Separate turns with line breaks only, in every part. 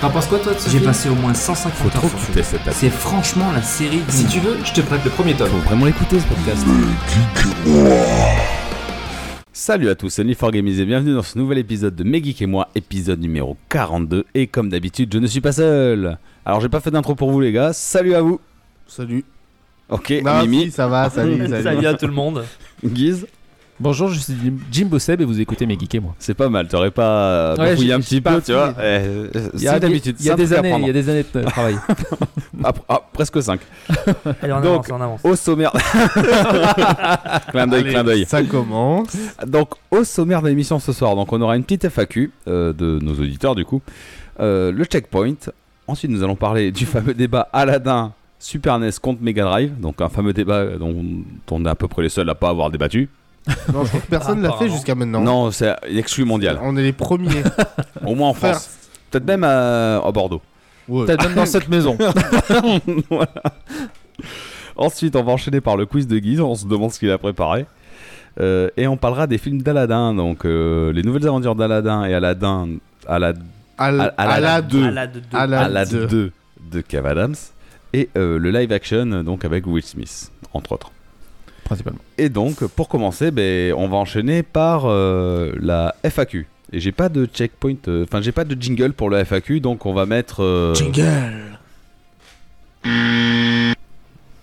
T'en penses quoi toi de ce
J'ai
film
passé au moins 150
Faut
heures.
trop
sur-
que tu testes cette table.
C'est franchement la série. du
Si
moment.
tu veux, je te prête le premier tome.
Faut vraiment l'écouter ce podcast. Salut à tous, c'est Niforgamies et bienvenue dans ce nouvel épisode de Megeek et moi, épisode numéro 42. Et comme d'habitude, je ne suis pas seul. Alors j'ai pas fait d'intro pour vous les gars, salut à vous.
Salut.
Ok,
Non, si,
Mimi,
ça va, salut, salut.
Salut à tout le monde.
Guise,
Bonjour, je suis Jim Bosseb et vous écoutez mes geeks et moi.
c'est pas mal, t'aurais pas euh,
Ouais,
bafouillé
j'ai-
un
j'ai
petit
pas
peu, tu vois. Eh, euh, c'est d'habitude,
Il y a
c'est un
des
truc à
années, il y a des années de travail.
prendre. Ah, pr- ah, presque 5.
Allez, on
Donc-
avance, on avance.
Au sommaire. clin d'œil,
Allez,
clin d'œil.
Ça commence.
Donc au sommaire de l'émission ce soir, donc on aura une petite FAQ euh, de nos auditeurs du coup, Euh, le checkpoint. Ensuite nous allons parler du fameux débat Aladdin Super NES contre Mega Drive, donc un fameux débat euh, dont, dont on est à peu près les seuls à pas avoir débattu.
Non, je crois que personne l'a fait jusqu'à maintenant.
Non, c'est une exclu mondiale,
On est les premiers.
au moins en France, peut-être même euh, à, à Bordeaux.
Ouais.
Peut-être même dans cette maison.
Voilà. Ensuite on va enchaîner par le quiz de Guise, on se demande ce qu'il a préparé. Euh, et on parlera des films d'Aladdin, donc euh, les nouvelles aventures d'Aladdin et Aladdin, Aladdin
À la,
à la- à
à la
la
Ah,
2. À la
à la
2.
2 de Kev Adams et euh, le live action euh, donc avec Will Smith entre autres.
Principalement.
Et donc pour commencer, ben, on va enchaîner par euh, la FAQ. Et j'ai pas de checkpoint, euh, enfin j'ai pas de jingle pour le FAQ, donc on va mettre. euh,
Jingle.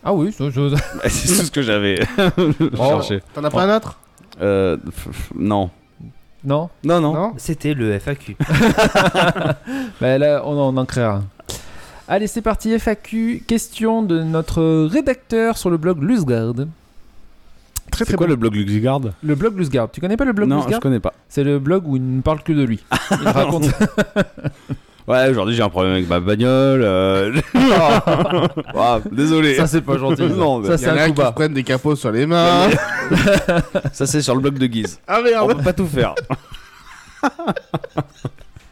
Ah oui, ça, je-
C'est tout ce que j'avais. Je
Oh,
cherchais.
T'en as pas un autre
Euh, f- f- non.
non.
Non, non.
Non
C'était le FAQ.
Bah là, on en, on en créera un. Allez, c'est parti. FAQ. Question de notre rédacteur sur le blog Lusgard. Très
C'est
très
quoi
bon.
le blog Luxigard
Le blog Lusgard. Tu connais pas le blog
Non, je
Lusgard
connais pas.
C'est le blog où il ne parle que de lui. Il raconte.
Ouais, aujourd'hui j'ai un problème avec ma bagnole. euh, Ah, désolé.
ça c'est pas gentil.
Non, mais-
ça
Il
c'est
y en a
un
qui
coup
se
bas.
prennent des capots sur les mains.
Ça c'est sur le blog de Guise.
ah
On
merde.
peut pas tout faire.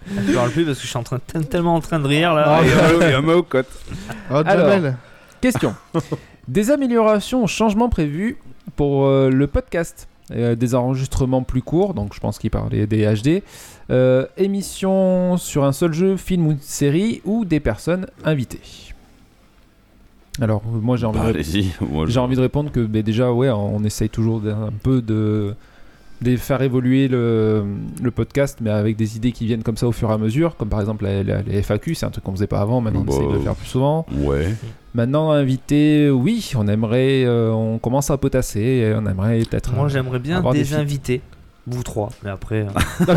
Je parle plus parce que je suis en train, tellement en train de rire là.
Ah, Il y a un mot- il y a un mot aux côtes.
Oh,
Alors.
Jamel.
Question. Des améliorations ou changements prévus pour euh, le podcast Euh, Des enregistrements plus courts, donc je pense qu'il parlait des HD, euh, émissions sur un seul jeu, film ou série, ou des personnes invitées. Alors, euh, moi j'ai envie,
Bah,
de...
allez-y. Moi, je-
j'ai envie de répondre que mais déjà, ouais, on essaye toujours d'un un peu de... de faire évoluer le, le podcast, mais avec des idées qui viennent comme ça au fur et à mesure, comme par exemple la- la- les FAQ, c'est un truc qu'on faisait pas avant, maintenant on
Bah,
essaye de le faire plus souvent.
Ouais.
Maintenant, invité, oui, on aimerait, euh, on commence à potasser, et on aimerait peut-être.
Moi
euh,
j'aimerais bien
Avoir
des,
des filles.
invités. Vous trois. Mais après. euh,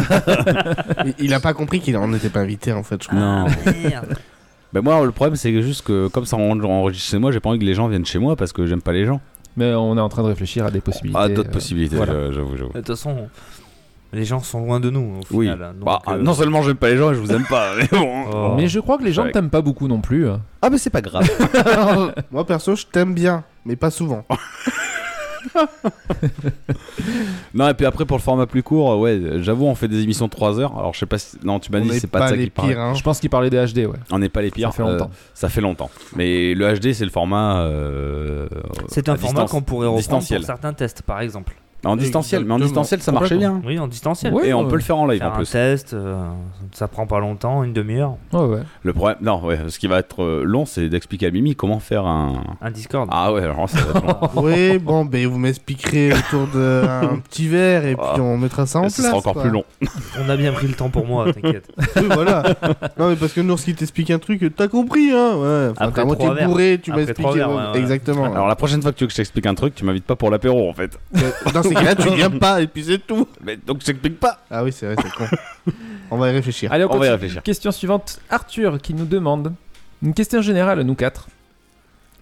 Il- Il a pas compris qu'il en était pas invité en fait, je crois.
Non.
ah, merde.
Ben moi, le problème, c'est que juste que comme ça, on enregistre chez moi, j'ai pas envie que les gens viennent chez moi parce que j'aime pas les gens.
Mais on est en train de réfléchir à des possibilités.
Ah, d'autres
euh,
possibilités,
voilà.
je- j'avoue, j'avoue.
De toute façon, les gens sont loin de nous au
Oui.
final. hein, donc,
Bah, ah,
euh,
Non seulement j'aime pas les gens, je vous aime pas, mais bon.
Oh.
Mais je crois que les gens ne
Avec.
t'aiment pas beaucoup non plus. hein.
Ah, mais c'est pas grave.
Moi perso, je t'aime bien, mais pas souvent.
non, et puis après, pour le format plus court, euh, ouais, j'avoue, on fait des émissions de 3 heures. Alors, je sais pas si. Non, tu m'as
On
dit,
n'est
c'est pas de ça
les
qui parle.
pires. hein.
Je pense qu'ils parlaient des HD, ouais.
On n'est pas les pires.
Ça fait
euh,
longtemps.
ça fait longtemps. Mais le HD, c'est le format. euh,
C'est un
à
format
distance.
qu'on pourrait reprendre
Distanciel.
pour certains tests par exemple.
En distanciel, mais en
Exactement.
distanciel, ça marchait bien.
Oui, en distanciel.
Ouais,
et on
ouais.
peut le faire en live
Faire
en
un
plus.
test, euh, ça prend pas longtemps, une demi-heure,
Ouais, ouais.
Le problème, non, ouais, ce qui va être euh, long, c'est d'expliquer à Mimi comment faire un.
un Discord.
Ah ouais, alors ça va être long.
Oui, bon, ben vous m'expliquerez autour d'un petit verre et
Ah.
puis on mettra ça en
Ce
place.
sera encore
quoi.
plus long.
On a bien pris le temps pour moi, t'inquiète.
Oui, voilà. Non, mais parce que lorsqu'il t'explique un truc, t'as compris, hein. Ouais. Enfin,
Après
t'as- moi,
trois
t'es
verres.
bourré, tu m'as
Après
expliqué.
trois verres,
ouais,
ouais, ouais.
Exactement.
Alors la prochaine fois que tu veux que je t'explique un truc, tu m'invites pas pour l'apéro en fait.
Euh, dans ces cas-là, tu viens pas et puis c'est tout.
Mais donc je t'explique pas.
Ah oui, c'est vrai, c'est con. on va y réfléchir.
Allez, on,
On va y
continue.
réfléchir.
Question suivante. Arthur qui nous demande une question générale à nous quatre.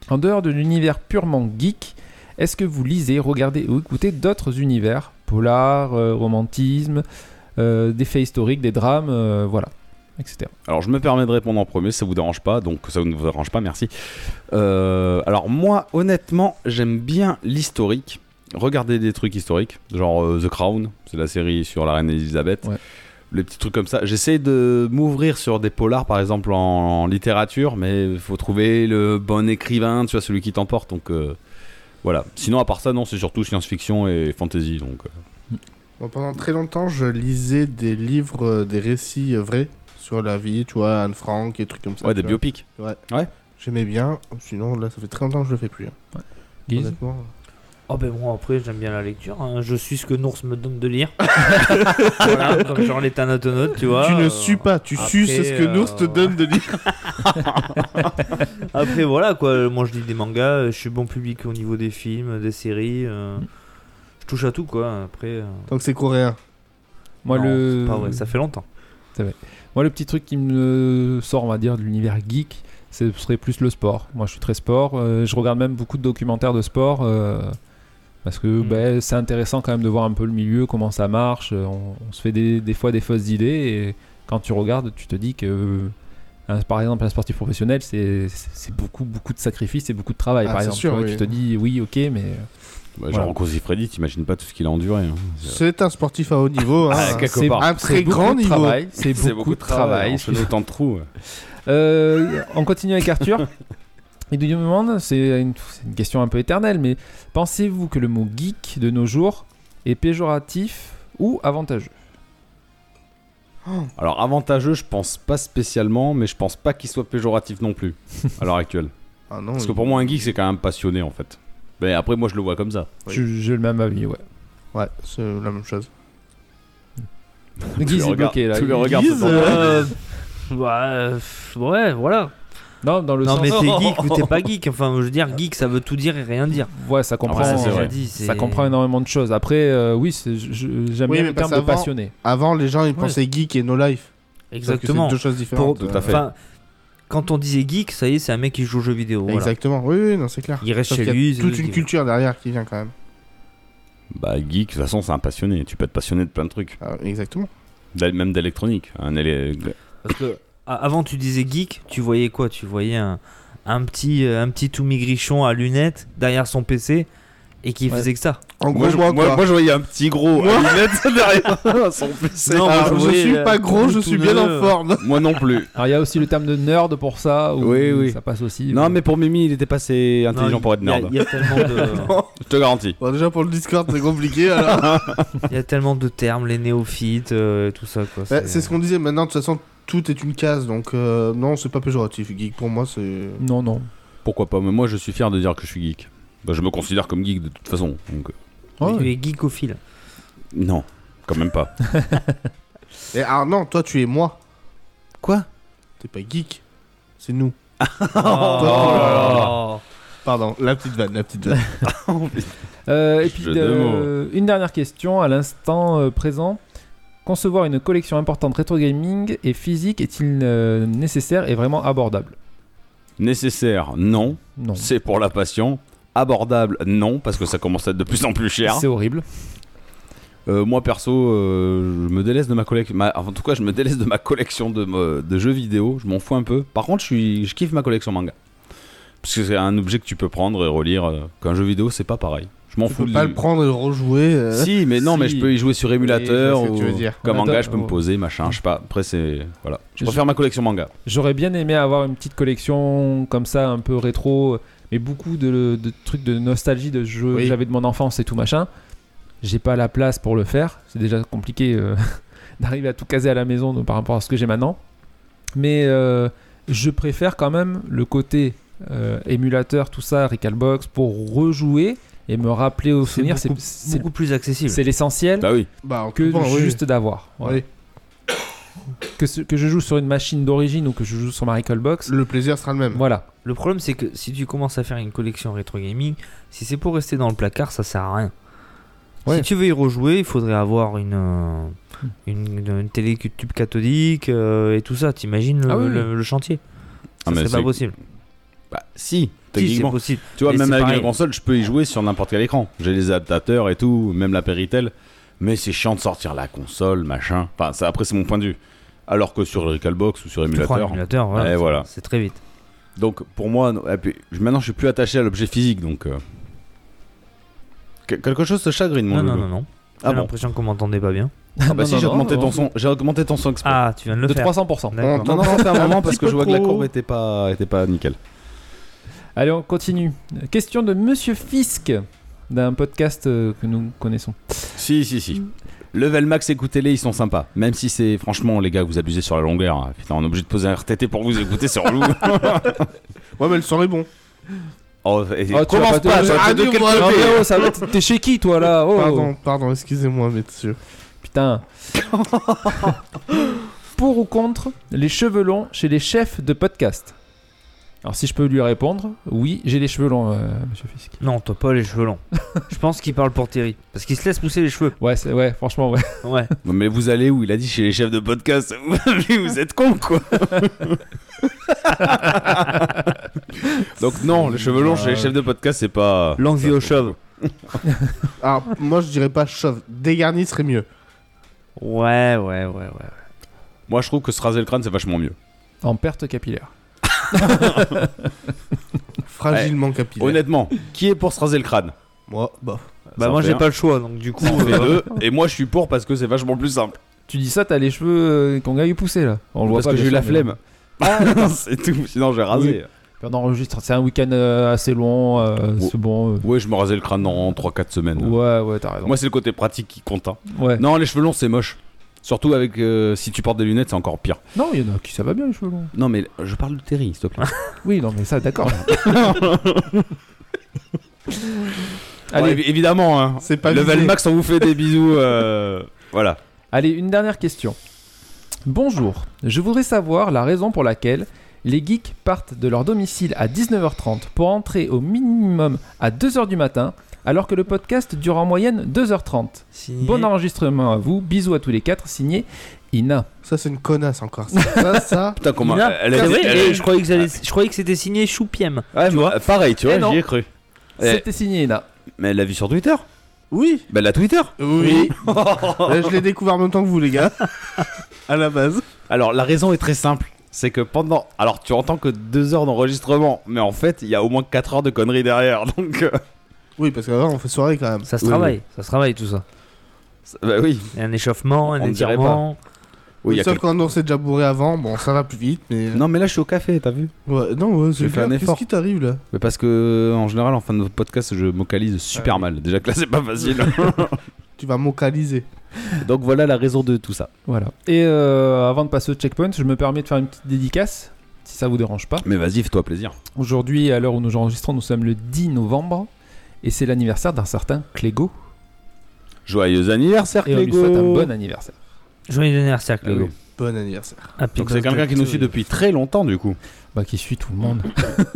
En dehors de l'univers purement geek, est-ce que vous lisez, regardez ou écoutez d'autres univers Polar, euh, romantisme, euh, des faits historiques, des drames, euh, voilà, etc.
Alors je me permets de répondre en premier, ça vous dérange pas, donc ça ne vous dérange pas, merci. Euh, alors moi, honnêtement, j'aime bien l'historique. Regarder des trucs historiques, genre euh, The Crown, c'est la série sur la reine Elisabeth.
Ouais.
Les petits trucs comme ça. J'essaie de m'ouvrir sur des polars, par exemple en, en littérature, mais il faut trouver le bon écrivain, tu vois, celui qui t'emporte. Donc euh, voilà. Sinon, à part ça, non, c'est surtout science-fiction et fantasy. Donc euh,
Bon, pendant très longtemps, je lisais des livres, euh, des récits euh, vrais sur la vie, tu vois, Anne Frank et trucs comme ça.
Ouais,
tu
des
vois.
biopics.
J'aimais bien, sinon là, ça fait très longtemps que je le fais plus. hein.
Guise
Honnêtement.
Oh ben moi après j'aime bien la lecture, hein. je suis ce que Nours me donne de lire. voilà, comme genre les Thanatonautes, tu vois.
tu ne
euh,
suis pas, tu
après,
suces ce que
euh,
Nours te
ouais.
donne de lire.
Après voilà quoi, moi je lis des mangas, euh, je suis bon public au niveau des films, des séries, euh, je touche à tout quoi. Après, euh,
Donc c'est coréen.
Moi,
non,
le...
c'est pas vrai, ça fait longtemps.
Moi, le petit truc qui me sort, on va dire, de l'univers geek, ce serait plus le sport. Moi, je suis très sport. euh, je regarde même beaucoup de documentaires de sport. euh, parce que
Mm.
ben, c'est intéressant quand même de voir un peu le milieu, comment ça marche. euh, On, on se fait des, des fois des fausses idées. Et quand tu regardes, tu te dis que. euh, un- par exemple, un sportif professionnel, c'est c'est beaucoup, beaucoup de sacrifices et beaucoup de travail.
Ah,
par
c'est
exemple,
sûr,
tu, vois,
oui.
tu te dis oui, ok, mais
Ouais,
Voilà.
Bah, Genre en Cosi Freddy, t'imagines pas tout ce qu'il a enduré. hein.
C'est un sportif à haut niveau. hein.
Ah, quelque
c'est-
part.
un
c'est
très
beaucoup
grand
de
niveau.
travail. C'est beaucoup, de travail.
On se met autant de trous. ouais.
Euh, on continue avec Arthur. Il nous demande, c'est une, c'est une question un peu éternelle, mais pensez-vous que le mot geek de nos jours est péjoratif ou avantageux
Alors avantageux, je pense pas spécialement, mais je pense pas qu'il soit péjoratif non plus à l'heure actuelle.
Ah non,
Parce
il-
que pour moi, un geek, c'est quand même passionné en fait. Mais après, moi, je le vois comme ça.
Oui.
Je- J'ai le même avis, ouais.
Ouais, c'est la même chose.
Guise
le
est
regardes-
bloqué là.
tu le
Il-
regardes
Guise,
dedans.
Euh, bah, euh, ouais, voilà.
Non, dans le
Non
sens.
mais t'es geek ou t'es pas geek, enfin je veux dire geek ça veut tout dire et rien dire.
Ouais, ça comprend.
ça, c'est
euh,
vrai.
Dit, c'est-
ça comprend énormément de choses. Après, euh, oui, c'est- je- je- j'aime
Oui,
bien
mais
le
parce
terme de
qu'avant-
passionné.
Avant, les gens ils
Ouais.
pensaient geek et no life. Sauf que
Exactement.
C'est deux choses différentes.
Tout à fait.
Enfin, quand on disait geek, ça y est, c'est un mec qui joue aux jeux vidéo. voilà.
Exactement. Oui, oui, non, c'est clair.
Il reste
Sauf
chez
qu'il y a
lui. c'est
toute
lui
une
qui-
culture derrière qui vient quand même.
Bah geek, de toute façon, c'est un passionné. Tu peux être passionné de plein de trucs,
Ah, exactement.
D'al- même d'électronique. Un élé-
Parce que a- avant, tu disais geek, tu voyais quoi Tu voyais un, un petit, euh, un petit tout migrichon à lunettes derrière son PC et qui
Ouais.
faisait que ça.
En
Moi, je,
gros, moi,
moi-
quoi.
moi, je voyais un petit gros à lunettes derrière son PC.
Non, moi,
Ah,
je
je
voyais,
suis
euh,
pas gros, je
tout
suis bien en
neuf.
forme.
Moi non plus.
Alors, il y a aussi le terme de nerd pour ça. Où
Oui, oui.
Ça passe aussi. euh,
Non, mais pour Mimi, il était pas assez intelligent
Non,
pour être
il y a-
nerd.
Il y, a tellement de-
Je te garantis.
Bon, déjà pour le Discord, c'est compliqué. alors.
il y a tellement de termes, les néophytes, euh, et tout ça. Quoi.
Bah, c'est ce qu'on disait. Maintenant, de toute façon, tout est une case. Donc, euh, non, c'est pas péjoratif. Geek pour moi, c'est.
Non, non.
Pourquoi pas Mais moi, je suis fier de dire que je suis geek. Bah, je me considère comme geek de toute façon. Donc, euh,
Ouais.
Tu es geekophile.
non, quand même pas.
Et ah non, toi, tu es moi.
Quoi
T'es pas geek. C'est nous.
Oh,
là Pardon, la petite vanne, la petite vanne.
Euh, et puis
Jeu de
euh, une dernière question à l'instant euh, présent. Concevoir une collection importante rétro gaming et physique est-il euh, nécessaire et vraiment abordable
Nécessaire, non.
Non.
C'est pour la passion. Abordable, non, parce que ça commence à être de plus en plus cher.
C'est horrible.
Euh, moi perso, euh, je me délaisse de ma collection. ma- En tout cas, je me délaisse de ma collection de, mo- de jeux vidéo. Je m'en fous un peu. Par contre, je, suis... je kiffe ma collection manga. Parce que c'est un objet que tu peux prendre et relire. euh, Qu'un jeu vidéo, c'est pas pareil. Je m'en
Tu
fous.
peux
de-
pas le prendre et le rejouer. euh.
Si, mais non, mais
Si.
je peux y jouer sur émulateur
Oui, je vois ce que
ou
tu veux dire.
comme
On
manga,
adore-
je peux me
oh.
poser, machin, je sais pas. Après, c'est voilà. Je
Je-
préfère ma collection manga.
J'aurais bien aimé avoir une petite collection comme ça, un peu rétro, mais beaucoup de, de trucs de nostalgie de jeux
Oui.
que j'avais de mon enfance et tout machin. J'ai pas la place pour le faire. C'est déjà compliqué euh, d'arriver à tout caser à la maison donc, par rapport à ce que j'ai maintenant. Mais euh, je préfère quand même le côté euh, émulateur, tout ça, Recalbox, pour rejouer et me rappeler aux
C'est
souvenirs. C'est-
beaucoup,
C'est
beaucoup plus accessible.
c'est l'essentiel
Bah oui.
Bah, en
que
tout point, oui.
juste d'avoir. Voilà.
Oui.
Que, ce- que je joue sur une machine d'origine ou que je joue sur ma Recalbox.
Le plaisir sera le même.
Voilà.
Le problème, c'est que si tu commences à faire une collection rétro gaming, si c'est pour rester dans le placard, ça sert à rien.
Ouais. Hmm.
Si tu veux y rejouer, il faudrait avoir une, euh, une, une- une télé cu- tube cathodique euh, et tout ça. T'imagines le,
Ah oui, oui.
le- le chantier
Ah,
Ça,
mais
C'est pas
c'est-
possible.
Bah si.
Si, c'est
Techniquement.
possible.
Tu vois,
Mais
même
c'est
avec
pareil.
la console, je peux y jouer sur n'importe quel écran. J'ai les adaptateurs et tout, même la Péritel. Mais c'est chiant de sortir la console, machin. Enfin, ça, après, c'est mon point de vue. Alors que sur Recalbox ou sur
Tu prends un
émulateur.
émulateur, voilà,
Ouais,
c'est-
voilà.
C'est très vite.
Donc, pour moi, non, et puis, je- maintenant, je suis plus attaché à l'objet physique, donc. euh, que- Quelque chose te chagrine, mon
Non, non,
loulou.
non, non. J'ai
Ah bon
l'impression qu'on m'entendait pas bien.
Ah bah
Non,
si,
non,
j'ai
non,
augmenté,
non.
ton son- j'ai augmenté ton son exprès.
Ah, tu viens de le
De
faire.
300%.
D'accord.
Non, non, c'est un moment parce
petit peu
que je vois que la
trop.
courbe était pas, était pas nickel.
Allez, on continue. Question de Monsieur Fisk d'un podcast euh, que nous connaissons.
Si, si, si. Mm. Level Max, écoutez-les, ils sont sympas. Même si c'est franchement, les gars, vous abusez sur la longueur. hein. Putain, on est obligé de poser un RTT pour vous écouter, c'est relou.
Ouais, mais le sang est bon.
oh, et-
Ah, tu vas
commence
pas te-
pas, ça va
Ah,
te- de
dis-moi,
quel
Non,
côté
mais oh, ça va, t- t'es chez qui toi là oh.
Pardon, pardon, excusez-moi, messieurs.
Putain. Pour ou contre les cheveux longs chez les chefs de podcast Alors si je peux lui répondre, oui, j'ai les cheveux longs, euh, Monsieur Fisk.
Non, t'as pas les cheveux longs. Je pense qu'il parle pour Terry. Parce qu'il se laisse pousser les cheveux.
Ouais, c'est- ouais, franchement, ouais.
Ouais.
Non, Mais vous allez où Il a dit chez les chefs de podcast. Mais vous êtes con quoi Donc non, les cheveux longs chez les chefs de podcast, c'est pas.
Longue vie au chauve.
Alors, Ah, moi, je dirais pas chauve. Dégarni serait mieux.
Ouais, ouais, ouais, ouais.
Moi, je trouve que se raser le crâne, c'est vachement mieux.
En perte capillaire.
Fragilement capillaire.
Honnêtement, qui est pour se raser le crâne
Moi, bah.
Bah,
Ça
moi,
fait
j'ai
un.
pas le choix, donc du coup.
On fait
euh,
deux, et moi, je suis pour parce que c'est vachement plus simple.
Tu dis ça, t'as les cheveux euh, qu'on gagne poussés là. On le voit
parce
pas,
que
bien
j'ai
sûr,
eu la
mais- Ah,
flemme. c'est tout. Sinon, j'ai
Puis
rasé.
On enregistre, c'est un week-end euh, assez long, euh,
Oh.
c'est bon. euh.
Ouais, je me rasais le crâne en 3-4 semaines.
Ouais, ouais, t'as raison.
Moi, c'est le côté pratique qui compte. hein.
Ouais.
Non, les cheveux longs, c'est moche. Surtout avec euh, si tu portes des lunettes, c'est encore pire.
Non, il y en a qui ça va bien les cheveux longs.
Non, mais je parle de Terry, s'il te plaît.
Oui, non, mais ça, d'accord.
Allez,
Allez,
évidemment. Hein.
C'est pas
Level
visé.
Max, on vous fait des bisous. euh, voilà.
Allez, une dernière question. Bonjour, je voudrais savoir la raison pour laquelle les geeks partent de leur domicile à 19h30 pour entrer au minimum à 2h du matin, alors que le podcast dure en moyenne 2h30.
signé.
Bon enregistrement à vous, bisous à tous les quatre, signé Ina.
Ça, c'est une connasse encore. Ça, ça. ça.
Putain, comment.
Là,
elle a-
c'est vrai,
elle a-
eh,
et je croyais que, ça allait- je croyais que c'était signé Choupiem.
Ouais, mais- Pareil, tu
Eh
vois,
non.
j'y ai cru. Eh.
C'était signé Ina.
Mais elle l'a vu sur Twitter.
Oui.
Bah, elle l'a Twitter.
Oui. Là, je l'ai découvert en même temps que vous, les gars. à la base.
Alors la raison est très simple, c'est que pendant... Alors tu entends que deux heures d'enregistrement, mais en fait il y a au moins quatre heures de conneries derrière, donc... euh,
Oui, parce qu'avant, on fait soirée quand même.
Ça se
Oui,
travaille, ça se travaille tout ça.
ça- Bah oui,
Il y a un échauffement, un
On ne dirait
étirement.
oui il y a
Sauf
quelques-
quand on s'est déjà bourré avant, bon, ça va plus vite, mais.
Non mais là je suis au café, t'as vu
Ouais, non, ouais,
J'ai
c'est
fait un
clair.
effort.
Qu'est-ce qui t'arrive là
Mais parce que en général en fin de podcast je vocalise super mal, déjà que là c'est pas facile.
Tu vas mocaliser.
donc voilà la raison de tout ça.
Voilà. Et euh, avant de passer au checkpoint, je me permets de faire une petite dédicace, si ça vous dérange pas.
Mais vas-y, fais-toi plaisir.
Aujourd'hui, à l'heure où nous enregistrons, nous sommes le 10 novembre, et c'est l'anniversaire d'un certain Clégo.
Joyeux anniversaire
Et on lui
Clégo.
souhaite un bon anniversaire.
Joyeux anniversaire,
Ah oui.
Clégo.
Bon anniversaire.
Ah, puis
Donc c'est quelqu'un qui nous suit depuis très longtemps du coup.
Bah, qui suit tout le monde.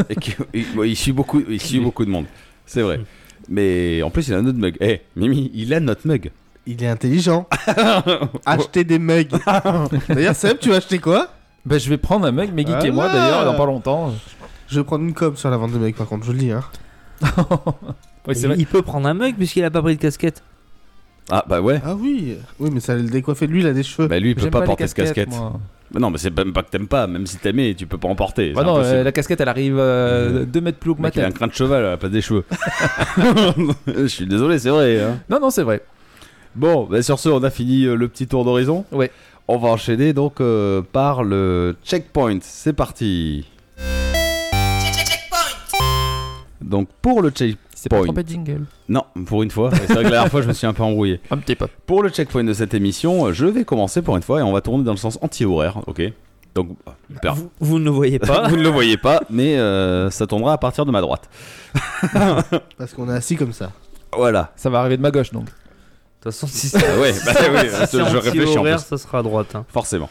Et qui... il, ouais, il suit beaucoup, il suit beaucoup de monde, c'est vrai. Mais en plus il a notre mug. Eh Mimi, il a notre mug.
Il est intelligent. Acheter des mugs. D'ailleurs, Seb, tu vas acheter quoi
Bah, je vais prendre un mug, mais geek
Ah
et moi
ouais.
d'ailleurs, dans pas longtemps.
Je vais prendre une com sur la vente de mugs, par contre, je le dis. Hein.
Oui, c'est vrai.
Il peut prendre un mug puisqu'il a pas pris de casquette.
Ah bah ouais.
Ah oui Oui, mais ça allait le décoiffer. Lui, il a des cheveux.
Bah lui il peut
J'aime
pas,
les
porter de
casquettes,
casquette.
moi.
Bah non, mais c'est même pas que t'aimes pas, même si t'aimais, tu peux pas en porter.
Bah
c'est
non,
impossible.
euh, la casquette, elle arrive euh,
Euh,
deux mètres plus haut que
Le
ma
mec, il a un
tête.
crin de cheval à la place des cheveux. Je suis désolé, c'est vrai. hein.
Non, non, c'est vrai.
Bon, bah sur ce, on a fini euh, le petit tour d'horizon.
Ouais.
On va enchaîner donc euh, par le checkpoint. C'est parti. Donc pour le check...
C'est pas
Point.
trompé de jingle.
Non, pour une fois. C'est vrai que la dernière fois, je me suis un peu embrouillé.
Un petit peu.
Pour le checkpoint de cette émission, euh, je vais commencer pour une fois et on va tourner dans le sens anti-horaire, ok Donc, super.
Vous, vous ne le voyez pas.
Vous ne le voyez pas, mais euh, ça tournera à partir de ma droite.
Parce qu'on est assis comme ça.
Voilà.
Ça va arriver de ma gauche donc.
De toute façon, si c'est.
Ah ouais, bah oui,
si c'est
je réfléchis en
anti-horaire,
plus,
ça sera à droite. hein.
forcément.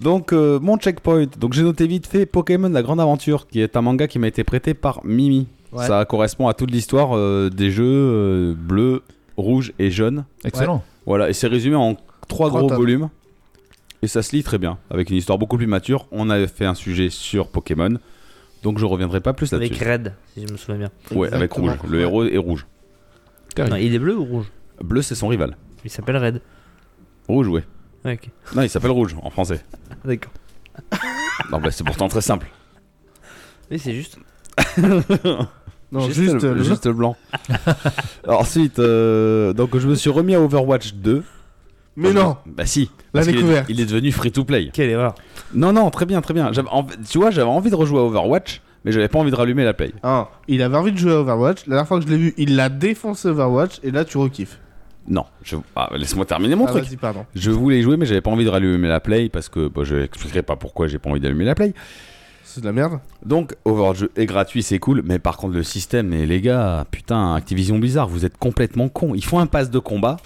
Donc euh, mon checkpoint, donc j'ai noté vite fait Pokémon la grande aventure qui est un manga qui m'a été prêté par Mimi.
Ouais.
Ça correspond à toute l'histoire euh, des jeux euh, bleus, rouges et jaunes.
Excellent.
Voilà, et c'est résumé en trois
Trois
gros
tomes.
volumes. Et ça se lit très bien, avec une histoire beaucoup plus mature. On avait fait un sujet sur Pokémon, donc je reviendrai pas plus
Avec
là-dessus.
Red, si je me souviens bien.
Ouais, avec
Exactement.
rouge. Le héros est rouge.
Oui.
Non, il est bleu ou rouge
Bleu, c'est son rival.
Il s'appelle Red.
Rouge, ouais.
Ouais, Ok,
Non, il s'appelle rouge en français.
d'accord.
Non, bah, c'est pourtant très simple.
Mais c'est juste.
Non, juste le.
juste le blanc. Ensuite, euh, donc je me suis remis à Overwatch 2.
Mais non
Bah si.
La
parce qu'il est-
découverte.
Il est, devenu free to play.
Quelle erreur.
Non, non, très bien, très bien. J'avais envi- tu vois, j'avais envie de rejouer à Overwatch, mais j'avais pas envie de rallumer la play.
Ah, il avait envie de jouer à Overwatch. La dernière fois que je l'ai vu, il l'a défoncé Overwatch. Et là, tu rekiffes.
Non, je... ah, laisse-moi terminer mon
Ah,
truc.
vas-y, pardon.
Je voulais y jouer, mais j'avais pas envie de rallumer la play parce que bah, je n'expliquerai pas pourquoi j'ai pas envie d'allumer la play.
C'est de la merde.
Donc, Overwatch est gratuit, c'est cool, mais par contre, le système, mais les gars, putain, Activision Blizzard, vous êtes complètement cons. Ils font un pass de combat.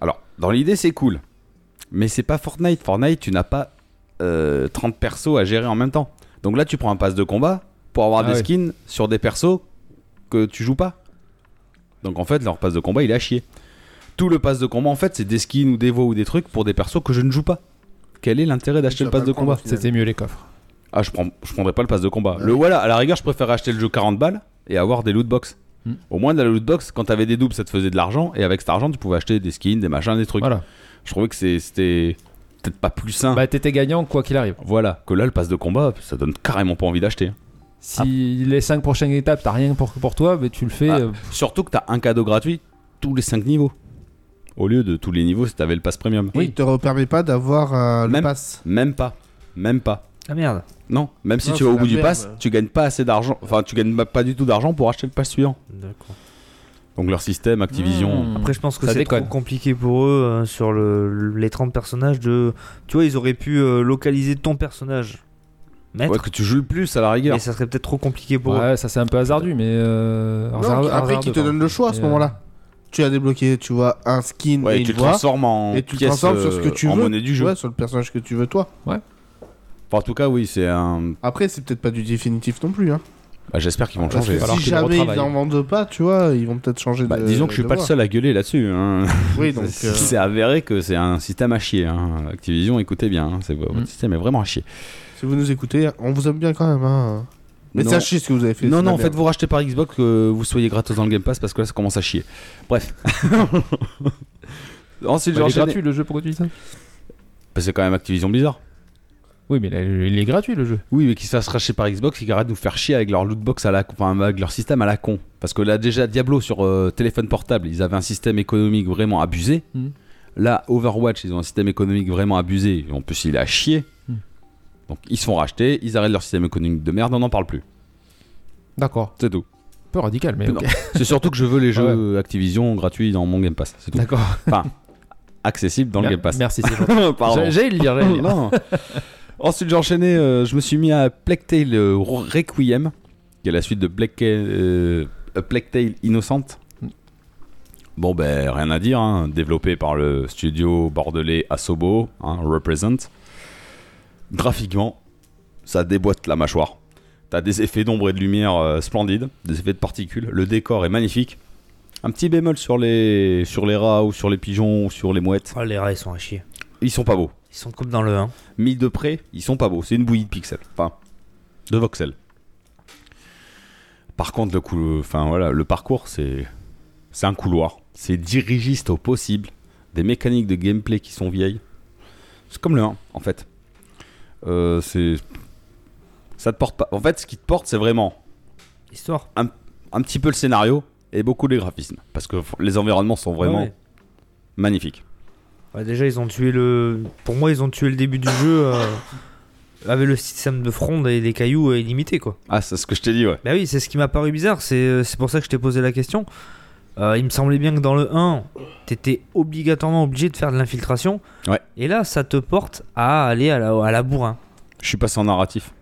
Alors, dans l'idée, c'est cool, mais c'est pas Fortnite. Fortnite, tu n'as pas euh, 30 persos à gérer en même temps. Donc là, tu prends un pass de combat pour avoir
Ah
des
ouais.
skins sur des persos que tu joues pas. Donc en fait, leur pass de combat, il est à chier. Tout le pass de combat, en fait, c'est des skins ou des voix ou des trucs pour des persos que je ne joue pas. Quel est l'intérêt
Tu
d'acheter le
vas pas
pass de
prendre,
combat
au final.
C'était mieux les coffres.
ah, je, prends, je prendrais pas le pass de combat. Le voilà, à la rigueur, je préfère acheter le jeu 40 balles et avoir des loot box.
Hmm.
Au moins, dans la loot box, quand t'avais des doubles, ça te faisait de l'argent. Et avec cet argent, tu pouvais acheter des skins, des machins, des trucs.
Voilà.
Je trouvais que c'est- c'était peut-être pas plus sain.
Bah, t'étais gagnant quoi qu'il arrive.
Voilà, que là, le pass de combat, ça donne carrément pas envie d'acheter.
Si les 5 prochaines étapes, t'as rien pour, pour toi, mais tu le fais.
Ah.
euh,
Surtout que t'as un cadeau gratuit tous les 5 niveaux. Au lieu de tous les niveaux si t'avais le pass premium.
Et Il te re- permet pas d'avoir euh, le
Même-
pass.
Même pas. Même pas.
Ah merde.
Non, même si
Non,
tu vas
c'est
au
la
bout du
merde.
pass, tu gagnes pas assez d'argent. Enfin, tu gagnes pas du tout d'argent pour acheter le pass suivant.
D'accord.
Donc leur système, Activision.
hmm.
Après, je pense que
Ça
c'est trop
déconne.
compliqué pour eux euh, sur le- les 30 personnages de. Tu vois, ils auraient pu euh, localiser ton personnage,
Ouais,
maître,
que tu joues le plus à la rigueur.
mais ça serait peut-être trop compliqué pour eux.
Ouais, ça c'est un peu hasardu, mais. euh,
Non,
hasard-
après,
hasard
qui te
devant.
donne le choix à ce
Et,
moment-là Tu as débloqué, tu vois, un skin
Ouais,
et
et tu
une
le
voix.
transformes en
Et tu le
pièce,
transformes sur ce que
euh,
tu
en
veux.
monnaie du jeu.
Ouais, sur le personnage que tu veux, toi.
Enfin, en tout cas, oui, c'est un.
Après, c'est peut-être pas du définitif non plus. Hein.
Bah, J'espère qu'ils vont le
Parce
changer.
que
falloir
si
qu'ils le
jamais ils
retravaillent.
en vendent pas, tu vois, ils vont peut-être changer
Bah,
de.
disons que je suis
de
pas le
voix.
seul à gueuler là-dessus. hein.
Oui, donc. euh,
C'est avéré que c'est un système à chier. hein. Activision, écoutez bien, hein, c'est- votre
Hmm.
Mm.
système est vraiment à chier.
Si vous nous écoutez, on vous aime bien quand même. Hein. Mais
Non.
sachez ce que vous avez fait.
Non,
c'est de
non,
la
en fait,
merde.
vous rachetez par Xbox que vous soyez gratos dans le Game Pass parce que là, ça commence à chier. Bref. Ensuite,
Bah, il
j'ai
est
enchaîné.
gratuit le jeu pour que tu dis ça
Bah, c'est quand même Activision Blizzard.
Oui, mais il est- il est gratuit le jeu.
Oui, mais qu'ils se fassent racheter par Xbox et qu'ils arrêtent de nous faire chier avec leur lootbox à la con, enfin, avec leur système à la con. Parce que là, déjà, Diablo sur euh, téléphone portable, ils avaient un système économique vraiment abusé.
Mhm.
Là, Overwatch, ils ont un système économique vraiment abusé. En plus, il est à chier.
Mhm.
Donc, ils se font racheter, ils arrêtent leur système économique de merde, on n'en parle plus.
D'accord.
C'est tout.
Un peu radical, mais.
Non.
ok. Ah
C'est surtout que je veux les jeux Activision gratuits dans mon Game Pass. C'est tout.
D'accord.
Accessible dans le
Mer-
Game Pass.
Merci, c'est gentil.
Pardon.
J'ai- J'allais le lire, j'allais le lire.
Non. Ensuite, j'ai enchaîné. euh, je me suis mis à Plague Tale euh, Requiem, qui est la suite de Black, euh, A Plague Tale Innocente.
Mm.
Bon, ben, rien à dire. hein. Développé par le studio bordelais Asobo, hein, Represent. Graphiquement, ça déboîte la mâchoire. T'as des effets d'ombre et de lumière euh, splendides, des effets de particules. Le décor est magnifique. Un petit bémol sur les, sur les rats ou sur les pigeons ou sur les mouettes.
Oh, les rats, ils sont à chier.
Ils sont pas beaux
Ils sont comme dans le 1.
mis de près, ils sont pas beaux. C'est une bouillie de pixels. Enfin, de voxels. Par contre, le, cou- enfin, voilà, le parcours, c'est c'est un couloir. C'est dirigiste au possible. Des mécaniques de gameplay qui sont vieilles. C'est comme le 1, en fait. Euh, c'est. Ça te porte pas. En fait, ce qui te porte, c'est vraiment
Histoire.
un petit peu le scénario et beaucoup les graphismes. Parce que f- les environnements sont vraiment
Ouais.
magnifiques.
Ouais, déjà, ils ont tué le. Pour moi, ils ont tué le début du jeu euh, avec le système de fronde et des cailloux euh, illimité, quoi.
Ah, c'est ce que je t'ai dit, ouais.
Bah oui, c'est ce qui m'a paru bizarre. C'est c'est pour ça que je t'ai posé la question. Euh, il me semblait bien que dans le 1, t'étais obligatoirement obligé de faire de l'infiltration.
Ouais.
Et là, ça te porte à aller à la, à la bourrin.
Je suis passé en narratif.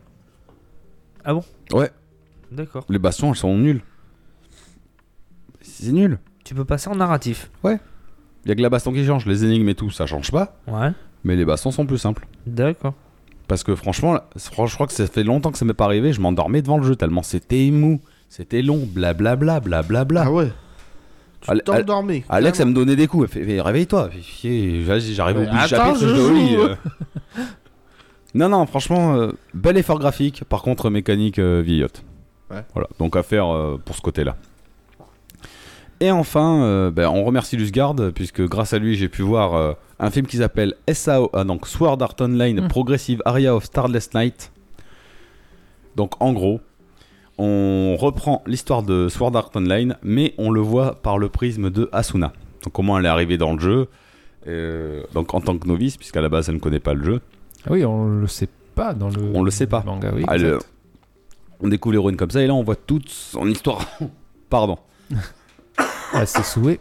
D'accord.
Les bastons, elles sont nulles. C'est nul.
Tu peux passer en narratif.
Il y a que la baston qui change, les énigmes et tout, ça change pas,
Ouais.
mais les bastons sont plus simples.
D'accord.
Parce que franchement, là, fran- je crois que ça fait longtemps que ça m'est pas arrivé, je m'endormais devant le jeu tellement c'était mou, c'était long, blablabla, blablabla.
Ah ouais. Tu
Ale-
t'endormais.
Alex, elle me donnait des coups, elle fait eh, réveille-toi, Fait, chier, vas-y, j'arrive au bout du
Attends,
chapitre,
je
je dois au lit,
joue.
euh. Non, non, franchement, euh, bel effort graphique, par contre mécanique euh, vieillotte.
Ouais.
Voilà, donc à faire euh, pour ce côté-là. Et enfin, euh, ben, on remercie Lusgard, puisque grâce à lui, j'ai pu voir euh, un film qui s'appelle SAO, ah, donc Sword Art Online
Hmm.
Progressive Area of Starless Night. Donc en gros, on reprend l'histoire de Sword Art Online, mais on le voit par le prisme de Asuna. Donc comment elle est arrivée dans le jeu, euh, donc en tant que novice, puisqu'à la base elle ne connaît pas le jeu.
Ah oui, on le sait pas dans le.
On le sait pas.
Manga, oui.
Ah, le-
exact.
On découvre l'héroïne comme ça, et là on voit toute son histoire. Pardon.
Ah, c'est souhait.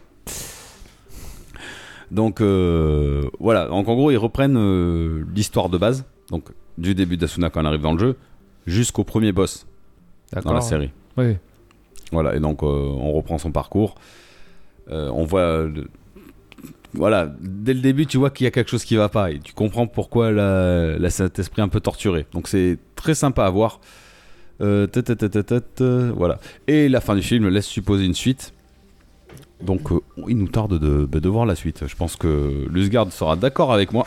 Donc euh, voilà, donc en gros ils reprennent euh, l'histoire de base, donc du début d'Asuna quand elle arrive dans le jeu, jusqu'au premier boss dans la série.
Oui.
Voilà, et donc euh, on reprend son parcours. Euh, on voit. euh, le- Voilà, dès le début, tu vois qu'il y a quelque chose qui va pas et tu comprends pourquoi elle a, elle a cet esprit un peu torturé. Donc c'est très sympa à voir. Euh, tut, tut, tut, tut, tut, euh, voilà. Et la fin du film laisse supposer une suite. Donc euh, il nous tarde de, bah, de voir la suite. Je pense que Lusgard sera d'accord avec moi.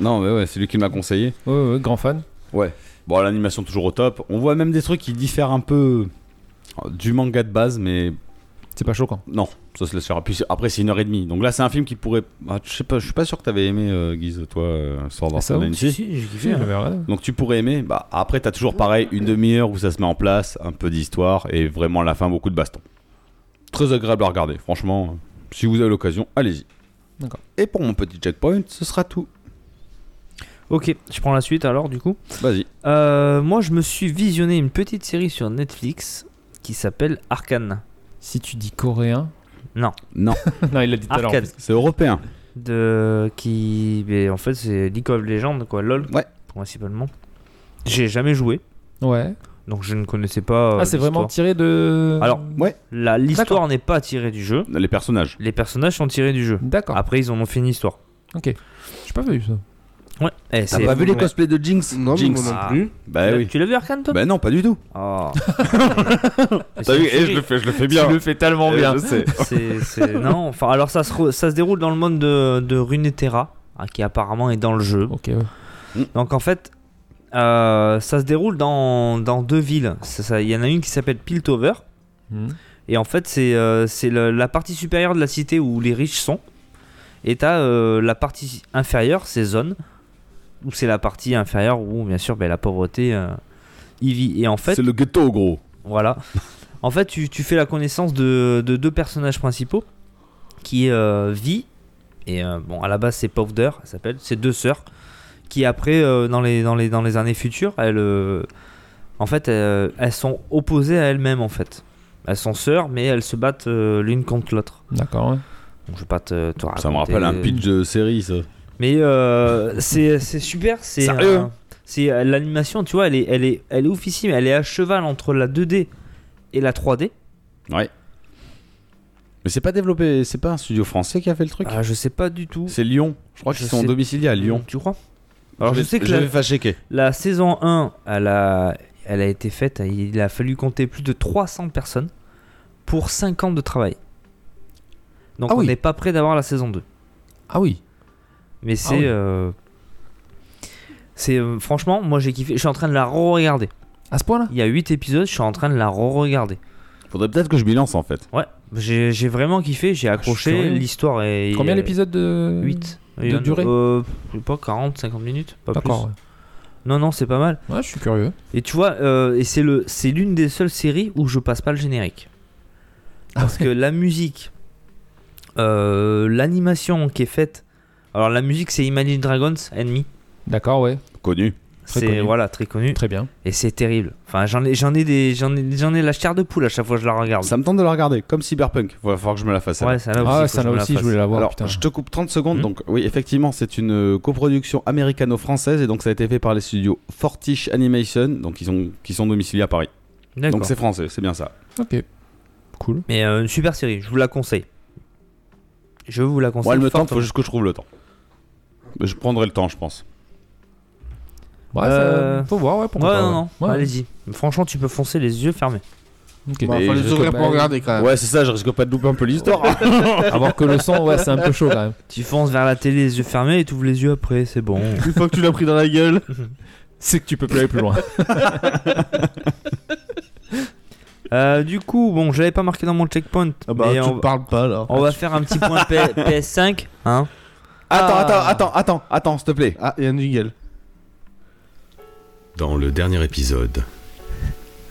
non, mais ouais, c'est lui qui m'a conseillé.
Ouais, ouais, grand fan.
Bon, l'animation toujours au top. On voit même des trucs qui diffèrent un peu euh, du manga de base, mais
C'est pas choquant.
non, ça se laisse faire. Puis c'est- après, c'est une heure et demie. Donc là, c'est un film qui pourrait. Ah, je sais pas, je suis pas sûr que t'avais aimé, euh, Guise, toi, euh, Sword Art
Ah, ça,
Online.
Si, si, j'ai kiffé.
Je
hein.
l'avais regardé.
Donc tu pourrais aimer. Bah, après, t'as toujours pareil, une demi-heure où ça se met en place, un peu d'histoire et vraiment à la fin, beaucoup de baston. Très agréable à regarder, franchement. euh, Si vous avez l'occasion, allez-y.
D'accord.
Et pour mon petit checkpoint, ce sera tout.
Ok, je prends la suite alors du coup.
Vas-y.
Euh, moi, je me suis visionné une petite série sur Netflix qui s'appelle Arcane.
Si tu dis coréen.
Non,
non, il l'a dit tout à l'heure. en
Arcane.
plus.
c'est européen.
de qui ben, en fait c'est League of Legends quoi lol
Ouais.
principalement j'ai jamais joué
Ouais.
donc je ne connaissais pas euh,
ah, c'est vraiment
l'histoire.
tiré de.
Alors,
Ouais.
La- l'histoire
D'accord.
n'est pas tirée du jeu
Les personnages.
les personnages sont tirés du jeu
D'accord.
après ils en ont fait une histoire
J'ai pas vu ça.
ouais Eh,
T'as
c'est-
pas vu les
Ouais.
cosplays de Jinx
Non, mais
Jinx.
moi non
Ah.
plus.
Bah oui.
tu l'as vu Arcane toi
Bah non, pas du tout.
Oh. Mais
T'as
c'est
vu
une
Et je
série.
le fais, je le fais bien.
Tu le fais tellement
Euh,
Eh,
bien.
Je sais.
C'est- c'est- non enfin alors ça se, re- ça se déroule dans le monde de, de Runeterra hein, qui apparemment est dans le jeu
Ok, ouais.
Donc en fait, euh, ça se déroule dans, dans deux villes. Ça- ça- Il y en a une qui s'appelle Piltover.
Hmm.
Et en fait, c'est euh, c'est le- la partie supérieure de la cité où les riches sont. Et t'as euh, la partie inférieure, c'est zone. Où c'est la partie inférieure où, bien sûr, ben, la pauvreté euh, y vit. Et en fait,
C'est le ghetto, gros.
voilà. En fait, tu, tu fais la connaissance de, de deux personnages principaux qui euh, vit et euh, bon, à la base c'est Powder, elle s'appelle, c'est deux sœurs qui après euh, dans les dans les dans les années futures, elles euh, en fait euh, elles sont opposées à elles-mêmes en fait. Elles sont sœurs mais elles se battent euh, l'une contre l'autre.
D'accord, ouais.
Donc, je vais pas te, te
Ça
raconter-
me rappelle un pitch de série, ça.
Mais euh, c'est c'est super, c'est
Sérieux
euh, c'est euh, l'animation, tu vois, elle est elle est elle est oufissime, elle est à cheval entre la 2D et la 3D.
Mais c'est pas développé, c'est pas un studio français qui a fait le truc.
Ah, je sais pas du tout.
C'est Lyon. Je crois qu'ils
Je
sont
sais-
domiciliés à Lyon.
Tu crois Alors je,
vais-
sais que
je
la,
vais faire checker.
la saison 1, elle a, elle a été faite, il a fallu compter plus de 300 personnes pour 5 ans de travail. Donc
Ah
on
oui.
n'est pas près d'avoir la saison 2.
Ah oui.
Mais c'est...
Ah oui.
euh, c'est euh, franchement, moi j'ai kiffé, je suis en train de la re-regarder.
À ce point-là
Il y a 8 épisodes, je suis en train de la re-regarder.
Faudrait peut-être que je m'y lance en fait.
Ouais, j'ai j'ai vraiment kiffé, j'ai
Ah, je suis
accroché,
curieux.
l'histoire est...
Combien
est-
l'épisode de.
8.
de
Il y en a,
durée
euh, Je sais pas, 40, 50 minutes, pas plus.
D'accord, ouais.
Non, non, c'est pas mal.
Ouais, je suis curieux.
Et tu vois, euh, et c'est le, c'est l'une des seules séries où je passe pas le générique. Parce que la musique, euh, l'animation qui est faite. Alors la musique, c'est Imagine Dragons, Enemy.
D'accord, ouais.
Connu.
Très
c'est
connu.
voilà très connu
Très bien.
et c'est terrible. Enfin, j'en ai, j'en ai des, j'en ai, j'en ai la chair de poule à chaque fois que je la regarde.
Ça me tente de le regarder, comme Cyberpunk. Va falloir que je me la fasse.
ouais, ça là aussi.
ah,
faut
ça
que
là
me la
aussi, je
fasse.
voulais la voir.
Alors,
putain.
je te coupe 30 secondes.
Hmm.
Donc, oui, effectivement, c'est une euh, coproduction américano-française et donc ça a été fait par les studios Fortiche Animation, donc ils sont, qui sont domiciliés à Paris.
D'accord.
Donc c'est français, c'est bien ça.
Ok. Cool.
Mais euh, une super série, je vous la conseille. Je vous la conseille.
Moi, elle me tente,
fortement.
faut juste que je trouve le temps. Mais Je prendrai le temps, je pense.
Ouais,
Euh,
ça- faut voir, ouais, pourquoi
Ouais,
pas,
non,
ouais.
non.
Ouais.
Allez-y. Franchement, tu peux foncer les yeux fermés.
Ok.
Bon, enfin,
Mais
les
je-
horaires pour
bah,
regarder quand même.
Ouais, c'est ça, je risque pas de louper un peu l'histoire.
Avant que le son, ouais, c'est un peu chaud quand même.
Tu fonces vers la télé les yeux fermés et t'ouvres les yeux après, c'est bon.
Une fois que tu l'as pris dans la gueule.
C'est que tu peux plus aller plus loin.
Euh, du coup, bon, je l'avais pas marqué dans mon checkpoint.
Ah bah,
mais
tu
on,
te parles pas là.
on va faire un petit point P- PS5. Hein
Attends,
Ah.
attends, attends, attends, attends, s'il te plaît.
Ah, il y a un jingle.
Dans le dernier épisode,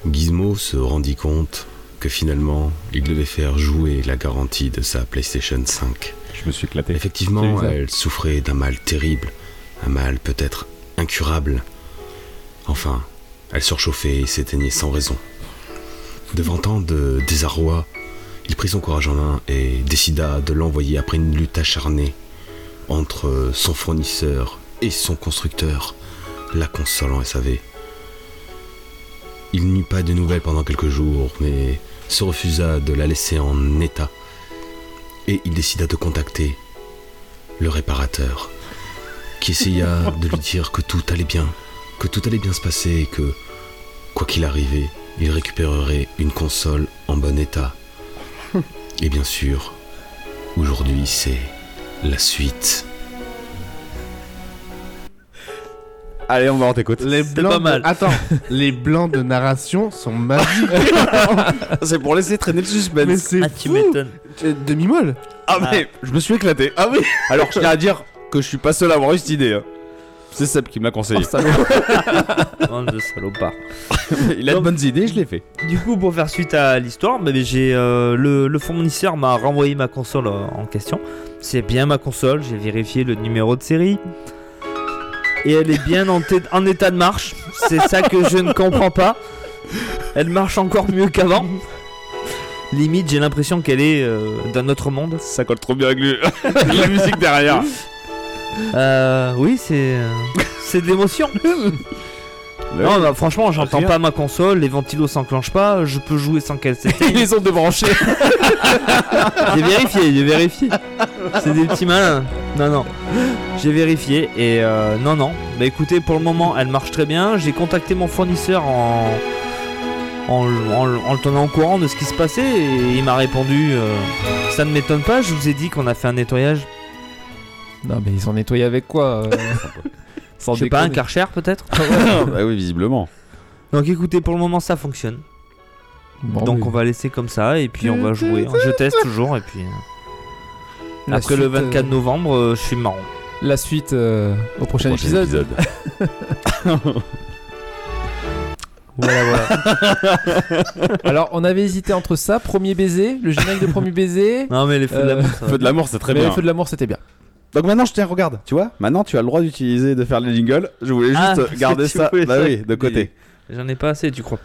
Gizmo se rendit compte que finalement, il devait faire jouer la garantie de sa PlayStation 5.
Je me suis éclaté.
Effectivement,
C'est bizarre.
elle souffrait d'un mal terrible, un mal peut-être incurable. Enfin, elle surchauffait et s'éteignait sans raison. Devant tant de désarroi, Il prit son courage en main et décida de l'envoyer après une lutte acharnée entre son fournisseur et son constructeur, la console en SAV. Il n'eut pas de nouvelles pendant quelques jours, mais se refusa de la laisser en état et il décida de contacter le réparateur, qui essaya de lui dire que tout allait bien, que tout allait bien se passer et que, quoi qu'il arrivait, il récupérerait une console en bon état. Et bien sûr, aujourd'hui c'est la suite.
Allez, on va en t'écoute.
Les
C'était
blancs
pas mal.
De... Attends, les blancs de narration sont
Ah,
magiques.
c'est pour laisser traîner le suspense.
mais c'est
Ah, tu
fou.
m'étonnes.
Euh, Demi-molle.
Ah, mais je me suis éclaté. Ah oui. Alors je tiens à dire que je suis pas seul à avoir eu cette idée. hein. C'est Seb qui me l'a conseillé.
Bande de salopards.
Il a de bonnes idées, je l'ai fait.
Oh, Du coup, pour faire suite à l'histoire, bah, j'ai euh, le, le fournisseur m'a renvoyé ma console euh, en question. C'est bien ma console, j'ai vérifié le numéro de série. Et elle est bien en, té- en état de marche. C'est ça que je ne comprends pas. Elle marche encore mieux qu'avant. Limite, j'ai l'impression qu'elle est euh, d'un autre monde.
Ça colle trop bien avec lui. la musique derrière.
Euh, oui, c'est euh, c'est de l'émotion. Non, bah, franchement, j'entends pas ma console, les ventilos s'enclenchent pas, je peux jouer sans qu'elle s'éteigne.
Ils les ont débranchés.
J'ai vérifié, j'ai vérifié. C'est des petits malins. Non, non. J'ai vérifié et euh, non, non. Bah écoutez, pour le moment, elle marche très bien. J'ai contacté mon fournisseur en. En, en- en le tenant au courant de ce qui se passait et il m'a répondu euh, ça ne m'étonne pas je vous ai dit qu'on a fait un nettoyage
Non, mais ils ont nettoyé avec quoi euh, Sans
je sais pas un
déconner.
karcher peut-être
bah oui, visiblement.
donc écoutez pour le moment ça fonctionne
Bon,
donc
mais
on va laisser comme ça et puis on va jouer Hein. je teste toujours et puis euh,
la
après le
suite, euh,
24 novembre euh, je suis marron
La suite euh, au prochain, épisode.
voilà voilà
Alors, on avait hésité entre ça, premier baiser, le générique de premier baiser.
non mais les feux de
Euh,
l'amour ça va.
Feu de l'amour, c'est très
mais
bien.
le feu de l'amour, c'était bien.
Donc maintenant, je tiens, regarde, tu vois, maintenant tu as le droit d'utiliser, de faire les jingles. Je voulais juste
Ah,
euh,
parce que
garder
tu
ça,
voulais
bah
ça.
oui, de côté.
j'en ai pas assez tu crois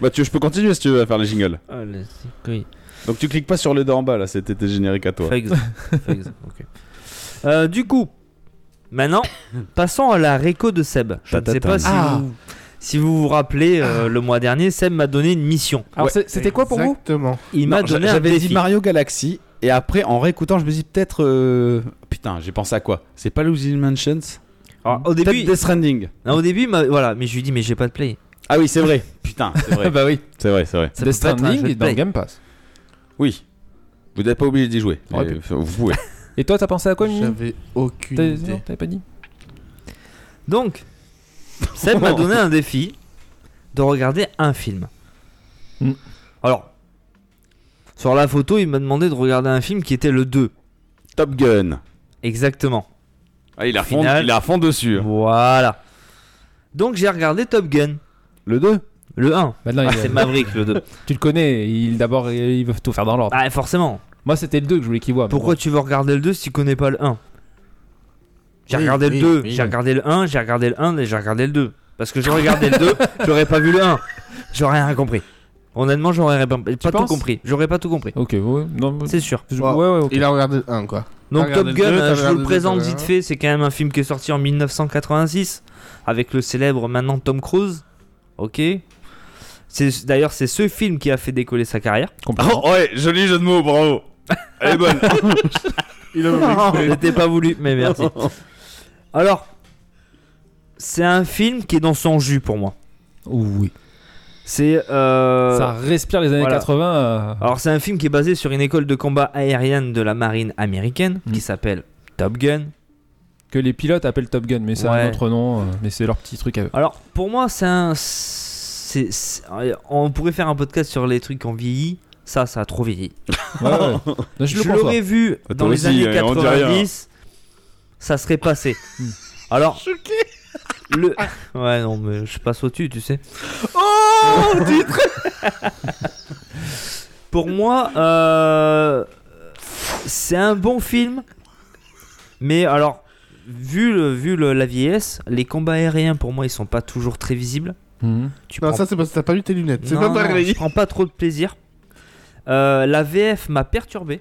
Bah tu, je peux continuer si tu veux à faire les jingles.
Ah, les couilles.
Donc tu cliques pas sur le dents en bas là, c'était tes génériques à toi.
Fake. Fake, ok. Euh, du coup, maintenant, passons à la réco de Seb. Je ne sais
Ta-ta-ta.
pas si,
Ah.
vous, si vous vous rappelez, euh, le mois dernier, Seb m'a donné une mission.
Alors, c'est- c'était quoi pour vous
Exactement.
Il
Non,
m'a
j'a-
donné un
J'avais dit
défi.
Mario Galaxy et après en réécoutant, je me dis peut-être euh, putain, j'ai pensé à quoi C'est pas Luigi Mansions
Alors, au
Peut-être
début,
Death Stranding.
non, au début, il m'a- voilà, mais je lui dis mais j'ai pas de play.
Ah oui, c'est vrai. putain, c'est vrai.
bah oui.
c'est vrai, c'est vrai.
Ça
Death
peut pas être un jeu
Stranding
de
est dans
play.
Game Pass.
Oui. Vous n'êtes pas obligé d'y jouer.
Ouais,
Euh, Vous pouvez.
Et toi, t'as pensé à quoi, Mimi
J'avais aucune
T'as-
idée.
non, T'avais pas dit
Donc, Seb m'a donné un défi de regarder un film.
Mm.
Alors, sur la photo, il m'a demandé de regarder un film qui était le 2.
Top Gun.
Exactement.
Ah, il est à fond,
Final.
il est à fond dessus.
Voilà. Donc j'ai regardé Top Gun,
Le 2
le 1.
Maintenant,
Ah,
Bah il-
c'est Maverick le 2.
Tu le connais, il d'abord il veut tout faire dans l'ordre.
Ah, forcément.
Moi c'était le 2 que je voulais qu'il voit. mais
Pourquoi
bon.
tu veux regarder le 2 si tu connais pas le 1 J'ai
Oui,
regardé le
oui,
2,
oui.
j'ai regardé le 1, j'ai regardé le 1 et j'ai regardé le 2. Parce que j'aurais regardé le 2, j'aurais pas vu le 1. J'aurais rien compris. Honnêtement, j'aurais rien- pas tout
penses
compris. J'aurais pas tout compris.
Ok, ouais, non,
C'est sûr.
je- ouais,
Wow.
ouais, ok.
Il a regardé le 1, quoi.
Donc
T'as
Top
regardé
Gun,
le deux,
euh,
t'as
je vous
regardé
le
le
présente
deux, hein. t'as
vite
regardé
fait, c'est quand même un film qui est sorti en 1986 avec le célèbre maintenant Tom Cruise. OK. C'est d'ailleurs c'est ce film qui a fait décoller sa carrière.
Complètement.
Ah, ouais, joli jeu de mots, bravo. Elle est bonne.
Il a
C'était pas voulu, mais merci. Alors, c'est un film qui est dans son jus pour moi.
Ouh, Oh, oui.
C'est euh,
Ça respire les années
voilà.
80. euh,
alors c'est un film qui est basé sur une école de combat aérienne de la marine américaine
Mm.
qui s'appelle Top Gun.
Que les pilotes appellent Top Gun, mais c'est
Ouais.
un autre nom, euh, mais c'est leur petit truc à eux.
Alors pour moi c'est un, c'est- c'est- euh, on pourrait faire un podcast sur les trucs en vieilli. Ça, ça a trop vieilli.
Ouais, ouais. Non, je
Je
le conçois.
l'aurais vu
Toi
dans les
aussi,
années
hein, on dit rien.
90, ça serait passé.
Hmm.
Alors, le... ouais, non, mais je passe au-dessus, tu sais.
Oh, titre
Pour moi, euh, c'est un bon film, mais alors, vu, le, vu le- la vieillesse, les combats aériens pour moi ils sont pas toujours très visibles.
Mhm.
Tu
Non,
prends-
ça, c'est parce que t'as pas lu tes lunettes. C'est
Non,
pas
non,
pareil.
je prends pas trop de plaisir. Euh, la VF m'a perturbé.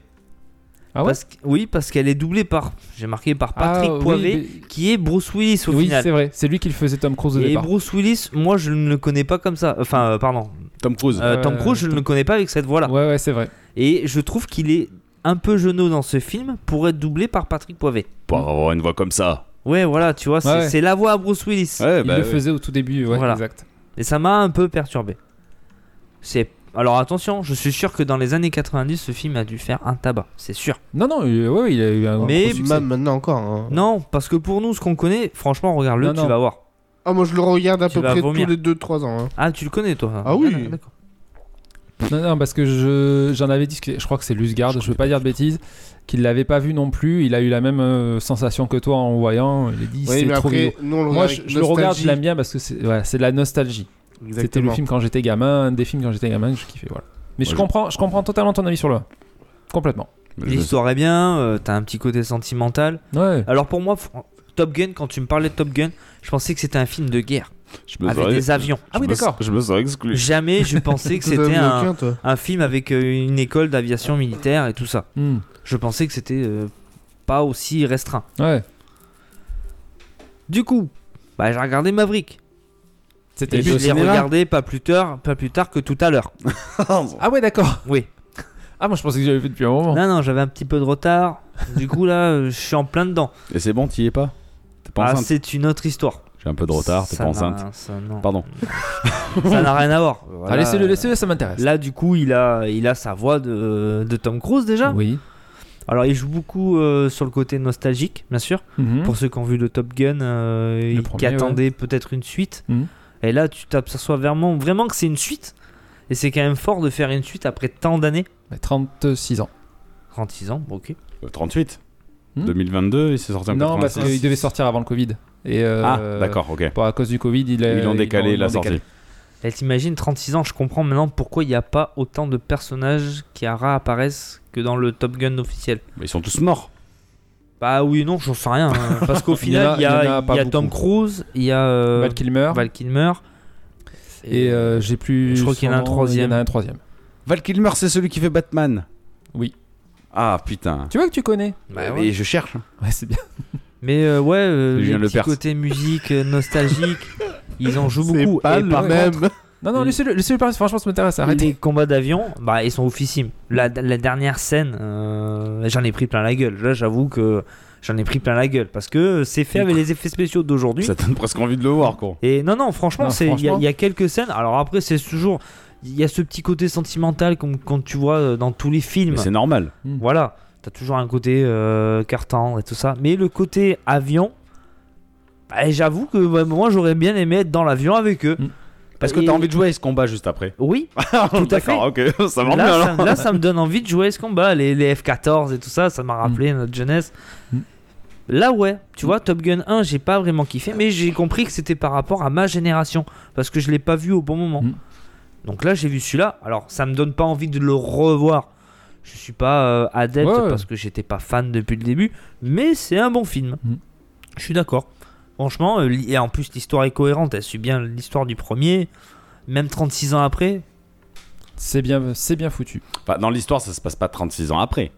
Ah ouais
Parce que- Oui, parce qu'elle est doublée par, j'ai marqué par Patrick
Ah, oui,
Poivet, qui est Bruce Willis
mais-
au
Oui,
final.
c'est vrai. C'est lui qui le faisait Tom Cruise au
Et
départ.
Bruce Willis, moi je ne le connais pas comme ça. Enfin, euh, pardon.
Tom Cruise.
Euh, Tom
Ouais,
Cruise, je ne le connais pas avec cette voix-là.
Ouais, ouais, c'est vrai.
Et je trouve qu'il est un peu genou dans ce film pour être doublé par Patrick Poivet.
Pour avoir une voix comme ça.
Ouais, voilà, tu vois, c'est
Ouais.
c'est la voix à Bruce Willis.
Ouais,
Il
bah,
le
ouais.
faisait au tout début, ouais,
Voilà.
exact.
Et ça m'a un peu perturbé. C'est alors attention, je suis sûr que dans les années 90, ce film a dû faire un tabac, c'est sûr.
Non, non, il- ouais, ouais, il a eu un
Mais-
gros succès.
Même maintenant encore. hein.
Non, parce que pour nous, ce qu'on connaît, franchement, regarde-le,
Non,
tu
non.
vas voir.
Ah, moi je le regarde à
Tu
peu
vas
près
vomir.
tous les 2-3 ans. hein.
Ah, tu le connais toi
Ah oui.
d'accord.
Non, non, parce que je- j'en avais discuté. Je crois que c'est Lusgard, je veux pas dire de bêtises, qu'il l'avait pas vu non plus. Il a eu la même euh, sensation que toi en voyant. Il a dit,
Oui,
c'est
mais
trop
après,
vieux.
nous on le
Moi,
regarde.
je,
avec
je le regarde,
nostalgie.
je l'aime bien parce que c'est voilà, c'est de la nostalgie. C'était le
Exactement.
film quand j'étais gamin, un des films quand j'étais gamin que je kiffais. Voilà. Mais
Moi,
je,
je-
comprends, je comprends totalement ton avis sur le. Complètement.
Je me-
L'histoire est bien, euh, t'as un petit côté sentimental.
Ouais.
Alors pour moi, fr- Top Gun, quand tu me parlais de Top Gun, je pensais que c'était un film de guerre
je me
avec
serais-
des avions.
Ah oui,
Bah, je me-
d'accord.
Je me sens exclu.
Jamais je pensais que
Toi, t'as
c'était
vu
un,
aucun, toi
un film avec euh, une école d'aviation militaire et tout ça.
Hmm.
Je pensais que c'était euh, pas aussi restreint.
Ouais.
Du coup, bah, j'ai regardé Maverick.
C'était
Et
le
je l'ai
cinéma.
regardé pas plus tard, pas plus tard que tout à l'heure.
Ah ouais, d'accord.
Oui.
Ah, moi, je pensais que j'avais fait depuis un moment.
Non, non, j'avais un petit peu de retard. Du coup, là, euh, je suis en plein dedans.
Et c'est bon, t'y es pas T'es pas
Ah,
enceinte
c'est une autre histoire.
J'ai un peu de retard, t'es
Ça
pas
n'a-
enceinte.
ça, non.
Pardon.
Ça n'a rien à voir. Voilà.
Ah, laissez-le, laissez-le, ça m'intéresse.
Là, du coup, il a, il a sa voix de, de Tom Cruise déjà.
Oui.
Alors, il joue beaucoup euh, sur le côté nostalgique, bien sûr.
Hmm.
Mhm.
Pour ceux qui ont vu le Top Gun, euh, et
premier,
qui
ouais.
attendaient peut-être une suite.
Hmm.
Mhm.
Et là, tu t'aperçois vraiment, vraiment que c'est une suite. Et c'est quand même fort de faire une suite après tant d'années.
Mais 36 ans.
36 ans, bon, ok.
Euh, 38
Hmm
2022, il s'est sorti en
Non, parce
96.
qu'il devait sortir avant le Covid. Et euh,
Ah, d'accord, ok.
Pas à cause du Covid, il a-
Ils l'ont décalé
l'ont
la sortie.
décalé.
Là, t'imagines, 36 ans, je comprends maintenant pourquoi il n'y a pas autant de personnages qui réapparaissent que dans le Top Gun officiel.
Mais ils sont tous morts.
Bah oui, non, j'en sais rien. hein. Parce qu'au
Il y en
final,
a-
il y a,
il y en a pas
il y a Tom
beaucoup.
Cruise, il y a euh,
Val Kilmer.
Val Kilmer.
Et euh, j'ai plus.
Je crois qu'il y en a
son
un
nom,
troisième.
Il y en a un troisième.
Val Kilmer, c'est celui qui fait Batman.
Oui.
Ah putain.
Tu vois que tu connais
bah
Et
ouais.
je cherche.
Ouais, c'est bien.
Mais euh, ouais, euh,
Julien
le petit
Lepers.
côté musique euh, nostalgique, ils en jouent
C'est
beaucoup.
pas
et
le
par
même.
Non, non,
Il-
laissez-le, laissez-le parler, franchement, ça m'intéresse,
contre,
arrêtez.
les combats d'avion, bah ils sont oufissimes. La, la dernière scène, euh, j'en ai pris plein la gueule. Là, j'avoue que j'en ai pris plein la gueule parce que c'est fait avec les effets spéciaux d'aujourd'hui.
Ça donne presque envie de le voir, quoi.
Et non, non, franchement,
Non,
c'est- il y, a-
franchement.
il y a quelques scènes. Alors après, c'est toujours. Il y a ce petit côté sentimental comme quand tu vois euh, dans tous les films.
Mais c'est normal.
Voilà, t'as toujours un côté euh, carton et tout ça. Mais le côté avion, bah, j'avoue que bah, moi j'aurais bien aimé être dans l'avion avec eux.
Mm.
Parce que
Et-
t'as envie de jouer à ce combat juste après.
Oui,
Ah,
tout à fait.
D'accord, ok. Ça
Là,
m'en bien,
ça, là, ça me donne envie de jouer à ce combat. Les, les F-14 et tout ça, ça m'a rappelé notre jeunesse.
Mm.
Là, ouais, tu vois, Top Gun 1, j'ai pas vraiment kiffé, mais j'ai compris que c'était par rapport à ma génération. Parce que je l'ai pas vu au bon moment.
Mm.
Donc là, j'ai vu celui-là. Alors, ça me donne pas envie de le revoir. Je suis pas euh, adepte
Ouais, ouais.
parce que j'étais pas fan depuis le début, mais c'est un bon film.
Mm.
Je suis d'accord. Franchement, euh, li- et en plus, l'histoire est cohérente. Elle suit bien l'histoire du premier, même 36 ans après.
C'est bien, c'est bien foutu.
Enfin, dans l'histoire, ça se passe pas 36 ans après.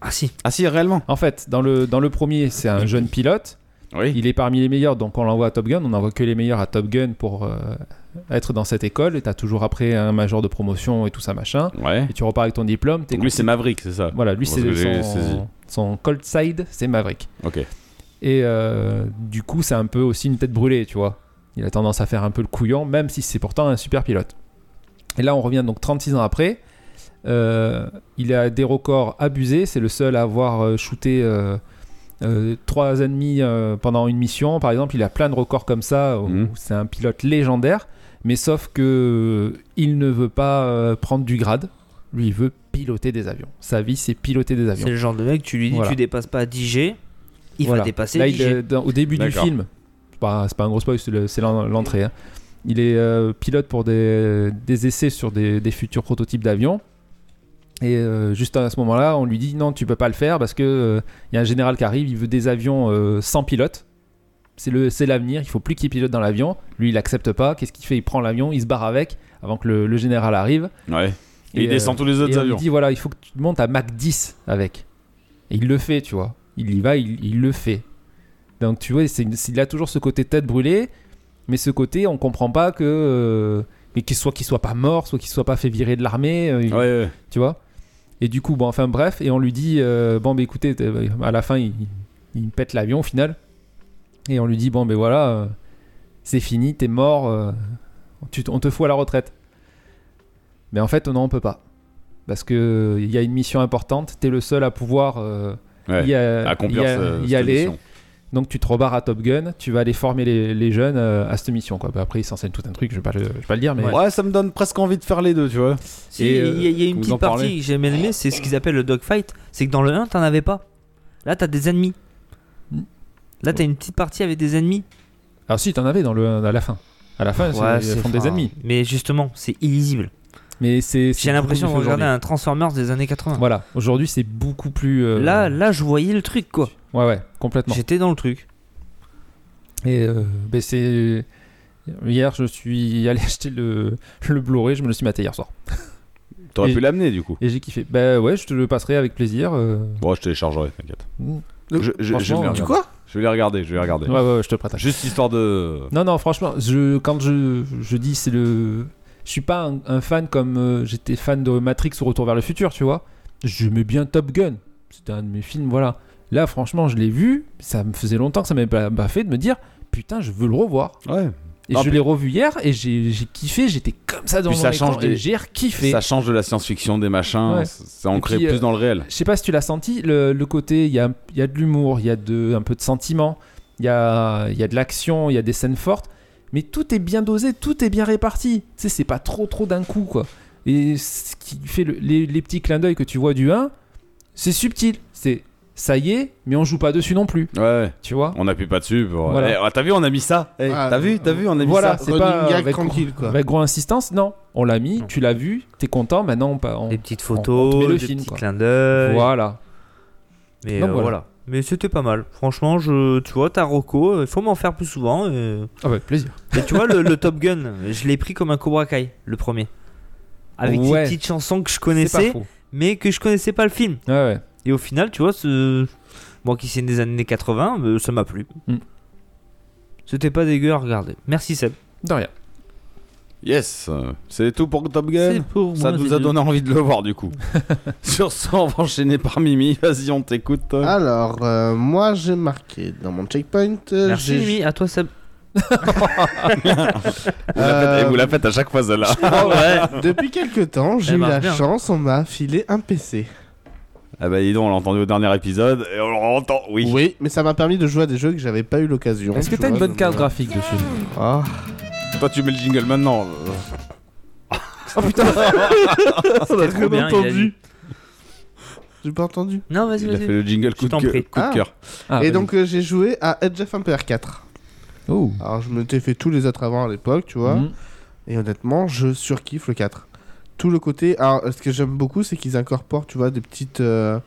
Ah si,
Ah si, réellement.
En fait, dans le, dans le premier, c'est un jeune pilote.
Oui.
Il est parmi les meilleurs, donc on l'envoie à Top Gun. On n'envoie que les meilleurs à Top Gun pour euh, être dans cette école. Et t'as toujours après un major de promotion et tout ça, machin.
Ouais.
Et tu repars avec ton diplôme. T'es
Donc lui, c'est Maverick, c'est ça.
Voilà, lui,
Parce que
c'est
j'ai saisi.
son, son cold side, c'est Maverick.
Ok.
Et euh, du coup, c'est un peu aussi une tête brûlée, tu vois. Il a tendance à faire un peu le couillon, même si c'est pourtant un super pilote. Et là, on revient donc 36 ans après. Euh, il a des records abusés. C'est le seul à avoir euh, shooté euh, euh, trois ennemis euh, pendant une mission. Par exemple, il a plein de records comme ça. où
Mhm.
C'est un pilote légendaire. Mais sauf que euh, il ne veut pas euh, prendre du grade. Lui, il veut piloter des avions. Sa vie, c'est piloter des avions.
c'est le genre de mec, tu lui dis
Voilà.
tu dépasses pas 10 G, il
Voilà.
va dépasser
Là,
10
il
G.
est dans- au début du
D'accord.
film. C'est pas, c'est pas un gros spoil, c'est le- c'est l'en- l'entrée. hein. Il est euh, pilote pour des, des essais sur des, des futurs prototypes d'avions. Et euh, juste à ce moment-là, on lui dit non, tu peux pas le faire parce que euh, il y a un général qui arrive, il veut des avions euh, sans pilote. C'est le- c'est l'avenir, il faut plus qu'il pilote dans l'avion. Lui, il accepte pas. Qu'est-ce qu'il fait Il prend l'avion, il se barre avec avant que le, le général arrive.
Ouais.
Et il descend tous les
et
autres
on lui
avions.
dit voilà, il faut que tu montes à Mach 10 avec. Et il le fait, tu vois. Il y va, il, il le fait. Donc tu vois, c'est une- c'est- il a toujours ce côté tête brûlée, mais ce côté, on comprend pas que. euh, mais qu'il soit qu'il soit pas mort, soit qu'il soit pas fait virer de l'armée, euh, il-
Ouais, ouais.
tu vois. Et du coup, bon, enfin bref, et on lui dit euh, bon, bah écoutez, t'es- à la fin, il, il pète l'avion au final. Et on lui dit bon, ben voilà, euh, c'est fini, t'es mort, euh, tu, t- on te fout à la retraite. Mais en fait, non, on peut pas. Parce que il y a une mission importante, t'es le seul à pouvoir euh,
Ouais.
y, a-
Accomplir
y a-
ce-
y
cette
aller.
mission.
Donc tu te rebarres à Top Gun, tu vas aller former les, les jeunes euh, à cette mission. Quoi. Bah, après, ils s'enseignent tout un truc, je vais pas le, je vais pas le dire, mais.
Ouais. ça me donne presque envie de faire les deux, tu vois.
Si,
Et,
Il
euh,
y, a- il y a une
vous en
petite
parlez
partie que j'ai bien aimée, c'est ce qu'ils appellent le dogfight. C'est que dans le 1, t'en avais pas. Là, t'as des ennemis.
Hmm.
Là, t'as une petite partie avec des ennemis.
Alors si, t'en avais dans le, à la fin. À la fin,
Ouais,
c'est- ils
c'est-
font des
enfin,
ennemis.
Mais justement, c'est illisible.
Mais c'est. c'est
J'ai l'impression de
beaucoup plus
regarder
aujourd'hui.
un Transformers des années 80.
Voilà, aujourd'hui c'est beaucoup plus. euh,
Là, là, je voyais le truc, quoi.
Ouais, ouais, complètement.
J'étais dans le truc.
Et euh, ben, c'est. Hier, je suis allé acheter le, le Blu-ray, je me le suis maté hier soir.
T'aurais
Et-
pu l'amener, du coup.
Et j'ai kiffé. Bah ouais, je te le passerai avec plaisir. euh.
Bon, je téléchargerai, t'inquiète.
Mm.
Je, je- je,
Franchement,
vais les
du
regarder.
quoi
je vais les regarder, je vais les regarder.
Ouais, ouais, ouais, je te le prête.
Juste histoire de.
Non, non, franchement, je, quand je, je dis c'est le. Je suis pas un, un fan comme euh, j'étais fan de Matrix ou Retour vers le futur, tu vois. J'aimais bien Top Gun. C'était un de mes films, voilà. Là, franchement, je l'ai vu. Ça me faisait longtemps que ça m'avait pas pas fait de me dire putain, je veux le revoir.
Ouais.
Et
Non,
je
puis-
l'ai revu hier et j'ai j'ai kiffé. J'étais comme ça dans
Puis
mon
ça
écran
change
et
des-
j'ai kiffé.
Ça change de la science-fiction, des machins.
Ouais.
C'est c'est ancré
Et puis,
plus
euh,
dans le réel.
Je sais pas si tu l'as senti, le, le côté, il y a, il y a de l'humour, il y a de, un peu de sentiment, il y a, il y a de l'action, il y a des scènes fortes, mais tout est bien dosé, tout est bien réparti. Tu sais, c'est pas trop trop d'un coup, quoi. Et ce qui fait le- les, les petits clins d'œil que tu vois du 1, c'est subtil. C'est ça y est, mais on joue pas dessus non plus,
Ouais, ouais.
tu vois.
On appuie pas dessus. Pour...
Voilà.
Eh, ah, t'as vu, on a mis ça. Eh,
Ah,
t'as vu, t'as vu, on a mis
Voilà,
ça.
c'est
Running
pas
gag
avec,
tranquille, quoi.
avec gros insistance, non. On l'a mis,
Non.
tu l'as vu, t'es content, maintenant on, pa- on-
Des petites
on- on te
photos,
met le
des
film,
petits
quoi.
clins
euh,
d'œil.
Voilà.
Mais
Donc
euh,
voilà.
voilà. Mais c'était pas mal. Franchement, je, tu vois, t'as Rocco, il faut m'en faire plus souvent. Et, euh,
Ah ouais, plaisir.
et tu vois, le, le Top Gun, je l'ai pris comme un Cobra Kai, le premier. Avec
Ouais.
des petites chansons que je
C'est
connaissais,
pas faux.
mais que je connaissais pas le film.
Ouais, ouais.
Et au final, tu vois, ce... moi qui suis né des années 80, euh, ça m'a plu.
Mm.
C'était pas dégueu à regarder. Merci Seb.
De rien.
Yes. euh, C'est tout pour Top Gun.
pour
Ça
moi,
nous
les
a
deux.
donné envie de le voir, du coup. Sur ce, on va enchaîner par Mimi. Vas-y, on t'écoute.
Alors, euh, moi j'ai marqué dans mon checkpoint. euh,
Merci
j'ai-
Mimi, à toi Seb.
Vous la faites-
Euh,
eh, vous la faites à chaque fois, celle-là.
Depuis quelques temps, j'ai
Elle
eu
marche
la
bien.
chance, on m'a filé un PC.
Ah bah dis donc, on l'a entendu au dernier épisode et on le entend, oui.
Oui, mais ça m'a permis de jouer à des jeux que j'avais pas eu l'occasion.
Est-ce que
de
t'as une
jouer,
bonne
donc,
carte
euh,
graphique dessus
ah.
Toi tu mets le jingle maintenant.
On a rien
trop bien, il a
entendu.
dit.
J'ai pas entendu.
Non, vas-y,
Il a fait
vas-y.
le jingle coup
Je
de,
t'en
cœur-
prie.
coup de
Ah.
cœur.
Ah,
Et
vas-y.
donc euh, j'ai joué à Edge of Empire 4.
Oh.
Alors je m'étais fait tous les autres avant à l'époque, tu vois.
Mhm.
Et honnêtement, je surkiffe le 4. Tout le côté. Alors, euh, ce que j'aime beaucoup, c'est qu'ils incorporent, tu vois, des petites. euh,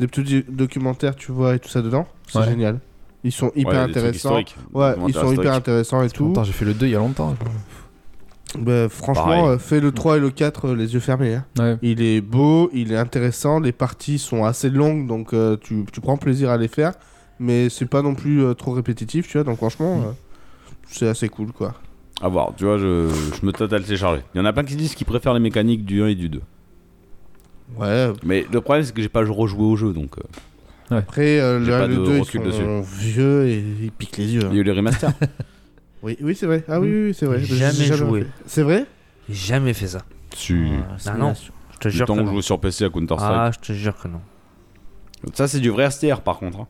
des petits di- documentaires, tu vois, et tout ça dedans. C'est
Ouais.
génial. Ils sont
Ouais,
hyper
des trucs
intéressants.
historiques. Des
Ouais, ils sont
documentaires
hyper intéressants et tout.
Attends, j'ai fait le 2 il y a longtemps.
Bah, franchement,
Pareil.
euh,
Mm.
fais le 3 et le 4 euh, les yeux fermés. hein.
Ouais.
Il est beau, il est intéressant, les parties sont assez longues, donc euh, tu, tu prends plaisir à les faire. Mais c'est pas non plus euh, trop répétitif, tu vois, donc franchement,
Mm.
euh, c'est assez cool, quoi.
historiques. À voir, tu vois, je, je me tâte à le télécharger. Il y en a plein qui disent qu'ils préfèrent les mécaniques du 1 et du 2.
Ouais,
Mais le problème c'est que j'ai pas rejoué au jeu donc. euh,
après, euh,
J'ai
le
pas
1 et le
de
2, ils
recul
sont
dessus.
vieux et ils piquent les yeux. hein.
Il y a eu les remasters.
Oui, oui c'est vrai. Ah oui, oui, oui, c'est vrai.
Jamais joué.
fait. C'est vrai
J'ai jamais fait ça.
tu.
Ah non, je te
Du
jure que
temps où je
non.
jouais sur PC à Counter Strike.
Ah, je te jure que non.
Ah.
Ça c'est du vrai STR par contre. hein.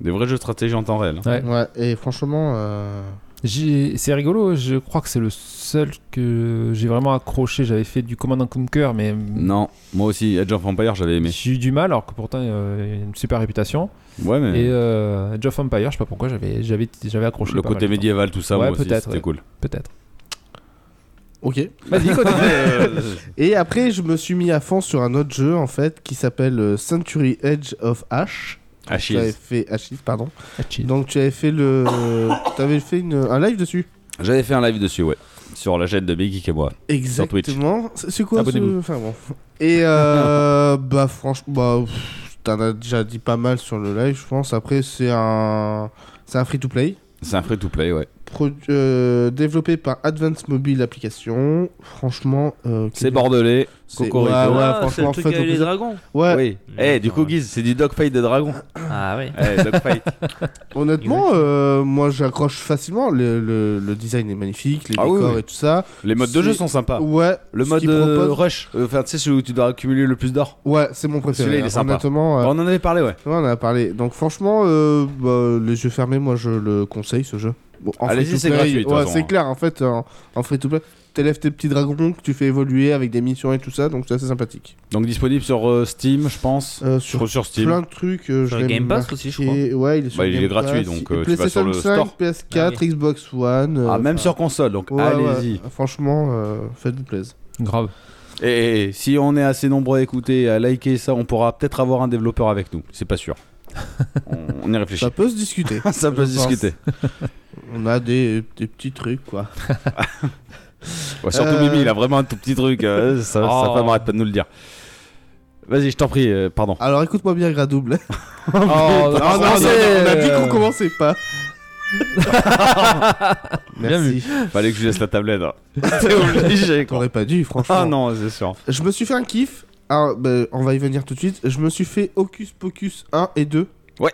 Des vrais jeux de stratégie en temps réel. hein.
Ouais.
Ouais, et franchement... euh,
J'ai- C'est rigolo, je crois que c'est le seul que j'ai vraiment accroché. J'avais fait du Command Conquer, mais
Non, moi aussi Edge of Empire j'avais aimé.
j'ai eu du mal, alors que pourtant euh, il y a une super réputation.
Ouais mais
Et euh, Age of Empire, je sais pas pourquoi, j'avais j'avais j'avais accroché.
le
pas mal
côté
de temps.
médiéval tout ça
Ouais,
moi aussi
peut-être,
c'était
ouais.
cool.
Peut-être.
Ok.
Vas-y, continue.
Euh,
Et après, je me suis mis à fond sur un autre jeu, en fait, qui s'appelle euh, Century Edge of Ash. Tu avais
Achilles.
fait... Ashes, pardon.
Ah, chill.
Donc tu avais fait le... tu avais fait une- un live dessus
J'avais fait un live dessus ouais. sur la chaîne de Big Geek et moi. Twitch.
Exactement. C'est c'est quoi ce...
Abonnez-vous.
Enfin bon. Et euh, bah franchement, bah, pff, t'en as déjà dit pas mal sur le live, je pense. Après, c'est un, c'est un free-to-play.
C'est un free-to-play, ouais.
Pro- euh, développé par Advance Mobile Application. Franchement, euh,
C'est
quel-
bordelé.
c'est-
Cocorico.
Ouais, ouais,
Ah, c'est
franchement,
le truc avec
faites-vous
les
plaisir.
dragons.
Ouais,
Oui. Eh, du coup, Guise, c'est du dogfight des dragons.
Ah oui.
Eh, dogfight.
honnêtement, euh, moi j'accroche facilement. Le, le- le design est magnifique, les
Ah oui,
décors
oui.
et tout ça.
Les modes de jeu
C'est-
sont sympas.
Ouais,
Le
ce
mode
qu'ils
euh,
proposent-
rush, euh, enfin, tu sais, celui où tu dois accumuler le plus d'or.
Ouais, c'est mon préféré.
Celui-là, il est
hein.
sympa.
Honnêtement, euh,
On en avait parlé, ouais.
Ouais, on en a parlé. Donc franchement, euh, bah, les yeux fermés, moi je le conseille ce jeu. Bon, en
Allez-y,
free-to-play,
c'est gratuit, de toute
Ouais,
façon,
c'est
hein.
clair. En fait, en, en free to play, t'élèves tes petits dragons que tu fais évoluer avec des missions et tout ça, donc c'est assez sympathique.
Donc disponible sur euh, Steam, je pense.
Euh,
Je
sur
crois sur Steam.
plein de trucs, euh,
Sur
je
le
l'ai
Game Pass
marqué.
aussi, je crois.
Ouais, il est sur
Bah, il
Game
est gratuit,
Pass.
donc,
Et
euh, tu vas
PlayStation
sur le
5,
store.
PS4,
Ah oui.
Xbox One. euh,
Ah, même
enfin,
sur console, donc
ouais,
allez-y.
ouais. Franchement, euh, faites-vous plaisir.
Grave.
Et, et si on est assez nombreux à écouter et à liker ça, on pourra peut-être avoir un développeur avec nous. C'est pas sûr. on, on y réfléchit.
Ça peut se discuter.
Ça peut
je
se
pense.
discuter.
On a des, des petits trucs, quoi.
Ouais, surtout
Euh.
Mimi, il a vraiment un tout petit truc. euh, ça,
Oh.
Sa femme arrête pas de nous le dire. Vas-y, je t'en prie, euh, pardon.
Alors écoute-moi bien, Gradouble.
Oh,
Non, Ah, non, non,
c'est-
on a dit qu'on
euh,
commençait pas.
Bien
Merci.
Fallait que je laisse la tablette. hein. C'est obligé, quoi.
T'aurais pas dû, franchement.
Ah non, c'est sûr.
Je me suis fait un kiff. Ah, bah, on va y venir tout de suite. Je me suis fait Hocus Pocus 1 et 2.
Ouais.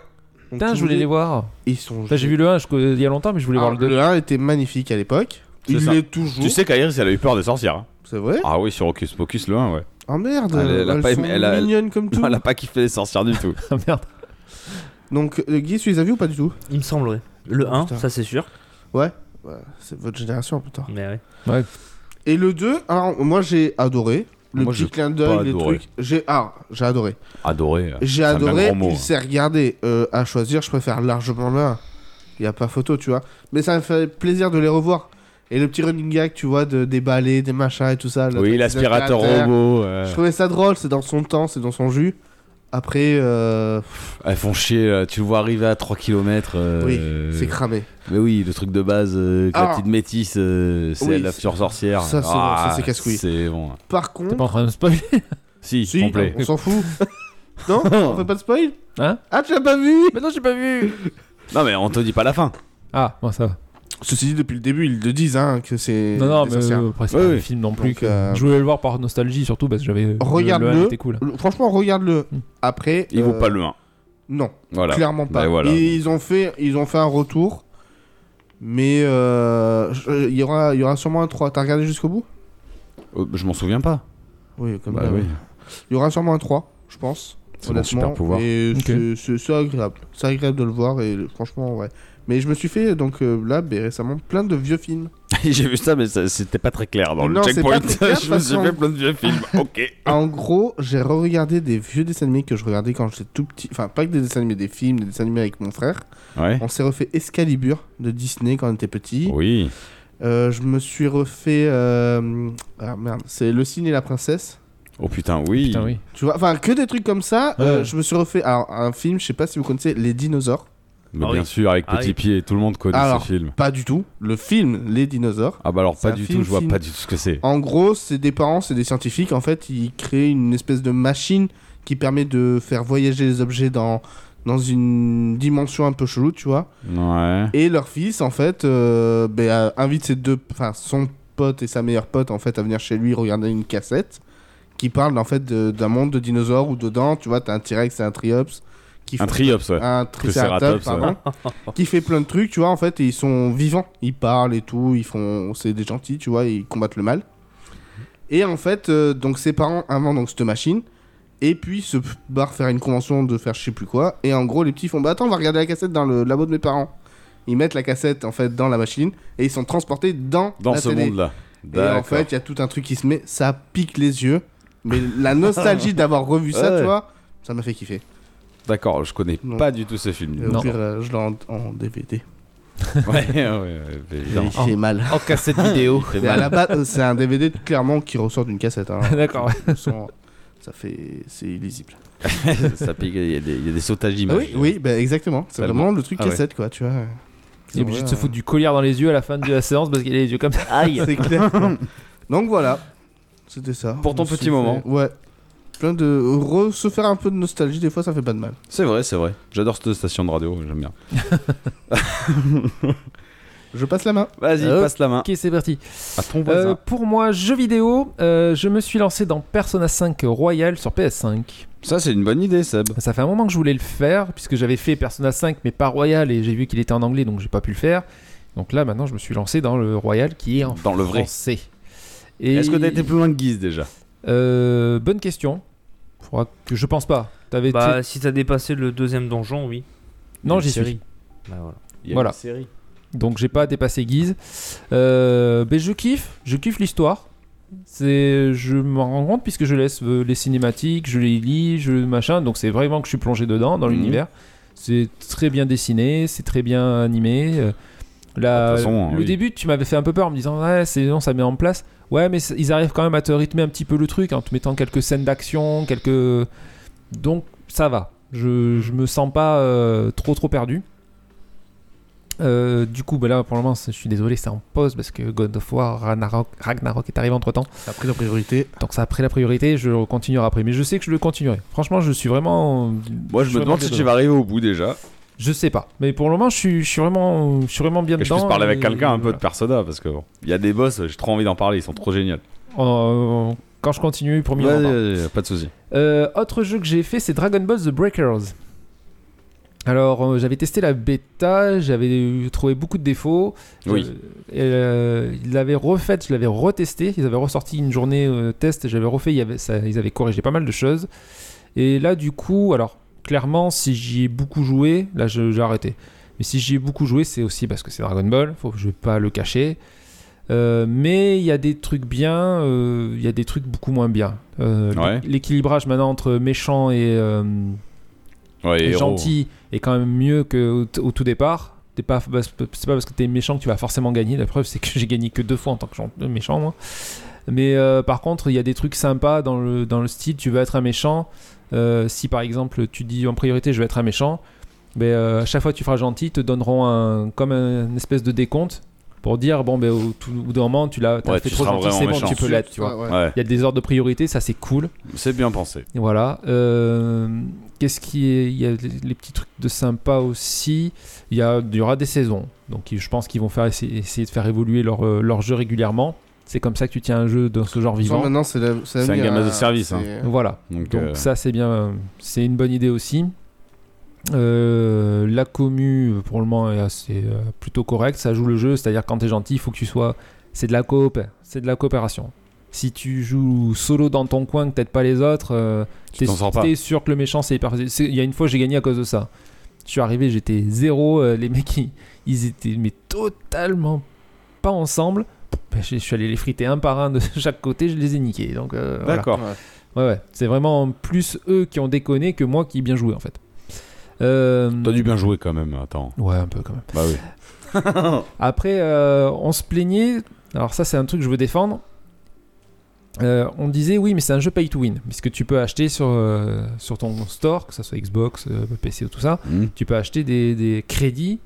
Donc,
Putain,
tous
je voulais les voir.
Ils sont.
Putain, J'ai vu le 1 il y a longtemps, mais
Ah,
je voulais voir le 2.
1 était magnifique à l'époque.
C'est
Il
ça.
l'est toujours.
Tu sais qu'Airis, elle a eu peur des sorcières. hein.
C'est vrai
Ah oui, sur Hocus Pocus, le 1, ouais.
Ah merde.
Elle- elle a
elles
pas
sont
aimé- elle a-
mignonnes comme tout.
Non, elle a pas kiffé les sorcières du tout.
Ah, merde.
Donc, euh, Guy, tu les as vus ou pas du tout
Il me semble, ouais. Le
Ah,
1,
Putain.
ça c'est sûr.
Ouais, C'est votre génération, putain.
Mais ouais.
Et le 2, alors moi j'ai adoré. Le
Moi,
petit
j'ai
clin
pas
d'œil, les
adoré.
trucs. J'ai ah, j'ai adoré.
Adoré. euh.
J'ai
C'est un bien
adoré,
grand mot, hein.
il s'est regardé. Euh, à choisir, je préfère largement l'un. Il n'y a pas photo, tu vois. Mais ça me fait plaisir de les revoir. Et le petit running gag, tu vois, de, des balais, des machins et tout ça. le
Oui,
petit
l'aspirateur
aspirateur.
robot. euh.
Je trouvais ça drôle, c'est dans son temps, c'est dans son jus. Après, euh,
Elles font chier, euh, tu le vois arriver à 3 km.
Oui,
Euh,
c'est cramé.
Mais oui, le truc de base, euh, que la
Ah.
petite métisse, euh, c'est
Oui,
la
c'est-
pure sorcière.
ça, c'est bon,
Ah,
ça, c'est casse-couille.
C'est bon.
Par
T'es pas
contre,
en train de me spoiler
Si, ah
si,
complet.
on s'en fout. non, on fait pas de spoil
Hein
Ah, tu l'as pas vu
Mais non, j'ai pas vu
Non, mais on te dit pas la fin.
Ah, bon, ça va.
Ceci dit, depuis le début, ils le disent hein, que c'est.
Non, non,
des
mais
sorcières.
euh, après, c'est
Oui,
pas un
oui.
film non plus.
Donc,
que-
euh,
Je voulais le voir par nostalgie surtout parce que j'avais.
Regarde-le.
le 1 était cool.
Le- Franchement, regarde-le.
euh, Hmm.
Après.
Il
euh,
vaut pas le 1.
Non,
Voilà.
clairement pas.
Bah, voilà.
Et ils, ont fait, ils ont fait un retour. Mais euh, je- il y, aura, il y aura sûrement un 3. T'as regardé jusqu'au bout
Euh, Je m'en souviens pas.
Oui, comme
Bah
d'hab.
oui.
Il y aura sûrement un 3, je pense.
C'est mon
honnêtement.
super pouvoir.
Et
Ok.
c'est- c'est c'est agréable. C'est agréable de le voir. Et le- franchement, ouais. Mais je me suis fait, donc euh, là, ben, récemment, plein de vieux films.
J'ai vu ça, mais ça- c'était pas très clair dans le
Non, c'est
checkpoint.
pas très clair,
je me suis
façon.
fait plein de vieux films. ok.
En gros, j'ai re-regardé des vieux dessins animés que je regardais quand j'étais tout petit. Enfin, pas que des dessins animés, des films, des dessins animés avec mon frère.
Ouais.
On s'est refait Excalibur de Disney quand on était petit.
Oui.
Euh, je me suis refait. euh, Ah merde, c'est Le Cygne et la Princesse.
Oh putain, oui.
Putain, oui.
Tu vois, enfin, que des trucs comme ça. euh,
Ouais.
je me suis refait. Alors, un film, je sais pas si vous connaissez, Les Dinosaures.
Mais
Ah
bien
oui.
sûr, avec
Ah
Petit
oui.
Pied, tout le monde connaît
Alors.
ce film.
Pas du tout. Le film, Les Dinosaures.
Ah bah alors,
C'est
pas
un
du
film,
tout, je vois
film.
pas du tout ce que c'est.
En gros, c'est des parents, c'est des scientifiques. En fait, ils créent une espèce de machine qui permet de faire voyager les objets dans, dans une dimension un peu chelou, tu vois.
Ouais.
Et leur fils, en fait, euh, ben, euh, invite ses deux, enfin son pote et sa meilleure pote, en fait, à venir chez lui regarder une cassette qui parle en fait de- d'un monde de dinosaures où dedans, tu vois, t'as un T-Rex et un Triops
Un
qui font-
triops, ouais.
un Triceratops,
Triceratops, ouais.
pardon, qui fait plein de trucs, tu vois, en fait, et ils sont vivants, ils parlent et tout, ils font, c'est des gentils, tu vois, ils combattent le mal. Et en fait, euh, donc ses parents inventent donc cette machine. Et puis se barre faire une convention de faire je sais plus quoi. Et en gros, les petits font Bah attends, on va regarder la cassette dans le labo de mes parents. Ils mettent la cassette en fait dans la machine et ils sont transportés dans,
Dans
la
ce
télé.
monde-là.
Et en fait, il y a tout un truc qui se met, ça pique les yeux. Mais la nostalgie d'avoir revu ça,
Ouais.
tu vois, ça m'a fait kiffer.
D'accord, je connais
Non.
pas du tout ce film.
Et au
Non.
pire, euh, je l'ai en, en DVD.
ouais, ouais, ouais, évidemment.
Il fait mal.
En cassette vidéo.
Mais à la base, euh, c'est un DVD clairement qui ressort d'une cassette. hein.
Ah, D'accord, ouais.
Sans- Ça fait. C'est illisible.
ça pique, il y, a des- il y a des sautages d'images.
Oui, oui, bah exactement. C'est
Tellement.
vraiment le truc
Ah ouais.
cassette, quoi, tu vois.
Il est obligé
Ouais,
de se foutre du collier dans les yeux à la fin de la séance parce qu'il a les yeux comme ça.
Aïe.
C'est clair. Donc voilà, c'était ça.
Pour ton
On s'est
petit
fait-
moment.
Ouais. Plein de. re- se faire un peu de nostalgie, des fois, ça fait pas de mal.
C'est vrai, c'est vrai. J'adore cette station de radio, j'aime bien.
Je passe la main.
Vas-y,
Euh,
passe la main
Ok, c'est parti.
à ton
Euh,
voisin.
pour moi, jeux vidéo, euh, je me suis lancé dans Persona 5 Royal sur PS5.
Ça, c'est une bonne idée, Seb.
Ça fait un moment que je voulais le faire, puisque j'avais fait Persona 5, mais pas Royal, et j'ai vu qu'il était en anglais, donc j'ai pas pu le faire. Donc là, maintenant, je me suis lancé dans le Royal qui est en
Dans le vrai.
français. Et-
Est-ce que t'as été plus loin que Guise déjà
Euh, bonne question. Faudra que je pense pas. T'avais été-
Bah, si t'as dépassé le deuxième donjon, oui.
non,
Une
j'y
série.
suis.
Bah, voilà.
Il y a
Voilà.
une série.
Donc j'ai pas dépassé Guise. Euh, mais je kiffe, je kiffe l'histoire. C'est, je m'en rends compte puisque je laisse euh, les cinématiques, je les lis, je machin. Donc c'est vraiment que je suis plongé dedans dans
Mhm.
l'univers. C'est très bien dessiné, c'est très bien animé. euh, la-
Ah, De toute façon,
le
oui.
début, tu m'avais fait un peu peur en me disant ouais, c'est non, ça met en place. Ouais, mais c'est- ils arrivent quand même à te rythmer un petit peu le truc hein, en te mettant quelques scènes d'action, quelques donc ça va. Je, je me sens pas euh, trop trop perdu. Euh, du coup, bah là pour le moment, c'est- je suis désolé, c'est en pause parce que God of War Ragnarok, Ragnarok est arrivé entre temps.
Ça a pris la priorité.
Donc ça a pris la priorité, je le continuerai après. Mais je sais que je le continuerai. Franchement, je suis vraiment.
Moi, je, me
suis
demande
vraiment
si
bien
tu vas arriver au bout déjà.
dedans. Je sais pas. Mais pour le moment, je suis, je suis vraiment, je suis vraiment bien
Que je
dedans.
puisse parler avec
et
quelqu'un un peu de
voilà.
Persona parce que bon, il y a des boss, j'ai trop envie d'en parler, ils sont trop géniaux.
Euh, quand je continue, promis. on en
Ouais,
parle.
ouais, ouais, pas de soucis.
Euh, autre jeu que j'ai fait, c'est Dragon Ball The Breakers. Alors, euh, j'avais testé la bêta, j'avais eu- trouvé beaucoup de défauts.
Oui.
J'avais- euh, ils l'avaient refaite, je l'avais retesté. Ils avaient ressorti une journée euh, test, j'avais refait, il y avait, ça- ils avaient corrigé pas mal de choses. Et là, du coup, alors, clairement, si j'y ai beaucoup joué, là, je- j'ai arrêté. Mais si j'y ai beaucoup joué, c'est aussi parce que c'est Dragon Ball, faut, je vais pas le cacher. Euh, mais il y a des trucs bien, euh, il y a des trucs beaucoup moins bien. Euh,
Ouais.
l'équ- L'équilibrage maintenant entre méchant et, euh,
Ouais,
et
héros.
gentil est quand même mieux qu'au au tout départ. T'es pas, bah, c'est pas c'est pas parce que t'es méchant que tu vas forcément gagner. La preuve, c'est que j'ai gagné que deux fois en tant que gen- euh, méchant, moi. Mais euh, par contre, il y a des trucs sympas dans le, dans le style. Tu veux être un méchant. euh, si par exemple, tu dis en priorité, je veux être un méchant, ben, euh, à chaque fois que tu feras gentil, ils te donneront un, comme un- une espèce de décompte pour dire bon, ben, au, tout, au bout d'un moment, tu l'as t'as
Ouais,
fait
tu
trop
seras
gentil,
vraiment
c'est bon,
méchant.
tu peux l'être. Tu vois.
Ouais, ouais.
Ouais,
Il y a des ordres de priorité, ça c'est cool.
c'est bien pensé.
Et Voilà. Euh, Qu'est-ce qui est Il y a les les petits trucs de sympa aussi. Il y, a, il y aura des saisons. Donc ils- je pense qu'ils vont faire essayer, essayer de faire évoluer leur, euh, leur jeu régulièrement. C'est comme ça que tu tiens un jeu dans ce genre
Enfin,
vivant.
maintenant, c'est la-
C'est un
l'avenir,
gamin de
hein.
service, hein.
C'est-
Voilà.
Donc,
Donc
euh,
ça c'est bien, c'est une bonne idée aussi. Euh, la commu pour le moment est assez, euh, plutôt correcte, ça joue le jeu, c'est-à-dire quand t'es gentil, il faut que tu sois, c'est de la coop, c'est de la coopération. Si tu joues solo dans ton coin, que t'aides pas les autres, euh, t'es
t'en sors pas.
t'es sûr que le méchant c'est hyper facile. C'est- Il y a une fois j'ai gagné à cause de ça. Je suis arrivé, j'étais zéro, euh, les mecs ils, ils étaient mais totalement pas ensemble. Ben, je, je suis allé les friter un par un de chaque côté, je les ai niqués. Donc euh, voilà.
D'accord.
Ouais.
Ouais, ouais. C'est vraiment plus eux qui ont déconné que moi qui ai bien joué, en fait. Euh,
T'as dû bien jouer quand même, attends.
Ouais, un peu quand même.
Bah oui.
Après, euh, on se plaignait. Alors, ça, c'est un truc que je veux défendre. Euh, on disait oui, mais c'est un jeu pay to win, puisque tu peux acheter sur, euh, sur ton store, que ce soit Xbox, euh, PC ou tout ça,
Hmm.
tu peux acheter des, des crédits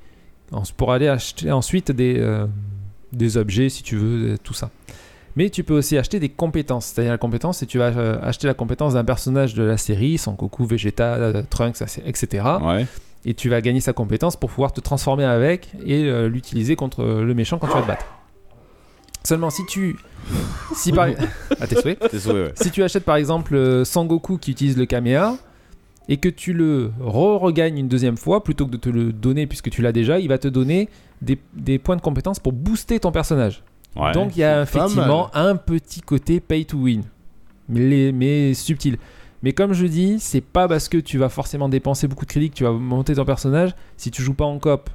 en- pour aller acheter ensuite des, euh, des objets si tu veux, euh, tout ça. Mais tu peux aussi acheter des compétences, c'est-à-dire la compétence, et tu vas euh, acheter la compétence d'un personnage de la série, Sankoku, Vegeta, euh, Trunks, etc.
Ouais.
Et tu vas gagner sa compétence pour pouvoir te transformer avec et euh, l'utiliser contre euh, le méchant quand tu vas te battre. Seulement si tu... Si par... Ah, t'es souhait
T'es sauvé, ouais.
si tu achètes par exemple euh, Sangoku qui utilise le Kamea et que tu le re-regagnes une deuxième fois, plutôt que de te le donner puisque tu l'as déjà, il va te donner des, des points de compétence pour booster ton personnage.
Ouais.
Donc il y a
c'est pas
effectivement un petit côté pay to win, mais, les- mais subtil. Mais comme je dis, c'est pas parce que tu vas forcément dépenser beaucoup de crédits que tu vas monter ton personnage si tu joues pas en coop.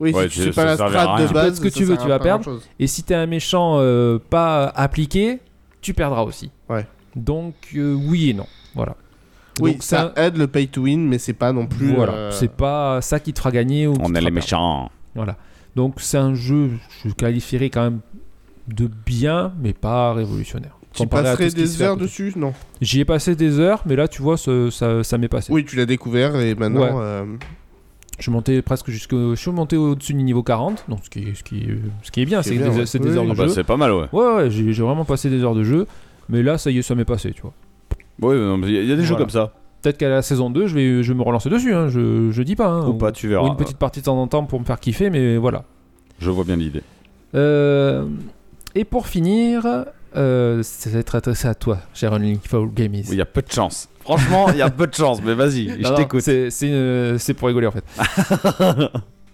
Oui,
Ouais,
si tu
tu-
sais
ça
pas la
sert à rien.
strat
Tu
de
peux
base.
ce que
ça
tu veux,
sert
tu
à
vas
pas
perdre.
grand-chose.
Et si t'es un méchant euh, pas appliqué, tu perdras aussi.
Ouais.
Donc euh, oui et non. Voilà.
Oui,
Donc,
ça aide le pay to win, mais c'est pas non plus.
Voilà,
euh,
c'est pas ça qui te fera gagner ou qui
On
te
est
fera
les
perdre.
méchants.
Voilà. Donc c'est un jeu, je qualifierais quand même de bien, mais pas révolutionnaire.
Tu
Comparé à tout
passerais
ce qui se
des
fait à
heures
côté.
dessus Non.
J'y ai passé des heures, mais là tu vois, ce- ça, ça m'est passé.
Oui, tu l'as découvert et maintenant.
Ouais.
euh,
Je suis monté presque jusqu'au. Je suis monté au-dessus du niveau 40, donc ce qui, est- ce qui, est- ce qui est bien,
C'est
c'est
bien,
des,
ouais.
c'est des
Oui,
heures
oui.
de
Ah bah,
jeu.
c'est pas mal, ouais.
Ouais, ouais, j'ai j'ai vraiment passé des heures de jeu, mais là, ça y est, ça m'est passé, tu vois.
Ouais, non, mais il y a- il y a des jeux
Voilà.
comme ça.
Peut-être qu'à la saison 2, je vais, je vais me relancer dessus, hein, je, je dis pas. hein.
Ou pas, tu verras.
Ou une petite partie de temps en temps pour me faire kiffer, mais voilà.
Je vois bien l'idée.
Euh, et pour finir, euh, ça va être adressé à toi, cher Only Foul Gamers.
Il y a peu de chance. Franchement, il y a peu de chance, mais vas-y,
Non,
je
non,
t'écoute.
C'est c'est, euh, c'est pour rigoler en fait.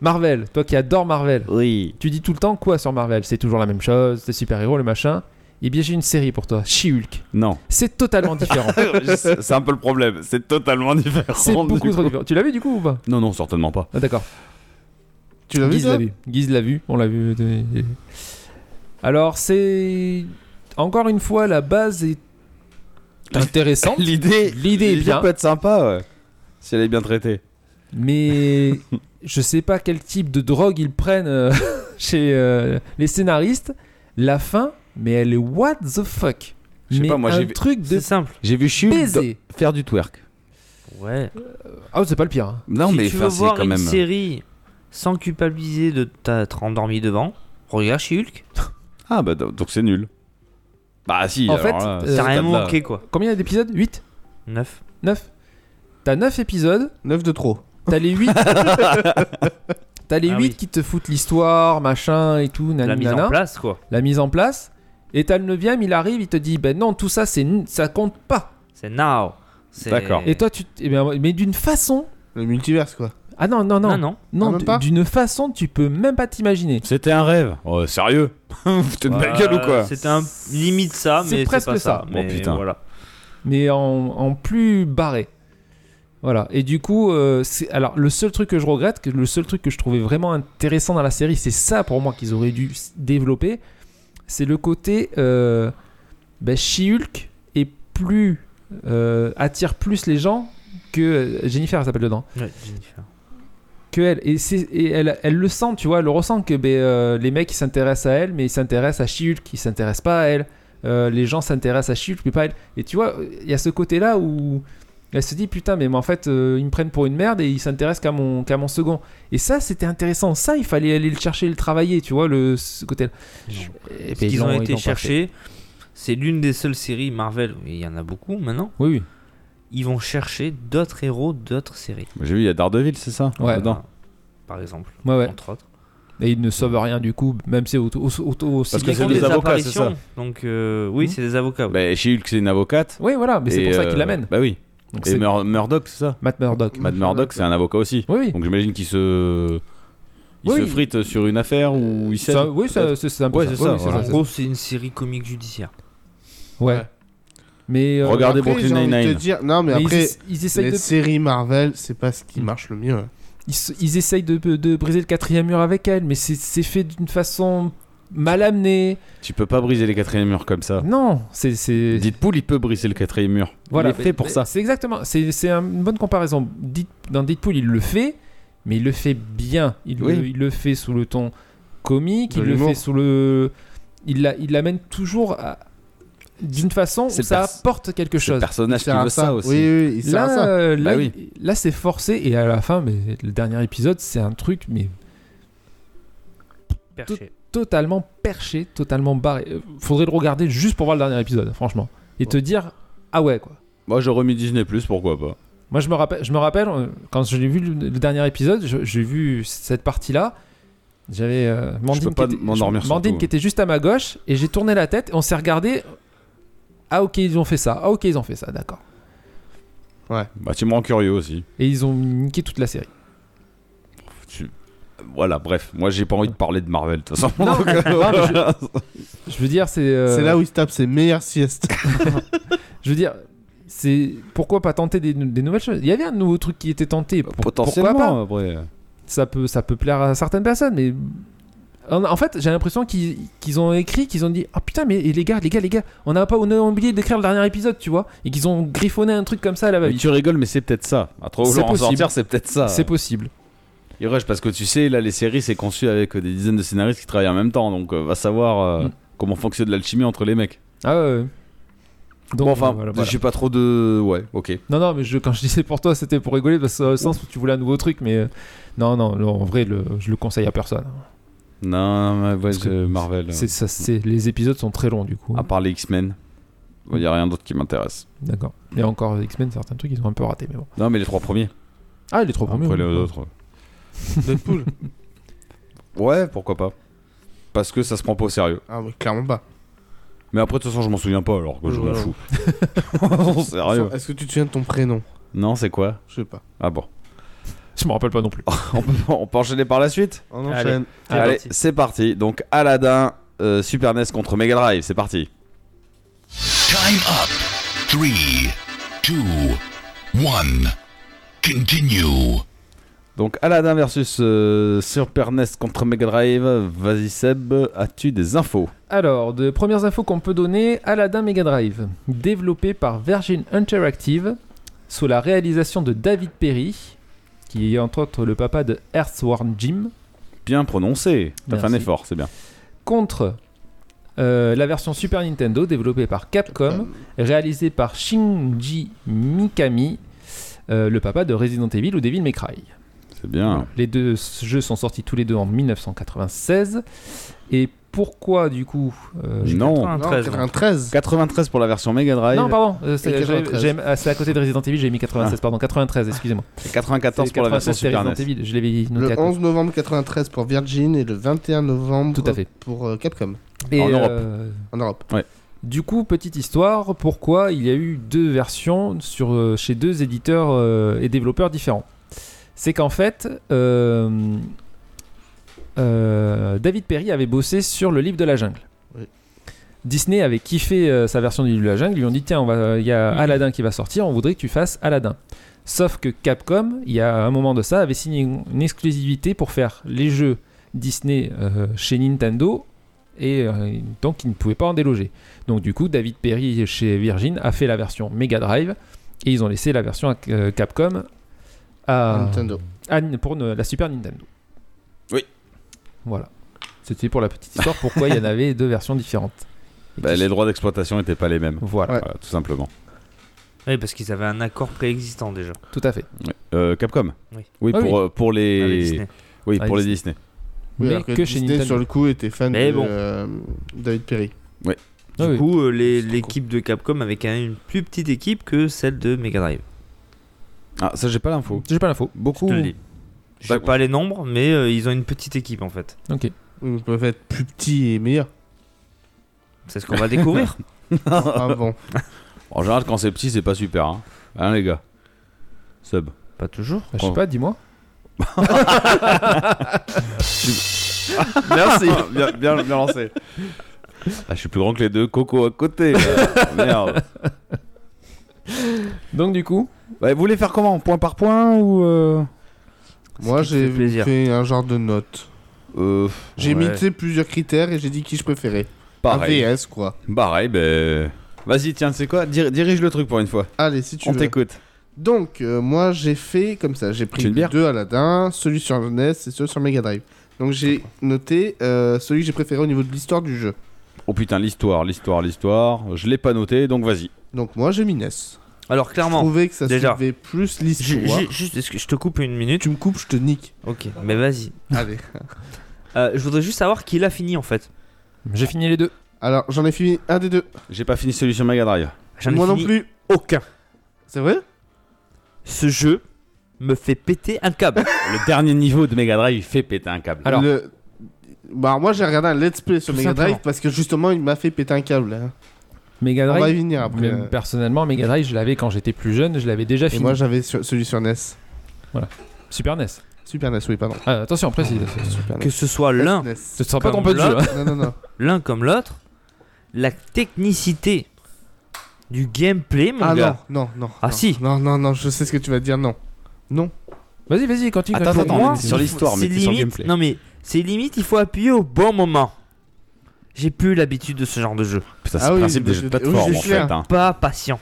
Marvel, toi qui adore Marvel,
Oui.
tu dis tout le temps quoi sur Marvel C'est toujours la même chose, c'est super-héros, le machin. Eh bien, j'ai une série pour toi, She-Hulk.
Non.
C'est totalement différent.
c'est un peu le problème. C'est totalement différent.
c'est beaucoup
du
trop
coup.
différent. Tu l'as vu du coup ou pas
Non, non, certainement pas.
Ah, D'accord.
Tu l'as vu,
Guise l'a
toi
vu. Guise l'a vu. On l'a vu. euh, Alors, c'est. Encore une fois, la base est intéressante.
L'idée,
L'idée est bien.
peut être sympa, ouais. Si elle est bien traitée.
Mais je sais pas quel type de drogue ils prennent euh, chez euh, les scénaristes. La fin, mais elle est what the fuck.
Je sais
mais
pas, moi,
un
j'ai vu-
truc de
C'est simple.
J'ai vu Shield
baiser.
faire du twerk.
Ouais.
Ah, c'est pas le pire. hein.
Non,
si
mais
tu
enfin,
veux
c'est
voir
quand
une
même. euh,
série sans culpabiliser de t'être endormi devant, regarde chez Hulk.
Euh,
Ah, bah donc c'est nul. Bah, si.
En
alors
fait,
là,
euh,
c'est
T'as rien
stade-là.
manqué quoi.
Combien d'épisodes 8
Neuf.
9 T'as 9 épisodes.
9 de trop.
T'as les 8. T'as les 8
Ah oui.
qui te foutent l'histoire, machin et tout,
La
nanana.
mise en place quoi.
La mise en place. Et t'as le 9 il arrive, il te dit Ben non, tout ça, c'est n- ça compte pas.
C'est now. C'est-
D'accord.
Et toi, tu. t- eh ben, mais d'une façon.
Le multiverse, quoi.
Ah non, non, non.
Non, non.
Non,
Ah, même
d-
pas
d'une façon, tu peux même pas t'imaginer.
C'était un rêve. Oh, sérieux T'es de ma
Euh,
gueule ou quoi
C'était un limite ça,
Bah, C'est
mais
presque
c'est pas
ça.
ça.
Oh,
Mais
putain.
Voilà.
Mais en, en plus barré. Voilà. Et du coup, euh, c'est- alors le seul truc que je regrette, que le seul truc que je trouvais vraiment intéressant dans la série, c'est ça pour moi qu'ils auraient dû s- développer, c'est le côté euh, bah, She-Hulk est plus euh, attire plus les gens que euh, Jennifer elle s'appelle dedans,
Ouais, Jennifer.
que elle. Et, c'est- et elle, elle le sent, tu vois, elle le ressent que bah, euh, les mecs ils s'intéressent à elle, mais ils s'intéressent à She-Hulk, ils s'intéressent pas à elle. Euh, les gens s'intéressent à Shield, mais pas elle. Et tu vois, il y a ce côté-là où elle se dit putain, mais, moi, en fait, euh, ils me prennent pour une merde et ils s'intéressent qu'à mon, qu'à mon second. Et ça, c'était intéressant. Ça, il fallait aller le chercher, le travailler, tu vois, le, ce côté-là.
Non.
Et
Ce
ben,
qu'ils
l'ont-
ont
l'ont
été
pas
chercher, c'est l'une des seules séries Marvel, et il y en a beaucoup maintenant,
fait. Oui, oui.
ils vont chercher d'autres héros d'autres séries.
J'ai vu, il y a Daredevil, c'est ça
Ouais.
Dedans.
Par exemple,
Ouais, ouais.
entre autres.
Et il ne sauve rien du coup, même si auto, auto, aussi
Parce que
bien qu'on
Ils
c'est
ont
des
les a-
avocats,
apparitions,
c'est
Donc euh, oui,
Hmm.
c'est des avocats. oui.
Bah, She-Hulk, c'est une avocate.
Oui, voilà, mais c'est
Et,
pour ça qu'il
euh,
l'amène.
Bah oui.
Donc
Et
c'est
Mur- Murdoch, c'est ça
Matt Murdock.
Matt Murdock, c'est un avocat aussi.
Oui, oui.
Donc j'imagine qu'il se. Il
Oui.
se frite sur une affaire ou il s'aide.
Ça- oui, ça- c'est c'est un peu
Ouais,
ça.
c'est
Oui,
ça,
oui, c'est
voilà.
ça,
en
c'est
gros, c'est une série comique judiciaire.
ça. Ouais. Mais euh,
Regarde, Regardez
Après,
Brooklyn
j'ai envie de
Nine-Nine.
te dire- Non, mais
mais ils
après,
ess- ils, essayent
les
de
séries Marvel, c'est pas ce qui marche le mieux. hein.
ils, se- ils essayent de, de briser le quatrième mur avec elle, mais c'est- c'est fait d'une façon mal amenée.
Tu peux pas briser les quatrièmes murs comme ça.
Non, c'est c'est
Deadpool, il peut briser le quatrième mur.
voilà.
Ah. il est fait pour
Mais-
ça.
C'est exactement. C'est c'est un- une bonne comparaison. Deed- Dans Deadpool, il le fait, mais il le fait bien. Il,
Oui.
le, il le fait sous le ton comique.
De
il le
l'humour.
fait sous le. Il la- il l'amène toujours à- d'une façon où
C'est le
ça
pers-
apporte quelque
C'est le
chose.
personnage qui
à
veut ça aussi.
Oui, oui, il sert à
Là,
ça.
euh, là,
Bah oui.
il- là, c'est forcé et à la fin, mais le dernier épisode, c'est un truc, mais
Perché.
totalement perché, totalement barré. Euh, Faudrait le regarder juste pour voir le dernier épisode, franchement. Et te dire, ah ouais, quoi.
Moi j'aurais mis Disney, pourquoi pas
Moi, je me rappelle, je me rappelle euh, quand je l'ai vu le, le dernier épisode, je- j'ai vu cette partie-là. J'avais euh, Mandine,
peux pas
qui, était,
m'endormir
je-
surtout,
Mandine
ouais.
qui était juste à ma gauche et j'ai tourné la tête et on s'est regardé. Ah, ok, ils ont fait ça. Ah, ok, ils ont fait ça, d'accord.
Bah tu me rends curieux aussi.
Et ils ont niqué toute la série.
Tu- Voilà, bref, moi j'ai pas envie de parler de Marvel de toute façon.
Non,
Donc, euh,
non, mais
voilà.
Je veux dire, c'est. euh,
C'est là où il se tape ses meilleures siestes.
Je veux dire, c'est. Pourquoi pas tenter des, des nouvelles choses Il y avait un nouveau truc qui était tenté. Pour-
Potentiellement,
Pourquoi pas
après.
ça peut, ça peut plaire à certaines personnes, mais en, en fait, j'ai l'impression qu'ils qu'ils ont écrit, qu'ils ont dit Ah putain, mais et les gars, les gars, les gars, on a pas on a oublié d'écrire le dernier épisode, tu vois, et qu'ils ont griffonné un truc comme ça à la
Mais
va-vite.
tu rigoles, mais c'est peut-être ça. À trop
C'est
vouloir en
possible.
sortir, c'est peut-être ça.
C'est possible.
Et rush, parce que tu sais, là, les séries, c'est conçu avec euh, des dizaines de scénaristes qui travaillent en même temps. Donc, euh, va savoir euh,
Mm.
comment fonctionne l'alchimie entre les mecs.
Ah ouais, ouais. Donc,
bon, enfin,
euh, voilà, voilà.
j'ai pas trop de. Ouais, ok.
Non, non, mais je, quand je disais pour toi, c'était pour rigoler, parce que euh, sens où tu voulais un nouveau truc, mais euh, non, non, le- en vrai, le- je le conseille à personne.
Non, mais ouais,
Parce que
euh, Marvel. euh,
C'est, ça, c'est, les épisodes sont très longs, du coup.
À part les X-Men, il y a rien d'autre qui m'intéresse.
D'accord. Et encore, X-Men, certains trucs, ils ont un peu raté, mais bon.
Non, mais les trois premiers.
Ah, il est trop premier.
Après les
oui.
autres. euh,
Deadpool
Ouais, pourquoi pas. Parce que ça se prend pas au sérieux.
Ah oui, clairement pas.
Mais après, de toute façon, je m'en souviens pas, alors que je m'en
Ouais.
fous. Au sérieux.
Est-ce que tu te souviens de ton prénom
Non, c'est quoi
Je sais pas.
Ah bon.
Je me rappelle pas non plus.
on, peut, on peut enchaîner par la suite
On
Allez.
enchaîne.
C'est
Ah, Allez,
parti.
c'est parti. Donc, Aladdin, euh, Super NES contre Mega Drive, c'est parti.
Time up. Three, two, one. Continue.
Donc, Aladdin versus euh, Super NES contre Mega Drive. Vas-y, Seb, as-tu des infos
Alors, de premières infos qu'on peut donner, Aladdin Mega Drive, développé par Virgin Interactive, sous la réalisation de David Perry, qui est entre autres le papa de Earthworm Jim,
Bien prononcé. T'as fait un
Merci.
effort, c'est bien.
contre euh, la version Super Nintendo, développée par Capcom, réalisée par Shinji Mikami, euh, le papa de Resident Evil ou Devil May Cry.
C'est bien.
Les deux jeux sont sortis tous les deux en 1996. Et pourquoi du coup euh,
non.
93,
Non,
non.
93.
93 pour la version Mega Drive.
Non, pardon, euh, c'est
Et
j'ai-
93.
j'ai- ah, c'est à côté de Resident Evil, j'ai mis 96, pardon, 93, excusez-moi.
et
C'est
94 Ah. pour la version
96, c'est
Super E
Resident
NES.
Evil, je l'avais noté à
Le
côté.
11 novembre 93 pour Virgin et le 21 novembre
Tout à fait.
pour euh, Capcom
Et,
En Europe.
euh,
en Europe.
du coup, petite histoire, pourquoi il y a eu deux versions sur, euh, chez deux éditeurs euh, et développeurs différents C'est qu'en fait, euh, euh, David Perry avait bossé sur le livre de la jungle.
Oui.
Disney avait kiffé euh, sa version du livre de la jungle, ils lui ont dit tiens, on va- il y a Aladdin qui va sortir, on voudrait que tu fasses Aladdin. Sauf que Capcom, il y a un moment de ça, avait signé une une exclusivité pour faire les jeux Disney euh, chez Nintendo, et euh, donc ils ne pouvaient pas en déloger. Donc du coup, David Perry chez Virgin a fait la version Mega Drive et ils ont laissé la version à euh, Capcom à,
Nintendo.
à- Ah, pour ne- la Super Nintendo.
Oui.
Voilà. C'était pour la petite histoire pourquoi il y en avait deux versions différentes. Et
Bah,
qui-
les droits d'exploitation n'étaient pas les mêmes.
Voilà,
Ouais.
Voilà, tout simplement.
Oui, parce qu'ils avaient un accord préexistant déjà.
tout à fait.
Euh, Capcom.
Oui.
Oui,
Ah
pour, euh, pour les,
avec Disney.
oui
Ah,
pour les Disney.
Oui,
Mais
alors
que chez
Disney,
Nintendo.
sur le coup, était fan
Mais
de
bon.
euh, David Perry.
Ah
Du
oui.
coup, euh, les-
C'est trop
l'équipe de Capcom avait quand même une plus petite équipe que celle de Mega Drive.
Ah, ça, j'ai pas l'info.
J'ai pas l'info.
Je
Beaucoup.
te le dis. Je sais
D'accord.
pas les nombres, mais euh, ils ont une petite équipe en fait.
Ok.
Ils peuvent être plus petits et meilleurs.
C'est ce qu'on va découvrir.
ah bon.
En général, quand c'est petit, c'est pas super. Hein, Hein, les gars Sub.
pas toujours.
Bah, je sais pas, dis-moi.
Merci. bien, bien, bien lancé. Ah, je suis plus grand que les deux cocos à côté. là. Merde.
Donc du coup,
Ouais, vous voulez faire comment Point par point ou euh...
Moi,
qui te fait
j'ai
plaisir.
fait un genre de note.
euh,
J'ai
Ouais.
mis tu sais, plusieurs critères et j'ai dit qui je préférais.
Pareil.
Un VS, quoi.
Pareil, ben. Vas-y, tiens, c'est quoi Dir- Dirige le truc pour une fois.
Allez, si tu
On
veux.
t'écoute.
Donc, euh, moi, j'ai fait comme ça. J'ai
Tu
pris
veux une bière
deux Aladdin, celui sur NES et celui sur Mega Drive. Donc, j'ai noté euh, celui que j'ai préféré au niveau de l'histoire du jeu.
Oh putain, l'histoire, l'histoire, l'histoire. Je l'ai pas noté, donc vas-y.
Donc, moi, j'ai mis NES.
Alors
je
clairement,
trouvais que ça
déjà.
soulevait plus
ju-
l'histoire.
ju- juste, est-ce que je te coupe une minute.
Tu me coupes, je te nique.
Ok, mais vas-y.
Allez.
Euh, je voudrais juste savoir qui l'a fini en fait.
j'ai fini les deux.
Alors, j'en ai fini un des deux.
J'ai pas fini celui sur Mega Drive.
J'en ai
moi non
fini
plus.
Aucun.
C'est vrai
Ce jeu me fait péter un câble.
Le dernier niveau de Mega Drive il fait péter un câble.
Alors.
Le- Bah, alors moi, j'ai regardé un let's play sur
Tout
Mega Drive
simplement.
parce que justement, il m'a fait péter un câble. hein.
Mega
On va y
Drive.
venir après. euh.
mais Personnellement, Mega Drive, je l'avais quand j'étais plus jeune, je l'avais déjà
Et
fini.
moi, j'avais sur- celui sur NES.
Super NES.
Super NES, oui, pardon.
Ah, attention,
Oh,
précise.
Super E
que
NES.
ce soit l'un,
NES.
Je te sens pas
Comme
qu'on peut de jeu.
là.
hein.
Non, non, non.
l'un comme l'autre, la technicité du gameplay, mon
Ah
gars.
non, non, non.
Ah
non.
si.
Non, non, non, je sais ce que tu vas dire, non. Non.
Vas-y, vas-y, continue.
Attends,
continue.
attends,
Pour moi,
mais c'est sur l'histoire, mais
c'est
t'es sur le
limite-
gameplay.
Non mais c'est limite, il faut appuyer au bon moment. J'ai plus l'habitude de ce genre de jeu.
Putain, c'est
Ah
le
oui,
principe des
oui,
jeux de
oui,
plateforme
c'est
en
clair.
fait. hein.
Pas patient.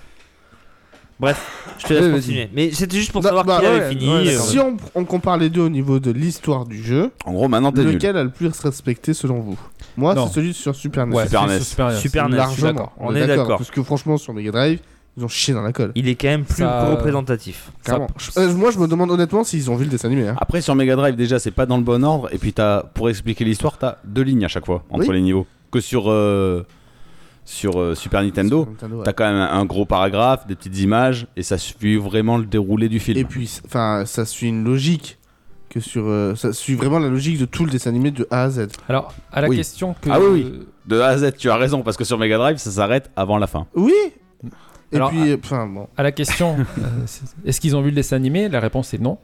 Bref, je te laisse
Oui, vas-y.
continuer. Mais c'était juste pour
Non,
savoir
bah,
qui
ouais,
avait fini.
ouais,
euh,
si on, on compare les deux au niveau de l'histoire du jeu,
En gros, maintenant t'es nul.
lequel a le plus respecté selon vous Moi,
Non.
c'est celui sur Super NES.
Ouais,
Super E
c'est-
NES.
c'est Super E NES.
Super NES, je suis
Largement.
d'accord. On est d'accord.
Parce que franchement, sur Mega Drive, ils ont chié dans la colle.
Il est quand même plus
Ça-
représentatif.
Clairement. Euh, moi, je me demande honnêtement s'ils ont vu le dessin animé. hein.
Après, sur Mega Drive, déjà, c'est pas dans le bon ordre. Et puis, t'as, pour expliquer l'histoire, t'as deux lignes à chaque fois entre
Oui.
les niveaux. Que sur, euh, sur euh, Super Nintendo,
Sur Nintendo, ouais.
t'as quand même un, un gros paragraphe, des petites images, et ça suit vraiment le déroulé du film.
Et puis, c- enfin, ça suit une logique que sur, euh, ça suit vraiment la logique de tout le dessin animé de A à Z.
Alors, à la
Oui.
question que.
Ah oui, oui. De A à Z, tu as raison, parce que sur Mega Drive, ça s'arrête avant la fin.
Oui. Et
Alors,
ah.
puis, enfin bon,
À la question, euh, c'est- est-ce qu'ils ont vu le dessin animé La réponse est non.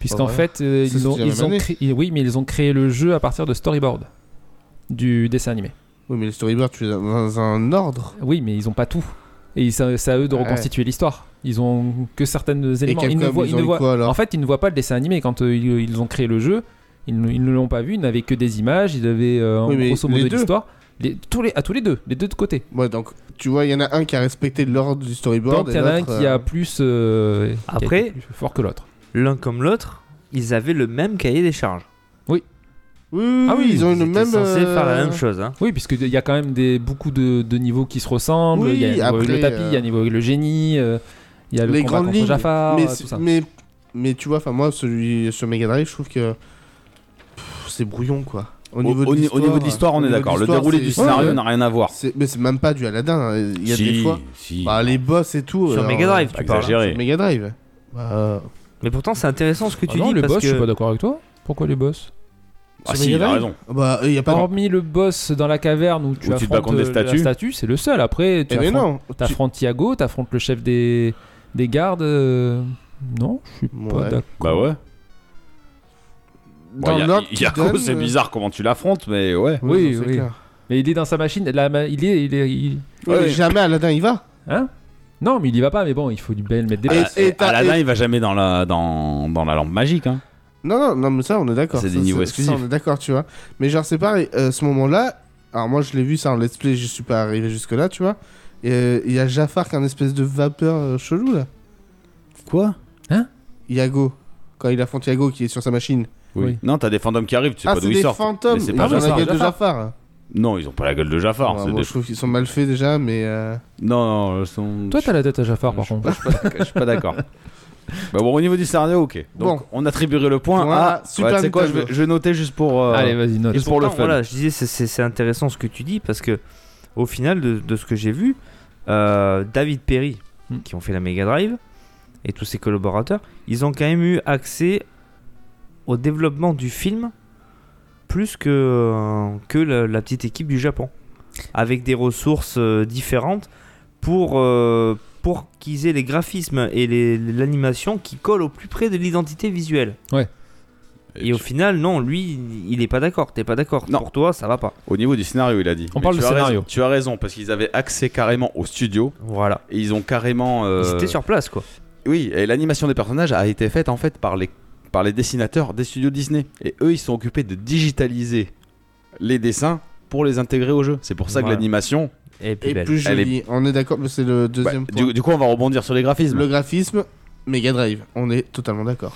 Puisqu'en
Ah ouais.
fait, euh,
C'est ce
ils, ont,
que j'ai
ils ont
demandé.
créé- ils- oui, mais ils ont créé le jeu à partir de storyboard du dessin animé.
oui, mais les storyboards, tu les as dans un ordre.
Oui, mais ils ont pas tout. Et ils- c'est c'est à eux de
Ouais.
reconstituer l'histoire. Ils ont que certains éléments.
Capcom,
Ils ne voient,
ils
ils
ont
ne
eu
voient-
quoi, alors
en fait, ils ne voient pas le dessin animé. Quand euh, ils, ils ont créé le jeu, ils, ne- ils ne l'ont pas vu. Ils n'avaient que des images. Ils avaient euh,
Oui, mais
grosso modo
les deux.
l'histoire. Les- tous les, à tous les deux, les deux de côté.
Ouais, donc tu vois, il y en a un qui a respecté l'ordre du storyboard.
Donc il y en a un qui
euh,
a plus, euh, qui a été
Après-
plus fort que l'autre.
L'un comme l'autre, ils avaient le même cahier des charges.
ah oui, ils ont une
étaient
même.
censés faire la
euh,
même chose. hein.
Oui, puisque il y a quand même des, beaucoup de, de niveaux qui se ressemblent.
Oui,
Il y a un niveau avec le
après,
tapis, il y a
euh,
un niveau avec le génie, euh, il y a le
les
combat
grandes
contre
lignes.
Jafar,
mais,
euh,
c'est-
tout ça.
mais, mais tu vois, enfin moi, celui sur Mega Drive, je trouve que pff, c'est brouillon quoi. Au niveau,
au
de l'histoire,
niveau de l'histoire,
au
on est
niveau de
d'accord. Le
l'histoire,
déroulé
c'est-
du scénario
Ouais,
n'a rien à voir.
c'est- Mais c'est même pas du Aladdin. hein. Il y a
Si,
des fois.
si.
Bah, les boss et tout.
Sur
alors,
Mega Drive,
euh,
Pas
tu parles. hein.
exagéré.
Sur Mega Drive. Bah,
Mais pourtant, c'est intéressant ce que
Ah
tu
non,
dis
le
parce
boss, je suis pas
que
d'accord avec toi. Pourquoi le boss
Ah
sur
si,
Mega
il a
Drive
raison.
bah, il y a pas.
Oh,
Hormis le boss dans la caverne où tu
Où tu te bats
affrontes
contre des
euh, la
statues.
statue, c'est le seul. Après, tu
Eh mais
affrontes,
non. tu-
t'affrontes Iago, tu affrontes le chef des, des gardes. euh, Non, je suis pas
Ouais.
d'accord.
Bah ouais.
Dans
Bon, y a-
l'ordre,
y a-
tu
Yarko,
donnes,
c'est
euh,
bizarre comment tu l'affrontes, mais ouais.
Oui,
non, c'est
oui.
clair.
Mais il est dans sa machine. la ma- il est, il est, il-
Ouais,
Ouais.
mais Jamais Aladdin il va.
hein Non, mais il y va pas. Mais bon, il faut du bel mettre des.
Et-
bases.
Ah, et
t'as-
Aladdin,
et-
il va jamais dans la, dans, dans la lampe magique. Hein.
Non, non, non, mais ça, on est d'accord.
C'est des
Ça,
niveaux
ça,
exclusifs.
on est d'accord, tu vois. Mais genre, c'est pareil, euh, ce moment-là, alors moi, je l'ai vu ça en let's play, je suis pas arrivé jusque-là, tu vois. Et, euh, Il y a Jafar qui a une espèce de vapeur euh, chelou, là.
Quoi
Iago. Quand il affronte Iago qui est sur sa machine.
oui.
Oui.
Non, t'as des fantômes qui arrivent, tu sais
ah,
pas
c'est
d'où ils
des
sortent.
fantômes.
mais c'est
Ils
pas
ont la
Jafar,
gueule de
Jafar.
Jafar.
Non, ils ont pas la gueule de Jafar.
Ouais,
c'est
moi,
des-
je trouve qu'ils sont mal faits déjà, mais. euh,
Non, non, ils sont-
Toi,
je-
t'as la tête à Jafar, par
Bah, je-
contre.
je suis pas d'accord. Bah bon, au niveau du scénario, ok. Donc,
Bon.
on attribuerait le point
Point
à.
à Super
Ouais, tu sais quoi, je
Nintendo.
vais, je vais noter juste pour. euh,
Allez, vas-y, note.
Juste pour le
Pourtant,
fun.
Voilà, je disais, c'est- c'est c'est intéressant ce que tu dis parce que, au final, de, de ce que j'ai vu, euh, David Perry,
Hmm.
qui ont fait la Mega Drive, et tous ses collaborateurs, ils ont quand même eu accès au développement du film plus que, euh, que la, la petite équipe du Japon, avec des ressources euh, différentes pour, euh, pour qu'ils aient les graphismes et les- l'animation qui collent au plus près de l'identité visuelle. Et, au
tu-
final, non, lui, il n'est pas d'accord. T'es pas d'accord.
Non.
Pour toi, ça va pas.
Au niveau du scénario, il a dit.
On
Mais
parle
tu
du
as
scénario.
raison, tu as raison, parce qu'ils avaient accès carrément au studio
Voilà.
et ils ont carrément. euh,
Ils étaient sur place, quoi.
Oui, et l'animation des personnages a été faite en fait par les, par les dessinateurs des studios Disney. Et eux, ils sont occupés de digitaliser les dessins pour les intégrer au jeu. C'est pour ça que
Voilà.
l'animation.
Et puis,
Et
belle.
plus
Elle est-
joli. On est d'accord, mais c'est le
Bah,
deuxième point.
du, du coup, on va rebondir sur les graphismes.
Le graphisme, Mega Drive. On est totalement d'accord.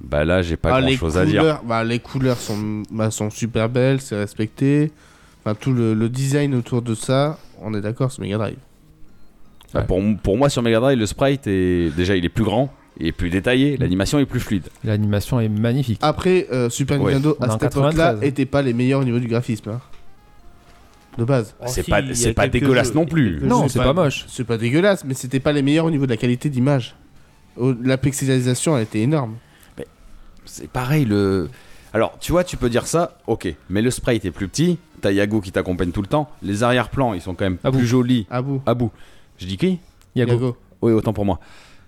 Bah là, j'ai pas
Ah,
grand
les
chose
couleurs,
à dire.
bah, les couleurs sont, bah, sont super belles, c'est respecté. Enfin, tout le, le design autour de ça, on est d'accord, c'est Mega Drive.
Bah,
Ouais.
pour, m- pour moi, sur Mega Drive, le sprite est déjà il est plus grand, il est plus détaillé, l'animation est plus fluide.
L'animation est magnifique.
Après, euh, Super
Ouais.
Nintendo,
On est
à
en
cette époque-là,
93.
était pas les meilleurs au niveau du graphisme. hein. De base.
Oh,
c'est
si,
pas
il y a
c'est pas
quelques
dégueulasse
jeux,
non
il y a
plus.
quelques
Non,
sais
c'est
pas.
pas moche.
C'est pas dégueulasse, mais c'était pas les meilleurs au niveau de la qualité d'image. Au- La pixelisation, elle était énorme.
C'est pareil le. Alors, tu vois, tu peux dire ça, ok, mais le sprite est plus petit, t'as Yago qui t'accompagne tout le temps, les arrière-plans, ils sont quand même
Ah bon
plus jolis
À bout.
à bout. Je dis qui
Yago.
Yago.
Oui, autant pour moi.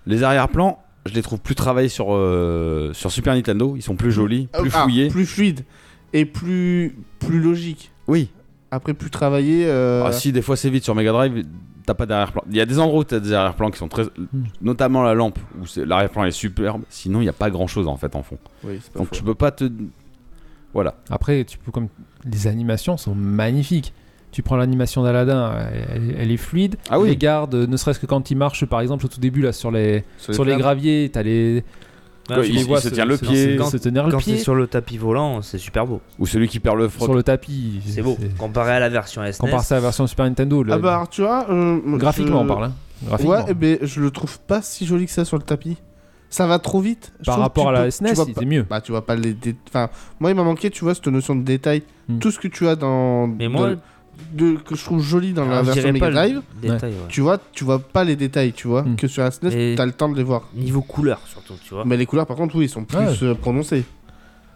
Les arrière-plans, je les trouve plus travaillés sur, euh, sur Super Nintendo. Ils sont plus jolis, plus
Ah,
fouillés.
plus fluide. Et plus, plus logique.
Oui.
Après, plus travaillé. euh,
Ah, si, des fois c'est vite sur Mega Drive, t'as pas d'arrière-plan. Il y a des endroits où t'as des arrière-plans qui sont très. Notamment la lampe, où c'est- l'arrière-plan est superbe. Sinon, il n'y a pas grand-chose en fait en fond.
oui, c'est pas
Donc
faux.
tu peux pas te. Voilà.
Après, tu peux comme les animations sont magnifiques. Tu prends l'animation d'Aladin, elle, elle- elle est fluide. euh,
Ah oui.
Les gardes, ne serait-ce que quand ils marchent, par exemple, au tout début là sur les sur les
flammes.
graviers, t'as les
Ah,
Quoi,
je
il-
pense
il
que
se
c'est-
tient le
c'est-
pied.
quand-
se tenir le
Quand
pied
c'est
sur,
sur le tapis volant, c'est super beau.
Ou celui qui perd le froc.
le tapis.
C'est beau. Comparé à la version E SNES.
Comparé à la version Super Nintendo. le-
Ah bah, alors, tu vois. euh,
graphiquement,
je-
on parle. hein. Graphiquement.
Ouais, eh ben, je le trouve pas si joli que ça sur le tapis. Ça va trop vite. Je
Par
trouve que
rapport
tu
à la
peux- tu
SNES,
vois
il
pas-
était mieux.
Bah, tu vois pas les. dé- Enfin, moi, il m'a manqué, tu vois, cette notion de détail.
Hmm.
Tout ce que tu as dans.
Mais moi,
de- de- que je trouve joli dans la
alors, je
version
dirais Ah, pas
Mega
le
Drive,
détail, ouais.
tu vois, tu vois pas les détails, tu vois,
Hmm.
que sur la SNES,
Et-
t'as le temps de les voir.
Niveau couleur, surtout, tu vois.
Mais les couleurs, par contre, oui, ils sont plus
Ouais.
euh, prononcées.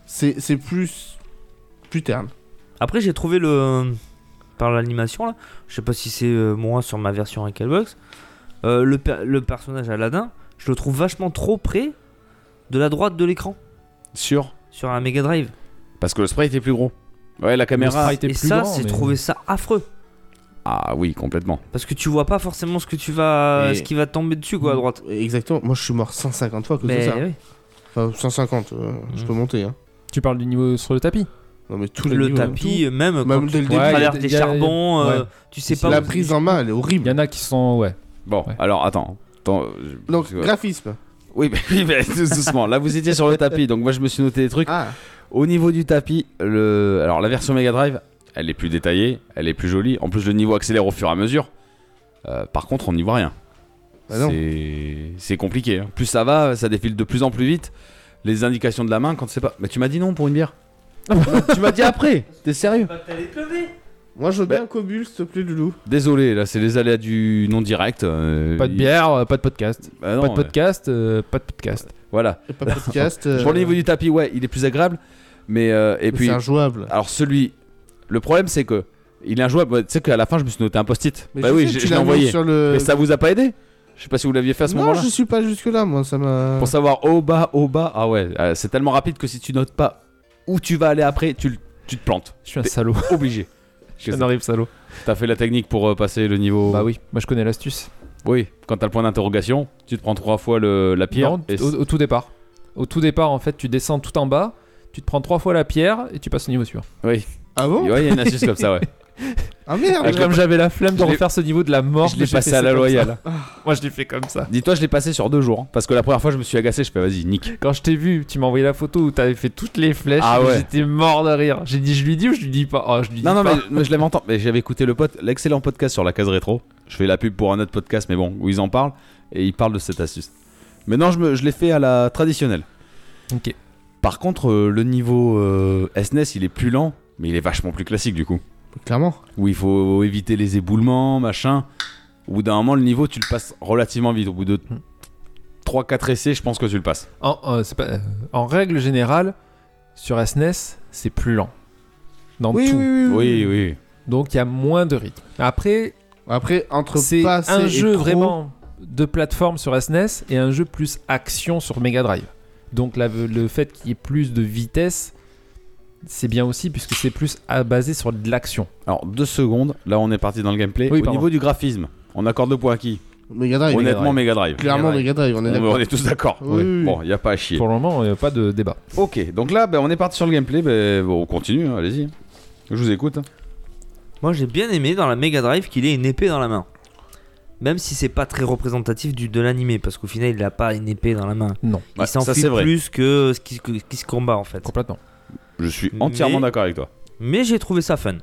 C'est c'est plus. plus terne.
Après, j'ai trouvé le. Par l'animation, là. Je sais pas si c'est euh, moi sur ma version Recalbox. Euh, le, per- le personnage Aladdin, je le trouve vachement trop près de la droite de l'écran
Sûr.
sur un Mega Drive.
Parce que le sprite est plus gros. Ouais, la caméra.
sprite- était
Et
plus
ça,
grand,
c'est
mais-
trouvé ça affreux.
Ah oui, complètement.
Parce que tu vois pas forcément ce que tu vas,
Et-
ce qui va tomber dessus quoi à droite.
Exactement. Moi, je suis mort 150 fois que
Mais
ça.
oui.
Enfin, 150, euh,
Mm.
je peux monter. Hein.
Tu parles du niveau sur le tapis.
Non, mais tous les
le
niveaux, hein.
tapis, euh, même, quand
Même
tu
dès le
début, il y a
traverses
des-
des
il y a-
charbons,
ouais.
euh, tu sais
tout.
pas.
La
où-
prise en main, elle est
Il
horrible.
y en a qui sont. Ouais.
Bon,
Ouais.
alors attends. Attends, je-
Donc,
parce que-
graphisme.
oui, mais, oui, mais tout doucement. Là, vous étiez sur le tapis, donc moi je me suis noté des trucs.
Ah,
Au niveau du tapis, le... alors la version Mega Drive, elle est plus détaillée, elle est plus jolie. En plus, le niveau accélère au fur et à mesure. Euh, par contre, on n'y voit rien.
Bah non.
C'est- c'est compliqué. hein. Plus ça va, ça défile de plus en plus vite. Les indications de la main, quand c'est pas. Mais tu m'as dit non pour une bière. tu m'as dit après. T'es sérieux
moi je veux bien
Bah-
un Cobul, s'il te plaît, Loulou.
Désolé, là, c'est les aléas du non direct. euh,
Pas de
il-
bière, euh, pas de podcast.
Bah non,
pas de
mais-
podcast, euh, pas de podcast.
Voilà.
Et pas podcast. euh,
Pour le niveau du tapis, ouais, il est plus agréable. Mais euh, et puis,
C'est injouable.
alors celui, le problème c'est que il est injouable. Ouais, Tu sais qu'à la fin, je me suis noté un post-it.
Mais
bah
je
oui,
sais
je
que tu
je l'ai
l'as mis
envoyé.
Sur le...
Mais ça vous a pas aidé Je sais pas si vous l'aviez fait à ce
non,
moment-là.
je suis pas jusque-là, moi, ça m'a.
Pour savoir au bas, au bas. Ah ouais, euh, c'est tellement rapide que si tu notes pas où tu vas aller après, tu, le- tu te plantes.
Je suis un
T'es-
salaud.
Obligé.
Je suis un horrible salaud.
T'as fait la technique pour euh, passer le niveau.
Bah oui, moi je connais l'astuce.
Oui, quand t'as le point d'interrogation, tu te prends trois fois le, la pierre.
Non,
et
au, au tout départ. Au tout départ, en fait, tu descends tout en bas, tu te prends trois fois la pierre et tu passes au niveau suivant.
Ah bon
Ouais, il y a une astuce comme ça, ouais.
Ah merde
Et comme j'avais la flemme
je
de
l'ai-
refaire ce niveau de la mort,
je l'ai
j'ai
passé
fait
à la
ça comme ça.
loyale.
Moi, je l'ai fait comme ça.
Dis-toi, je l'ai passé sur deux jours. hein, parce que la première fois, je me suis agacé. Je fais, vas-y, nique.
Quand je t'ai vu, tu m'as envoyé la photo où t'avais fait toutes les flèches.
Ah ouais.
J'étais mort de rire. J'ai dit, je lui dis ou je lui dis pas Oh, je lui dis
Non, non, mais,
pas.
mais je l'avais entendu. Mais j'avais écouté le pote, l'excellent podcast sur la case rétro. Je fais la pub pour un autre podcast, mais bon, où ils en parlent. Et ils parlent de cette astuce. Mais non, je, me- je l'ai fait à la traditionnelle.
Ok.
Par contre, euh, le niveau euh, SNES, il est plus lent, mais il est vachement plus classique du coup.
Clairement.
Où il faut éviter les éboulements, machin. Au bout d'un moment, le niveau, tu le passes relativement vite. Au bout de 3-4 essais, je pense que tu le passes.
En, euh, c'est pas- euh, en règle générale, sur SNES, c'est plus lent. Dans
Oui,
tout.
oui, oui,
Oui,
oui.
oui.
Donc il y a moins de rythme. Après,
Après, entre
c'est
passer
un
et
jeu
croc-
vraiment de plateforme sur SNES et un jeu plus action sur Mega Drive. Donc la- le fait qu'il y ait plus de vitesse, c'est bien aussi puisque c'est plus à- basé sur de l'action.
Alors, deux secondes, là on est parti dans le gameplay.
Oui,
Au
pardon.
niveau du graphisme, on accorde le point à qui
Ah, Mega Drive.
Honnêtement, Mega Drive.
Clairement,
Mega
Mega Drive, on est
On, on
d'accord.
est tous d'accord.
Oui, oui, oui.
Bon, il a pas à chier.
Pour le moment, il n'y a pas de débat.
Ok, donc là, ben, on est parti sur le gameplay. ben, bon, on continue, hein, allez-y. Je vous écoute. hein.
Moi, j'ai bien aimé dans la Mega Drive qu'il ait une épée dans la main. Même si c'est pas très représentatif du, de l'animé, parce qu'au final, il a pas une épée dans la main.
Non,
Il
Ouais, ça,
s'enfuit
c'est vrai.
plus que ce qui, que- ce qui se combat en fait.
complètement.
Je suis entièrement
Mais-
d'accord avec toi.
Mais j'ai trouvé ça fun.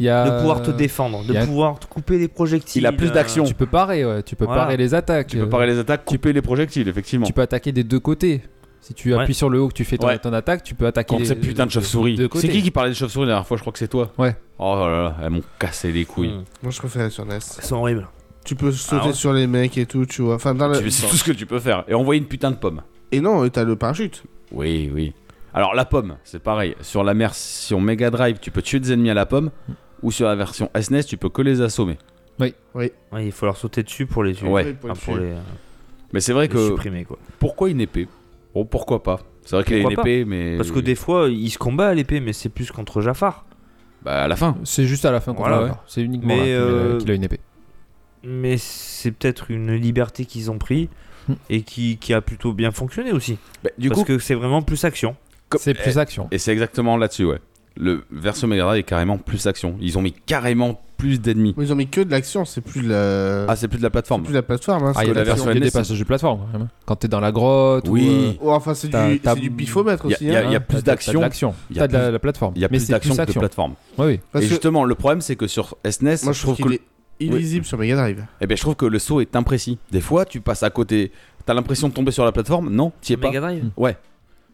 Il y a...
De pouvoir te défendre, de
Euh, y a-
pouvoir te couper les projectiles.
Il a plus
euh,
d'action.
Tu peux parer, ouais. tu peux
Voilà.
parer les attaques. Euh,
Tu peux parer les attaques, couper les projectiles, effectivement.
Tu peux attaquer des deux côtés. Si tu
Ouais.
appuies sur le haut que tu fais ton,
Ouais.
ton attaque, tu peux attaquer
Contre
les-
ces putains de chauves-souris.
deux côtés.
C'est qui qui parlait de chauves-souris la dernière fois Je crois que c'est toi.
Ouais.
Oh là là, elles m'ont cassé les couilles.
Mm.
Moi, je préfère sur NES.
Elles sont horribles.
Tu peux sauter
Ah ouais.
sur les mecs et tout, tu vois. Enfin, dans la-
Tu- C'est tout ce que tu peux faire. Et envoyer une putain de pomme.
Et non, et t'as le parachute.
Oui, oui. Alors la pomme, c'est pareil. Sur la version Mega Drive, tu peux tuer des ennemis à la pomme. Ou sur la version SNES, tu peux que les assommer.
Ouais, il faut leur sauter dessus pour les tuer.
Ouais.
Enfin, pour les, euh,
Mais c'est vrai
les
que
supprimer quoi.
pourquoi une épée Bon, pourquoi pas C'est vrai qu'il y a une
Pourquoi pas
épée, mais
Parce que des fois, il se combat à l'épée, mais c'est plus contre Jafar.
bah, à la fin.
C'est juste à la fin qu'on
Voilà,
peut
ouais.
voir. C'est uniquement
Mais,
là qu'il a-
euh,
qu'il a une épée.
Mais c'est peut-être une liberté qu'ils ont pris
Hmm.
et qui, qui a plutôt bien fonctionné aussi.
Bah, du
parce
coup,
que c'est vraiment plus action.
co-
C'est
eh,
plus action.
et, et c'est exactement là-dessus, ouais. Le version Mega Drive est carrément plus action. Ils ont mis carrément plus d'ennemis.
Ils ont mis que de l'action, c'est plus de la,
Ah, c'est plus de la
c'est
plateforme.
plus de la plateforme. hein,
Ah,
c'est
il y a
de
la
version
version qui est des
NES.
passages de plateforme. quand même. hein. Quand t'es dans la grotte. ou,
Oui.
euh,
Oh, enfin, c'est
T'as-
du,
t'as-
c'est du pifomètre
Il y a-
aussi.
il y a-
hein.
hein, t'as- t'as de
d'action.
l'action.
Il y a
T'as de la,
plus-
la plateforme.
Il y a
mais
plus
c'est
d'action que de
action.
plateforme.
Oui, oui.
Parce
Et
que
justement, le problème, c'est que sur E SNES,
moi, je trouve qu'il
que,
est illisible sur Mega Drive.
eh ben, je trouve que le saut est imprécis. Des fois, tu passes à côté. T'as l'impression de tomber sur la plateforme Non, t'y es pas.
Mega Drive.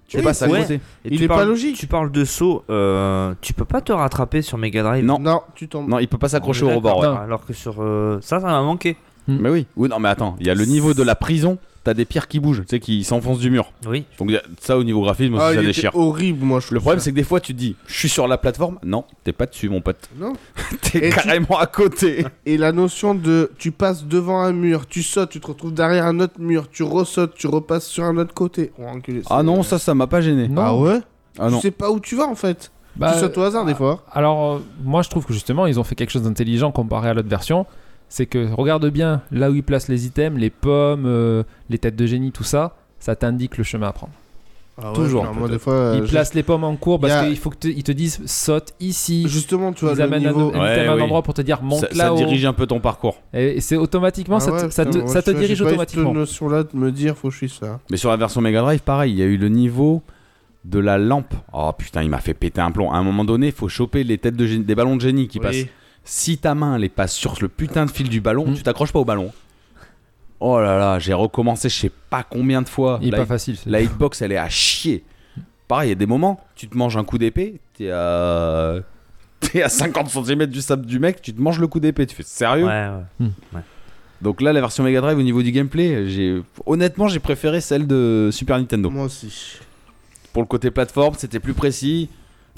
Tu
Oui,
passes à
ouais.
côté.
Et
Il
tu
est pas
parles-
logique.
Tu parles de saut, euh, tu peux pas te rattraper sur Mega Drive.
Non.
Non, tu tombes.
Non, il peut pas s'accrocher au
D'accord.
rebord. ouais.
ouais.
Alors que sur euh, ça, ça m'a manqué.
Mais oui. Oui, non, mais attends. Il y a le niveau de la prison. T'as des pierres qui bougent, tu sais, qui s'enfoncent du mur.
Oui.
Donc il y a- ça, au niveau graphisme,
Ah,
ça
il
déchire.
était horrible, moi, je trouve.
Le problème,
ça.
c'est que des fois, tu te dis, je suis sur la plateforme. Non, t'es pas dessus, mon pote.
Non.
T'es
Et tu-
carrément à côté.
Et la notion de tu passes devant un mur, tu sautes, tu te retrouves derrière un autre mur, tu ressautes, tu repasses sur un autre côté. Oh, enculé,
Ah
c'est-
non, ça, ça m'a pas gêné.
Non.
Ah ouais
Ah
Tu
non.
sais pas où tu vas en fait.
Bah,
tu sautes au hasard des fois.
Alors, euh, moi, je trouve que justement, ils ont fait quelque chose d'intelligent comparé à l'autre version. C'est que regarde bien là où ils placent les items, les pommes, euh, les têtes de génie, tout ça. Ça t'indique le chemin à prendre. toujours,
genre,
peut-être.
moi, Ah des fois, euh,
ils
je-
placent les pommes en cours parce
y a-
qu'il faut qu'ils te disent saute ici.
Justement, tu vois,
Ils
le
amènent
niveau.
un, un
Ouais,
item à un
oui.
endroit pour te dire monte
Ça, ça
là-haut.
dirige un peu ton parcours.
Et et c'est automatiquement,
Ah
ça, te,
ouais,
ça te-
putain, moi,
ça
je
te
sais,
dirige
j'ai pas eu
automatiquement.
cette notion-là de me dire, faut hein. que je suis ça.
Mais sur la version Mega Drive, pareil, il y a eu le niveau de la lampe. Oh putain, il m'a fait péter un plomb. À un moment donné, il faut choper les têtes de génie- des ballons de génie qui passent. Si ta main les passe sur le putain de fil du ballon,
Mm.
tu t'accroches pas au ballon. Oh là là, j'ai recommencé je sais pas combien de fois.
Il est
La,
pas facile. c'est-
la hitbox, elle est à chier. Pareil, il y a des moments, tu te manges un coup d'épée, t'es à... t'es à 50 cm du sable du mec, tu te manges le coup d'épée. Tu fais
Ouais,
sérieux
ouais.
Donc là, la version Mega Drive, au niveau du gameplay, j'ai honnêtement, j'ai préféré celle de Super Nintendo.
Moi aussi.
pour le côté plateforme, c'était plus précis.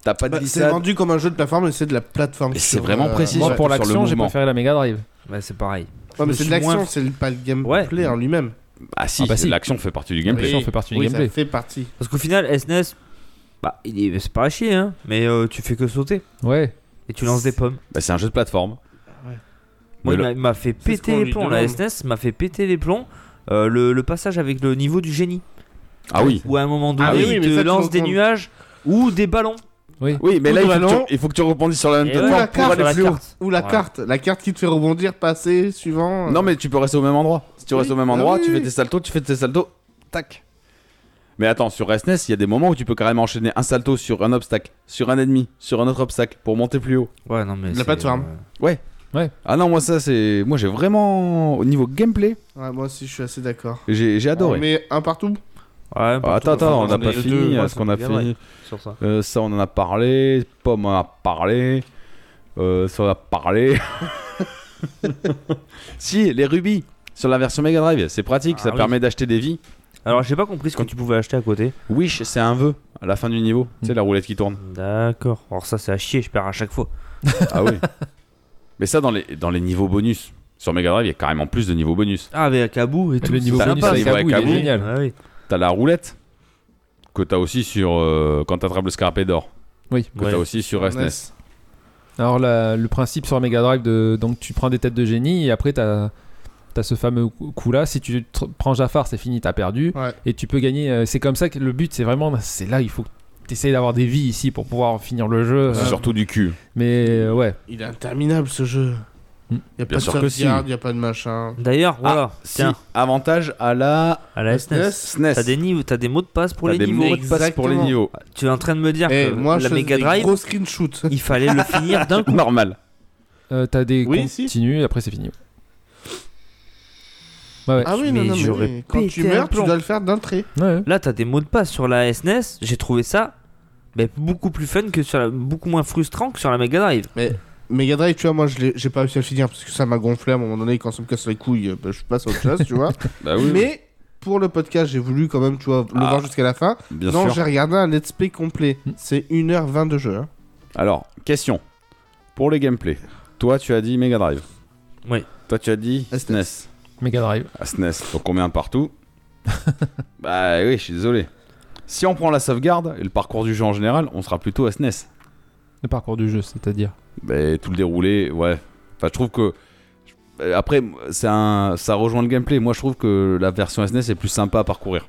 T'as pas de
Bah, c'est
glissade.
vendu comme un jeu de plateforme, mais c'est de la plateforme.
Et
sur, euh,
c'est vraiment précis.
Moi,
ouais,
pour
sur le
l'action, j'ai
mouvement.
préféré la Mega Drive.
Ouais, Bah, c'est pareil.
Ouais, mais
Je
c'est de
me suis
l'action,
moins-
c'est pas le gameplay en lui-même.
Ah si,
Ah bah si.
l'action fait partie du
gameplay.
gameplay.
L'action fait partie du
Oui,
gameplay.
ça fait partie.
Parce qu'au final, SNES, bah, il est- c'est pas à chier, hein. Mais euh, tu fais que sauter
Ouais.
et tu lances des pommes.
Bah, c'est un jeu de plateforme.
Moi,
Mais
il
le-
m'a- il m'a fait
ce qu'on
péter les
lui
plombs. La
demande.
SNES m'a fait péter les plombs. Euh, le, le passage avec le niveau du génie.
Ah oui.
Où à un moment donné,
Ah oui, oui,
il
mais
te
ça, tu
lance des
comprends.
nuages ou des ballons.
Oui, mais
Ou
là,
de
il faut,
ballon.
que tu, il faut que tu rebondisses sur la même
Et
plateforme
ouais,
la
pour
carte,
aller
sur la
plus haut.
carte.
Ou la
Ouais.
carte, la carte qui te fait rebondir, passer, suivant. euh,
Non, mais tu peux rester au même endroit. Si tu restes
Oui.
au même endroit,
Ah oui,
tu fais
oui.
tes saltos, tu fais tes saltos, tac. Mais attends, sur SNES, il y a des moments où tu peux carrément enchaîner un salto sur un obstacle, sur un ennemi, sur un autre obstacle pour monter plus haut.
Ouais, non, mais
La
c'est,
plateforme.
euh,
Ah non, moi ça c'est moi j'ai vraiment au niveau gameplay,
Ouais, moi aussi, je suis assez d'accord.
j'ai j'ai adoré.
Mais un partout
Ouais,
Ah, attends,
partout,
attends, on
enfin,
n'a
est
pas
deux,
fini
moi,
euh, ce
ça
qu'on
me
a
gaverait
fini.
Sur ça.
Euh, ça, on en a parlé. Pomme en a parlé. Euh, ça, on a parlé. si, les rubis sur la version Mega Drive, c'est pratique,
Ah
ça
oui.
permet d'acheter des vies.
Alors, j'ai pas compris ce que tu pouvais acheter à côté.
Wish, c'est un vœu à la fin du niveau. Tu sais, la roulette qui tourne.
D'accord. Alors, ça, c'est à chier, je perds à chaque fois.
ah oui. Mais ça, dans les, dans les niveaux bonus. Sur Mega Drive, il y a carrément plus de niveaux bonus.
Ah, avec Kabou et tout.
Le niveau
ça,
bonus
ça,
avec
il voit
Abou, il est
Abou.
génial.
Ah oui.
T'as la roulette que t'as aussi sur. euh, quand t'attrapes le scarabée d'or.
Oui.
Que
Ouais.
t'as aussi sur E SNES.
Alors la- le principe sur Mega Drive, de, donc tu prends des têtes de génie et après t'as as ce fameux coup là. Si tu te prends Jafar, c'est fini, t'as perdu
Ouais.
et tu peux gagner. euh, C'est comme ça que le but, c'est vraiment, c'est là il faut. T'essayes d'avoir des vies ici pour pouvoir finir le jeu.
C'est
Euh,
surtout du cul.
Mais euh, ouais,
Il est interminable ce jeu.
Hmm.
Y a
Bien
pas de
sûr que
sauvegarde, y a pas de machin.
D'ailleurs, voilà.
Si,
Tiens,
avantage à la
à la SNES.
SNES.
T'as des, niveaux- t'as des mots de passe pour les
T'as des
niveaux.
mots de passe pour les
Exactement.
niveaux.
Tu es en train de me dire
Eh,
que
moi, je
la
fais
Mega
des
Drive,
gros screenshots.
il fallait le finir d'un coup.
Normal.
Euh, t'as des
Oui, si.
continues et après c'est fini. Ouais, ouais.
Ah oui, non,
Mais
non, mais
j'aurais
oui, quand tu
pété un
meurs, tu
plomb.
dois le faire d'un trait.
Ouais, ouais.
Là, t'as des mots de passe sur la SNES. J'ai trouvé ça mais beaucoup plus fun que sur la, beaucoup moins frustrant que sur la Mega Drive.
Mega Drive, tu vois, moi, je l'ai- j'ai pas réussi à le finir parce que ça m'a gonflé à un moment donné. Quand ça me casse les couilles, euh, bah, je passe à autre chose, tu vois.
Bah oui,
Mais pour le podcast, j'ai voulu quand même, tu vois, le
Ah.
voir jusqu'à la fin.
bien
non, j'ai
sûr.
regardé un let's play complet.
Hmm.
C'est 1h20 de jeu. hein.
Alors, question. Pour le gameplay, toi tu as dit Mega Drive.
Oui.
Toi tu as dit
SNES.
SNES.
Mega Drive.
Ah, SNES, donc on met un partout. bah oui, je suis désolé. Si on prend la sauvegarde et le parcours du jeu en général, on sera plutôt à SNES.
Le parcours du jeu, c'est-à-dire.
Bah, tout le déroulé, ouais. Enfin, je trouve que. Euh, Après, c'est un... ça rejoint le gameplay. Moi, je trouve que la version SNES est plus sympa à parcourir.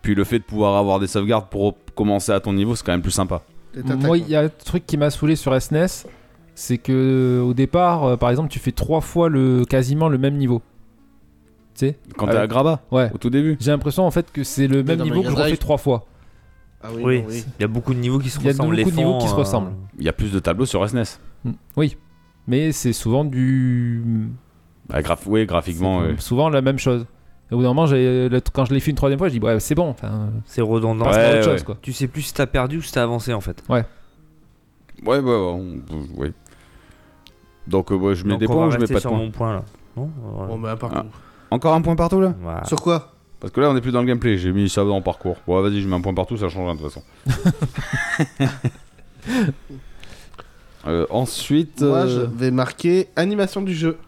Puis le fait de pouvoir avoir des sauvegardes pour commencer à ton niveau, c'est quand même plus sympa.
Et t'attaques,
Moi, il y a un truc qui m'a saoulé sur SNES, E c'est que euh, au départ, euh, par exemple, tu fais trois fois le quasiment le même niveau. Tu sais
Quand t'es à Grabat,
Ouais.
au tout début.
J'ai l'impression en fait que c'est le même
dans
niveau
Mega
que je refais
Drive.
trois fois.
Ah
Oui,
non, oui.
il y a beaucoup de niveaux qui se
Il y a
ressemblent.
beaucoup
les
de niveaux
fonds,
qui se
euh,
ressemblent.
Il y a plus de tableaux sur E SNES.
Mm. Oui. Mais c'est souvent du mm,
Bah, graph... Oui, graphiquement. ouais.
souvent la même chose. Et au bout d'un moment, j'ai- le- quand je l'ai fait une troisième fois, je dis ouais, c'est bon. Enfin,
C'est redondant.
passe
Ouais,
à autre
ouais.
chose quoi.
Tu sais plus si t'as perdu ou si t'as avancé en fait.
Ouais, ouais, ouais. on- ouais. Donc, euh, ouais, je mets
Donc
des
on va
points ou je mets
rester
pas de
sur
points
mon point là. Non
Bon,
Voilà.
bah, par
Ah.
contre.
Encore un point partout là
Voilà.
Sur quoi
Parce que là, on est plus dans le gameplay. J'ai mis ça dans parcours. Ouais, vas-y, je mets un point partout, ça change rien de toute façon. Euh, ensuite,
Moi, je
euh,
vais marquer animation du jeu.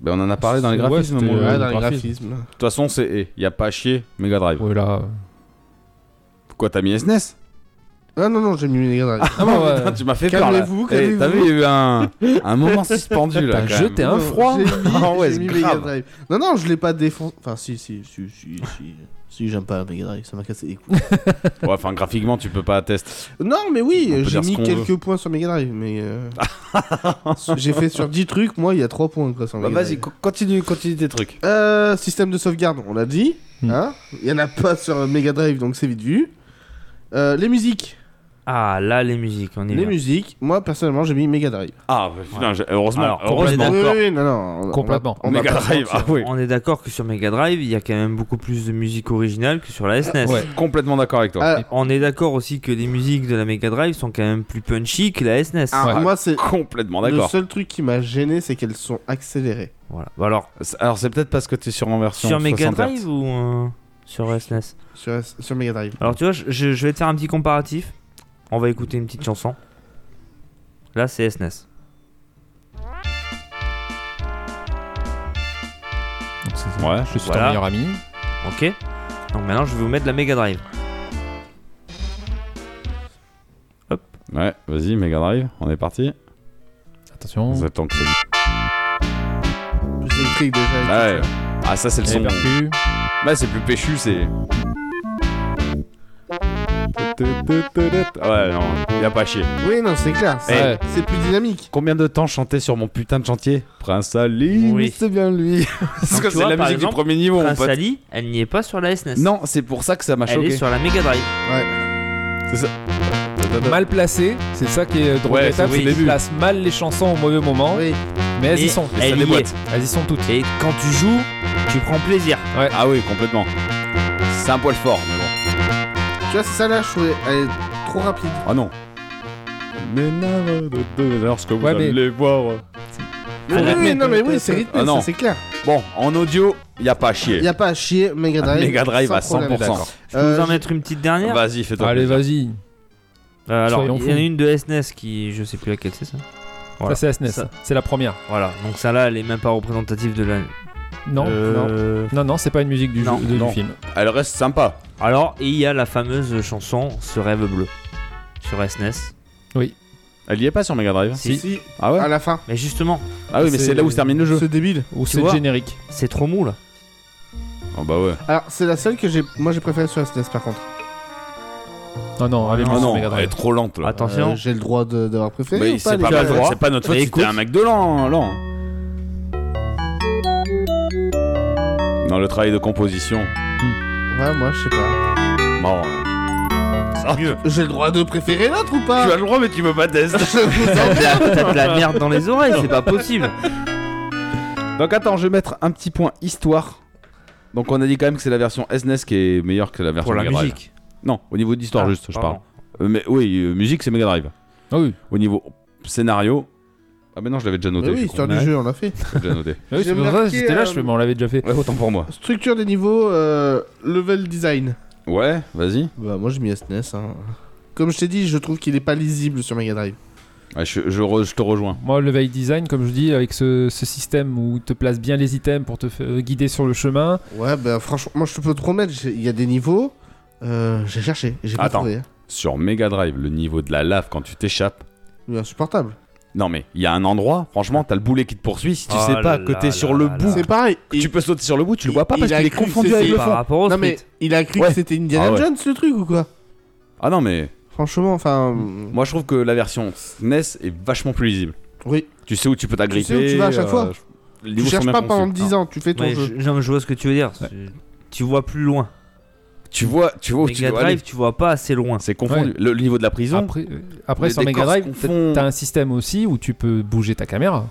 ben, on en a parlé dans les
Ouais,
graphismes.
c'était-
mon-
Euh,
ouais,
De
dans les
graphisme.
graphismes.
toute façon, c'est eh, y a pas à chier Mega Drive.
Ouais, Oh là.
Quoi, t'as mis SNES
Ah non, non, j'ai mis Mega Drive.
Ah bon, ouais.
Putain, Tu m'as fait peur là.
Calmez-vous,
Eh,
calmez-vous.
T'as vu, il y a eu un, un moment suspendu là.
T'as
quand
jeté
même.
un
Non,
froid.
J'ai mis,
Ah ouais,
j'ai
c'est
mis
grave.
Mega Drive. Non, non, je l'ai pas défoncé. Enfin, si, si, si, si, si. Si, j'aime pas Mega Drive, ça m'a cassé les couilles.
Ouais, enfin, graphiquement, tu peux pas attester.
Non, mais
On
oui,
peut
j'ai
dire ce
mis
qu'on
quelques points sur Mega Drive, mais. euh, j'ai fait sur 10 trucs, moi, il y a 3 points grâce à
Bah,
Mega
vas-y,
Drive.
co- continue, continue tes trucs.
Euh, système de sauvegarde, on l'a dit.
Hmm.
Hein il y en a pas sur Mega Drive, donc c'est vite vu. Euh, les musiques,
Ah là les musiques, on y
les
vient.
musiques. Moi personnellement, j'ai mis Mega Drive.
Ah, bah, putain, j'ai- heureusement.
Alors,
heureusement.
complètement.
Oui,
D'accord.
oui, oui, non, non. on- on va-
Complètement.
on va
Mega
pas se
Drive, ah
mentir.
oui.
On est d'accord que sur Mega Drive, il y a quand même beaucoup plus de musique originale que sur la SNES.
Ouais.
Complètement d'accord avec toi.
Ah,
On est d'accord aussi que les musiques de la Mega Drive sont quand même plus punchy que la E SNES.
Ah,
Ouais.
Moi,
Euh,
c'est
Complètement
le
d'accord.
seul truc qui m'a gêné, c'est qu'elles sont accélérées.
Voilà. Bah alors,
C'est- Alors c'est peut-être parce que t'es sur en version
sur Mega
60 Hz.
Drive ou euh, sur SNES
Sur, sur Mega Drive.
Alors tu vois, je, je- je vais te faire un petit comparatif. On va écouter une petite chanson. Là, c'est E SNES.
Donc, c'est-
Ouais.
Je suis
Voilà.
ton meilleur ami.
Ok Donc maintenant, je vais vous mettre la Mega Drive.
Ouais, vas-y Mega Drive, on est parti.
Attention.
On attend que ça.
Plus électrique déjà. et
Ah
tout
ouais. Ah ça c'est le
Eh
Les
ben,
son.
percus.
Bah c'est plus péchu, c'est. Ah Ouais non, y a pas chier. Eh.
ça. Oui, non, c'est clair. C'est
Ouais.
c'est plus dynamique.
Combien de temps chanter sur mon putain de chantier Prince Ali,
Oui.
c'est bien lui. Parce
Donc,
que
tu
c'est
vois,
la
par
musique
exemple,
du premier niveau, mon
Prince
pote.
Ali, elle n'y est pas sur la SNES.
Non, c'est pour ça que ça m'a
Elle est
choqué.
sur la Mega Drive.
Mal placé, c'est ça qui est drôle
Ouais,
d'étape,
c'est-
c'est
oui.
qu'ils placent mal les chansons au mauvais moment,
Oui.
mais elles
Mais
y sont.
elle
Ça
y
déboîte.
est.
Elles y sont toutes.
Et quand tu joues, tu prends plaisir.
Ah oui, complètement. C'est un poil fort, mais bon.
Tu vois, c'est ça là, je trouvais elle est trop rapide.
Ah non. Mais non, de- de- alors ce que vous
Ouais, mais-
allez voir.
Oui,
Arrête,
oui,
mais-
non, mais oui, c'est rythmé,
Ah non.
ça, c'est clair.
Bon, en audio, y a pas à chier.
Il y a pas à chier Mega
Ah,
Drive.
Mega Drive à
sans problème.
100%.
Je peux
Euh,
vous en
j'ai-
mettre une petite dernière
Vas-y, fais-toi.
Allez,
plaisir.
vas-y.
Euh, Alors,
Soyons
il y en a
fous.
une de SNES qui, je sais plus laquelle c'est ça. Voilà.
Ça, c'est la SNES.
Ça.
C'est la première.
Voilà, donc ça là, elle est même pas représentative de la.
Non,
Euh,
non, non, c'est pas une musique du,
Non,
jeu, de- du
non.
film.
Elle reste sympa.
Alors, et il y a la fameuse chanson Ce rêve bleu sur E SNES.
Elle y est pas sur Mega Drive
Si.
Si,
Ah ouais
à la fin.
Mais justement,
Ah oui, mais
c'est-
c'est là où se termine le jeu.
C'est débile.
Ou c'est
vois
générique.
c'est trop mou là.
Ah bah ouais.
Alors, c'est la seule que j'ai. Moi, j'ai préférée sur SNES E par contre.
Non, non, allez,
Ah
plus
non,
Mega
elle est
Drive.
trop lente là.
Attention.
Euh, j'ai le droit de- d'avoir préféré.
Mais
ou
c'est
les
pas,
gars
mal, c'est pas notre faute
Mais
si t'es
écoute.
un mec de lent, lent. Non, le travail de composition. hein.
Ouais, moi, je sais pas.
Bon. C'est mieux.
J'ai le droit de préférer l'autre ou
Tu
pas
as le droit, mais tu peux pas tester.
T'as de la- t'as de la merde dans les oreilles, c'est pas possible.
Donc attends, je vais mettre un petit point histoire. Donc on a dit quand même que c'est la version SNES qui est meilleure que la version
Pour la
Mega Drive.
musique.
Non, au niveau d'histoire
Ah,
juste, je
pardon.
parle. Euh, mais oui, euh, musique c'est Mega Drive.
Ah oui,
Au niveau scénario. Ah mais non, je l'avais déjà
Mais
Eh
noté. je
Eh oui,
suis
histoire
con.
du jeu, on l'a fait.
Je l'avais déjà noté.
Ah oui,
J'ai
c'est pour ça,
marqué,
j'étais là, je
euh,
fais, mais on l'avait déjà fait.
Ouais, autant pour moi.
Structure des niveaux, euh, level design.
Ouais, vas-y.
Bah, moi, j'ai mis SNES. Hein. Comme je t'ai dit, je trouve qu'il est pas lisible sur Mega Drive.
Ouais, je, je re- je te rejoins.
Moi, le veille design, comme je dis, avec ce, ce système où il te place bien les items pour te f- euh, guider sur le chemin.
Ouais, bah, franchement, moi, je peux te promettre, j'ai- il y a des niveaux. euh, j'ai cherché, j'ai pas
Attends.
trouvé. hein.
Sur Mega Drive, le niveau de la lave quand tu t'échappes.
Il est insupportable.
Non mais il y a un endroit, franchement, t'as le boulet qui te poursuit. Si tu
Oh
sais pas
là
que t'es
là
sur
là
le
là
bout,
C'est pareil.
tu
il-
peux sauter sur le bout, tu le vois pas
il
parce
a
qu'il est
cru que
confondu
c'était-
avec le
Par
fond.
rapport au
Non, mais
sprite.
il a cru
Ouais.
que c'était Indiana
Ah ouais.
Jones, le truc, ou quoi
Ah non mais
Franchement, enfin.
Mm.
euh,
moi je trouve que la version SNES est E vachement plus lisible.
Oui.
Tu sais où tu peux t'agripper.
Tu sais où tu vas à chaque fois.
je- les
Tu
livres sont
cherches
bien
pas
conçus.
pendant 10 ans, tu fais ton
Ouais,
jeu.
je, non, mais je vois ce que tu veux dire.
Ouais.
Tu- Tu vois plus loin.
Tu vois, tu vois où Oh, tu
Mega
dois
Drive,
aller.
tu vois pas assez loin.
C'est confondu. Le, le niveau de la prison.
Après, euh, après
les
sur Mega
décors se
Drive,
confondent.
t'as un système aussi où tu peux bouger ta caméra.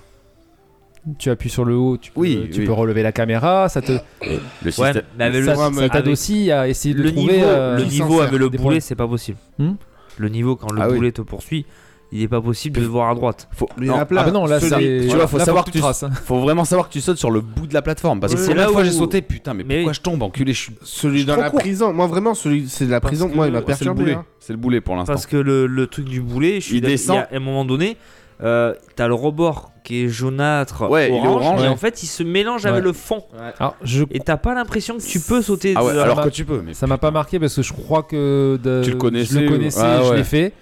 Tu appuies sur le haut, tu peux,
Oui,
tu
oui.
peux relever la caméra, ça te
Le
Ouais,
système.
mais avec
ça,
le,
ça
avec-
t'aide aussi à essayer de
le
trouver.
niveau,
euh,
le
qui s'en
niveau
sert,
avec le
des
boulet,
points.
c'est pas possible.
Hmm
le niveau quand le
Ah oui.
boulet te poursuit, il est pas possible de voir à droite.
Faut,
Mais il y en a
non,
plein.
ah bah non, là,
Ceux-
c'est-
Tu vois,
voilà,
faut
là,
savoir
que
que
tu
tu-
traces. hein.
faut vraiment savoir que tu sautes sur le bout de la plateforme. Parce que
Oui,
c'est
c'est
là
là
fois
où-
j'ai sauté. Putain, mais,
Mais
pourquoi
oui.
je tombe Enculé, je suis.
Celui
Je
dans
suis
la
trop con.
prison, moi vraiment, celui c'est de la
Parce
prison,
que
moi il m'a
le-
Ah, C'est le
perturbé.
boulet.
hein.
C'est le boulet pour l'instant.
Parce que le, le truc du boulet, je suis
Il
d'accord,
descend.
y a- à un moment donné, euh, t'as le rebord qui est jaunâtre,
Ouais, il est
orange,
orange,
et
ouais.
en fait il se mélange avec
Ouais.
le fond.
Alors, je...
Et t'as pas l'impression que tu peux sauter.
Ah ouais,
de-
alors
m'a-
que tu peux. Mais
ça m'a pas marqué parce que je crois que de-
Tu le connaissais,
je le connaissais,
ouais. Ah
je
ouais.
l'ai fait.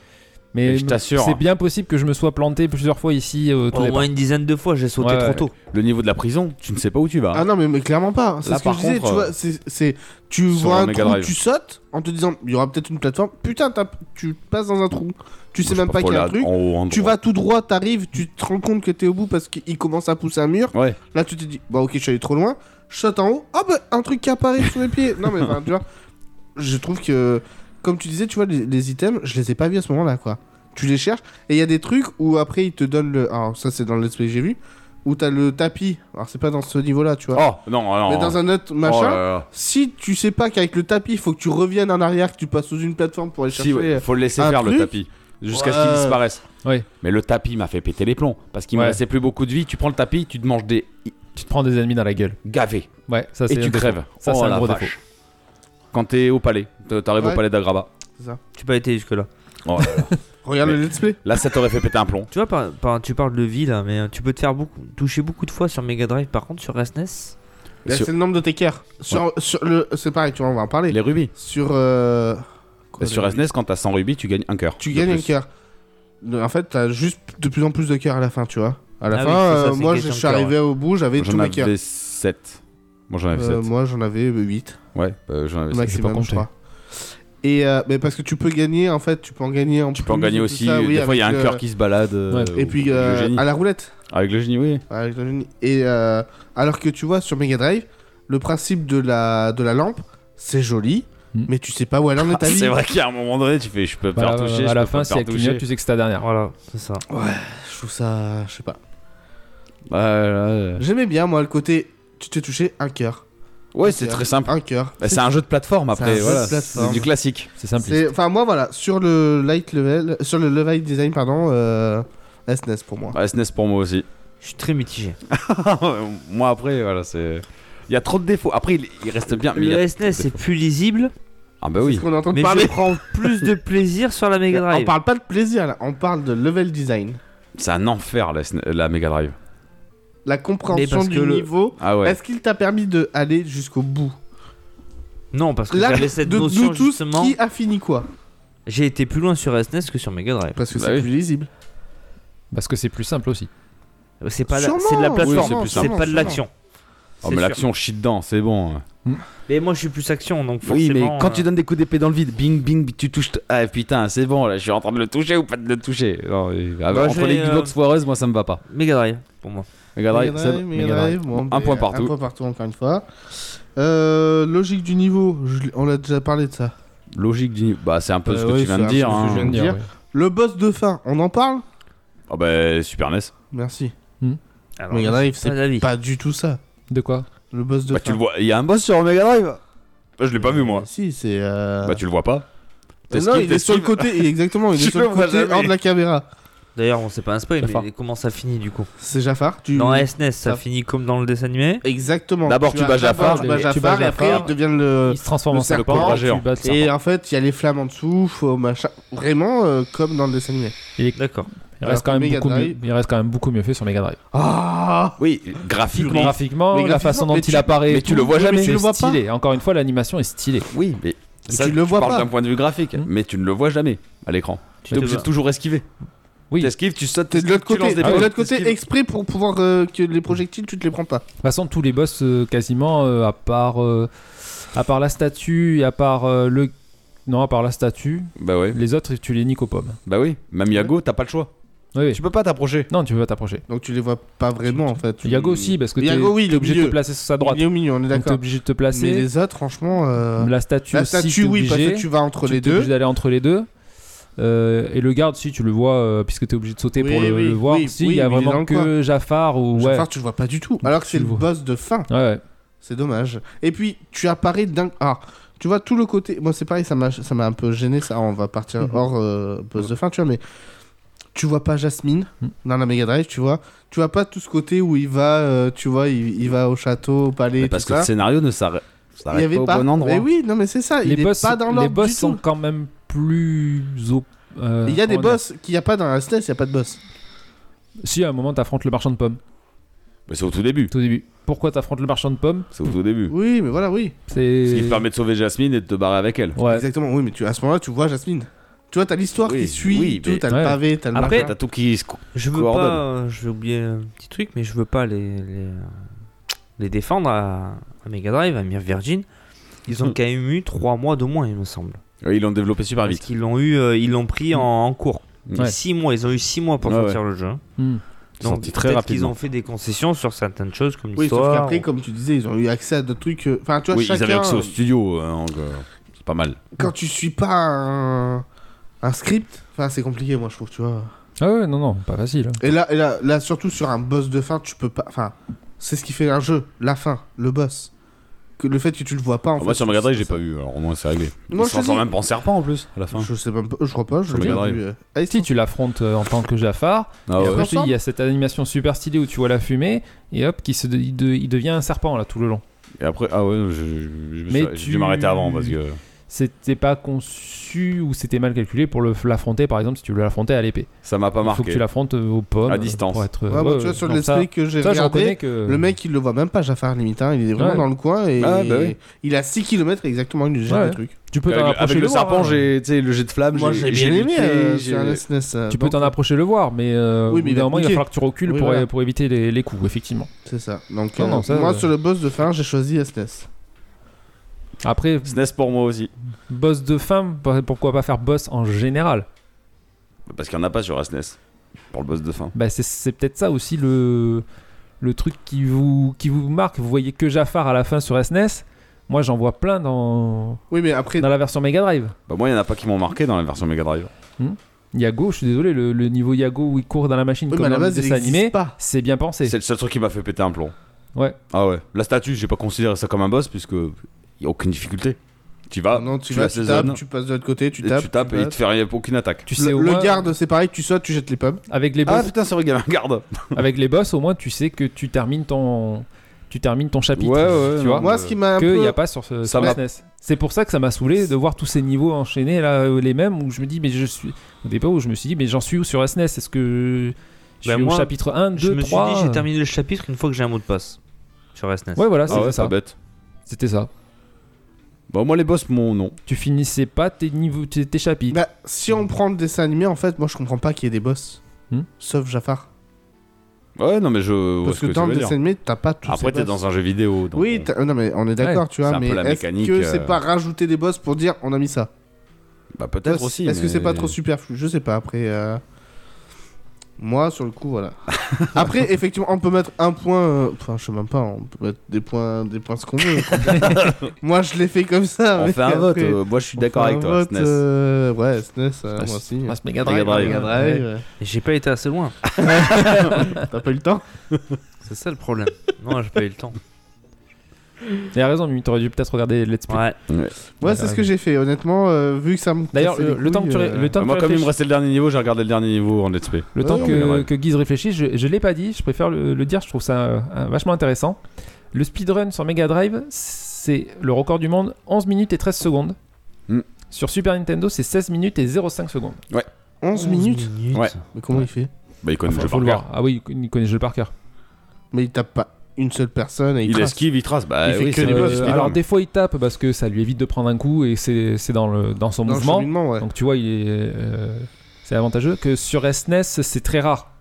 Mais
Mais je t'assure. hein,
c'est bien possible que je me sois planté plusieurs fois ici. euh, tous
Au
les
moins une dizaine de fois, j'ai sauté
Ouais,
trop
ouais.
tôt.
le niveau de la prison, tu ne sais pas où tu vas.
Ah non, mais, mais clairement pas. C'est
Là,
ce que
par
je disais,
contre,
tu
euh,
vois. c'est- c'est- tu
sur
vois
un
un
Mega
trou,
Drive.
tu sautes en te disant, il y aura peut-être une plateforme. Putain, t'as- tu passes dans un trou. Tu
Moi,
sais
je
même pas
faut
qu'il y a un
aller
truc.
en haut, en
Tu
droit.
vas tout droit, t'arrives, tu te rends compte que t'es au bout parce qu'il commence à pousser un mur.
Ouais.
Là, tu te dis, bah ok, je suis allé trop loin. Je saute en haut. Ah bah, un truc qui apparaît sous les pieds. Non, mais enfin, tu vois, je trouve que, comme tu disais, tu vois, les, les items, je les ai pas vus à ce moment-là, quoi. Tu les cherches et il y a des trucs où après ils te donnent le. Alors, ça, c'est dans le let's play que j'ai vu. Où t'as le tapis. Alors, c'est pas dans ce niveau-là, tu vois.
Oh non, non.
Mais dans un autre
oh
machin,
là là.
si tu sais pas qu'avec le tapis, il faut que tu reviennes en arrière, que tu passes sous une plateforme pour aller chercher. euh,
Si, ouais, faut le laisser
un
faire le
truc.
tapis. Jusqu'à ce
Ouais.
qu'il disparaisse.
Oui.
Mais le tapis m'a fait péter les plombs. Parce qu'il me
Ouais.
restait plus beaucoup de vie. Tu prends le tapis, tu te manges des
bras. Tu te prends des ennemis dans la gueule.
gavés.
Ouais, ça c'est
Et
un
tu
défaut.
crèves.
Ça, c'est
Oh,
un
la
gros
vache.
défaut.
Quand t'es au palais, t- t'arrives au
Ouais.
palais d'Agraba.
Tu pas été jusque là.
Regarde
Mais-
le let's play.
Là, ça t'aurait fait péter un plomb.
Tu vois, par- par- tu parles de vie là, mais euh, tu peux te faire beaucoup, toucher beaucoup de fois sur Mega Drive. Par contre, sur E SNES,
Là,
Sur-
C'est le nombre de tes cœurs. Sur, sur le, c'est pareil, tu vois, on va en parler.
Les rubis.
Sur, euh, quoi,
Sur
les-
SNES, quand t'as 100 rubis, tu gagnes un cœur.
tu
de
gagnes un
plus.
cœur. En fait, t'as juste de plus en plus de cœurs à la fin, tu vois. À la
Ah
fin,
oui, c'est ça,
euh,
c'est
moi,
une
je
question
suis
de cœur,
arrivé au bout, j'avais tous
J'en
mes cœurs.
avais 7. Moi, j'en avais
Euh, Bah,
7.
moi, j'en avais 8
Ouais, euh, j'en avais 7.
maximum, je
compté.
crois. Et euh, mais parce que tu peux gagner, en fait, tu peux en gagner en
Tu peux en gagner aussi. des fois, il y a un cœur qui se balade. euh,
Ouais.
au-
Et puis,
avec
euh,
le génie.
à la roulette.
Avec le génie, oui.
Avec le génie. Et euh, alors que tu vois sur Mega Drive, le principe de la, de la lampe, c'est joli,
Hmm.
Mm.
mais tu sais pas où elle en est ta vie.
C'est vrai qu'à un moment donné, tu fais je peux me
Voilà,
faire toucher.
Bah, à
je
la
peux
fin,
me
si
faire
elle clignote,
toucher.
tu sais que c'est ta dernière.
voilà, c'est ça.
Ouais, je trouve ça, je sais pas.
Ouais, ouais, ouais.
J'aimais bien moi le côté, tu t'es touché un cœur.
Ouais,
Un
c'est
cœur,
très simple.
Un cœur.
Bah, C'est un jeu de plateforme
C'est un
après,
jeu
voilà.
de plateforme.
C'est du classique.
C'est simple.
C'est- Enfin moi voilà sur le light level, sur le level design pardon, euh, SNES pour moi.
Ouais, SNES pour moi aussi.
Je suis très mitigé.
moi après, voilà, c'est. Il y a trop de défauts. Après, il, il reste bien. Ah, Mais il y a-
Le SNES c'est plus lisible,
Ah bah
C'est
oui.
ce qu'on est en train de
mais
parler.
je prends plus de plaisir sur la Mega
on
Drive.
parle pas de plaisir là, on parle de level design,
C'est un enfer la, SNES la Mega Drive.
la compréhension
parce
du
que le-
niveau.
Ah ouais.
Est-ce qu'il t'a permis de aller jusqu'au bout
Non, parce que
Là,
j'avais cette
de
notion
nous tous,
justement.
qui a fini quoi
J'ai été plus loin sur SNES que sur Mega Drive.
Parce que
Bah
c'est
oui.
plus lisible.
Parce que c'est plus simple aussi.
C'est pas, la-
Sûrement,
c'est de la
oui,
plateforme,
c'est plus
c'est
simple.
pas de
Sûrement.
l'action.
Oh,
C'est
mais
sûr.
l'action chie dedans, c'est bon. hein.
Mais moi, je suis plus action, donc
Oui,
forcément.
mais quand
hein.
tu
euh,
donnes des coups d'épée dans le vide, bing bing, tu touches. Ah putain, c'est bon, là, je suis en train de le toucher ou pas de le toucher. Non, et- ah,
Bah,
Moi,
entre
j'ai,
les Xbox foireuses, moi ça me va pas.
Mega Drive pour moi.
Mega Drive,
Mega
c'est-
Drive, Mega
Mega Drive.
Drive, bon,
Un
ben,
point partout.
Un point partout, encore une fois. Euh, logique du niveau, je l'ai- on l'a déjà parlé de ça.
Logique du. Bah, c'est un peu
Euh,
ce que
oui,
tu viens
c'est
de
un
dire.
peu ce que
hein.
je viens de dire. Le boss de fin, on en parle
Ah bah, Super NES.
Merci.
Alors,
Mega Drive, c'est
pas d'avis.
pas du tout ça.
De quoi
Le boss de
Bah,
fin.
tu le vois, il y a un boss sur Mega Drive Bah, Je l'ai pas vu moi.
Si, c'est. euh,
Bah, tu le vois pas
Euh, non,
T'esquives,
il est sur le
t'esquives.
côté, il- exactement, il est
Je
sur le
le vois
côté
jamais.
hors de la caméra.
D'ailleurs, on sait pas un spoil,
Enfin.
mais comment ça finit du coup
C'est Jafar, tu.
Mm.
Dans SNES, ça
Ça-
finit comme dans le dessin animé.
Exactement.
D'abord, tu
as-
bats Jafar,
d'abord, tu bats
tu
Jafar,
bats
et après,
Jafar.
il devient le.
Il se transforme
Euh, le
en
serpent,
serpent.
géant.
tu bats le
Et
serpent.
en fait, il y a les flammes en dessous, faut machin. Vraiment, euh, comme dans le dessin animé.
D'accord.
Il
alors
reste quand
que
même
euh, Mega
beaucoup mieux.
Drive-
Il reste quand même beaucoup mieux fait sur Mega Drive.
Ah
Oui, graphiquement.
Graphiquement,
Mais
la
graphiquement,
façon dont
mais
il
tu-
apparaît,
mais
et
tu le
tout,
vois
mais
jamais.
c'est
Tu le vois pas.
stylé. Encore une fois, l'animation est stylée.
Oui, mais.
Mais tu le vois
parle
pas.
d'un point de vue graphique,
Hmm.
mais tu ne le vois jamais à l'écran. Tu
te
es obligé
bats.
de toujours esquiver.
Oui.
T'esquives, tu sautes,
T'es de
t'esquives,
l'autre
tu
côté,
lances des
t'es de
bombes,
l'autre côté
t'esquives.
exprès pour pouvoir euh, que les projectiles tu te les prends pas.
De toute façon, tous les boss, euh, quasiment, euh, à part, euh, à part la statue, et à part euh, le, non, à part la statue,
Bah ouais,
les autres, tu les niques aux pommes.
bah oui. Même Yago, t'as pas le choix.
Oui, oui.
Tu peux pas t'approcher.
Non, tu peux pas t'approcher.
Donc tu les vois pas vraiment en fait.
Yago aussi, parce que t'es
Yago, oui,
t'es
il est
obligé de
milieu.
te placer sur sa droite.
Il est au milieu, on est
Donc t'es
d'accord.
obligé de te
Mais
placer.
les autres, franchement. euh,
La statue,
La
aussi, t'es
statue, oui, parce
obligé.
que tu vas entre
Tu-
les
t'es
deux.
obligé d'aller entre les deux. Euh, et le garde, si tu le vois, euh, puisque t'es obligé de sauter
Oui,
pour le,
oui,
le voir,
oui,
si
oui,
il y a
mais il est dans
vraiment
le coin.
que Jafar ou ouais,
Jafar, tu le vois pas du tout. Alors que
Tu
c'est
le
le
vois.
boss de fin.
ouais, ouais.
C'est dommage. Et puis, tu apparais d'un. Ah, tu vois tout le côté. Moi, c'est pareil, ça m'a ça m'a un peu gêné. Ça, on va partir
Mhm.
hors euh, boss de fin, tu vois, mais. Tu vois pas Jasmine
Mhm.
dans la Mega Drive, tu vois. Tu vois pas tout ce côté où il va, euh, tu vois, il, il va au château, au palais,
Mais
tout
parce que
ça.
le scénario ne s'arrête
il y
s'arrête
avait
pas au
pas.
bon endroit.
Mais oui, non, mais c'est ça.
Les
il est
boss,
pas dans
les
l'ordre
boss
du
sont
tout.
quand même plus. op- euh,
Il y a des
comment dire
boss qu'il n'y a pas dans la SNES, il n'y a pas de boss.
Si à un moment t'affrontes le marchand de pommes,
Mais c'est au tout début.
tout au début. Pourquoi t'affrontes le marchand de pommes
C'est au tout début.
Oui, mais voilà, oui.
Ce qui
C'est.
te permet de sauver Jasmine et de te barrer avec elle.
Ouais.
Exactement, oui, mais tu, à ce moment-là, tu vois Jasmine. Tu vois, t'as l'histoire
Oui,
qui suit,
oui,
tout,
mais-
t'as le
Ouais.
pavé, t'as le
Après,
machin.
T'as tout qui se cou-
Je veux
coordonne.
pas, euh, je vais oublier un petit truc, mais je veux pas les, les, euh, les défendre à, à Mega Drive, à Mir Virgin. Ils ont
Hmm.
quand même eu 3 mois de moins, il me semble.
Ouais, ils l'ont développé super
Parce
vite. Hmm.
qu'ils l'ont eu, euh, ils l'ont pris en, en cours.
Ouais.
6 mois, ils ont eu 6 mois pour
Ouais,
sortir le jeu.
Hmm.
Ils sont
Donc
sortis très
peut-être qu'ils
rapidement.
ont fait des concessions sur certaines choses comme
Oui, sauf
l'histoire.
qu'après,
ou-
comme tu disais, ils ont eu accès à d'autres trucs. euh, Enfin, tu vois,
Oui, ils
chacun. euh,
avaient accès au studio. hein, donc, euh, C'est pas mal.
Quand tu suis pas un, un script, enfin, c'est compliqué, moi, je trouve, tu vois.
Ah ouais, non, non, pas facile.
Et là, et là, là, surtout sur un boss de fin, tu peux pas. Enfin, c'est ce qui fait un jeu, la fin, le boss. Que le fait que tu le vois pas en
Alors, Ah, moi
fait,
sur Mega Drive, j'ai
ça-
pas vu. Alors au moins c'est réglé. ils s'en
Moi, je te
sortent
dis-
même pas en serpent en plus à la fin.
Je sais même pas, je crois pas, je
Sur
l'ai
Mega
pas
Drive.
vu. euh, Ice
Si tu l'affrontes euh, en tant que Jafar,
Ah
Et
ouais.
après,
Ensemble
il y a cette animation super stylée où tu vois la fumée et hop, qui se de- il, de- il devient un serpent là tout le long.
Et après, ah ouais, je, je, je
Mais
me suis- j'ai
tu-
dû m'arrêter avant parce que.
C'était pas conçu ou c'était mal calculé pour le- l'affronter, par exemple, si tu veux l'affronter à l'épée.
Ça m'a pas
Il faut que
marqué.
tu l'affrontes euh, aux pommes.
À
euh,
distance.
Pour être, euh,
Ouais, moi,
ouais,
Ah, bah, tu vois, sur
non, ça-
l'esprit que j'ai
ça, je reconnais
regardé,
que.
le mec, il le voit même pas, Jafar limite. hein, Il est vraiment
Ouais.
dans le coin et
Ah, bah oui.
il a 6 km exactement, il lui jette
Ouais.
des trucs.
Tu peux t'en
avec,
approcher
avec le
voir,
serpent,
hein.
j'ai tu sais, le jet de flamme.
Moi, j'ai bien aimé
lutté,
euh,
j'ai-
sur la SNES. euh,
Tu peux
donc,
t'en approcher le voir, mais euh,
Oui,
au
mais
bout
il
d'un
va
moment, il va
te
falloir que tu recules
Oui,
pour,
voilà.
pour éviter les, les coups, effectivement.
C'est ça. Donc,
Non,
euh,
non, ça,
moi,
euh,
sur le boss de fin, j'ai choisi SNES.
Après,
SNES pour moi aussi.
boss de fin, pour- pourquoi pas faire boss en général
Parce qu'il n'y en a pas sur la SNES. Pour le boss de fin.
Bah, c'est- c'est peut-être ça aussi le, le truc qui vous, qui vous marque. Vous voyez que Jafar à la fin sur SNES. Moi, j'en vois plein dans,
Oui, mais après,
dans la version Mega Drive.
Bah, moi, il n'y en a pas qui m'ont marqué dans la version Mega Drive.
Yago, je suis désolé, le, le niveau Yago où il court dans la machine
oui, mais
comme
à la
dans le
base, il
dessin
n'existe
animé,
pas.
c'est bien pensé.
C'est le seul truc qui m'a fait péter un plomb.
Ouais.
Ah ouais. La statue, j'ai pas considéré ça comme un boss puisque il y a aucune difficulté. Tu vas,
Ah Non, tu
Ah, tu
vas, tu
assaisonnes,
tapes, tu passes de l'autre côté, tu
et
tapes. euh,
tu tapes et il te fait rien- aucune attaque.
Tu sais
Le,
au
le
moins,
garde, c'est pareil, tu sautes, tu jettes les pommes.
avec les
Ah
boss,
putain, c'est vrai, il y avait un garde.
Ah.
avec les boss, au moins tu sais que tu termines ton, tu termines ton chapitre.
Ouais, ouais,
tu
non,
vois
Ah,
Moi,
mais-
ce qui m'a un
que
peu.
y a pas sur ce
Ça
sur
m'a-
SNES. C'est pour ça que ça m'a saoulé de voir tous ces niveaux enchaînés là euh, les mêmes où je me dis mais je suis au départ où je me suis dit mais j'en suis où sur SNES Est-ce que je
Bah,
suis
moi,
au chapitre 1 2
je me
3
suis
euh,
dit, j'ai terminé le chapitre une fois que j'ai un mot de passe sur E SNES.
Ouais voilà, c'était
Ah ouais,
ça.
c'est bête.
C'était ça.
Bah, moi, les boss, mon non.
Tu finissais pas tes niveaux tes, tes chapitres.
Bah, si on prend le dessin animé, en fait, moi, je comprends pas qu'il y ait des boss.
Hmm.
Sauf Jafar.
Ouais, non, mais je.
Parce
ce
que,
tu
dans
veux
le
dire.
dessin animé, t'as pas tout
Après, t'es dans un jeu vidéo. donc
Oui,
bon.
t'as- non, mais on est d'accord,
C'est
tu vois,
un peu
mais
la
est-ce
mécanique,
que
euh,
c'est pas rajouter des boss pour dire on a mis ça
Bah, peut-être
Est-ce-
aussi.
Est-ce que c'est
mais-
pas trop superflu Je sais pas, après... euh, Moi, sur le coup, voilà. Après, effectivement, on peut mettre un point... euh, Enfin, je sais même pas, on peut mettre des points, des points ce qu'on veut. moi, je l'ai fait comme ça.
On
mais
fait un
après,
vote.
on
euh, Moi, je suis d'accord
fait
avec
un
toi.
vote,
SNES.
euh, Ouais, SNES, euh, moi aussi.
Ah, c'est Mega
Mega
Drive.
Drive.
Mega Drive, euh,
Et J'ai pas été assez loin.
T'as pas eu le temps
C'est ça le problème. non, j'ai pas eu le temps.
Il a raison, mais t'aurais dû peut-être regarder Let's Play.
Ouais.
Ouais, c'est ce que j'ai fait, honnêtement, euh, vu que ça me...
D'ailleurs,
cassait les
le, le temps que tu
couilles,
ré-
euh,
le temps
Bah,
que
moi,
tu
comme il me
réfléchis-
restait le dernier niveau, j'ai regardé le dernier niveau en Let's Play.
Le temps
Ouais,
on
que,
verra.
que Guise réfléchisse, je, je l'ai pas dit, je préfère le, le dire, je trouve ça euh, un- vachement intéressant. Le speedrun sur Mega Drive, c'est le record du monde, 11 minutes et 13 secondes.
Mm.
Sur Super Nintendo, c'est 16 minutes et 0,5 secondes.
11 minutes
Ouais.
Mais comment il fait
Bah, il connaît
Enfin,
le jeu
faut
par
le
cœur.
voir. Ah oui, il connaît le jeu par cœur.
Mais il tape pas une seule personne et il,
Il
crasse.
esquive, il trace. Bah
Il fait
oui,
que
c'est
des
le
Euh,
boss,
speedrun.
alors des fois il tape parce que ça lui évite de prendre un coup et c'est c'est dans, le- dans son
Dans le
mouvement.
cheminement, ouais.
Donc tu vois, il est, euh, c'est avantageux que sur SNES, c'est très rare.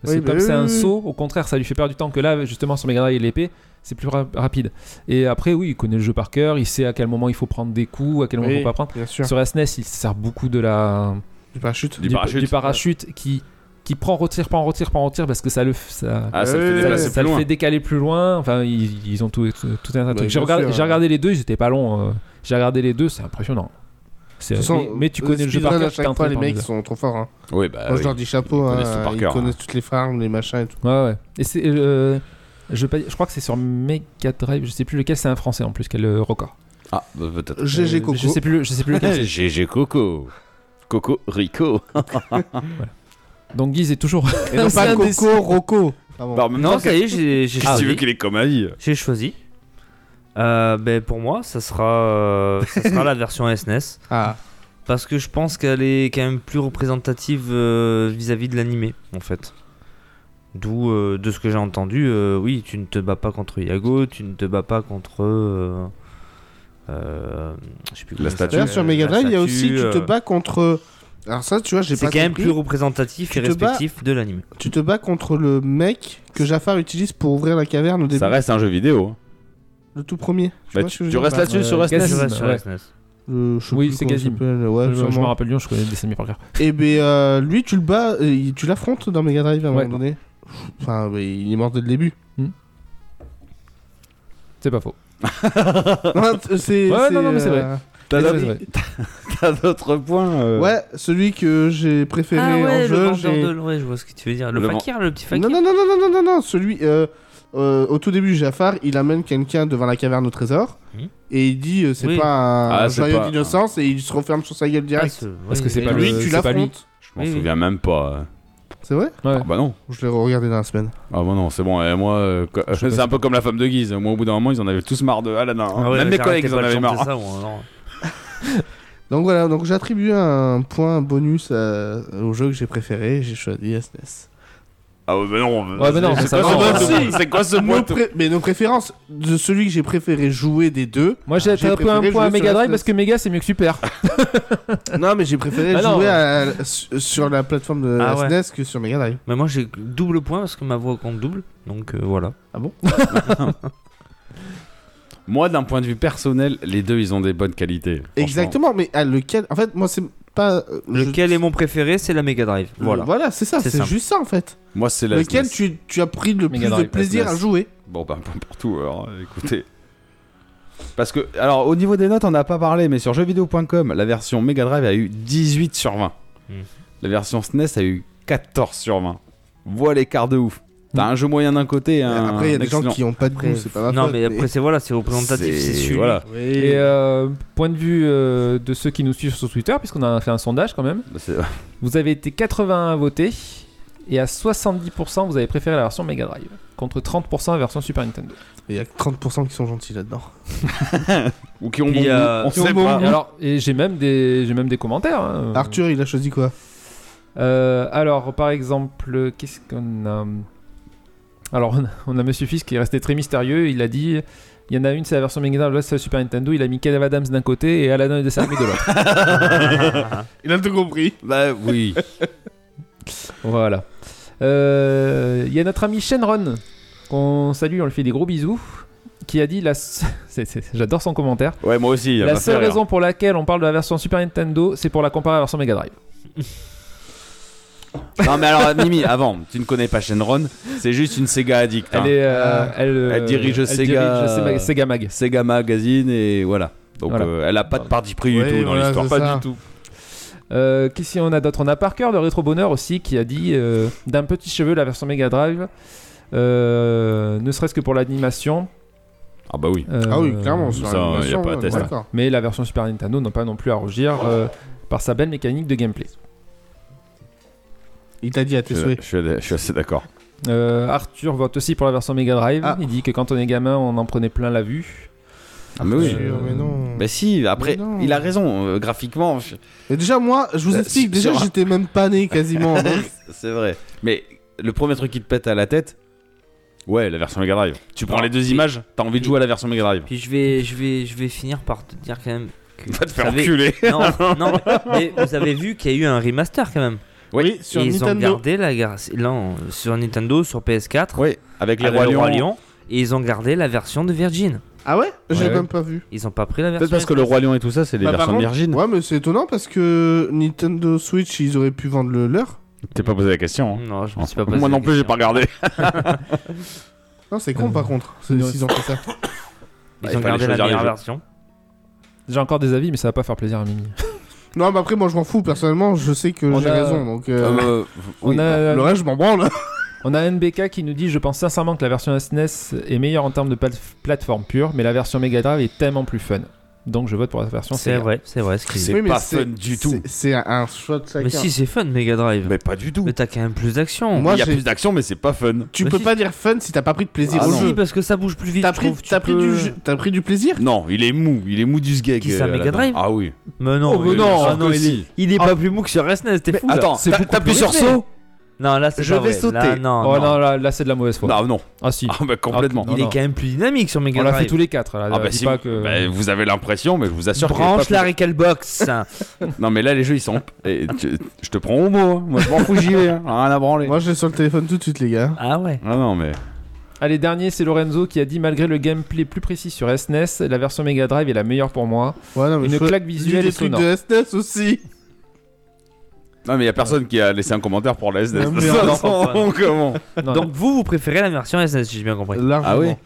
Parce
Oui,
que
bah
comme
oui,
c'est un
oui, oui.
saut, au contraire, ça lui fait perdre du temps que là, justement, sur Mega Drive et l'épée, c'est plus ra- rapide. Et après, oui, il connaît le jeu par cœur, il sait à quel moment il faut prendre des coups, à quel moment il
Oui,
faut pas prendre.
Bien sûr.
Sur SNES, il se sert beaucoup de la,
Du parachute.
Du parachute.
parachute qui, qui prend, retire, prend, retire, prend, retire parce que ça le, f- ça,
Ah, ça le fait
Ouais,
ça,
déplacer
ça
plus
le
loin.
fait décaler plus loin. Enfin, ils, ils ont tout, tout, tout un tas de trucs. J'ai
bien
regardé,
sûr,
j'ai
ouais.
regardé les deux, ils étaient pas longs. euh. J'ai regardé les deux, c'est impressionnant. C'est-
De toute façon, euh,
mais, mais tu connais le jeu
speedrun,
par cœur,
à
t'es
chaque fois,
entraîné
les
par
mecs
le jeu.
sont trop forts. Hein.
Oui, bah.
Moi,
oui.
je leur dis chapeau.
Ils
hein,
connaissent tout par
Ils
cœur,
connaissent toutes les farms, les machins et tout.
Ouais, ouais. Et c'est, euh, je, veux pas dire- je crois que c'est sur Mega Drive, je sais plus lequel, c'est un français en plus, qui a le record.
Ah, bah, peut-être.
GG
Euh,
Coco.
Je sais plus, le- je sais plus lequel. c'est.
GG Coco. Coco Rico.
Donc Guise est toujours.
Et non
C'est
pas
un des-
Coco, Rocco. Ah bon.
Bah, en même
Non,
temps,
ça y est, j'ai j'ai
qu'est-ce que tu
choisi.
veux qu'il ait comme avis
J'ai choisi. Euh, ben, pour moi, ça sera, euh, ça sera la version SNES.
Ah,
Parce que je pense qu'elle est quand même plus représentative euh, vis-à-vis de l'animé, en fait. D'où, euh, de ce que j'ai entendu, euh, oui, tu ne te bats pas contre Yago, tu ne te bats pas contre. euh, euh, je sais plus comment ça
statue.
D'ailleurs,
s'appelle,
sur Mega
la
Drive, il y a aussi
statue,
tu te
euh,
bats contre. Alors ça, tu vois, j'ai
C'est
pas
quand même
compris.
plus représentatif
Tu
et
te bats-
respectif de l'anime.
Tu te bats contre le mec que Jafar utilise pour ouvrir la caverne au début.
Ça reste un jeu vidéo.
Le tout premier.
Bah,
vois ce que
tu
je
tu
veux
restes
dire
là-dessus
Euh,
sur SNES.
Gazim,
Je reste sur E
ouais.
la SNES.
Euh, je sais
Oui,
plus
c'est
comment il
Gazim.
s'appelle, Ouais,
Je, je me
sûrement.
rappelle bien, je connais le dessin animé par cœur.
Et ben euh, lui, tu le bats, euh, tu l'affrontes dans Mega Drive à un
Ouais.
moment donné. Enfin, bah, il est mort dès le début.
C'est pas faux.
Non, t- c'est.
Ouais,
c'est,
non, non, mais c'est vrai.
euh,
T'as
C'est
d'autres-
vrai.
t'as d'autres points euh,
Ouais, celui que j'ai préféré
Ah ouais,
en
le
jeu.
vendeur
j'ai-
de ouais, je vois ce que tu veux dire. Le,
Le vend-
fakir, le petit fakir.
Non, non, non, non, non, non, non, non, celui. euh, euh, au tout début, Jafar, il amène quelqu'un devant la caverne au trésor.
Hmm.
Mhm.
Et il dit, euh, c'est
Oui.
pas un
Ah, c'est
joyau
pas-
d'innocence, et il se referme sur sa gueule
Ah,
direct.
ce-
Parce
oui,
que c'est
oui,
pas
oui.
lui,
le-
tu
c'est pas lui.
l'affrontes.
Je m'en
Oui, oui.
souviens même pas. hein.
C'est vrai
Ouais.
Ah bah non.
Je l'ai regardé dans la semaine.
Ah bah non, c'est bon. Et moi, euh, co-
sais pas
c'est un peu comme la femme de Guise. Moi, au bout d'un moment, ils en avaient tous marre de Aladdin. hein.
Ah ouais,
même
mais
mes
j'arrêtais
collègues, ils en
pas de
avaient
chanter
marre.
ça, hein, moi, non.
Donc voilà, donc j'attribue un point bonus euh, au jeu que j'ai préféré, j'ai choisi E SNES.
Ah ouais, bah non.
Ouais, bah non,
c'est
mais ça
quoi
va,
ce
on va
point-
voir.
C'est quoi ce
Nos
point
pré- mais nos préférences, de celui que j'ai préféré jouer des deux.
Moi j'ai
Ah, J'ai
attrapé un
préféré
point à
jouer sur
Mega
la
Drive
SNES.
parce que Mega c'est mieux que Super.
non, mais j'ai préféré
Ah non.
jouer à- su- sur la plateforme de
Ah ouais.
SNES que sur Mega Drive.
Mais moi j'ai double point parce que ma voix compte double, donc euh, voilà.
Moi, d'un point de vue personnel, les deux, ils ont des bonnes qualités. franchement.
Exactement, mais à lequel. En fait, moi, c'est pas. euh, je-
Lequel est mon préféré C'est la Mega Drive. Voilà.
Voilà, c'est ça,
C'est
c'est
simple.
juste ça en fait.
Moi, c'est la E
Lequel
SNES.
tu, tu as pris le
Mega
plus de
Drive,
plaisir
SNES.
à jouer
Bon, bah, pas pour tout, alors, euh, écoutez. Parce que, alors, au niveau des notes, on n'a pas parlé, mais sur jeuxvideo.com, la version Mega Drive a eu 18 sur 20.
Mm.
La version SNES a eu 14 sur 20. Vois l'écart de ouf. T'as un jeu moyen d'un côté, un.
Après, il y a des gens
excellent.
qui ont pas de
Après,
goût, c'est pas ma
non
faute,
mais après c'est voilà, c'est représentatif, c'est celui.
Voilà.
Et euh, point de vue euh, de ceux qui nous suivent sur Twitter, puisqu'on a fait un sondage quand même,
Bah, c'est-
vous avez été 80 à voter et à 70% vous avez préféré la version Mega Drive contre 30% la version Super Nintendo.
Il y a 30% qui sont gentils là-dedans.
Ou qui ont
Puis,
bon goût,
euh,
on
qui ont
sait
bon
pas.
Et alors, et j'ai même des, j'ai même des commentaires. hein.
Arthur, il a choisi quoi
Euh, alors, par exemple, qu'est-ce qu'on a Alors, on a, on a Monsieur Fisk qui est resté très mystérieux. Il a dit il y en a une, c'est la version Mega Drive, l'autre, c'est la Super Nintendo. Il a mis Kev Adams d'un côté et Aladdin et dessin animé de l'autre.
Il a tout compris.
Bah oui.
voilà. Euh, Il y a notre ami Shenron, qu'on salue, on lui fait des gros bisous, qui a dit la. s- c'est- c'est- J'adore son commentaire.
Ouais, moi aussi.
La
elle m'a fait
seule
rire.
raison pour laquelle on parle de la version Super Nintendo, c'est pour la comparer à la version Mega Drive.
Non, mais alors, Mimi, avant, tu ne connais pas Shenron, c'est juste une Sega addict. hein.
Elle, est, euh, elle, euh,
elle dirige
elle
Sega-
dirige Sega- Sega Mag.
Sega Magazine et voilà. Donc
Voilà.
euh, elle a pas de parti pris
Ouais,
du tout dans
voilà,
l'histoire.
c'est ça.
tout. Euh, Qu'est-ce qu'on a d'autre On a Parker de Retro Bonheur aussi qui a dit euh, d'un petit cheveu la version Mega Drive, euh, ne serait-ce que pour l'animation.
Ah bah oui.
euh,
Ah oui, clairement.
ça,
sur l'animation,
y a pas à
ouais,
tester.
d'accord.
Mais la version Super Nintendo n'a pas non plus à rougir euh, par sa belle mécanique de gameplay.
Il t'a dit à
Je,
tes souhaits.
je suis- je suis assez d'accord.
Euh, Arthur vote aussi pour la version Mega Drive.
Ah.
Il dit que quand on est gamin, on en prenait plein la vue.
mais oui.
Arthur, mais non.
Mais si, après,
Mais non.
il a raison. euh, graphiquement, je-
Mais déjà, moi, je vous
Euh,
explique,
sur-
déjà,
sur-
j'étais même pas né quasiment. donc-
c'est vrai. Mais le premier truc qui te pète à la tête, ouais, la version Mega Drive. Tu prends
Non,
les deux
mais-
images, t'as envie de jouer à la version Mega Drive.
Puis je vais je vais je vais finir par te dire quand même que
Va te
vous
faire
avez-
enculer.
Non, non mais, mais vous avez vu qu'il y a eu un remaster quand même.
Oui, sur
Et ils ont
Nintendo.
gardé la gar- non, sur Nintendo, sur PS4,
Oui, avec les
avec
rois
le
lions.
Roi Lion, et ils ont gardé la version de Virgin.
Ah ouais J'ai
Ouais.
même pas vu.
Ils ont pas pris la version.
Peut-être parce que le roi lion et tout ça, c'est les
Bah, par
versions de
contre-
Virgin.
Ouais, mais c'est étonnant parce que Nintendo Switch, ils auraient pu vendre le leur.
T'es pas posé la question. hein.
Non, je me suis pas
Moi non plus, j'ai pas regardé.
Non, c'est con par contre, c'est- s'ils ont fait ça.
Bah,
Ils
il
ont
fallait
gardé la
choisir les
meilleure
jeux.
version.
J'ai encore des avis, mais ça va pas faire plaisir à Mimi.
Non, mais après, moi je m'en fous, personnellement, je sais que
On
j'ai
a-
raison, donc. euh,
Euh, oui,
on, a,
Le reste, je m'en branle.
on a NBK qui nous dit Je pense sincèrement que la version SNES est meilleure en termes de pla- plateforme pure, mais la version Mega Drive est tellement plus fun. Donc je vote pour la version
C'est
Sega.
vrai, c'est vrai. ce qu'ils
C'est
Oui, mais
pas
c'est-
fun du tout.
c'est- C'est un choix de chacun.
Mais si, c'est fun, Mega Drive. Mais,
Mais pas du tout.
t'as quand même plus d'action.
Moi,
Il y a
j'ai-
plus d'action, mais c'est pas fun.
Tu
Mais
peux
si.
pas dire fun si t'as pas pris de plaisir
Ah
au
non.
Si,
jeu.
parce que ça bouge plus vite.
T'as
je
pris,
trouve. Tu
t'as pris,
peux-
du jeu- t'as pris du plaisir
Non, il est mou, il est mou du sgeg.
Qui ça,
euh,
Mega
là-dedans.
Drive
Ah oui.
Mais non,
Oh, mais
il-
non,
ah
sûr
non,
que
il,
si.
est, il est
Ah.
pas plus mou que sur SNES, t'es fou. là.
Attends,
C'est
t'a-
beaucoup
t'appuies
plus
sur
rythmé.
saut
Non, là c'est
Je
pas
vais
vrai.
sauter.
Là, non,
Oh
non.
non, là, là, c'est de la mauvaise foi.
Non, non.
Ah si.
Ah, bah complètement.
Ah,
Il est
non.
quand même plus dynamique sur Mega
on l'a fait
Drive.
tous les quatre. Là,
Ah bah
Dis
si,
pas que...
bah, vous avez l'impression, mais je vous assure qu'il est pas
Branche
plus-
la Recalbox. Box.
Non, mais là, les jeux, ils sont. Et tu- Je te prends au mot. hein. Moi, je m'en fous, j'y vais. hein. Rien à branler.
Moi, je l'ai sur le téléphone tout de suite, les gars.
ah ouais.
Ah non, mais.
Allez, dernier, c'est Lorenzo qui a dit Malgré le gameplay plus précis sur SNES, la version Mega Drive est la meilleure pour moi.
Ouais, non, mais
Une
je-
claque
lis
visuelle et
des trucs
sonore.
de SNES aussi.
Non, mais il y a personne qui a laissé un commentaire pour la SNES.
Non, mais
Ça,
non,
non, comment
Non,
Donc vous, vous préférez la version SNES, si j'ai bien compris.
Ah oui
Largement.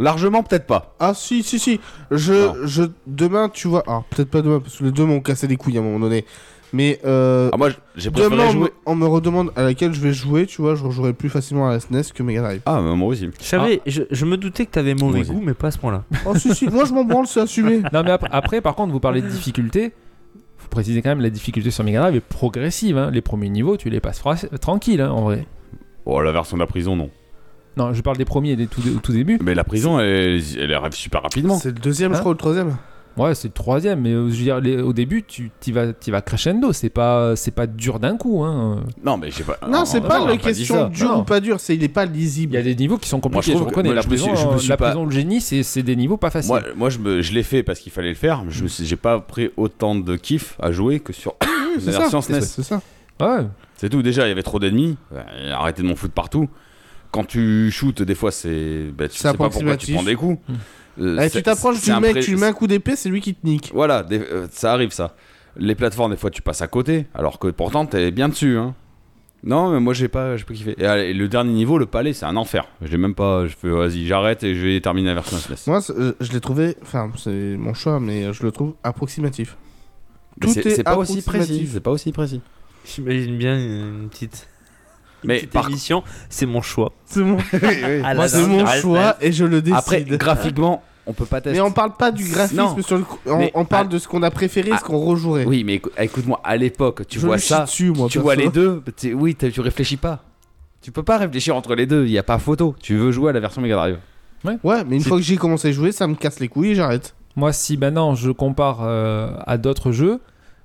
Largement, peut-être pas.
Ah si, si, si.
Non.
Je, je, demain, tu vois. Alors, peut-être pas demain, parce que les deux m'ont cassé les couilles à un moment donné. Mais euh,
Ah, moi, j'ai préféré
demain, on me,
jouer.
on me redemande à laquelle je vais jouer. Tu vois, je rejouerai plus facilement à la SNES que Mega Drive.
Ah, mais moi aussi.
Je savais, je, je me doutais que t'avais mauvais
Vas-y.
goût, mais pas à ce point-là.
Oh si, si. Moi, je m'en branle, c'est assumé.
Non, mais après, après, par contre, vous parlez de difficulté. Faut préciser quand même, la difficulté sur Mega Drive est progressive. hein. Les premiers niveaux, tu les passes fra- tranquille, hein, en vrai.
Oh, la version de la prison, non.
Non, je parle des premiers et des tout, au tout début.
Mais la prison, elle, elle arrive super rapidement.
C'est le deuxième,
Hein
je crois, ou le troisième.
Ouais, c'est le troisième, mais euh, je veux dire, les- au début, tu y vas, t'y vas crescendo. C'est pas, c'est pas dur d'un coup. hein.
Non, mais j'ai pas.
Non, c'est
on-
pas
on
la
a dit
question
ça.
dur
Non.
ou pas dur, c'est il est pas
Il y a
lisible.
des niveaux qui sont compliqués.
trouve
je
que-
reconnais.
moi,
la
je me suis-
prison,
je me
euh,
suis
la
pas-
prison de génie, c'est c'est des niveaux pas faciles.
Moi, moi je, me, je l'ai fait parce qu'il fallait le faire. mais Je me suis- j'ai pas pris autant de kiff à jouer que sur la
C'est ça,
version E
c'est
SNES.
c'est ça.
Ouais.
C'est tout. Déjà, il y avait trop d'ennemis. Euh, Arrêtez de m'en foutre partout. Quand tu shootes, des fois, c'est. bah, tu
C'est
sais pas pourquoi tu
approximatif.
prends des coups. Euh,
Eh,
c'est-
tu t'approches
c'est
du
un
mec,
pré-
tu lui mets un coup d'épée, c'est lui qui te nique.
Voilà, des- euh, ça arrive ça. Les plateformes, des fois, tu passes à côté, alors que pourtant, t'es bien dessus. Hein. Non, mais moi, j'ai pas, j'ai pas kiffé. Et, allez, le dernier niveau, le palais, c'est un enfer. J'ai même pas. Je fais, vas-y, j'arrête et je vais terminer la version SNES.
Moi, c'est- euh, je l'ai trouvé, enfin, c'est mon choix, mais euh, je le trouve approximatif.
Mais
tout
c'est-
est
c'est pas aussi
approximatif.
précis. C'est pas aussi précis.
J'imagine bien une, une petite, une
Mais
petite
par
émission. C'est mon choix.
C'est mon,
Ah,
Moi,
là,
c'est
là,
mon
là, là.
choix et je le décide.
après, graphiquement, on peut pas tester.
mais on parle pas du graphisme,
Non.
sur le- on,
Mais-
on parle
ah.
de ce qu'on a préféré,
Ah.
ce qu'on rejouerait.
Oui, mais écou- écoute-moi, à l'époque, tu
Je
vois
lui chie
ça,
dessus, moi,
tu vois
perso.
les deux, t'es- oui, t'es- tu réfléchis pas. Tu peux pas réfléchir entre les deux, il y a pas photo. Tu veux jouer à la version Mega Drive. Ah,
Ouais, mais une
C'est-
fois que j'ai commencé à jouer, ça me casse les couilles et j'arrête.
Moi, si maintenant je compare euh, à d'autres jeux,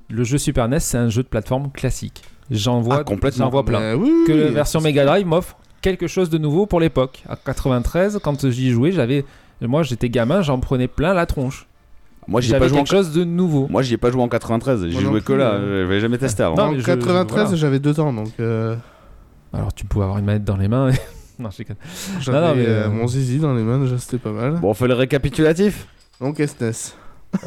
le jeu Super NES, c'est un jeu de plateforme classique. J'en vois,
Ah, complètement.
j'en vois plein.
Euh, oui, oui,
que la
oui.
version Mega Drive m'offre quelque chose de nouveau pour l'époque. À 93, quand j'y jouais, j'avais, moi, j'étais gamin, j'en prenais plein la tronche.
Moi, j'ai
J'avais
pas
quelque
joué en...
chose de nouveau.
Moi, j'y ai pas joué en 93, j'ai
Moi non
joué que
plus,
là,
euh.
j'avais jamais testé avant.
Non,
en
mais je-
93,
voilà.
j'avais deux ans, donc euh,
Alors, tu pouvais avoir une manette dans les mains. non, je déconne.
j'avais
non, mais,
euh,
euh,
mon zizi dans les mains, déjà c'était pas mal.
Bon, on fait le récapitulatif
Donc E SNES.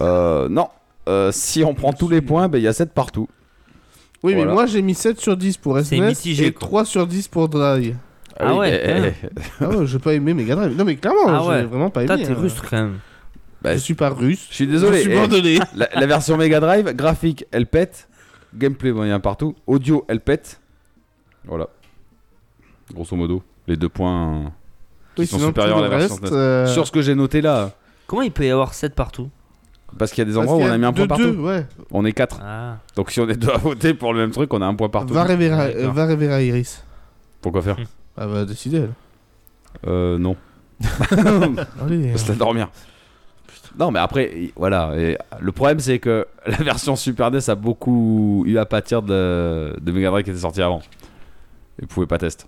Euh, non. Euh, si on prend tous les points, ben, il y a 7 partout.
Oui,
Voilà.
mais moi j'ai mis 7 sur 10 pour
C'est
SNES
mitigé,
et
quoi.
3 sur 10 pour Dry.
Ah
oui,
ouais,
mais-
hein.
Ah ouais, j'ai pas aimé Mega Drive. Non, mais clairement,
Ah ouais.
j'ai vraiment pas
Putain,
aimé.
t'es
hein.
rustre quand même.
Bah,
Je suis pas russe.
Je suis désolé.
Je suis
eh,
bordelais.
la, la version Mega Drive, graphique, elle pète. Gameplay, bon, il y a un partout. Audio, elle pète. Voilà. Grosso modo, les deux points.
Oui,
sont
sinon,
supérieurs
tout
à la
le
version
reste,
SNES.
euh,
Sur ce que j'ai noté là,
Comment il peut y avoir 7 partout
parce qu'il y a des
parce
endroits où
qu'il y
on a mis un
deux,
point partout.
deux, ouais.
On est quatre.
Ah.
Donc si on est deux à voter pour le même truc, on a un point partout.
Va révéra- euh,
D'accord.
va révéra Iris.
Pourquoi faire
Ah bah, décidez, elle.
Euh, non.
Allez. euh,
Parce que t'as dormir. Non, mais après, y- voilà. et le problème, c'est que la version Super NES a beaucoup eu à pâtir de, de Mega Drive qui était sorti avant. Et pouvait pas tester.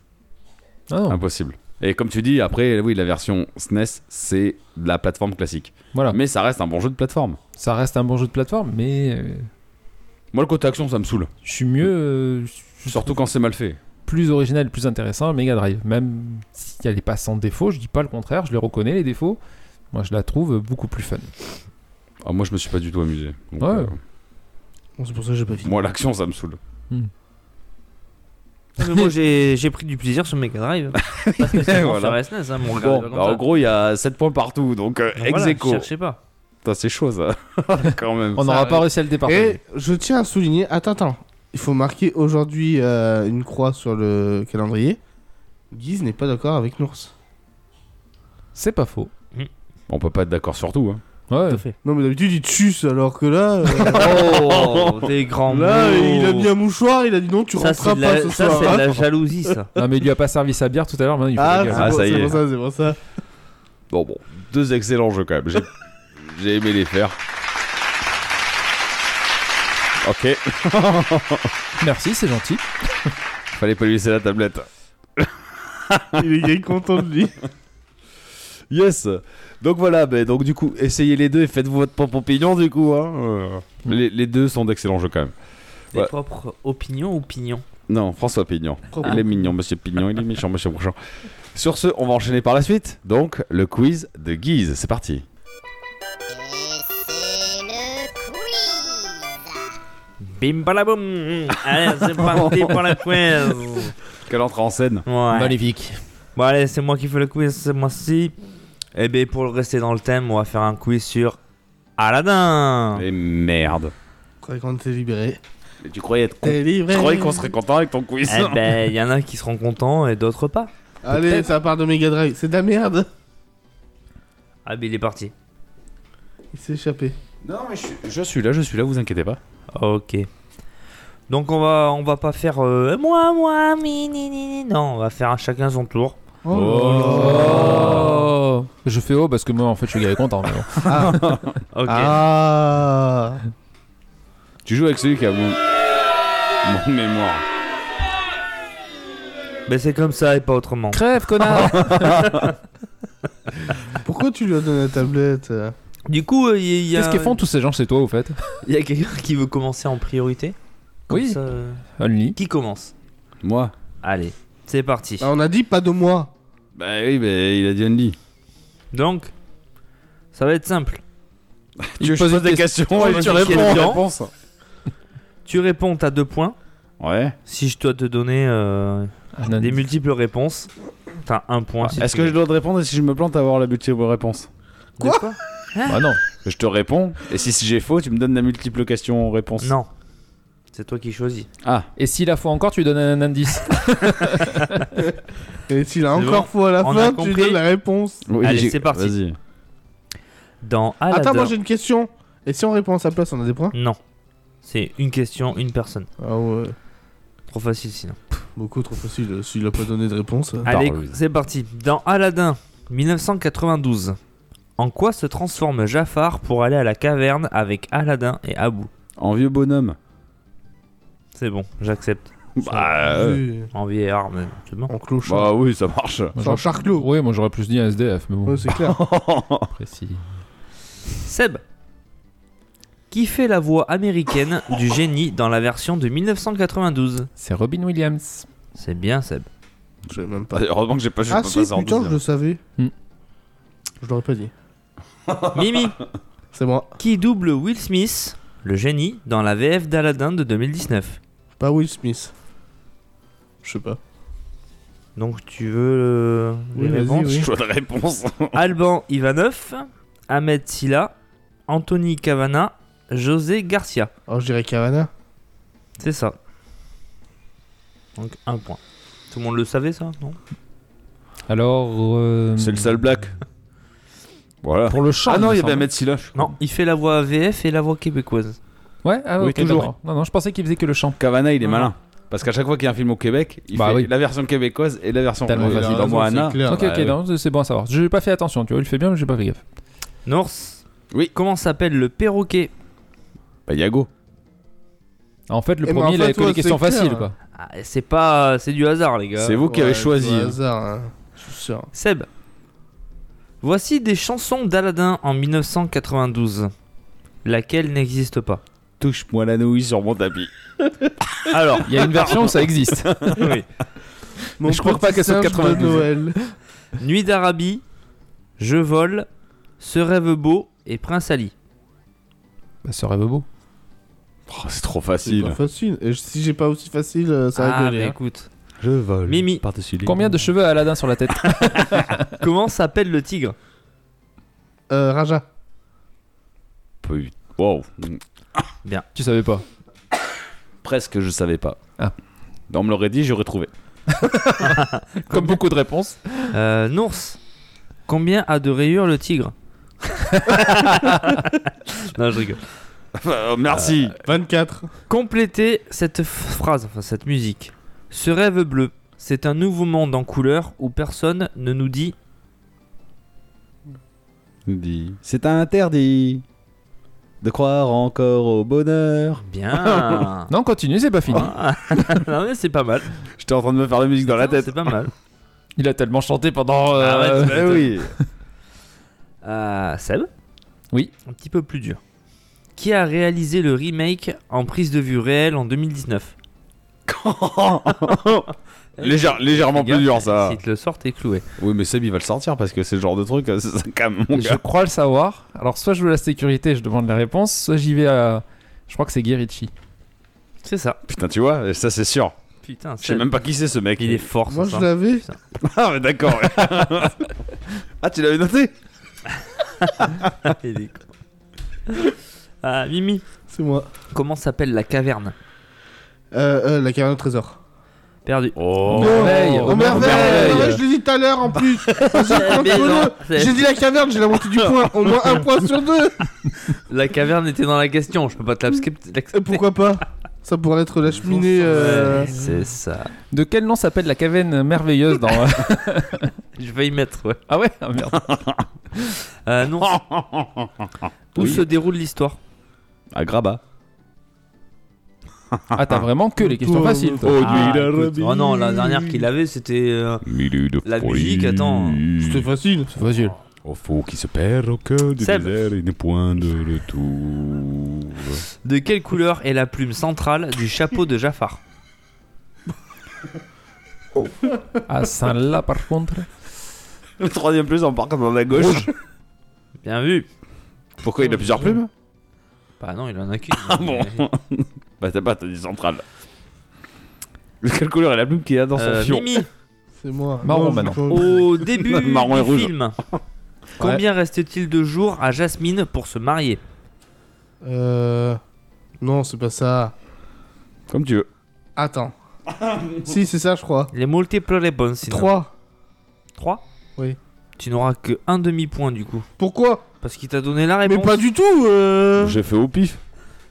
Ah non,
Impossible. Et comme tu dis, après, oui, la version SNES, c'est de la plateforme classique.
voilà.
Mais ça reste un bon jeu de plateforme.
Ça reste un bon jeu de plateforme, mais euh,
Moi, le côté action, ça me saoule.
je suis mieux, euh, je suis
Surtout quand c'est mal fait.
plus original, plus intéressant, Mega Drive. Même si elle est pas sans défaut, je dis pas le contraire, je les reconnais les défauts. Moi, je la trouve beaucoup plus fun.
Ah, moi, je me suis pas du tout amusé. Donc,
Ouais.
euh,
Bon, c'est pour ça que j'ai pas fini.
moi, l'action, ça me saoule.
Mais moi j'ai j'ai pris du plaisir sur Mega Drive. Parce que c'est
Voilà.
sur SNES, hein, mon
Bon,
regard.
alors, en gros, il y a 7 points partout, donc euh, ex aequo.
cherchez pas.
Putain, c'est chaud ça, quand même.
On n'aura pas réussi à le départager.
Et je tiens à souligner, attends, attends, il faut marquer aujourd'hui euh, une croix sur le calendrier. Guise n'est pas d'accord avec Nours.
C'est pas faux.
On peut pas être d'accord sur tout. Hein.
Ouais.
Tout à fait.
Non mais d'habitude il tue alors que là, euh,
Oh, des grands
là
mots.
il a mis un mouchoir, il a dit non tu
ça,
rentres
c'est
pas
de la,
ce
ça,
soir.
c'est de
hein.
la jalousie, ça.
Non, mais il lui a pas servi sa bière tout à l'heure. Maintenant, il faut
Ah,
la gueule.
Ah, ça
c'est
y
pour- c'est
est.
pour ça, c'est pour ça.
Bon, bon, deux excellents jeux quand même. J'ai j'ai aimé les faire. Ok,
Merci, c'est gentil.
fallait pas lui laisser la tablette.
Il est- il est content de lui.
Yes. Donc voilà, ben donc du coup, essayez les deux et faites-vous votre propre opinion du coup. Hein. Euh, Les, les deux sont d'excellents jeux quand même.
Tes
Ouais.
propres opinions ou pignons
Non, François Pignon.
Propre.
Il est mignon, Monsieur Pignon. Il est méchant, Monsieur Bouchon. Sur ce, on va enchaîner par la suite. Donc, le quiz de Guise. C'est parti.
c'est le quiz.
Bim balaboum Allez, c'est parti pour la quiz
Quelle entrée en scène
Ouais.
Magnifique.
Bon allez, c'est moi qui fais le quiz ce mois-ci. Et bien pour rester dans le thème, on va faire un quiz sur Aladdin.
Et merde.
Quand on t'est libéré.
Mais tu croyais être con.
T'es
Tu
livré.
croyais qu'on serait content avec ton quiz
ben. Eh ben, il y en a qui seront contents et d'autres pas.
Allez, ça part de Mega Drive. C'est de la merde.
Ah ben il est parti.
Il s'est échappé.
Non, mais je suis, je suis là, je suis là, vous inquiétez pas.
Ok. Donc on va on va pas faire euh, moi moi mi ni ni ni. Non, on va faire à chacun son tour.
Oh. Je fais haut parce que moi, en fait, je suis gars content. mais bon.
Ok.
Ah.
Tu joues avec celui qui a mon, mon mémoire.
Ben c'est comme ça et pas autrement.
Crève, connard.
Pourquoi tu lui as donné la tablette euh
Du coup, euh, il y, a- il y a
Qu'est-ce qu'ils font tous ces gens chez toi, au fait
Il y a quelqu'un qui veut commencer en priorité. Comme
Oui.
ça, euh,
Only.
Qui commence
Moi
Allez, c'est parti.
Ah, On a dit pas de moi.
Bah oui, mais il a dit Andy.
Donc, ça va être simple.
Tu poses des questions
et tu réponds.
réponse.
Tu réponds, t'as deux points.
Ouais.
Si je dois te donner euh,
Un Only.
des multiples réponses, t'as un point. si
Ah. Est-ce
tu
que
veux.
je dois te répondre et si je me plante, avoir la multiple réponse
De quoi
Bah non. Je te réponds et si j'ai faux, tu me donnes la multiple question réponse.
Non. C'est toi qui choisis.
Ah,
Et si la fois encore, tu lui donnes un indice
Et s'il a
C'est
encore
bon.
faux à la
On a
fin, tu
compris.
lui donnes la réponse.
oui,
Allez,
j'ai-
c'est parti.
Vas-y.
Dans
Ah,
Aladdin.
Attends, moi j'ai une question. Et si on répond à sa place, on a des points
Non. C'est une question, une personne.
Ah ouais.
Trop facile sinon.
Beaucoup trop facile. euh, S'il a pas donné de réponse. euh.
Allez,
Louise.
c'est parti. Dans Aladdin, 1992. En quoi se transforme Jafar pour aller à la caverne avec Aladdin et Abu
En vieux bonhomme.
C'est bon, j'accepte.
Bah, euh,
Oui,
En vieillard, mais c'est bon.
euh, En cloche.
bah oui, ça marche.
en charclos.
Oui, moi j'aurais plus dit un SDF, mais bon,
Ouais, c'est clair.
précis.
Seb. Qui fait la voix américaine du génie dans la version de 1992
C'est Robin Williams.
C'est bien, Seb.
Je sais même pas.
Bah, Heureusement que j'ai pas, j'ai
Ah
pas
si,
passé en
putain, je
deuxième.
le savais.
Hmm.
Je l'aurais pas dit.
Mimi.
C'est moi.
Qui double Will Smith, le génie, dans la VF d'Aladdin de 2019
Pas Will Smith. Je sais pas.
Donc tu veux euh, les
Oui, vas-y,
réponses
oui.
Choix de réponse.
Alban Ivanov, Ahmed Silla, Anthony Cavana, José Garcia.
Alors Oh, je dirais Cavana.
C'est ça. Donc un point. Tout le monde le savait ça, non
Alors. euh,
c'est le seul black. Voilà.
Pour le chant.
Ah non, il
me
y avait
semble.
Ahmed Siloche.
Non, il fait la voix VF et la voix québécoise.
Ouais, ah,
Oui,
ok,
toujours.
d'accord. Non, non, je pensais qu'il faisait que le chant.
Cavana, il est
Ah.
malin. Parce qu'à chaque fois qu'il y a un film au Québec, il
Bah
fait
oui.
la version québécoise et la version
Tellement
française.
facile.
Dans Moana.
ok,
bah
ok,
oui.
non, c'est bon à savoir. J'ai pas fait attention, tu vois, il fait bien, mais j'ai pas fait gaffe.
Norse
Oui.
Comment s'appelle le perroquet
Bah, Yago.
Ah, En fait, le
Eh ben,
premier,
en
il avait
fait,
que les
ouais,
questions
c'est clair.
faciles, quoi.
Ah, C'est pas, c'est du hasard les gars.
C'est vous qui avez choisi.
C'est au hasard, hein. Je suis sûr.
Seb. Voici des chansons d'Aladdin en 1992. Laquelle n'existe pas.
Touche-moi la nouille sur mon tapis.
Alors,
Il y a une version où ça existe.
oui.
Mon
je crois pas
petit
qu'elle soit de
singe
92.
Noël.
Nuit d'Arabie, Je vole, Ce rêve beau et Prince Ali.
Bah, ce rêve beau.
Oh, c'est trop
C'est
facile.
pas facile. Et je- si j'ai pas aussi facile, euh, ça va
ah,
gueuler.
bah
hein.
écoute.
Je vole.
Mimi.
Par-dessus les-
Combien de cheveux a Aladdin sur la tête
Comment s'appelle le tigre
Euh, Raja.
Peu- Wow.
Tu savais pas.
Presque, je savais pas.
Ah.
On me l'aurait dit, j'aurais trouvé.
Comme beaucoup de réponses.
euh, Nours. Combien a de rayures le tigre Non, je rigole.
Euh, merci.
24.
Complétez cette f- phrase, enfin cette musique. Ce rêve bleu, c'est un nouveau monde en couleur où personne ne nous dit.
Euh, Dis, C'est interdit de croire encore au bonheur.
Bien.
Non, continue, c'est pas fini.
Ah. non mais c'est pas mal.
J'étais en train de me faire la musique dans la tête.
C'est pas mal.
Il a tellement chanté pendant. euh,
Ah ouais,
Eh oui.
Euh, Seb
Oui.
Un petit peu plus dur. Qui a réalisé le remake en prise de vue réelle en 2019
Légère- légèrement
Les gars,
plus dur ça.
Si te le sort, t'es cloué.
Oui, mais Seb il va le sortir parce que c'est le genre de truc, euh, c'est quand même mon
je
gars.
crois le savoir. Alors, soit je veux la sécurité et je demande la réponse, soit j'y vais à. Je crois que c'est Guerichi.
C'est ça.
Putain, tu vois, ça c'est sûr.
Putain,
Je sais
Seb,
même pas qui c'est ce mec.
Il est fort.
Moi,
ce
je
soir.
l'avais.
Putain.
Ah, mais d'accord. ah, tu l'avais noté
Il est con. Ah, Mimi,
C'est moi.
comment s'appelle la caverne
Euh, euh, la caverne au trésor.
Perdu.
Oh.
Merveille,
Oh,
oh,
merveille,
merveille.
Ouais, Je l'ai dit tout à l'heure en plus.
Eh bien, non, c'est-
J'ai dit la caverne, j'ai la moitié du point. Au moins un point sur deux.
La caverne était dans la question, je peux pas te l'accepter.
Et Euh, pourquoi pas Ça pourrait être la cheminée. euh,
Ouais, C'est ça.
De quel nom s'appelle la caverne merveilleuse dans.
Je vais y mettre, ouais.
ah ouais Ah merde.
Euh, non. Où
Ah, Oui.
se déroule l'histoire
À Graba.
Ah, t'as vraiment que les questions
Toi,
faciles. toi.
Oh,
Ah,
il a
écoute, oh non, la dernière qu'il avait, c'était. euh,
Milieu de
La
folie.
musique, attends.
C'était facile.
C'est facile.
Au faux qui se perd au cœur du
Seb.
désert et n'est point de retour.
De quelle couleur est la plume centrale du chapeau de Jafar Oh.
Ah, ça là par contre.
Le troisième plus en partant dans la gauche.
Bien vu.
Pourquoi il a plusieurs plumes
Bah non, il en a qu'une.
Ah bon Bah t'as pas, t'as dit centrale. De quelle couleur est la plume qu'il a dans son
Euh,
Oh, fion
Mimi,
C'est moi.
Marron,
Non, je-
maintenant.
au début
Marron et
du
rouge.
film, combien restait-il de jours à Jasmine pour se marier
Euh. Non, c'est pas ça.
Comme tu veux.
Attends. si, c'est ça, je crois.
Les multiples réponses. sinon.
3.
Trois
Oui.
Tu n'auras que un demi-point du coup.
Pourquoi
Parce qu'il t'a donné la
Mais
réponse.
pas du tout euh...
J'ai fait au pif.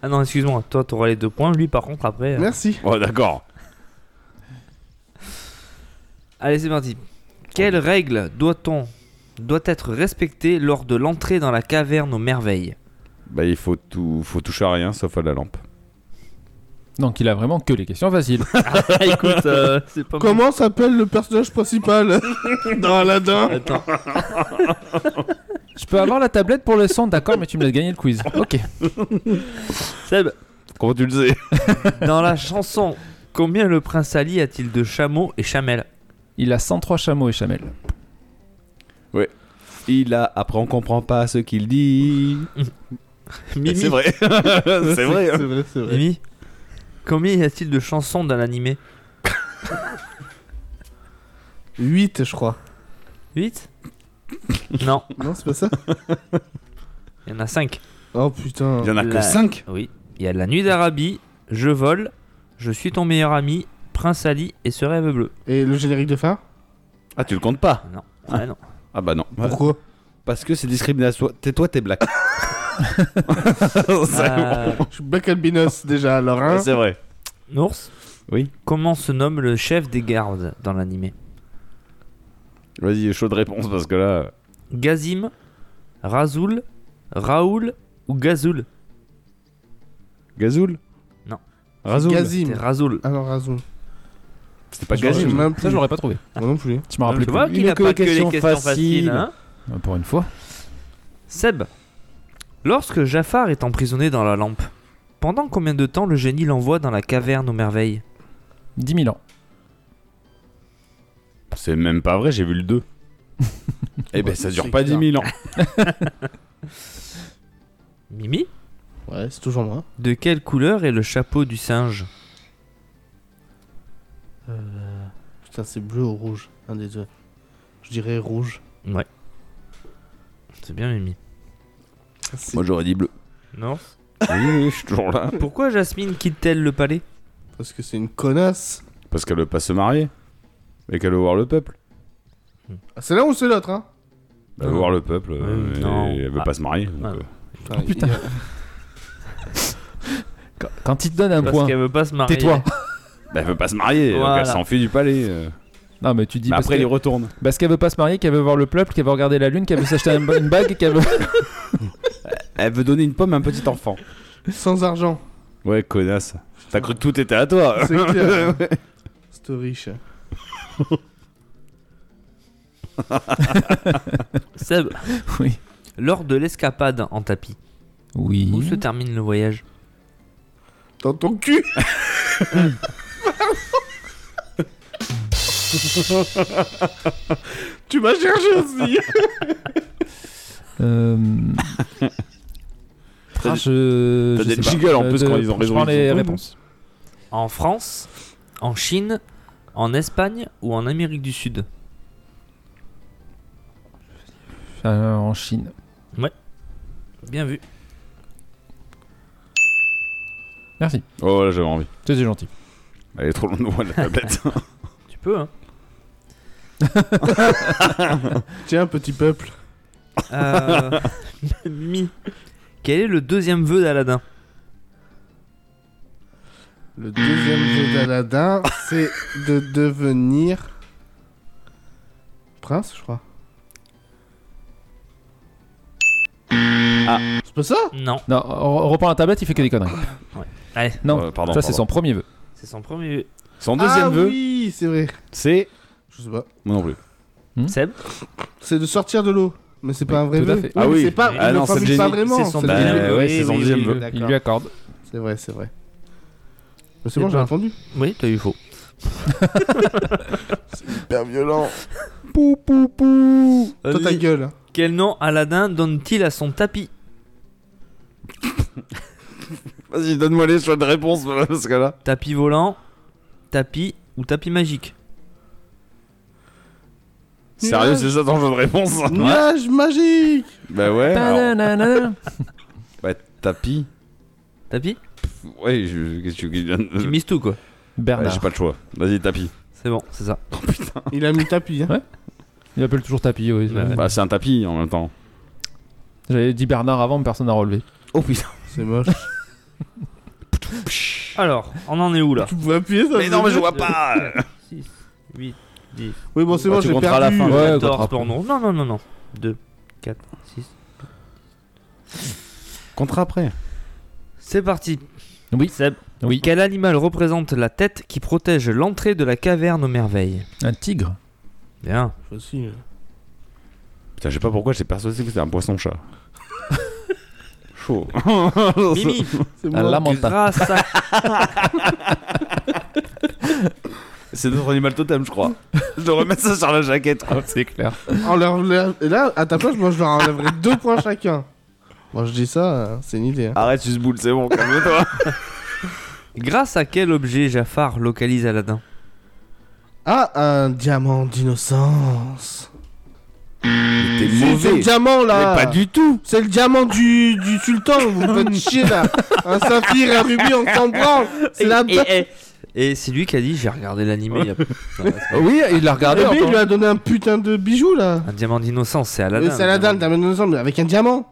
Ah non, excuse-moi, toi t'auras les deux points, lui par contre après. euh.
Merci.
Oh d'accord.
Allez, c'est parti. Quelle règle doit-on doit être respectée lors de l'entrée dans la caverne aux merveilles
Bah il faut tout, faut toucher à rien sauf à la lampe.
Donc, il a vraiment que les questions faciles.
Ah, Écoute, euh, c'est pas
Comment s'appelle le personnage principal dans Aladdin
Attends,
Je peux avoir la tablette pour le son, d'accord, mais tu me laisses gagner le quiz. Ok.
Seb,
Comment tu le sais
dans la chanson, combien le prince Ali a-t-il de chameaux et chamelles
Il a 103 chameaux et chamelles.
Il a, après on comprend pas ce qu'il dit.
Mimi,
Bah, C'est vrai. c'est vrai. hein.
C'est vrai, c'est vrai.
Mimi, combien y a-t-il de chansons dans l'animé
8, je crois.
8 Non,
Non, c'est pas ça
il y en a 5.
Oh putain.
Il y en a
La-
que 5.
Oui, il y a La Nuit d'Arabie, Je vole, Je suis ton meilleur ami, Prince Ali et ce rêve bleu.
Et le générique de fin
Ah tu le comptes pas
Non, ah non.
Ah bah non.
Pourquoi
Parce que c'est discrimination. Tais-toi, t'es black. c'est
Euh,
Je suis Black Albinos déjà, alors hein
c'est vrai.
Nours
Oui.
Comment se nomme le chef des gardes dans l'animé
Vas-y, chaude réponse parce que là.
Gazim, Razoul, Raoul ou Gazoul
Gazoul
Non.
Razoul
C'est
Gazim.
Razoul.
Alors Razou.
C'était pas
Je sais
Gazoul.
même
Ça, je l'aurais pas trouvé.
Moi non plus.
Je me rappelle
Tu Euh, vois
plus.
qu'il
Il
n'a
est que
pas
les
que les
questions
questions faciles.
faciles.
hein
plus. Euh, Pour une fois.
Seb, lorsque Jafar est emprisonné dans la lampe, pendant combien de temps le génie l'envoie dans la caverne aux merveilles
10 000 ans.
C'est même pas vrai, j'ai vu le 2. eh ben ça dure
C'est
pas 10 000 ans.
Mimi
Ouais, c'est toujours moi.
De quelle couleur est le chapeau du singe
Putain, c'est bleu ou rouge Un des deux. Je dirais rouge.
Ouais. C'est bien Mimi.
C'est-
Moi j'aurais dit bleu.
Non Ah,
Oui, oui, je suis toujours là.
Pourquoi Jasmine quitte-t-elle le palais
Parce que c'est une connasse.
Parce qu'elle veut pas se marier. Et qu'elle veut voir le peuple.
Ah, C'est l'un ou c'est l'autre, hein
Elle veut
Non.
voir le peuple.
Oui,
euh,
non.
et elle veut
Ah.
pas se marier. donc,
Voilà.
euh,
Putain,
putain.
il-
Quand, quand il te donne un
Parce
point,
qu'elle veut pas se marier.
tais-toi.
bah, elle veut pas se marier. Donc
Voilà.
elle s'enfuit du palais. euh.
Non, mais tu dis
Mais
parce
après, elle y
que-
retourne.
parce qu'elle veut pas se marier, qu'elle veut voir le peuple, qu'elle veut regarder la lune, qu'elle veut s'acheter un- une bague, qu'elle veut.
Elle veut donner une pomme à un petit enfant.
Sans argent.
Ouais, connasse. T'as cru que tout était à toi.
C'est clair. C'était riche.
Seb,
Oui.
lors de l'escapade en tapis,
Oui.
où se termine le voyage
Dans ton cul Tu m'as cherché aussi
Euh...
T'as
ah, je.
t'as
je
des
sais pas.
jiggles en
Euh,
plus
de-
quand ils ont
Je
raison,
prends
ils
les
ont-
réponses.
En France, en Chine, en Espagne ou en Amérique du Sud
Euh, en Chine.
Bien vu.
Merci.
Oh là, j'avais envie.
C'est c'est gentil.
Elle est trop loin de moi, la tablette.
Tu peux, hein
Tiens, petit peuple.
Euh, Mimi, quel est le deuxième vœu d'Aladin
Le deuxième vœu d'Aladin, c'est de devenir prince, je crois.
Ah.
C'est pas ça
Non,
Non, on reprend la tablette, il fait que des conneries.
Allez.
Non,
Euh, pardon,
ça c'est
pardon.
son premier vœu.
c'est son premier vœu.
Son deuxième
ah,
vœu,
oui, c'est vrai.
c'est.
Je sais pas.
Moi non plus.
Seb
Hein
C'est de sortir de l'eau. Mais c'est pas
Oui,
un vrai
tout à
vœu.
fait.
Oui,
Ah
mais
oui.
C'est pas,
Ah
il le
non, c'est le
formule pas
génie.
vraiment.
C'est son
le
Bah,
génie.
ouais, c'est
Oui,
son
oui,
deuxième
oui,
vœu.
Il
d'accord.
lui accorde.
C'est vrai, c'est vrai. Mais
Eh
c'est bon, j'ai
ben.
entendu.
Oui, t'as eu faux.
Hyper violent.
Pou, pou, pou.
Toi, ta gueule. hein.
Euh, Quel nom Aladdin donne-t-il à son tapis
Vas-y, donne-moi les choix de réponse, voilà, parce que là.
Tapis volant, tapis ou tapis magique
Sérieux, c'est ça ton jeu de réponse
Nuage magique
Bah ouais. alors,
Ta-da-da-da.
ouais, tapis.
Tapis
Ouais, je- qu'est-ce que tu veux que
Tu
je-
mises tout, quoi.
Ouais, J'ai
Bernard.
pas le choix. Vas-y, tapis.
C'est bon, c'est ça.
Il a mis tapis. Hein.
Il appelle toujours tapis. oui.
Ouais.
Bah, c'est un tapis en même temps.
J'avais dit Bernard avant, mais personne n'a relevé.
Oh putain.
C'est moche.
Alors, on en est où, là
tu pouvais appuyer ça
Mais non, mais je vois pas
6, 8, 10,
Oui, bon, c'est
Ah,
bon,
tu
j'ai perdu.
compteras à la fin.
Ouais,
14
contre-
pour non. Non, non, non, non. 2, 4, 6.
Contre après.
C'est parti.
Oui.
Seb.
Oui.
Quel animal représente la tête qui protège l'entrée de la caverne aux merveilles
Un tigre.
Bien.
Moi aussi, euh.
Putain, je sais pas pourquoi, j'étais persuadé que c'était un poisson-chat. Chaud. Oh,
Mimi,
C'est
Un
moi.
lamanta.
grâce à
C'est notre animal totem, je crois. Je devrais mettre ça sur la jaquette. quoi.
Ah, C'est clair.
On leur enlève- Et là, à ta place, moi, je leur enlèverais deux points chacun. Moi, je dis ça, euh, c'est une idée. hein.
Arrête, tu boule, c'est bon, calme-toi.
Grâce à quel objet Jafar localise Aladdin
Ah, un diamant d'innocence.
T'es
C'est c'est le
mauvais.
diamant, là
Mais pas du tout.
C'est le diamant du, du sultan, vous me faites chier, là Un saphir, un rubis, on s'en branle C'est la
Et,
bête
et- et- et c'est lui qui a dit j'ai regardé l'animé. il y a- Non, c'est pas-
Oui, il l'a
Le
regardé.
mec,
encore.
il lui a donné un putain de bijou, là
un diamant d'innocence, c'est Aladdin.
Oui, c'est la dalle, diamant d'innocence, mais avec un diamant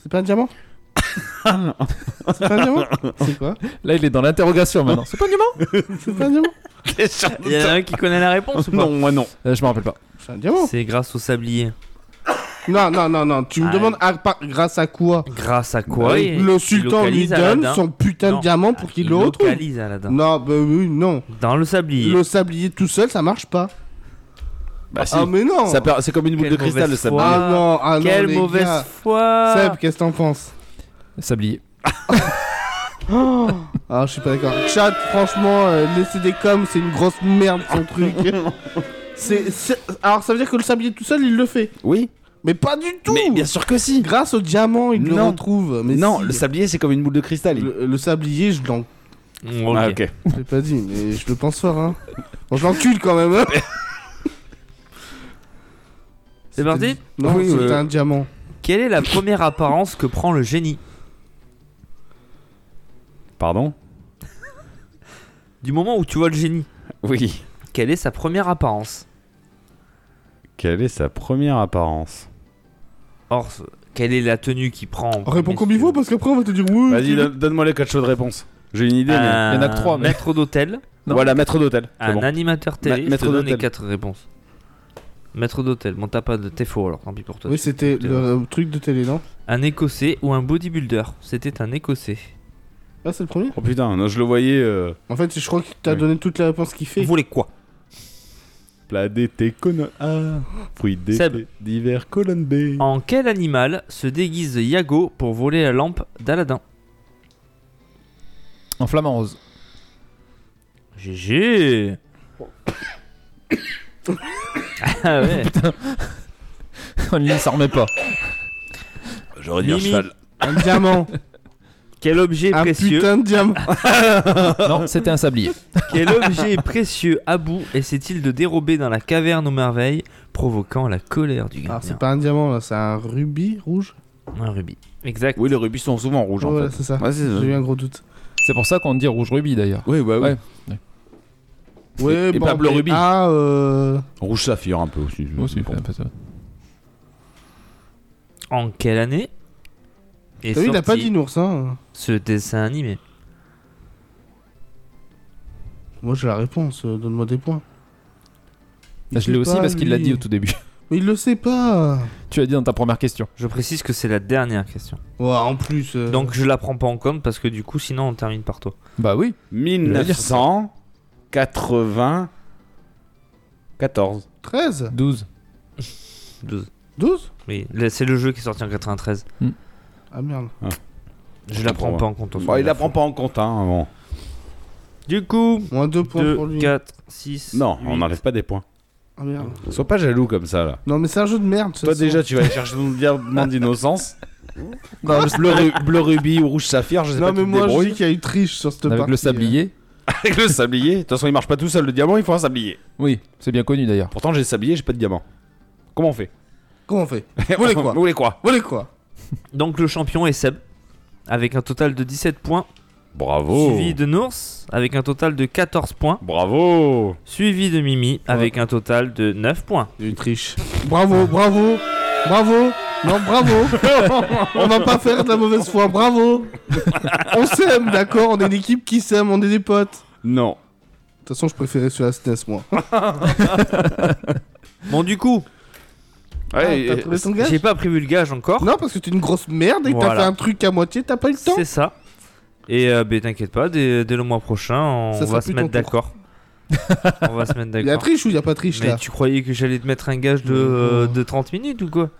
C'est pas un diamant C'est pas un diamant C'est quoi
Là, il est dans l'interrogation maintenant. C'est pas du mal.
C'est pas un diamant
T'es sûr
Il y en a un qui connaît la réponse ou pas
Non, moi non.
Euh, je me rappelle pas.
Ah, C'est un diamant
C'est grâce au sablier.
Non, non, non, non, tu me
Ah.
demandes à par- grâce à quoi Euh,
Grâce à quoi il-
Bah, Le
il
sultan lui
localise
donne
Aladdin.
son putain
Non.
de diamant pour qu'il
Il
le retrouve
localise Aladdin.
Non, bah oui, non
Dans le sablier.
Le sablier tout seul, ça marche pas
Ah,
Bah si.
Ah, mais non
Ça perd- C'est comme une boule
Quelle
de cristal, le
mauvaise
sablier.
foi.
Ah non, ah non,
Quelle
les
mauvaise
gars.
foi
Seb, qu'est-ce que t'en penses
Sablier.
Ah, je suis pas d'accord. Chat, franchement, euh, laisser des coms, c'est une grosse merde son truc. C'est, c'est- Alors, ça veut dire que le sablier tout seul, il le fait.
Oui.
Mais pas du tout
Mais bien sûr que si.
Grâce au diamant, il le
Non.
retrouve. Mais
non,
si.
le sablier, c'est comme une boule de cristal. il-
Le- le sablier, je l'en
Mm, ok.
Ah, ok.
l'ai pas dit, mais je le pense fort. Hein. Bon, je l'encule quand même. hein.
C'est parti
Non,
Oui,
c'est
euh,
un diamant.
Quelle est la première apparence que prend le génie
Pardon
Du moment où tu vois le génie,
Oui.
quelle est sa première apparence
Quelle est sa première apparence
Or, quelle est la tenue qu'il prend en
Réponds
premier
comme il faut parce qu'après on va te dire oui.
Ah, Vas-y, donne- donne-moi les quatre choix de réponse. J'ai une idée, mais.
Un
Il y en a que trois, mais-
Maître d'hôtel,
non.
Voilà, maître d'hôtel. C'est
un
bon.
animateur télé,
Ma-
je te
maître
donne les
d'hôtel.
quatre réponses. Maître d'hôtel, bon t'as pas de... T'es faux alors, tant pis pour toi.
Oui, c'était le euh, truc de télé, non
Un écossais ou un bodybuilder C'était un écossais.
Ah, c'est le premier
Oh putain, non, je le voyais. euh,
En fait, je crois que t'as
Oui.
donné toutes les réponses qu'il fait.
Vous voulez quoi
Pladé tes colonnes A, fruits
Seb.
d'été, d'hiver, colonne B.
En quel animal se déguise Yago pour voler la lampe d'Aladin
En flamant rose.
GG Ah ouais
Only s'en remet pas.
J'aurais
dit un Mimi. cheval.
Un diamant.
Quel objet
un
précieux
putain de diamant.
non, c'était un sablier.
Quel objet précieux à bout essaie-t-il de dérober dans la caverne aux merveilles, provoquant la colère du
Alors, Ah, c'est
gardien
pas un diamant, là, c'est un rubis rouge.
Un rubis. Exact.
Oui, les rubis sont souvent rouges
Ouais,
en
voilà,
fait.
c'est ça.
Ouais, c'est ça.
J'ai eu un gros doute.
C'est pour ça qu'on dit rouge rubis d'ailleurs.
Oui, bah oui.
Ouais.
Ouais,
et Pablo
mais-
Rubis.
Ah, euh.
Rouge saphir un peu aussi.
Aussi,
Bon.
c'est un peu ça.
En quelle année est
T'as vu, il a
sorti
pas dit ours, hein.
ce dessin animé
Moi, j'ai la réponse. euh, Donne-moi des points. Il
Bah, Je l'ai
sait
aussi
pas,
parce qu'il l'a
lui.
dit au tout début.
Mais il le sait pas.
Tu l'as dit dans ta première question.
Je précise que c'est la dernière question.
Ouais, en plus. euh,
Donc je la prends pas en compte parce que du coup sinon on termine par toi.
Bah oui.
1994.
13
12.
12.
12
Oui, là, c'est le jeu qui est sorti en 93.
Ah merde.
Je la prends
Ah, Pour
pas en compte.
Bon, Bah, il la prend pas en compte, hein. bon.
Du coup,
Moins 2 points pour
2,
lui.
4, 6.
Non, on n'enlève pas des points.
Ah merde.
Sois pas jaloux comme ça là.
Non, mais c'est un jeu de merde. de
Toi
toute
déjà, tu vas aller chercher ton diamant d'innocence.
Non, je-
Bleu, ru- bleu rubis ou rouge saphir, je sais
façon. Non,
pas.
mais
tu te
moi, je
débrouilles.
dis qu'il y a eu triche sur cette partie.
Avec le sablier.
Avec le sablier. De toute façon, il marche pas tout seul le diamant, il faut un sablier.
Oui, c'est bien connu d'ailleurs.
Pourtant, j'ai le sablier, j'ai pas de diamant. Comment on fait
euh. Comment on fait Vous voulez quoi
Vous voulez quoi
Vous voulez quoi
Donc le champion est Seb, avec un total de 17 points.
Bravo.
Suivi de Nours, avec un total de 14 points.
Bravo.
Suivi de Mimi, avec un total de 9 points.
Il y a eu triche. Bravo, bravo, bravo. Non, bravo. on va pas faire de la mauvaise foi. Bravo. on s'aime, d'accord On est une équipe qui s'aime, on est des potes.
Non.
De toute façon, je préférais celui à SNES, moi.
Bon, du coup,
Ouais,
Ah,
et-
t'as trouvé ton gage
j'ai pas prévu le gage encore.
Non, parce que t'es une grosse merde et que
Voilà.
t'as fait un truc à moitié, t'as pas eu le temps.
C'est ça. Et euh, ben, t'inquiète pas, dès, dès le mois prochain, on
Ça sera
va se
plus
mettre
ton tour.
d'accord. on va se mettre
Il y a
d'accord.
triche ou il y a pas triche
Mais
là
tu croyais que j'allais te mettre un gage de, euh, de 30 minutes ou quoi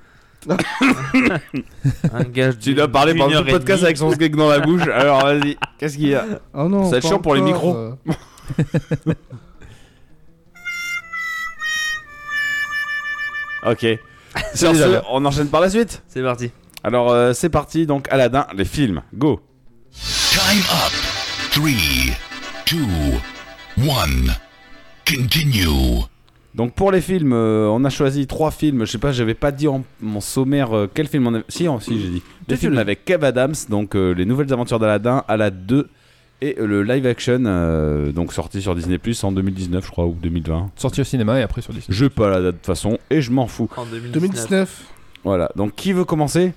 Un gage de.
tu dois parler pendant tout le podcast avec son skeg dans la bouche. Alors vas-y, qu'est-ce qu'il y a
Oh non.
Ça va être
pas
chiant pour les
encore,
micros.
euh.
Ok. Sur ce, on enchaîne par la suite.
C'est parti.
Alors euh, c'est parti. Donc Aladdin, les films. Go.
Time up. Three, two, one. Continue.
Donc pour les films, euh, on a choisi trois films. Je sais pas, j'avais pas dit en mon sommaire euh, quel film on avait. Si, oh, si j'ai dit. Des films avec Kev Adams, donc euh, les nouvelles aventures d'Aladdin, Aladdin 2 et euh, le live action, euh, donc sorti sur Disney Plus en 2019, je crois, ou 2020.
Sorti au cinéma et après sur Disney.
Je sais pas la date de toute façon et je m'en fous.
En 2019.
2019.
Voilà. Donc qui veut commencer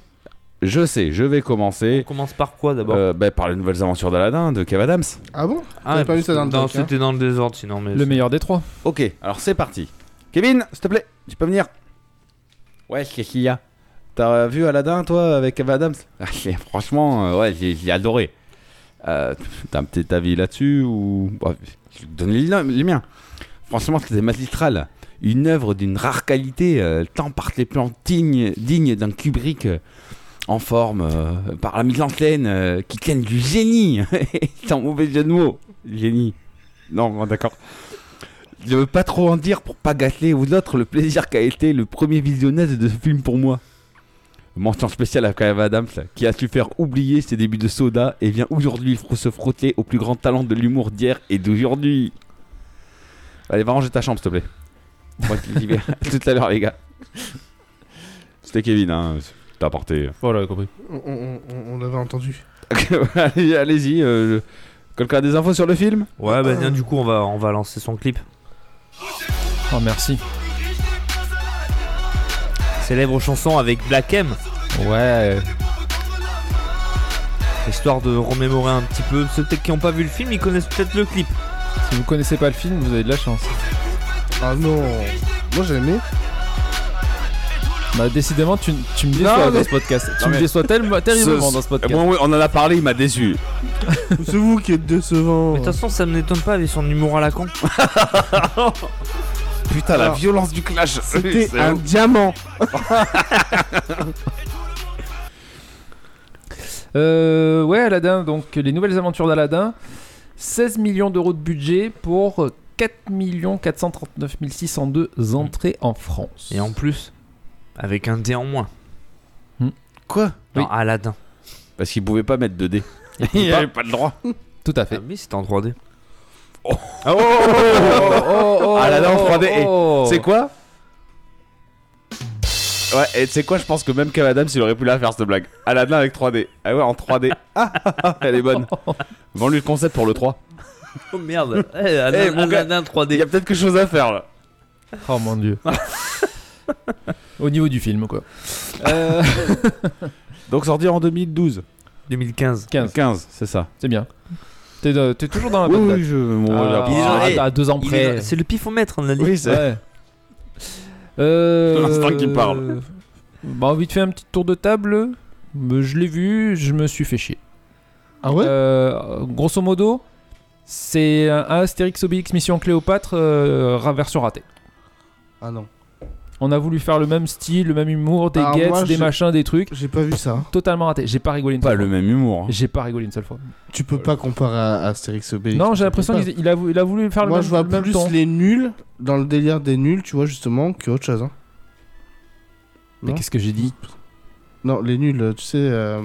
Je sais, je vais
On
commencer.
commence par quoi d'abord
euh, bah, par les nouvelles aventures d'Aladdin de Kev Adams.
Ah bon
Ah,
J'avais pas vu ça dans le
non,
doc, hein.
C'était dans le désordre sinon. Mais
Le meilleur des trois.
Ok, alors c'est parti. Kevin, s'il te plaît, tu peux venir Ouais, qu'est-ce qu'il y a T'as vu Aladdin, toi, avec Eva Adams Ah, j'ai- Franchement, euh, ouais, j'ai j'ai adoré. Euh, T'as un petit avis là-dessus ou Bah, Je te donne les, les miens. Franchement, c'était magistral. Une œuvre d'une rare qualité, euh, tant par les plans dignes dignes d'un Kubrick euh, en forme, euh, par la mise en scène euh, qui tienne du génie, sans mauvais jeu de mots. Génie. Non, bon, d'accord. Je veux pas trop en dire pour pas gâter aux autres le plaisir qu'a été le premier visionnage de ce film pour moi. Mention spéciale à Clive Adams, qui a su faire oublier ses débuts de soda et vient aujourd'hui fr- se frotter au plus grand talent de l'humour d'hier et d'aujourd'hui. Allez, va ranger ta chambre, s'il te plaît. Moi, je te libère. tout à l'heure, les gars. C'était Kevin, hein. T'as apporté.
Voilà, Oh, compris.
On, on- on- on l'avait entendu.
Allez- Allez-y. euh, Quelqu'un a des infos sur le film
Ouais, bah tiens, du coup, on va, on va lancer son clip.
Oh, merci.
Célèbre chanson avec Black M,
Ouais.
histoire de remémorer un petit peu. Ceux peut-être qui n'ont pas vu le film, ils connaissent peut-être le clip.
Si vous connaissez pas le film, vous avez de la chance.
Ah non Moi j'ai aimé.
Bah, décidément, tu, tu me déçois
Non, mais-
dans ce podcast. Tu
Non,
me
mais-
déçois tellement- terriblement
Ce-
dans ce podcast.
Moi, oui, on en a parlé, il m'a déçu.
C'est vous qui êtes décevant.
Mais de toute façon, ça ne m'étonne pas avec son humour à la con.
Putain, la
Alors,
violence du clash.
C'était
C'est
un diamant.
Euh, ouais, Aladdin, donc les nouvelles aventures d'Aladdin. 16 millions d'euros de budget pour 4 439 602 entrées en France.
Et en plus, avec un dé en moins.
Quoi
Dans
Hmm. Oui.
Aladdin.
Parce qu'il pouvait pas mettre de dés.
Il
Il
peut
avait pas le droit.
Tout à
Ah,
fait.
mais c'était en 3D.
Oh,
oh,
Aladdin en 3D, eh, C'est quoi Ouais, et tu sais quoi, je pense que même Cavadam, il aurait pu la faire cette blague. Aladdin avec 3D. Ah ouais, en 3D. Ah, ah, ah, elle est bonne. Vends-lui le concept pour le 3.
Oh merde. Eh, Aladdin,
Eh, mon gars,
Aladdin
Il
3D.
y a peut-être quelque chose à faire là.
Oh mon dieu. Au niveau du film, quoi. Euh,
Donc sorti en 2012.
2015.
15,
15, c'est ça.
c'est bien. T'es euh, t'es toujours dans la bonne date.
je.
Ah,
Il est dans- eh,
à, à deux ans
Il est
près.
dans- C'est le pifomètre, on a dit.
Oui, c'est.
Ouais. Euh,
C'est l'instinct qui parle.
Bah, envie de faire un petit tour de table. Euh, Je l'ai vu, je me suis fait chier.
Ah ouais
Euh, grosso modo, c'est un un Astérix Obélix Mission Cléopâtre euh, ra- version ratée.
Ah non.
On a voulu faire le même style, le même humour, des
Ah,
gets,
moi,
des
je-
machins, des trucs.
J'ai pas vu ça.
Totalement raté. J'ai pas rigolé une
Pas
seule
le
fois.
même humour. hein.
J'ai pas rigolé une seule fois.
Tu peux pas comparer à Astérix et Obélix.
Non, j'ai l'impression qu'il il a, vou- il a voulu faire le
Moi
même,
je vois
le même
plus
ton.
les nuls dans le délire des nuls, tu vois justement, que autre chose. hein.
Mais qu'est-ce que j'ai dit
Non, les nuls, tu sais. euh,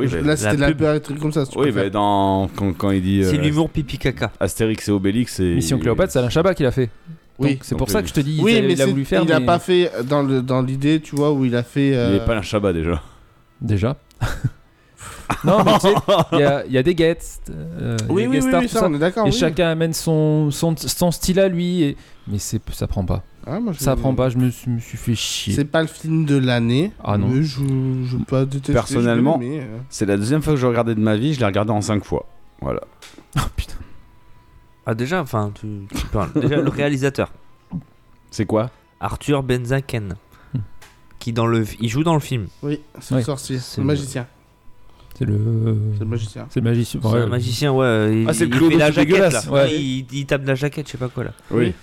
Oui,
je-
bah,
là c'était
la
la
pub.
pub, un truc comme ça. si tu
oui,
préfères.
bah, dans... quand, quand il dit euh,
C'est l'humour pipi caca.
Astérix et Obélix, et...
Mission Cléopâtre, c'est Alain Chabat qui l'a fait.
Oui.
Donc, c'est
Donc,
pour ça
euh,
que je te dis,
oui,
il, a-
mais
il a
c'est-
voulu faire.
il a
mais-
pas fait euh, dans le dans l'idée, tu vois, où il a fait.
Il
euh,
est pas un Chabat déjà.
Déjà. non, mais tu sais, il y a- il y, a des guests. euh, il y a
Oui,
des
oui,
guest
oui,
stars,
oui,
tout
ça, on est d'accord.
Et
oui.
chacun amène son, son, son style à lui. Et... Mais c'est, ça prend pas.
Ah, moi, je-
Ça prend pas, je me suis, me suis fait chier.
C'est pas le film de l'année.
Ah non.
Mais je je veux pas détester.
Personnellement,
je l'ai aimé, euh.
C'est la deuxième fois que je regardais de ma vie, je l'ai regardé en 5 fois. Voilà.
Oh, putain.
Ah, déjà, enfin, tu, tu parles. Déjà, le réalisateur.
C'est quoi
Arthur Benzaken.
Hmm.
Qui dans le, il joue dans le film.
oui, c'est
Oui.
le sorcier, c'est
C'est
le
le-
magicien,
C'est le.
c'est le magicien.
C'est le magicien.
c'est
Ouais.
un magicien, ouais. euh, Il,
Ah, c'est
il
le clodo
fait la
tout
jaquette,
dégueulasse.
là.
Ouais.
Ouais, Il, il tape de la jaquette, je sais pas quoi, là.
Oui.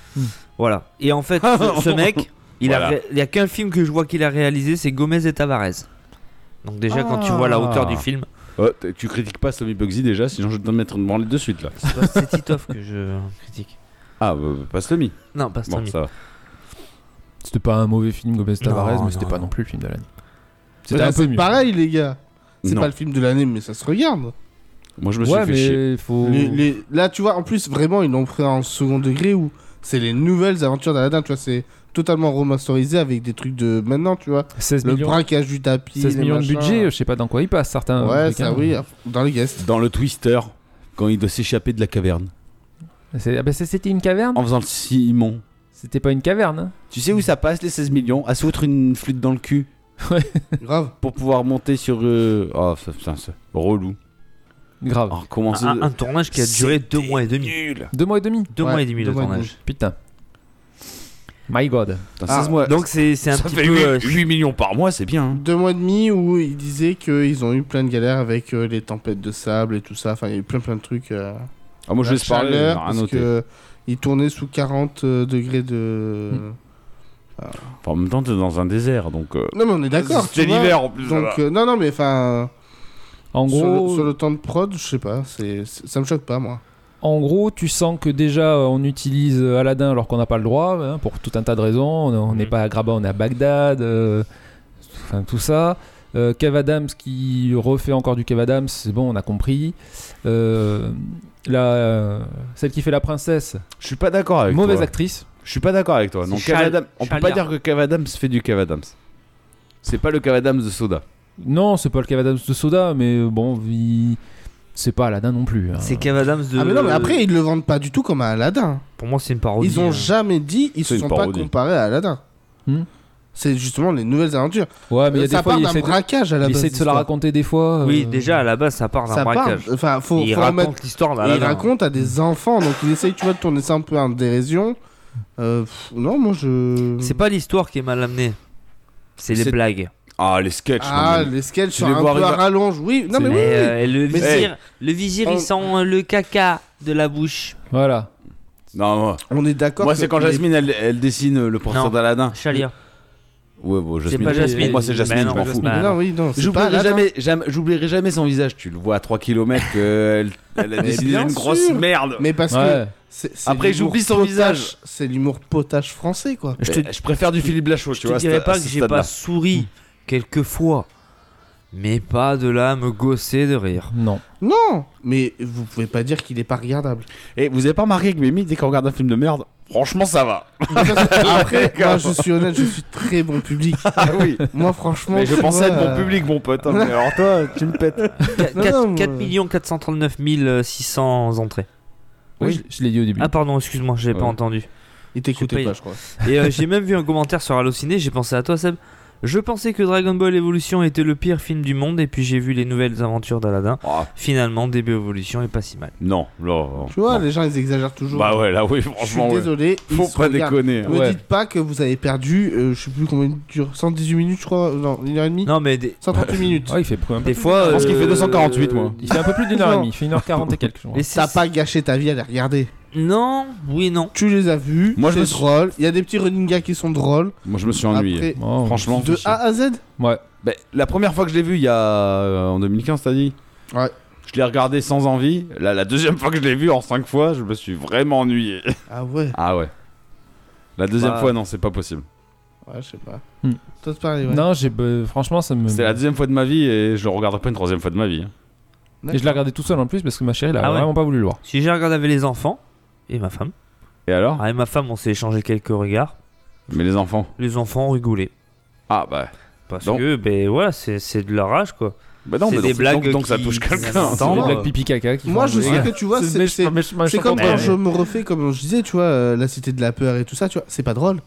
Voilà. Et en fait, ce, ce mec, il a
Voilà.
ré- il y a qu'un film que je vois qu'il a réalisé, c'est Gomez et Tavares. Donc déjà, quand tu
Ah.
vois la hauteur du film,
Oh, t- tu critiques pas Sammy Bugsy déjà, sinon je vais te mettre une branlée de suite là.
c'est pas- c'est Titoff que je critique.
Ah, euh, pas Sammy.
Non, pas
Bon,
Stanley.
ça va.
C'était pas un mauvais film, Gomez Tavares,
Non,
mais c'était
non,
pas
non.
non plus le film de l'année.
Mais
C'était
là,
un peu
c'est
mieux.
Pareil, les gars. C'est
Non.
pas le film de l'année, mais ça se regarde.
Moi je me suis
Ouais,
fait chier.
mais faut.
Les- les- Là, tu vois, en plus, vraiment, ils l'ont pris en second degré où c'est les nouvelles aventures d'Aladin, tu vois, c'est totalement remasterisé avec des trucs de maintenant, tu vois.
16
Le
millions,
braquage du tapis.
16
les
millions de
machins. euh.
budget, je sais pas dans quoi il passe, certains.
Ouais,
trucs,
ça
hein.
oui, dans les guests.
Dans le Twister, quand il doit s'échapper de la caverne,
C'est- ah bah, c'est- c'était une caverne
en
Oh.
faisant le Simon.
C'était pas une caverne. hein.
Tu sais où ça passe les 16 millions À se foutre une flûte dans le cul
Grave.
pour pouvoir monter sur. euh, Oh, ça- putain, c'est relou.
Grave.
Oh.
Alors, comment
Un, un tournage qui a duré deux mois et demi.
Nul
Deux mois et demi.
Deux
Ouais,
mois et demi
deux
de
mois et
tournage.
Putain. My God.
Putain,
Ah,
16 mois.
Donc c'est c'est un
ça
petit
fait
peu.
8,
euh,
millions par mois, c'est bien. hein.
deux mois et demi où ils disaient qu'ils ont eu plein de galères avec euh, les tempêtes de sable et tout ça. Enfin, il y a eu plein plein de trucs. euh,
Ah, moi je
la
vais se parler,
chaleur,
rien
parce
noté.
que ils tournaient sous 40 euh, degrés de.
Hmm. Enfin, en même temps, t'es dans un désert donc. euh,
Non, mais on est d'accord.
C'était
tu vois.
l'hiver en plus. ça va.
Donc, euh, non, non, mais enfin.
En
Sur,
gros,
le- sur le temps de prod, je sais pas. c'est c'est- ça me choque pas, moi.
en gros, tu sens que déjà euh, on utilise euh, Aladdin alors qu'on n'a pas le droit, hein, pour tout un tas de raisons. On on n'est
Mhm.
pas à Graba, on est à Bagdad. euh, Enfin, tout ça. Euh, Kev Adams qui refait encore du Kev Adams, c'est bon, on a compris. Euh, la, euh, celle qui fait la princesse,
Je suis pas d'accord avec
mauvaise
toi.
actrice.
Je suis pas d'accord avec toi.
C'est
Donc,
Charles-
Kev Adams- on peut
Charles
pas
Yard.
dire que Kev Adams fait du Kev Adams. C'est pas le Kev Adams de Soda.
Non, c'est pas le Kev Adams de Soda, mais bon, il- c'est pas Aladdin non plus. hein.
C'est Kev Adams de.
Ah, mais non, mais après, ils le vendent pas du tout comme à Aladdin.
Pour moi, c'est une parodie.
Ils ont
euh.
jamais dit, ils
C'est
se
une
sont
parodie.
pas comparés à Aladdin.
Hmm.
C'est justement les nouvelles aventures.
Ouais, mais il y a
ça
des fois,
part
il
d'un
essaie de,
braquage à la
il
base.
essaie de se la
l'histoire.
raconter des fois.
Oui,
euh,
déjà à la base, ça part d'un
Ça part.
braquage.
Enfin, faut,
Il
faut en
raconte
mettre
l'histoire bah,
Et
là.
il raconte à des enfants, donc il essaye, tu vois, de tourner ça un peu en dérision. Euh, pff, non, moi je.
C'est pas l'histoire qui est mal amenée. C'est les
C'est-
blagues.
Ah, les sketchs.
Ah,
non, mais-
les sketchs
Tu
sont
les
un peu
vois
à
arriver-
rallonge, oui. Non,
C'est-
mais oui.
Mais euh, et le
Mais
vizir, le vizir,
On-
il sent le caca de la bouche.
Voilà.
Non, moi,
On est d'accord.
moi
que
c'est quand
les-
Jasmine, elle, elle dessine euh, le portrait
Non.
d'Aladin.
Chalia.
Ouais, bon, Jasmine.
C'est pas Jasmine.
Moi, c'est Jasmine,
Mais
je
non,
m'en
pas
fous.
Jasmine.
Mais non, oui, non. c'est pas
J'oublierai
Aladdin.
jamais, jamais- j'oublierai jamais son visage. Tu le vois à 3 km qu'elle euh, elle a
Mais
décidé
bien
une grosse
sûr.
merde.
Mais parce que.
Ouais.
c'est- c'est
Après,
l'humour
j'oublie son
potache.
visage.
C'est l'humour potage français, quoi.
Je te,
Eh, je préfère du Philippe Lachaud, tu
je te
vois. à
dirais
ce-
pas
à
que
ce
j'ai
stade-là.
pas souri quelques fois, mais pas de là à me gosser de rire.
Non.
Non, mais vous pouvez pas dire qu'il est pas regardable.
Et Eh, vous avez pas remarqué que Mimi, dès qu'on regarde un film de merde, franchement, ça va.
Mais ça, c'est- Après, moi, je suis honnête, je suis très bon public.
Ah oui.
Moi, franchement.
Mais je
tu
pensais
vois,
être mon
euh,
public, mon pote. hein, mais alors toi, tu me pètes.
Qu-
Non, non,
4,
euh,
439 600 euh, entrées.
Oui,
Oui.
je- je l'ai dit au début.
Ah pardon, excuse-moi, j'avais
Ouais.
pas entendu.
Il t'écoutait
Je sais pas,
pas, je crois.
Et euh, j'ai même vu un commentaire sur Allociné, j'ai pensé à toi Seb. Je pensais que Dragon Ball Evolution était le pire film du monde et puis j'ai vu les nouvelles aventures d'Aladin.
Oh,
Finalement, DB Evolution est pas si mal.
non, là. euh,
Tu
non.
vois, les gens, ils exagèrent toujours.
Bah ouais, là, oui,
Je suis
franchement. ouais.
désolé. ils
Faut
se
pas
regardent.
déconner. hein.
Ne
Ouais.
dites pas que vous avez perdu, euh, je sais plus combien dure, 118 minutes, je crois, euh, non, une heure et demie
Non mais des,
138 minutes.
Ah, il fait un peu,
des fois...
Je pense qu'il fait
euh,
248, moi.
il fait un peu plus d'une heure et
Non.
demie. Il fait 1h40 et quelques. je crois.
mais
T'as
c'est-
pas gâché ta vie à les regarder.
Non, oui, non.
Tu les as vus,
Moi,
Moi,
je me
c'est
suis-
drôle. Il y a des petits running gags qui sont drôles.
Moi, je me suis ennuyé.
Après,
Oh,
Franchement.
de A à Z
Ouais.
Bah, la première fois que je l'ai vu, il y a. euh, en 2015, t'as dit
Ouais.
Je l'ai regardé sans envie. Là, la deuxième fois que je l'ai vu, en 5 fois, je me suis vraiment ennuyé.
Ah ouais,
Ah ouais. La deuxième
Bah.
fois, non, c'est pas possible.
ouais, je sais pas.
Hmm.
Toi, c'est pareil, ouais.
Non, j'ai bah, franchement ça me.
C'était la deuxième fois de ma vie et je le regarderai pas une troisième fois de ma vie. hein.
Et je l'ai regardé tout seul en plus parce que ma chérie elle a
Ah ouais.
vraiment pas voulu le voir.
Si j'ai regardé avec les enfants et ma femme.
Et alors
Ah, et ma femme, on s'est échangé quelques regards.
Mais les enfants
Les enfants ont rigolé.
Ah bah.
Parce
Donc-
que, ben voilà, c'est c'est de leur âge quoi.
Bah non,
C'est
mais
des
donc-
blagues
donc, donc ça
qui-
touche
qui
quelqu'un.
s'inventent.
C'est
Attends,
les
moi-
blagues pipi caca qui
Moi,
font
je
rigoler.
sais que tu vois,
C'est-
c'est
mais je-
c'est-
mais je- moi, je
c'est comme
comprends.
quand
Ouais,
je
ouais.
me refais, comme je disais, tu vois, euh, la cité de la peur et tout ça, tu vois, c'est pas drôle.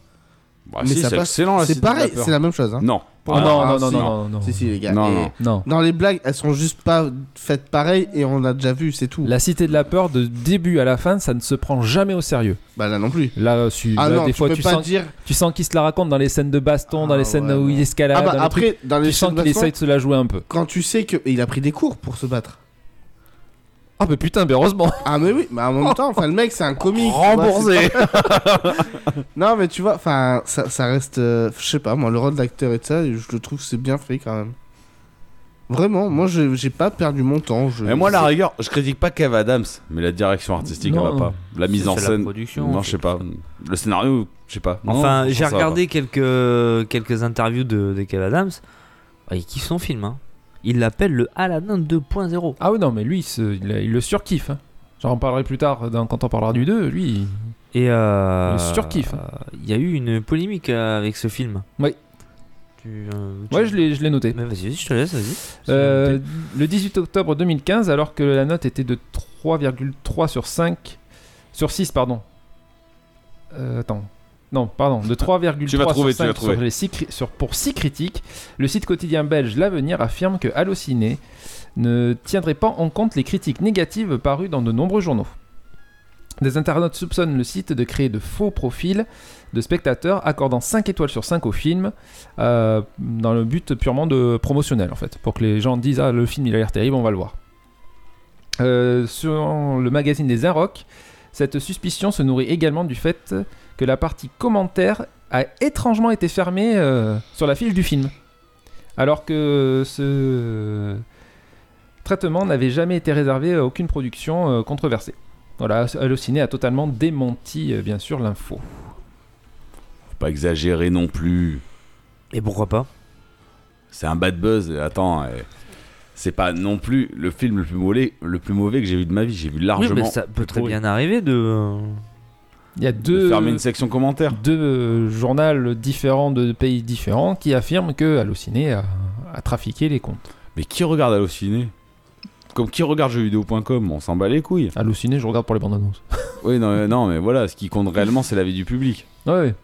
Bah
Mais
si,
ça
c'est
passe.
excellent la
C'est
Cité de la
pareil,
Peur.
c'est la même chose. hein.
Non.
Ah non, non, non,
si.
non, non, non.
Si, si, les gars.
Non,
Et
non.
Non.
Dans les blagues, elles sont juste pas faites pareil et on a déjà vu, c'est tout.
La cité de la peur, de début à la fin, ça ne se prend jamais au sérieux.
Bah là non plus.
Là, tu-
Ah
là,
non,
des
tu
fois,
peux
tu
pas
sens,
dire.
tu sens qu'il se la raconte dans les scènes de baston, dans
Ah,
les scènes
ouais,
où
ouais.
il escalade.
Ah bah
dans les
après,
trucs.
dans les
tu sens
chaînes de
qu'il
baston,
essaye de se la jouer un peu.
quand tu sais que et il a pris des cours pour se battre.
Ah bah putain, mais heureusement.
Ah mais oui, mais en même temps, enfin le mec c'est un comique. tu vois,
Remboursé
c'est- Non mais tu vois, enfin ça, ça reste, euh, je sais pas, moi le rôle d'acteur et tout ça, je le trouve c'est bien fait quand même. Vraiment, moi je- j'ai pas perdu mon temps. Je...
Et moi, à la rigueur, je critique pas Kev Adams, mais la direction artistique, elle
Non.
va pas. La mise
C'est
en
la
scène.
production,
Non,
c'est-
je sais pas. Le scénario, je sais pas. Non,
Enfin,
franchement,
j'ai
ça va
regardé quelques, quelques interviews de, de Kev Adams. Ah, il kiffe son film. Hein. Il l'appelle le Aladdin 2.0.
Ah oui, non, mais lui, il, se- il a- il le surkiffe. Hein. J'en parlerai plus tard dans- quand on parlera du 2. Lui, il-
Et euh,
Il surkiffe, hein.
euh, Il y a eu une polémique euh, avec ce film.
Oui.
Tu, euh, tu-
ouais, je l'ai je l'ai noté.
Mais vas-y, vas-y, je te laisse, vas-y.
Euh, le 18 octobre 2015, alors que la note était de 3,3 sur 5, sur 6, pardon. Euh, attends. Non, pardon, de 3,3
Tu vas trouver, tu
sur
vas
5
trouver.
sur les six cri- sur- pour 6 critiques, le site quotidien belge L'Avenir affirme que Allociné ne tiendrait pas en compte les critiques négatives parues dans de nombreux journaux. Des internautes soupçonnent le site de créer de faux profils de spectateurs accordant 5 étoiles sur 5 au film euh, dans le but purement de promotionnel en fait, pour que les gens disent ah le film il a l'air terrible, on va le voir. Euh, sur le magazine des Inrocks, cette suspicion se nourrit également du fait que la partie commentaire a étrangement été fermée euh, sur la fiche du film, alors que ce traitement n'avait jamais été réservé à aucune production euh, controversée. Voilà, Allociné a totalement démenti euh, bien sûr l'info.
Faut pas exagérer non plus.
Et pourquoi pas
C'est un bad buzz. et Attends, euh, c'est pas non plus le film le plus mauvais, le plus mauvais que j'ai vu de ma vie. J'ai vu
Oui,
largement.
mais ça peut
plus
très
pourri.
bien arriver de.
Il y a
De
deux,
fermer une section commentaire.
deux euh, journaux différents de pays différents qui affirment que Allociné a, a trafiqué les comptes.
Mais qui regarde Allociné Comme qui regarde jeuxvideo.com On s'en bat les couilles.
Allociné, je regarde pour les bandes annonces.
Oui, non, mais- non, mais voilà, ce qui compte réellement, c'est la vie du public.
Ouais, ouais.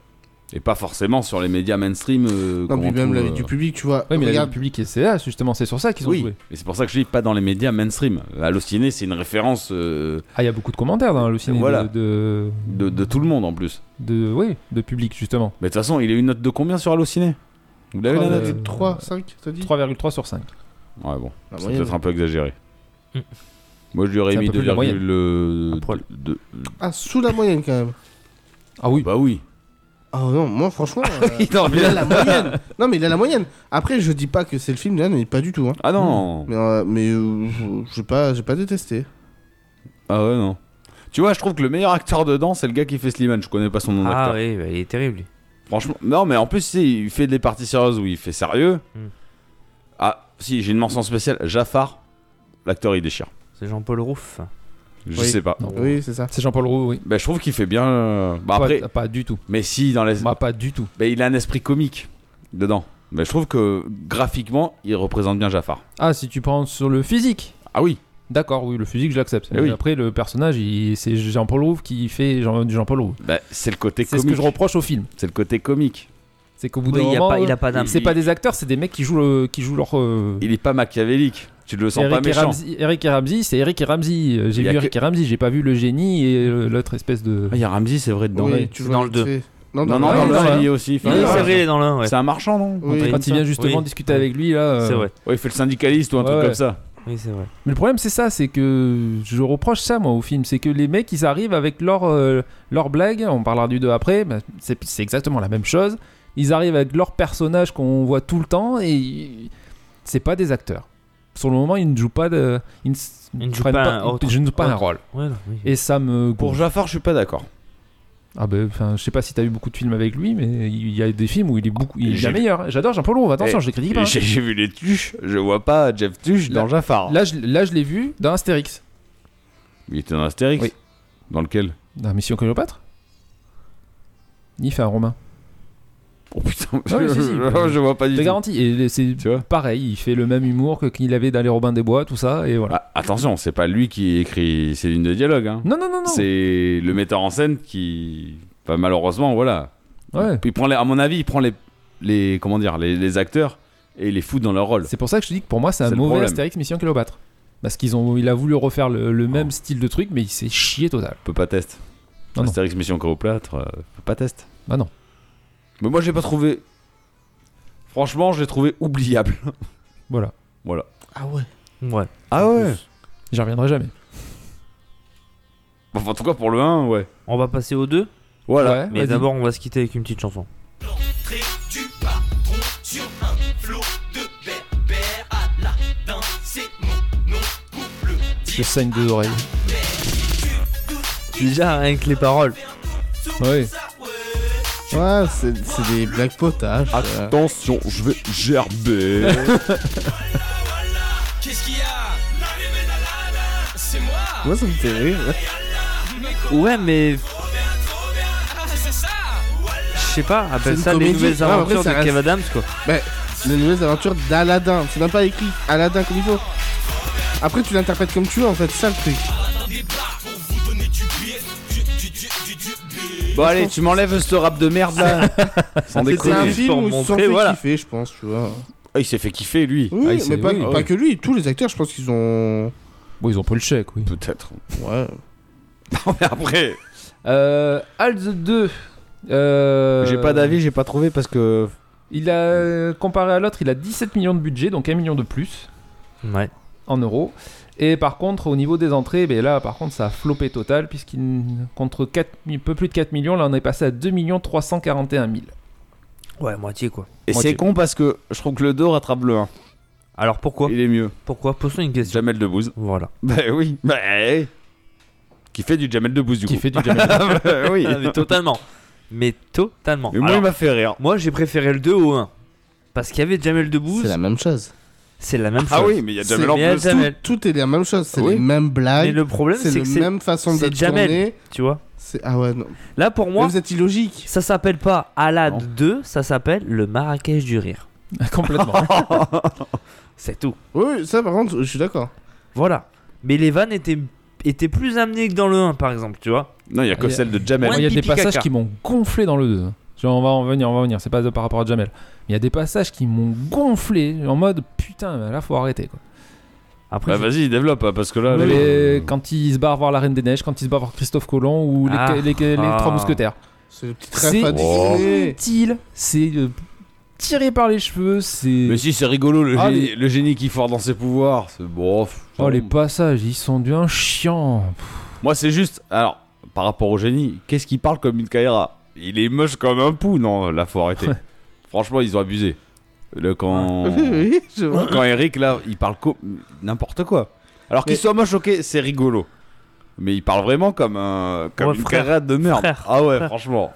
Et pas forcément sur les médias mainstream. euh,
Non,
qu'on
puis même
retrouve,
la vie
euh,
du public, tu vois.
Ouais, mais
regarde,
le public et CA, justement, c'est sur ça qu'ils ont
Oui,
joué.
et c'est pour ça que je dis pas dans les médias mainstream. Allociné, c'est une référence euh,
Ah, il y a beaucoup de commentaires dans Allociné
Voilà.
de, de,
de, de tout le monde en plus.
de- oui, de public, justement.
Mais de toute façon, il est une note de combien sur Allociné Vous l'avez la
trois,
note
euh,
euh, trois, cinq, t'as dit
3,3 sur 5.
Ouais, bon,
La
c'est
moyenne.
peut-être un peu exagéré.
Mm.
Moi, je lui aurais
C'est un
mis
peu plus de la moyenne.
2,2.
Un poil.
de-
Ah, sous la moyenne quand même.
Ah oui.
Bah oui.
Ah non, moi franchement. euh,
non,
il a la moyenne. Non, mais il a la moyenne. Après, je dis pas que c'est le film de mais pas du tout. Hein.
Ah non
Mais, euh, mais euh, je- j'ai pas, j'ai pas détesté.
Ah ouais, non. Tu vois, je trouve que le meilleur acteur dedans, c'est le gars qui fait Slimane. Je connais pas son nom d'acteur.
Ah oui, bah, il est terrible. lui.
Franchement, non, mais en plus, si, il fait des parties sérieuses où il fait sérieux.
Mm.
Ah, si, j'ai une mention spéciale. Jafar, l'acteur, il déchire.
C'est Jean-Paul Rouff.
Je
Oui.
sais pas.
Non.
Oui, c'est ça.
C'est Jean-Paul Roux, oui.
Bah, je trouve qu'il fait bien. euh,
pas,
Bah, après,
pas du tout.
mais si, dans les.
Bah, pas du tout.
Bah, il a un esprit comique dedans. Mais je trouve que graphiquement, il représente bien Jafar.
Ah, si tu prends sur le physique.
Ah oui,
D'accord, oui, le physique, je l'accepte.
Eh oui.
Après, le personnage, il- c'est Jean-Paul Roux qui fait Jean- du Jean-Paul Roux.
bah, c'est le côté
C'est ce que
comique.
je reproche au film.
C'est le côté comique.
C'est qu'au bout d'un
Oui, il a
moment, euh,
pas- il a pas d'âme.
c'est pas des acteurs, c'est des mecs qui jouent, le- qui jouent leur. euh,
Il est pas machiavélique. Tu le sens pas
Eric, et
méchant.
Ramsey, Eric et Ramsey, c'est Eric et Ramsey. Euh, J'ai
Il
vu
y a
Eric et Ramsey, j'ai pas vu le génie et euh, l'autre espèce de.
Ah, il y a Ramsey, c'est vrai, dedans.
Oui,
l'œil.
tu
C'est
vois
dans le
vite
deux.
fait.
Non,
dans
non,
Non,
non,
le-
dans le
ouais,
film, il est aussi.
Oui,
Enfin,
c'est vrai, il est dans l'un, ouais.
C'est un marchand, non
Oui,
André-
comme
Quand il vient justement
Oui.
discuter avec lui, là. euh,
C'est vrai.
Ouais, il fait le syndicaliste ou un
Ouais,
truc
ouais.
comme ça.
Oui, c'est vrai.
Mais le problème, c'est ça, c'est que je reproche ça, moi, au film. C'est que les mecs, ils arrivent avec leur, euh, leur blague, on parlera du 2 après, bah, c'est c'est exactement la même chose. Ils arrivent avec leur personnage qu'on voit tout le temps et ils- c'est pas des acteurs. Sur le moment, ils ne jouent pas de. Ils ne, s-
Ils ne jouent
prennent
pas un
ils-
autre-
ils ne jouent pas un
autre.
rôle.
Ouais, non, oui.
Et ça me.
Pour
gonfle.
Jafar, je suis pas d'accord.
Ah ben, enfin, je sais pas si t'as vu beaucoup de films avec lui, mais il y a des films où il est beaucoup, il est
J'ai
bien
vu.
meilleur. hein. J'adore Jean-Paul Rouve. Attention,
Eh,
je les critique pas. hein.
J'ai j'ai vu les Tuches, je vois pas Jeff Tuche
Là-
dans Jafar.
Là, je, là, je l'ai vu dans Astérix,
Il était dans Astérix.
Oui.
Dans lequel
dans Mission Cléopâtre. Il fait un Romain.
Oh putain,
Ah oui, si, si.
je vois pas du
C'est
tout.
garanti. Et c'est
Tu vois
pareil. Il fait le même humour que qu'il avait dans Les Robins des Bois, tout ça, et voilà.
Ah, Attention, c'est pas lui qui écrit ces lignes de dialogue. hein.
Non, non, non, non.
C'est le metteur en scène qui. Enfin, malheureusement, voilà.
Ouais.
Puis il prend les- à mon avis, il prend les, les comment dire, les, les acteurs et il les fout dans leur rôle.
C'est pour ça que je te dis que pour moi, c'est un
C'est le
mauvais
problème.
Astérix Mission Cléopâtre. Parce qu'ils ont, il a voulu refaire le, le
Oh.
même style de truc, mais il s'est chié total.
Peut pas test.
Ah Non, non.
Astérix Mission Cléopâtre, euh, peut pas test.
Bah non.
Mais moi, j'ai pas trouvé. Franchement, je l'ai trouvé oubliable.
Voilà.
Ah ouais.
Ouais.
Ah ouais
J'y reviendrai jamais.
Enfin, en tout cas, pour le 1, ouais.
On va passer au 2,
Voilà.
Ouais,
mais
vas-y.
d'abord on va se quitter avec une petite chanson.
Je saigne des oreilles.
Déjà rien que ah, les paroles.
Ouais.
Ouais, c'est c'est des blagues potages. euh.
Attention, je vais gerber.
Qu'est-ce qu'il y a C'est moi
Moi, ça me fait rire.
Ouais, mais
Ah, c'est ça
je sais pas,
C'est
appelle
une
ça les
comédie.
nouvelles
Ah, après,
aventures
ça
de
reste-
Kev Adams quoi.
Ben, Les nouvelles aventures d'Aladin. C'est même pas écrit Aladin comme il faut. Après, tu l'interprètes comme tu veux, en fait, ça le truc.
bon, allez, tu m'enlèves ce rap de merde là. Sans
C'est un
déconner.
juste pour
film où ils se sont
montrer,
fait
voilà.
kiffer, je pense, tu vois.
Ah, il s'est fait kiffer lui.
Oui,
Ah, il s'est-
mais pas,
oui,
pas
oui.
que lui, tous les acteurs, je pense qu'ils ont.
Bon, ils ont pas le chèque, oui.
Peut-être.
Ouais.
Non, mais après,
Euh, Alt 2. euh,
j'ai pas d'avis, j'ai pas trouvé parce que.
Il a, euh, comparé à l'autre, il a 17 millions de budget, donc 1 million de plus
Ouais.
en euros. Et par contre, au niveau des entrées, ben là, par contre, ça a floppé total, puisqu'il contre 4, mi- peu plus de 4 millions, là, on est passé à 2 341 000.
Ouais, moitié quoi.
Et
Moi,
c'est
tu-
con parce que je trouve que le 2 rattrape le 1.
Alors pourquoi
Il est mieux.
Pourquoi Pose-toi une question.
Jamel Debbouze.
Voilà.
Bah oui. Bah. eh. Qui fait du Jamel Debbouze du
Qui
coup.
fait du Jamel.
Bah, oui.
Ah, mais totalement. Mais totalement.
Mais moi,
Alors,
il m'a fait rire.
moi j'ai préféré le 2 au 1. Parce qu'il y avait Jamel Debbouze,
C'est la même chose.
c'est la... même chose.
Ah oui, mais il y a Jamel
C'est-
en
mais il y a
plus.
Jamel.
Tout est la même chose. C'est
Oui.
les mêmes blagues.
Mais le problème,
Ah c'est
c'est que
la
c'est...
même façon
c'est
d'être
Jamel.
tourné.
Tu vois
C'est- Ah ouais, non.
Là, pour
Là,
moi,
vous êtes illogique.
ça s'appelle pas
Non.
Alad 2, ça s'appelle le Marrakech du rire.
Complètement.
C'est tout.
Oui, oui, ça par contre, je suis d'accord.
Voilà. Mais les vannes étaient, étaient plus amenées que dans le 1, par exemple, tu vois.
Non, Ah, il y a que
Ouais.
celle de Jamel.
Moi, il y a
Ah, Ouais,
des
pipi
passages
caca.
qui m'ont gonflé dans le 2. Genre, on va en venir, on va en venir. C'est pas de- par rapport à Jamel. Mais Il y a des passages qui m'ont gonflé en mode putain, mais là faut arrêter quoi.
Après,
Bah
je-
vas-y, développe, parce que
Ah,
là.
Mais quand il se barre voir la Reine des Neiges, quand il se barre voir Christophe Colomb ou les,
Ah.
les- les
Ah.
trois mousquetaires.
C'est le petit
C'est
ref à
Oh.
Disney.
inutile, c'est euh, tiré par les cheveux, c'est.
Mais si, c'est rigolo, le,
Ah,
génie, le génie qui fort dans ses pouvoirs. C'est bon. pff,
Oh, les
bon.
passages, ils sont bien chiants.
Moi, c'est juste. Alors, par rapport au génie, qu'est-ce qu'il parle comme une Kaira Il est moche comme un pou. Non, là, faut arrêter. Franchement, ils ont abusé. Le,
Oh.
quand.
Oui, oui, je vois.
quand Eric, là, il parle co- n'importe quoi. Alors qu'il
Mais-
soit moche, ok, c'est rigolo. Mais il parle vraiment comme, un, comme
Ouais,
une
frère.
carade de merde.
Frère.
Ah ouais, franchement.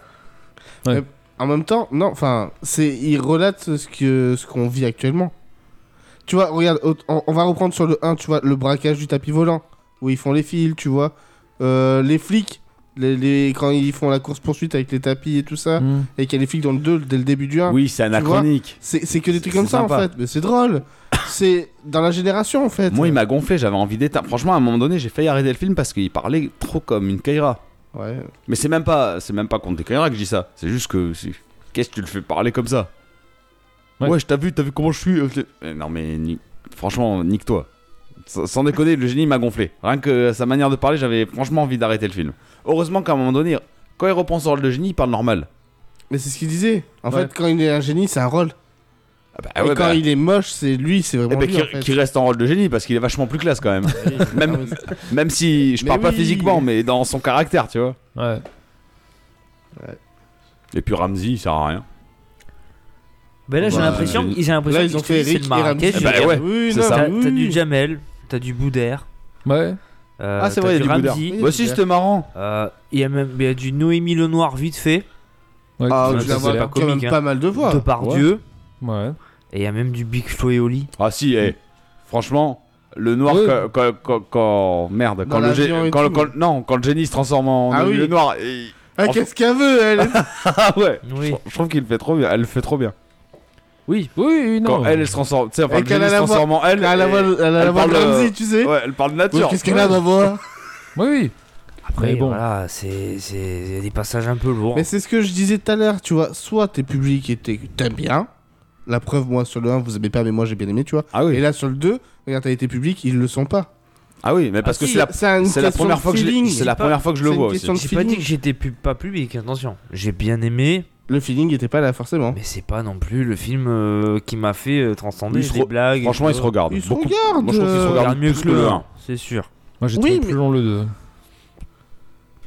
En même temps, non, enfin, c'est il relate ce que ce qu'on vit actuellement. Tu vois, regarde, au- on, on va reprendre sur le 1, tu vois, le braquage du tapis volant où ils font les fils, tu vois, Euh, les flics, les, les- quand ils font la course poursuite avec les tapis et tout
Ah.
ça,
Hmm.
et qu'il y a les flics dans le 2 dès le début du 1.
Mm. Oui, c'est anachronique.
C'est c'est que des trucs comme
C'est
ça en
sympa.
fait, mais c'est drôle. C'est dans la génération en fait. euh,
Moi, il m'a gonflé, j'avais envie d'éteindre. Franchement, à un moment donné, j'ai failli arrêter le film parce qu'il parlait trop comme une Kaira.
Ouais.
Mais c'est même pas, c'est même pas contre des Kaira que je dis ça. C'est juste que, c'est- qu'est-ce que tu le fais parler comme ça
Ouais.
Ouais, je t'as vu, t'as vu comment je suis. euh, c'est- Eh, Non mais, ni- franchement, nique-toi. Sans sans déconner, le génie m'a gonflé. Rien que sa manière de parler, j'avais franchement envie d'arrêter le film. Heureusement qu'à un moment donné, quand il reprend son rôle de génie, il parle normal.
Mais c'est ce qu'il disait. En
Ouais.
fait, quand il est un génie, c'est un rôle.
Ah bah,
et
ouais,
quand
bah,
il est moche, c'est lui, c'est
eh
vraiment
bah,
lui.
qui,
en fait.
qui reste en rôle de génie parce qu'il est vachement plus classe quand même.
Ah
même,
ouais, c'est-
même si je
Mais
parle pas
oui.
physiquement, mais dans son caractère, tu vois.
Ouais.
Et puis Ramsey, il sert à rien.
ben là, j'ai
Bah,
l'impression
j'ai-
qu'il- j'ai l'impression
Là,
qu'ils
ils ont fait
utilisent
Eric
le
et
Marrakech.
Ramsey.
du
Bah
rire.
ouais,
oui,
c'est
non,
ça.
T'as
oui,
t'as
oui.
du Jamel, t'as du Boudère,
Ouais.
euh,
ah, c'est
t'as
vrai, il y a
du
du Bouddha.
Ramsey,
Moi aussi, c'était marrant.
euh, il y a même il y a du Noémie Lenoir vite fait,
Ouais,
Ah,
ça,
tu
ça,
la
c'est
vois
l'air.
quand même
comique, hein.
pas mal de voix.
de par Dieu,
Ouais.
et il y a même du Big Flo et Oli.
Ah si, eh, franchement, le noir
Ouais.
quand, quand- quand- quand- merde,
Dans
quand le,
l'avion
gé-
et
quand, le-
tout.
quand- non, quand le génie se transforme en
Ah
le-
oui.
le noir, et-
Ah, qu'est-ce qu'elle veut, elle
ah ouais,
Oui.
je, je trouve qu'il le fait trop bien, elle le fait trop bien.
Oui, oui, oui, non.
Quand elle, elle se transforme, tu sais, enfin,
Et
le
qu'elle
génie
a
se
la voix-
transforme en elle,
Elle a la
et-
voix elle a la
elle
voix de
parle, euh,
Ramsey, tu sais.
ouais, elle parle de
Oui,
nature.
Qu'est-ce qu'elle a dans voix
Oui, oui.
Après,
Mais bon.
voilà, c'est c'est- il y a des passages un peu lourds.
Mais c'est ce que je disais tout à l'heure, tu vois. Soit t'es public et t'es- t'aimes bien. La preuve, moi, sur le 1, vous aimez pas, mais moi, j'ai bien aimé, tu vois.
Ah
Et
oui,
là, sur le 2, regarde, t'as été public, ils le sont pas.
ah oui, mais parce
Ah
que
si,
c'est la,
une
c'est la
question
première
de
fois que je l'ai-
feeling.
c'est la
pas-
première fois que je le
c'est une
vois aussi.
question de
J'ai pas dit
feeling.
que j'étais pub- pas public, attention. J'ai bien aimé,
Le feeling était pas là, forcément.
mais c'est pas non plus le film euh, qui m'a fait euh, transcender
Il se
des
re-
blagues.
Franchement,
et
il se
tout.
regarde.
Ils se
Beaucoup-
regardent.
Moi, je trouve qu'ils se
Il
euh,
regarde
regardent
mieux
plus
que le
un.
1, c'est sûr.
Moi, j'ai
Oui,
trouvé
mais-
plus long le 2.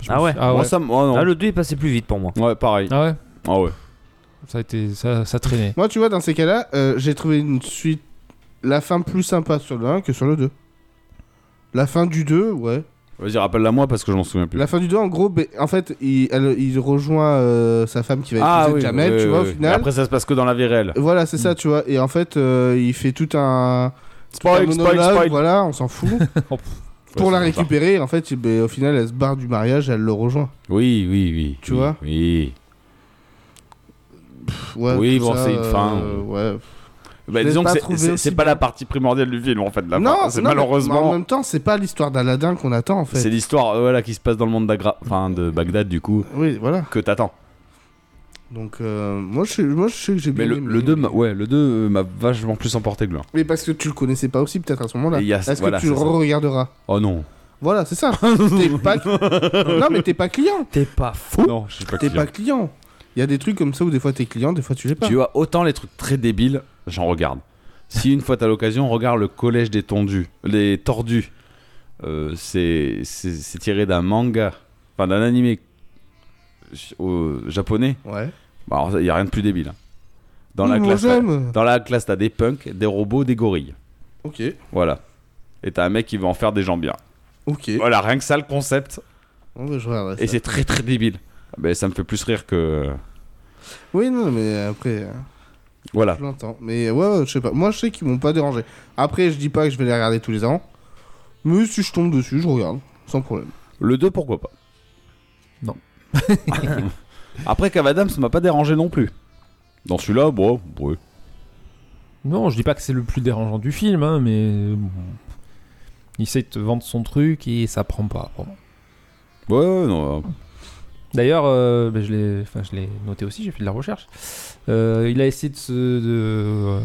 Ah ouais.
Ah
Moi,
ouais.
ça me- oh, non.
Là, le 2 est passé plus vite pour moi.
Ouais, pareil.
Ah ouais.
Ah ouais.
Ça a été, ça, ça traînait.
Moi, tu vois, dans ces cas-là, euh, j'ai trouvé une suite, la fin plus sympa sur le 1 que sur le 2. La fin du 2, ouais.
Vas-y, rappelle-la moi parce que je m'en souviens plus.
La fin du 2, en gros, ben, en fait, il, elle- il rejoint euh, sa femme qui va
Ah
épouser
oui,
Jamel,
oui,
tu vois,
oui.
au final.
Après, Mm. ça se passe que dans la vie réelle.
Voilà, c'est ça, tu vois. Et en fait, euh, il fait tout un, tout un
Spoil, spoil,
monologue,
spoil.
voilà, on s'en fout. Pour la récupérer, en fait, ben, au final, elle se barre du mariage, elle le rejoint.
Oui, oui, oui.
Tu
oui,
vois
Oui.
Pff, ouais,
Oui,
tout
bon,
ça,
c'est une fin.
euh, ouais.
Bah,
l'ai
disons que
pas
c'est-
trouvé
c'est
aussi
c'est pas
bien.
la partie primordiale du film en fait. La
non,
fin. c'est
non, mais- mais En
malheureusement.
même temps, c'est pas l'histoire d'Aladin qu'on attend, en
C'est
fait.
l'histoire euh, voilà, qui se passe dans le monde d'Agra... enfin, de Bagdad du coup
Oui, voilà.
que t'attends.
Donc, euh, moi, je, sais- moi, je sais que j'ai bien
Mais le,
aimé.
le 2 m'a- ouais, le 2 m'a vachement plus emporté que le 1.
Mais parce que tu le connaissais pas aussi, peut-être à ce moment-là.
Et il y a-
Est-ce
voilà,
que tu
c'est
le
ça.
regarderas
Oh non.
Voilà, c'est ça. T'es pas... Non, mais t'es pas client.
T'es pas fou.
Non, je suis pas
T'es
client.
pas client. Il y a des trucs comme ça où des fois t'es client, des fois tu l'es pas.
Tu vois, autant les trucs très débiles, j'en regarde. Si une fois t'as l'occasion, regarde le collège des tondus, les tordus. Euh, c'est c'est- c'est tiré d'un manga, enfin d'un animé euh, japonais.
Ouais.
Bah, Alors, il y a rien de plus débile. hein. Dans, la
Mmh,
Oui, moi,
classe, t'as-
j'aime.
dans la classe, t'as des punks, des robots, des gorilles.
Ok.
Voilà. Et t'as un mec qui veut en faire des gens bien.
Ok.
Voilà, rien que ça, le concept.
Bon, bah, je regarderai
Et
ça.
c'est très très débile. Mais ça me fait plus rire que.
Oui, non, mais après. euh,
Voilà.
Je l'entends. Mais ouais, ouais, je sais pas. Moi, je sais qu'ils m'ont pas dérangé. Après, je dis pas que je vais les regarder tous les ans. Mais si je tombe dessus, je regarde. Sans problème.
Le 2, pourquoi pas
Non.
Après, Cavadam, ça m'a pas dérangé non plus. Dans celui-là, bon, ouais.
Non, je dis pas que c'est le plus dérangeant du film, hein, mais. bon, Il essaie de te vendre son truc et ça prend pas. vraiment.
Ouais, ouais, non.
D'ailleurs, euh, ben, je l'ai enfin, je l'ai noté aussi, j'ai fait de la recherche. Euh, il a essayé de se, de,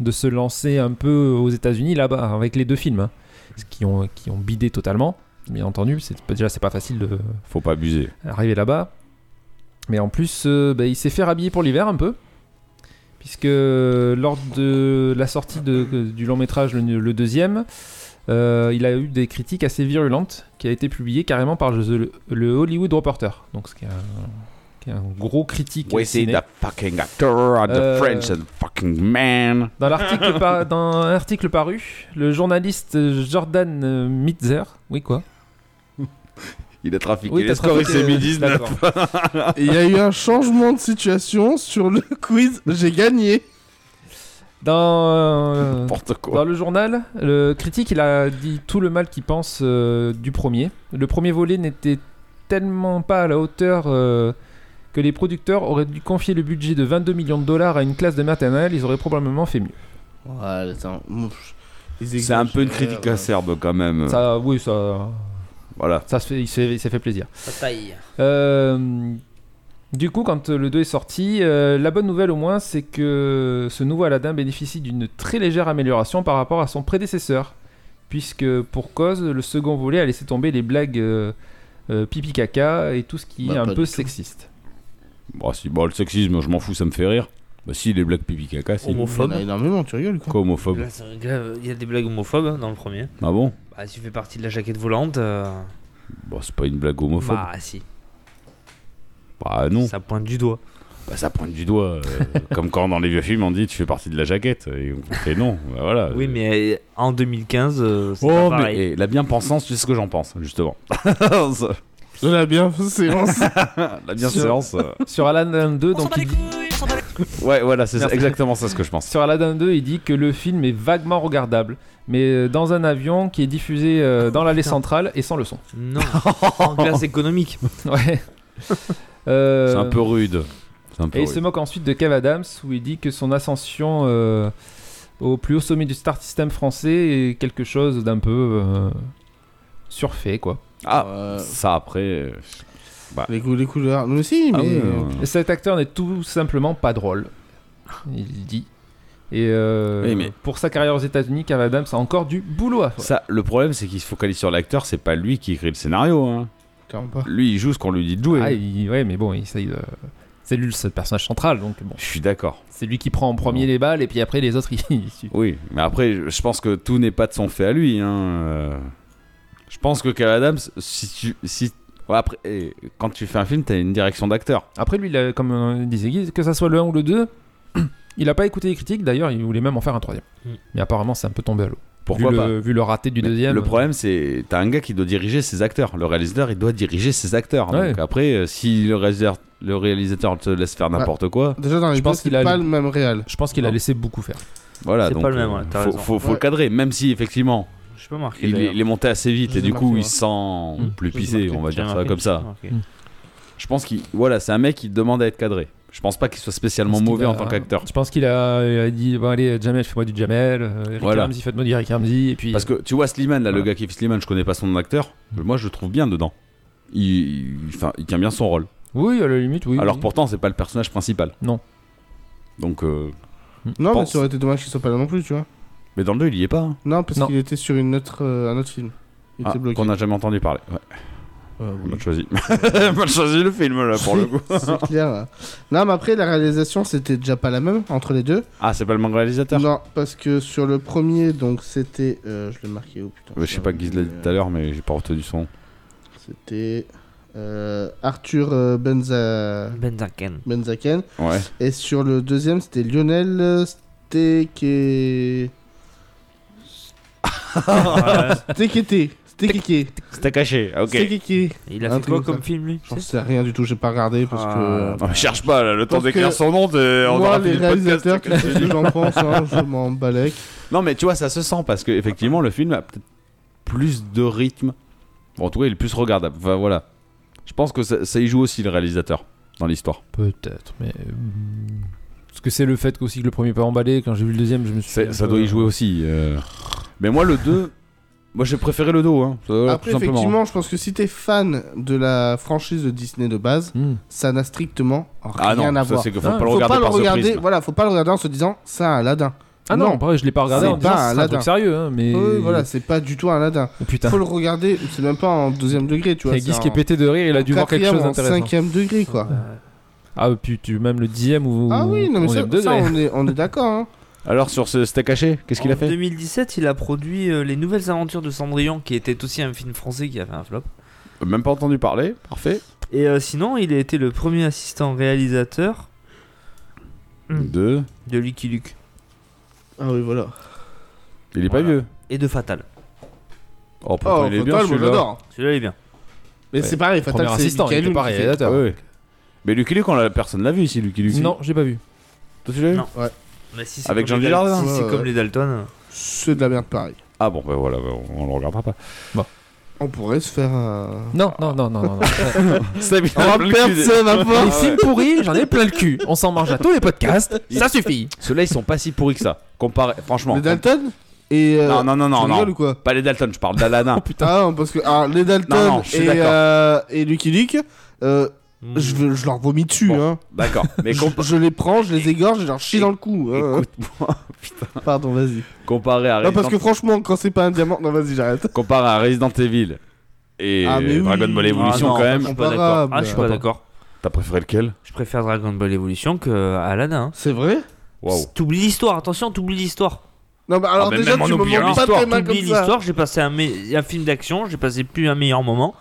de se lancer un peu aux États-Unis là-bas avec les deux films hein, ce qui, ont, qui ont bidé totalement. Bien entendu, c'est pas- déjà c'est pas facile de
Faut pas abuser.
arriver là-bas. Mais en plus, euh, ben, il s'est fait rhabiller pour l'hiver un peu. Puisque lors de la sortie de- euh, du long métrage, le, le deuxième, euh, il a eu des critiques assez virulentes qui a été publié carrément par le, le Hollywood Reporter. Donc, ce qui est un, qui est un gros critique.
We see
ciné.
the fucking actor and the
Euh,
French and fucking man.
Dans l'article par- dans un article paru, le journaliste Jordan euh, Mitzer, oui quoi
Il a trafiqué
Oui,
les
t'as
scores
trafiqué- euh,
SMI-19.
d'accord.
Et Il y a eu un changement de situation sur le quiz. J'ai gagné.
Dans euh,
N'importe quoi.
Dans le journal, le critique, il a dit tout le mal qu'il pense euh, du premier. Le premier volet n'était tellement pas à la hauteur euh, que les producteurs auraient dû confier le budget de 22 millions de dollars à une classe de maternelle, ils auraient probablement fait mieux.
Ouais, attends.
C'est un peu une critique
euh,
acerbe quand même.
Ça, oui, ça,
Voilà.
ça se fait, il s'est il s'est fait plaisir.
Ça taille.
Euh, du coup, quand euh, le 2 est sorti, euh, la bonne nouvelle au moins, c'est que ce nouveau Aladdin bénéficie d'une très légère amélioration par rapport à son prédécesseur. Puisque, pour cause, le second volet a laissé tomber les blagues euh, euh, pipi caca et tout ce qui
Bah,
est un
pas
peu
du tout.
sexiste.
Bon, Bah, si, bon, le sexisme, je m'en fous, ça me fait rire. Bah si, les blagues pipi caca, c'est
Il y en
Homophobe.
a énormément, tu rigoles quoi.
quoi homophobe
Là, c'est grave, Il y a des blagues homophobes hein, dans le premier.
Ah bon
Bah, si tu fais partie de la jaquette volante. euh,
Bon, c'est pas une blague homophobe. Bah,
Bah, si.
non.
Ça pointe du doigt.
Bah, ça pointe du doigt. euh, comme quand dans les vieux films, on dit tu fais partie de la jaquette. Et on fait non. Bah, voilà.
Oui, mais euh, en 2015, euh, c'est
Oh,
pas
mais
pareil.
eh, la bien-pensance, tu sais ce que j'en pense, justement. la
La bien séance.
bien-séance. euh,
Sur Aladdin 2, donc, il dit-
Ouais, voilà, c'est ça-
Merci.
exactement ça ce que je pense.
Sur Aladdin 2, il dit que le film est vaguement regardable, mais euh, dans un avion qui est diffusé euh, dans l'allée centrale et sans le son.
eh.
Non. en classe économique.
Ouais. Euh,
C'est un peu rude. C'est un peu
Et il
rude.
se moque ensuite de Kev Adams où il dit que son ascension euh, au plus haut sommet du star system français est quelque chose d'un peu euh, surfait quoi.
Ah, ça après. euh,
Ah. Les, cou- les couleurs. Mais si, mais.
ah ouais, euh,
Et cet acteur n'est tout simplement pas drôle, il dit. Et euh,
Oui, mais-
pour sa carrière aux États-Unis, Kev Adams a encore du boulot à faire.
Ça, le problème, c'est qu'il se focalise sur l'acteur, c'est pas lui qui écrit le scénario. hein.
Clairement
Ah.
pas.
Lui, il joue ce qu'on lui dit de jouer.
Ah, il- ouais, mais bon, il essaye de- C'est lui le personnage central, donc bon,
Je suis d'accord.
c'est lui qui prend en premier les balles et puis après les autres ils- ils suivent.
Oui, mais après, je- je pense que tout n'est pas de son fait à lui. hein. Euh, Je pense que Kev Adams, si tu. Si... ouais, après, eh, quand tu fais un film, t'as une direction d'acteur.
Après, lui, il a- comme euh, disait Guy, que ça soit le 1 ou le 2, il a pas écouté les critiques. D'ailleurs, il voulait même en faire un troisième.
Mm.
Mais apparemment, c'est un peu tombé à l'eau.
Pourquoi
vu
pas
le, Vu le raté du
Mais
deuxième.
Le problème, c'est t'as un gars qui doit diriger ses acteurs. Le réalisateur, il doit diriger ses acteurs.
Ouais.
Donc après, euh, si le réalisateur, le réalisateur te laisse
Bah,
faire n'importe quoi,
Déjà dans les
Je pense
deux,
qu'il a
c'est pas
le-
le même réel.
Je pense qu'il a
Non.
laissé beaucoup faire.
voilà.
C'est
donc,
pas le même,
euh,
ouais, t'as
faut,
raison.
faut- faut
Ouais.
le cadrer, même si effectivement,
Je peux marquer.
il, est- il est monté assez vite
Je
et
vous ai
du coup,
marqué,
il se sent
Mmh.
Mm.
plus pissé, on va dire ça comme ça.
Mm.
Je pense qu'il, voilà, c'est un mec qui demande à être cadré. Je pense pas qu'il soit
Je
spécialement
pense
mauvais
qu'il
en
a-
tant qu'acteur.
Je pense qu'il a, il a dit bon, allez, Jamel, fais-moi du Jamel. euh, Eric
Voilà.
Ramsey, faites-moi du Eric Ramsey. Et puis.
Parce que tu vois Slimane, là, le
Voilà.
gars qui fait Slimane, je connais pas son acteur.
Mmh.
Mm.
Moi, je le trouve bien dedans. Il, il- enfin, il tient bien son rôle.
Oui, à la limite, oui.
Alors
oui.
pourtant, c'est pas le personnage principal.
Non.
Donc, euh,
Non, mais
pense.
ça aurait été dommage qu'il soit pas là non plus, tu vois.
mais dans le 2, il y est pas. hein.
Non, parce
Non.
qu'il était sur une autre, euh, un autre film. Il
Ah,
était bloqué.
qu'on n'a jamais entendu parler. Ouais,
Euh, oui.
mal choisi. mal choisi le film là pour le coup.
c'est clair. là. Non, mais après, la réalisation, c'était déjà pas la même entre les deux.
Ah, c'est pas le même réalisateur
Non, parce que sur le premier, donc c'était. euh, je l'ai marqué où putain euh,
Ouais, Je sais pas qui l'a dit tout à l'heure, mais j'ai pas retenu son. nom.
C'était euh, Arthur euh, Benza...
Ben Benzaken.
Benzaken.
Ouais.
Et sur le deuxième, c'était Lionel euh, Steke... Stekete. Stekiki.
C'était caché, ok.
Stekiki.
Il a
Un
fait quoi
truc comme
comme film lui
J'en sais rien du tout, j'ai pas regardé parce que.
Ah, Non, mais cherche pas, là, le temps
Parce
d'écrire
que
son nom, t'es- on
Moi,
aura
les
fini le podcast.
réalisateurs, qu'est-ce que j'en pense hein, Je m'en balèque.
Non, mais tu vois, ça se sent parce que effectivement, le film a peut-être plus de rythme. Bon, en tout cas, il est plus regardable. Enfin, voilà. Je pense que ça, ça y joue aussi le réalisateur dans l'histoire.
Peut-être, mais. euh, Parce que c'est le fait aussi que le premier pas emballé, quand j'ai vu le deuxième, je me suis.
C'est-
dit un
Ça
peu-
doit y jouer aussi. euh. Mais moi, le 2, moi j'ai préféré le 2, hein. Ça, voilà,
Après,
tout simplement.
effectivement, je pense que si t'es fan de la franchise de Disney de base,
Hmm.
ça n'a strictement rien
Ah non,
à
ça
voir.
c'est que faut
Non,
pas le
faut
regarder
pas le
par ce
regarder,
prisme.
voilà, faut pas le regarder en se disant c'est un Aladdin.
Ah non,
Non.
pareil, je l'ai pas regardé
C'est
en disant
pas
c'est un
Aladdin.
truc sérieux, hein, mais.
Oui, voilà, c'est pas du tout un Aladdin.
Oh, putain.
Faut le regarder, c'est même pas en deuxième degré, tu
Il y a
vois. c'est
Guise qui est
en
pété de rire, il a dû voir quelque
quatrième
chose
ou en
d'intéressant.
Cinquième degré, quoi.
Euh,
Ah, puis tu, même le dixième ou.
Ah oui, non mais ça,
onzième degré.
ça, on est, on est d'accord. Hein.
Alors sur ce steak caché, qu'est-ce qu'il a
En
fait
2017, il a produit euh, Les Nouvelles Aventures de Cendrillon, qui était aussi un film français qui a fait un flop.
Même pas entendu parler, parfait.
Et euh, sinon, il a été le premier assistant réalisateur
Hmm.
Mm.
2,
de Lucky Luke
Ah oui, voilà.
il est pas
Voilà.
vieux.
et de Fatal.
Oh, pourtant,
Oh,
il est bien
Fatal, moi
celui-là.
j'adore.
Celui-là, il est bien.
Mais
Ouais.
c'est pareil, Fatal,
Premier
c'est
assistant, il
Michael
était
Youn
pas
qui fait.
réalisateur.
Ouais. Ah
euh,
Mais Lucky Luke, on l'a- personne l'a vu ici, Lucky Luke.
Non, j'ai pas vu.
Toi, tu l'as vu
Non. Mais Bah, si c'est
Avec
comme
Jean
les Dal-
Dujardin.
Si c'est
Ouais,
comme
ouais.
les Dalton. euh,
C'est de la merde, pareil.
Ah bon, ben voilà, ben, on, on le regardera pas.
On pourrait se faire.
euh,
un...
Non, non, non, non, non. non.
Ça
ma foi. Les
Ah
films pourris, j'en ai plein le cul. On s'en mange à tous les podcasts. Ça suffit.
Ceux-là, ils sont pas si pourris que ça. Comparé, franchement.
Les Dalton et. euh,
Non, non, non, non,
tu rigoles
non.
ou quoi
Pas les Dalton, je parle d'Aladin.
Ah non, parce que ah, les Dalton
Non, non, je suis
et,
d'accord. Hmm.
euh, et Lucky Luke, euh,
Hmm.
mm.
je, veux- je leur vomis dessus.
Bon,
hein.
D'accord. Mais
je,
com-
je les prends, je les égorge, je leur chie dans le cou. hein.
écoute-moi,
Pardon, vas-y.
comparé à
Non, parce
Resident,
que franchement, quand c'est pas un diamant. Non, vas-y, j'arrête.
comparé à Resident Evil et
Ah, mais oui.
Dragon Ball Evolution
Ah, non,
quand
Je
même.
suis pas d'accord. Ah, je suis pas
Comparable.
d'accord.
T'as préféré lequel
Je préfère Dragon Ball Evolution que Aladdin. hein.
C'est vrai
Waouh.
T'oublies l'histoire, attention, t'oublies l'histoire.
Non, mais alors
Ah, mais
déjà,
même en
tu me
oubliant
montres pas
l'histoire,
très mal
T'oublies
comme ça.
l'histoire, j'ai passé un, me- un film d'action, j'ai passé plus un meilleur moment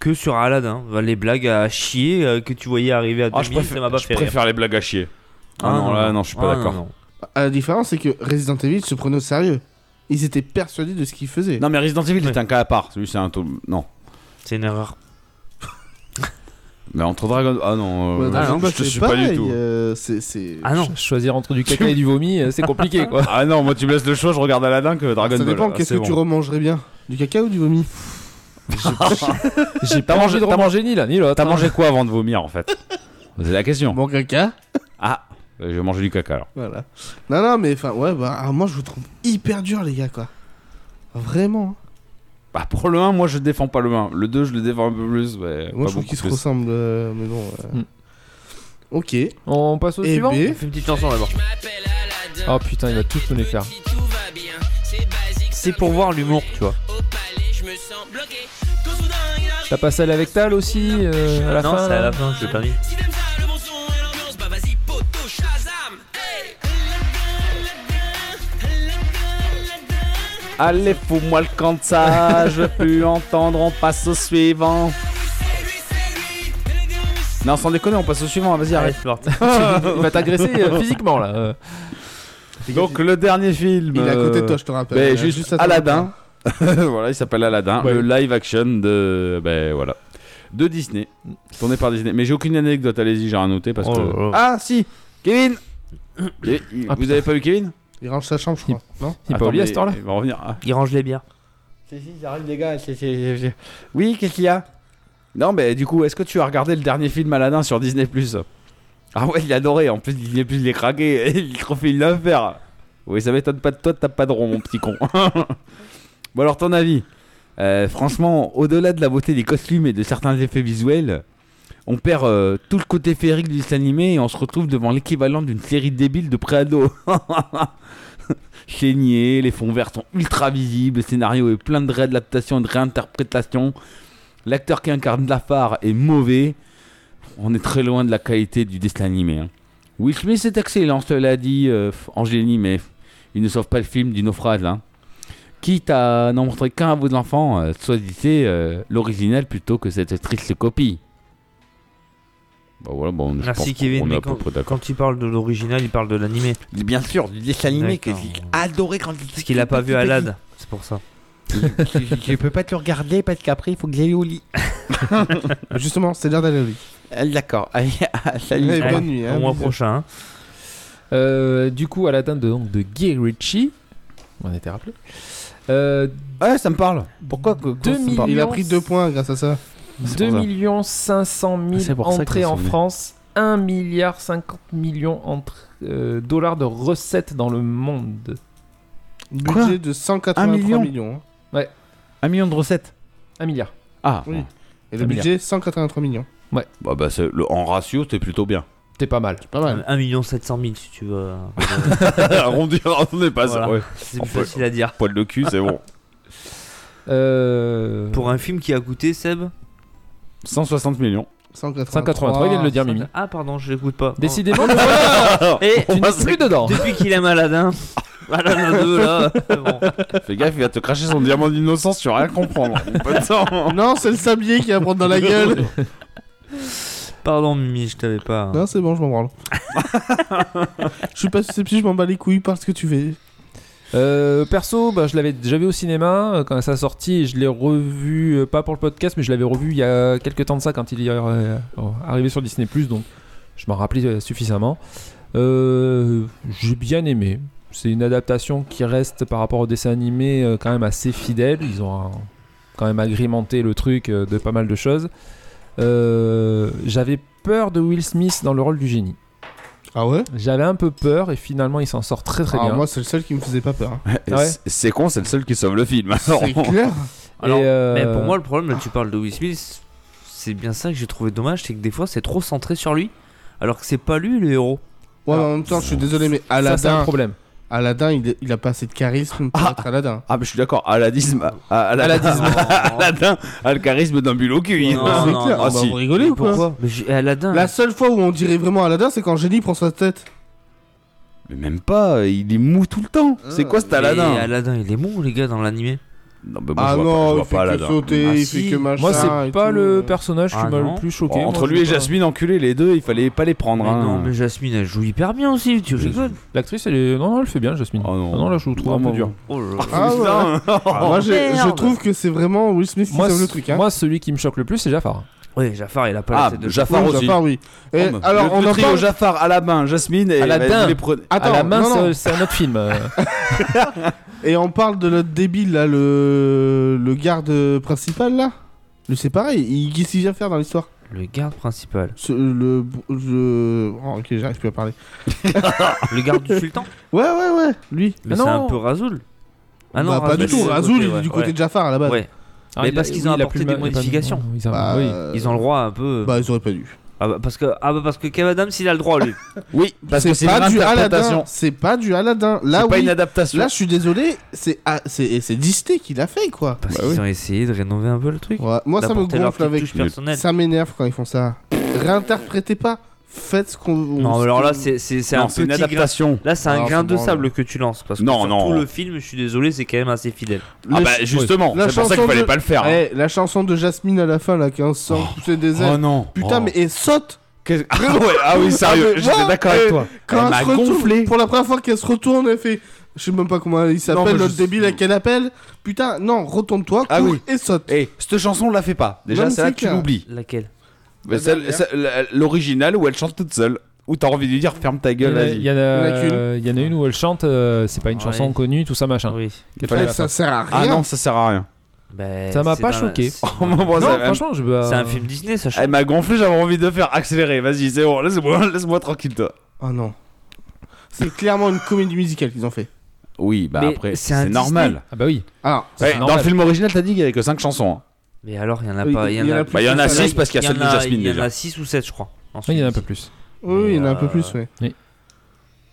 que sur Aladdin. Bah, Les blagues à chier euh, que tu voyais arriver à 2000,
Ah, je
ça m'a pas
préfère, je
fait rire.
préfère les blagues à chier. Ah non, là, non, je suis pas
Ah,
d'accord.
non, non.
La différence, c'est que Resident Evil se prenait au sérieux. Ils étaient persuadés de ce qu'ils faisaient.
Non, mais Resident Evil
Ouais.
est un cas à part. Celui, c'est un tome. Non.
C'est une erreur.
Mais entre Dragon. Ah non. euh,
Ouais, Dragon
je-
Ball,
je te
c'est
suis pas du
pareil,
tout.
euh, c'est- c'est-
Ah non,
Ch- Choisir entre du caca et du vomi, euh, c'est compliqué quoi.
Ah non, moi, tu me laisses le choix, je regarde Aladdin que Dragon
Ça
Ball.
dépend,
Ah,
qu'est-ce
c'est
que tu
bon.
remangerais bien Du caca ou du vomi
J'ai pas
T'as
mangé
mangé-
de
t'as
remanger ni là ni l'autre.
T'as
hein.
mangé quoi avant de vomir en fait C'est la question.
Mon caca
Ah, je vais manger du caca alors.
Voilà. Non, non, mais enfin, ouais, bah, alors moi je vous trouve hyper dur, les gars, quoi. Vraiment.
Bah pour le 1, moi je défends pas le 1. Le 2, je le défends un peu plus. mais
moi
pas
je trouve
beaucoup
qu'ils se
plus.
ressemblent, euh, mais bon. euh.
Mm.
Ok. Et
On passe
Eh
au suivant.
B.
fais une petite chanson d'abord.
Oh putain, il va tous nous les faire.
C'est pour voir l'humour, tu vois.
T'as pas celle avec Tal aussi euh, à la
non,
fin
c'est à
là
la fin, je l'ai pas mis.
Allez, fous-moi le camp de ça, je veux plus entendre, on passe au suivant. Non, sans déconner, on passe au suivant, hein, vas-y,
Allez,
arrête.
c'est parti.
Il va t'agresser euh, physiquement là. euh.
Donc le dernier film.
Il est à côté de toi, je te rappelle.
ben,
Euh,
juste
à ton
Aladdin. voilà, il s'appelle Aladdin,
Ouais.
le live action de. Ben voilà. De Disney. Tourné par Disney. Mais j'ai aucune anecdote, allez-y, j'ai rien noté parce
Oh
que.
là là.
Ah si Kevin Et-
Ah,
Vous avez pas vu Kevin
côté. Il range sa chambre, je crois.
Il est
Non
Attends,
pas oublié à
mais
cette heure là.
Il va revenir. Ah.
Il range les bières.
Si, si, j'arrive les gars. Oui, qu'est-ce qu'il y a Non, mais du coup, est-ce que tu as regardé le dernier film Aladdin sur Disney Plus Ah ouais, il a adoré. En plus, Disney Plus, il est craqué. Il profite de faire. Oui, ça m'étonne pas de toi, t'as pas de rond, mon petit con. bon, alors, ton avis Euh, Franchement, au-delà de la beauté des costumes et de certains effets visuels. On perd euh, tout le côté féerique du dessin animé et on se retrouve devant l'équivalent d'une série débile de pré-ado. saigné, les fonds verts sont ultra visibles, le scénario est plein de réadaptations et de réinterprétations. L'acteur qui incarne Lafar est mauvais. On est très loin de la qualité du dessin animé. hein. Will Smith est excellent, cela dit, euh, en génie, mais il ne sauve pas le film du naufrage. hein. Quitte à n'en montrer qu'un à vos enfants, euh, choisissez euh, l'original plutôt que cette triste copie. Bah voilà, bon, je
Merci,
pense qu'on-
Kevin,
on est
mais
à peu près d'accord.
Euh, Quand il parle de l'original, il parle de l'animé.
Bien sûr, du dessin animé que
D'accord.
j'ai adoré quand j'étais
Parce qu'il a pas
petit,
vu
petit.
Alad, c'est pour ça.
je, je peux pas te le regarder parce qu'après, il faut que j'aille au lit.
Justement, c'est l'heure d'aller au lit.
Euh, D'accord. Allez, ah, salut.
Allez,
Au revoir.
bonne nuit.
Au
hein.
mois
Bisous.
prochain. hein.
Euh, du coup, à l'atteinte de, donc, de Guy Ritchie, on était rappelé. Euh,
Ouais, ça me parle.
Pourquoi que-
Deux
qu'on se parle
Il a pris deux points grâce à ça.
C'est
2
pour ça.
millions 500
C'est
000
pour ça que
entrées
ça
en
se dit.
France, 1 milliard 50 millions entre, euh, dollars de recettes dans le monde.
Budget
Quoi
de 183
Un million
millions. hein.
Un million de recettes.
1 milliard.
Ah,
Oui. Et
Un
le budget, 183 millions.
bah, bah, c'est- le- en ratio, c'était plutôt bien.
T'es pas mal.
C'est pas mal.
1 Euh, million 700 000 si tu veux. euh,
Arrondir, on n'est pas
Voilà.
ouais.
C'est
On
plus
peut-
facile à dire.
Poil de cul, c'est bon.
Euh,
Pour un film qui a coûté, Seb
160 millions.
183.
183, il vient de le dire, Mimi.
Ah, pardon, je l'écoute pas. Oh. Eh,
Décidément, le voilà
Et
Tu n'es plus dedans
depuis qu'il est malade, hein Aladdin 2, là. Bon.
Fais gaffe, il va te cracher son diamant d'innocence, tu vas rien comprendre. Pas de temps.
Oh. Non, c'est le sablier qui va prendre dans la gueule.
Pardon, Mimi, je t'avais pas.
non, c'est bon, je m'en branle. je suis pas susceptible, je m'en bats les couilles parce que tu fais.
Euh, Perso, bah, je l'avais déjà vu au cinéma euh, quand ça sortit et je l'ai revu, euh, pas pour le podcast, mais je l'avais revu il y a quelques temps de ça quand il est euh, oh, arrivé sur Disney ⁇ donc je m'en rappelais euh, suffisamment. Euh, J'ai bien aimé. C'est une adaptation qui reste par rapport au dessin animé euh, quand même assez fidèle. Ils ont euh, quand même agrémenté le truc euh, de pas mal de choses. Euh, J'avais peur de Will Smith dans le rôle du génie.
Ah ouais Ah,
J'avais un peu peur et finalement il s'en sort très très bien.
moi, c'est le seul qui me faisait pas peur. hein.
Ouais.
C'est- C'est con, c'est le seul qui sauve le film. hein. alors.
Oh.
C'est clair.
Alors,
Et, euh,
Mais pour moi, le problème, là, tu parles de Will Smith, c'est bien ça que j'ai trouvé dommage, c'est que des fois, c'est trop centré sur lui, alors que c'est pas lui le héros.
Ouais, mais en même temps, je suis désolé, mais
ça c'est un
Aladdin,
problème.
Aladdin il, il a pas assez de charisme pour
Ah.
être Aladdin.
Ah, mais je suis d'accord, Aladdin, Aladdin, Aladdin a le charisme d'un bulot cul. il.
Non,
C'est
non,
clair.
non.
Ah,
Ah, si.
Vous rigolez ou quoi
Pourquoi Mais j'ai-
Ah.
Aladdin.
La seule fois où on dirait vraiment Aladdin, c'est quand Génie prend sa tête.
Mais même pas, il est mou tout le temps. C'est quoi cet
Euh, mais
Aladdin
Aladdin, il est bon, les gars, dans l'animé.
Non, mais moi,
Ah
je vois pas- je
non,
vois
il
pas
fait que
Aladdin.
sauter,
Ah
il
si.
fait que machin.
Moi,
et
c'est pas
tout.
le personnage qui
Ah
m'a
non.
le plus choqué.
Entre
moi,
lui
je
et
sais pas.
Jasmine, enculé, les deux, il fallait pas les prendre.
Mais
hein.
non, mais Jasmine, elle joue hyper bien aussi, tu
Mais-
rigoles.
L'actrice, elle est... non, non, elle fait bien, Jasmine.
Oh non.
Ah non, là, je vous trouve un peu dur.
Oh là là.
Ah ouais. Moi, je, je trouve que c'est vraiment Will Smith qui
Moi,
sauve le
c-
truc. Hein.
moi, celui qui me choque le plus, c'est Jafar.
Ouais, Jafar, il a pas
Ah,
la tête de.
Jafar
Oui,
aussi.
Jafar, oui.
Ah,
Et
bah,
Oh,
alors,
le,
on
le
en
trio
parle.
Jafar, Aladdin, Jasmine et
Aladdin.
vous les prenez-
Ah, Attends,
à la main,
non, non.
c'est- c'est un autre film. euh.
Et on parle de notre débile là, le, le garde principal là. Lui, c'est pareil. Il... Qu'est-ce qu'il vient faire dans l'histoire
Le garde principal.
Ce- Le. le... oh, ok, j'arrive plus à parler.
Le garde du sultan
Ouais, ouais, ouais, lui.
Mais
Ah
c'est
non.
un peu Razoul. Ah
Bah, pas
Razoul,
du
c'est
tout.
le
Razul,
côté,
il est
ouais.
du côté
Ouais.
de Jafar à la base.
Ouais.
Ah,
Mais
il
parce
a-
qu'ils ont
oui, il a
apporté
plus
des
ma- il a pas-
modifications.
non, ils ont-
Bah,
oui.
euh,
Ils ont le droit un peu.
Bah, ils auraient pas dû.
Ah bah parce que ah bah parce que Kev Adams il a le droit
Bah
lui.
Oui, parce que c'est une
pas du Aladdin.
adaptation.
C'est pas du Aladdin. Là,
C'est pas
oui.
une adaptation.
Là, je suis désolé. C'est ah, c'est et c'est Disney qui l'a fait, quoi. Bah
Parce qu'ils ont essayé de rénover un peu le truc.
Ouais, Moi, ça me
D'apporter leur
gonfle
petite
avec.
touche personnelle.
Ça m'énerve quand ils font ça. Réinterprétez pas. Faites ce qu'on.
Non
ce
alors là
qu'on-
c'est c'est c'est un
Non, c'est
petit
une
grain.
adaptation.
Là c'est un
Ah,
grain
c'est
de
bon,
sable
là.
que tu lances parce que
Non,
sur
non.
tout le film je suis désolé c'est quand même assez fidèle.
Ah
Le-
bah justement,
La
c'est pour ça qu'il
chanson
fallait
de-
pas le faire. hein.
Eh, la chanson de Jasmine à la fin, là, qui est en sang pousser des ailes.
Oh non.
Putain,
Oh.
mais et saute
Qu'est-ce- Ah ouais, ah oui,
Ah,
sérieux,
mais
j'étais
moi,
d'accord avec
eh,
toi.
quand
Elle
elle
m'a
se retourne,
gonflé.
Pour la première fois qu'elle se retourne, elle fait. Je sais même pas comment il
mais
s'appelle,
je-
l'autre débile à qu'elle appelle. Putain, non, retourne-toi,
Ah
cours
oui.
et saute.
Eh, cette chanson, on la fait pas.
Non,
Déjà,
mais
c'est là
c'est
que tu
clair.
l'oublies.
Laquelle
Mais celle- celle- la- L'original où elle chante toute seule. Où t'as envie de lui dire ferme ta
Il y en
gueule,
a-
vas-y.
il y en
Il y en a qu'une.
a il y en a une où elle chante, euh, c'est pas une
Ouais.
chanson connue, tout ça machin.
Oui.
Qu'elle fait à
Eh,
la
Ça
fin.
sert à
Ah
rien.
non, ça sert à rien.
Ben,
Ça m'a
c'est
pas
dans la-
choqué.
C'est
Moi,
Non,
ça-
franchement, je. bah,
c'est un film Disney ça.
Elle
change.
m'a gonflé, j'avais envie de faire accélérer. Vas-y, c'est bon, laisse-moi laisse tranquille, toi.
Oh non. C'est clairement une comédie musicale qu'ils ont fait.
Oui, bah
Mais
après,
c'est un
c'est normal.
Ah bah oui.
Alors,
Ça, c'est
Ouais, dans le
normal.
film original, t'as dit qu'il y avait que 5 chansons. hein.
Mais alors il y en a
Oui,
pas.
il y en a plus
Bah, il y en a
que ça,
6 parce qu'il y a celle de Jasmine
Il y en
déjà.
a 6 ou 7 je crois.
Oui,
Ensuite.
il y en a un peu plus.
oui, il y en a un peu
Euh,
plus, ouais.
oui.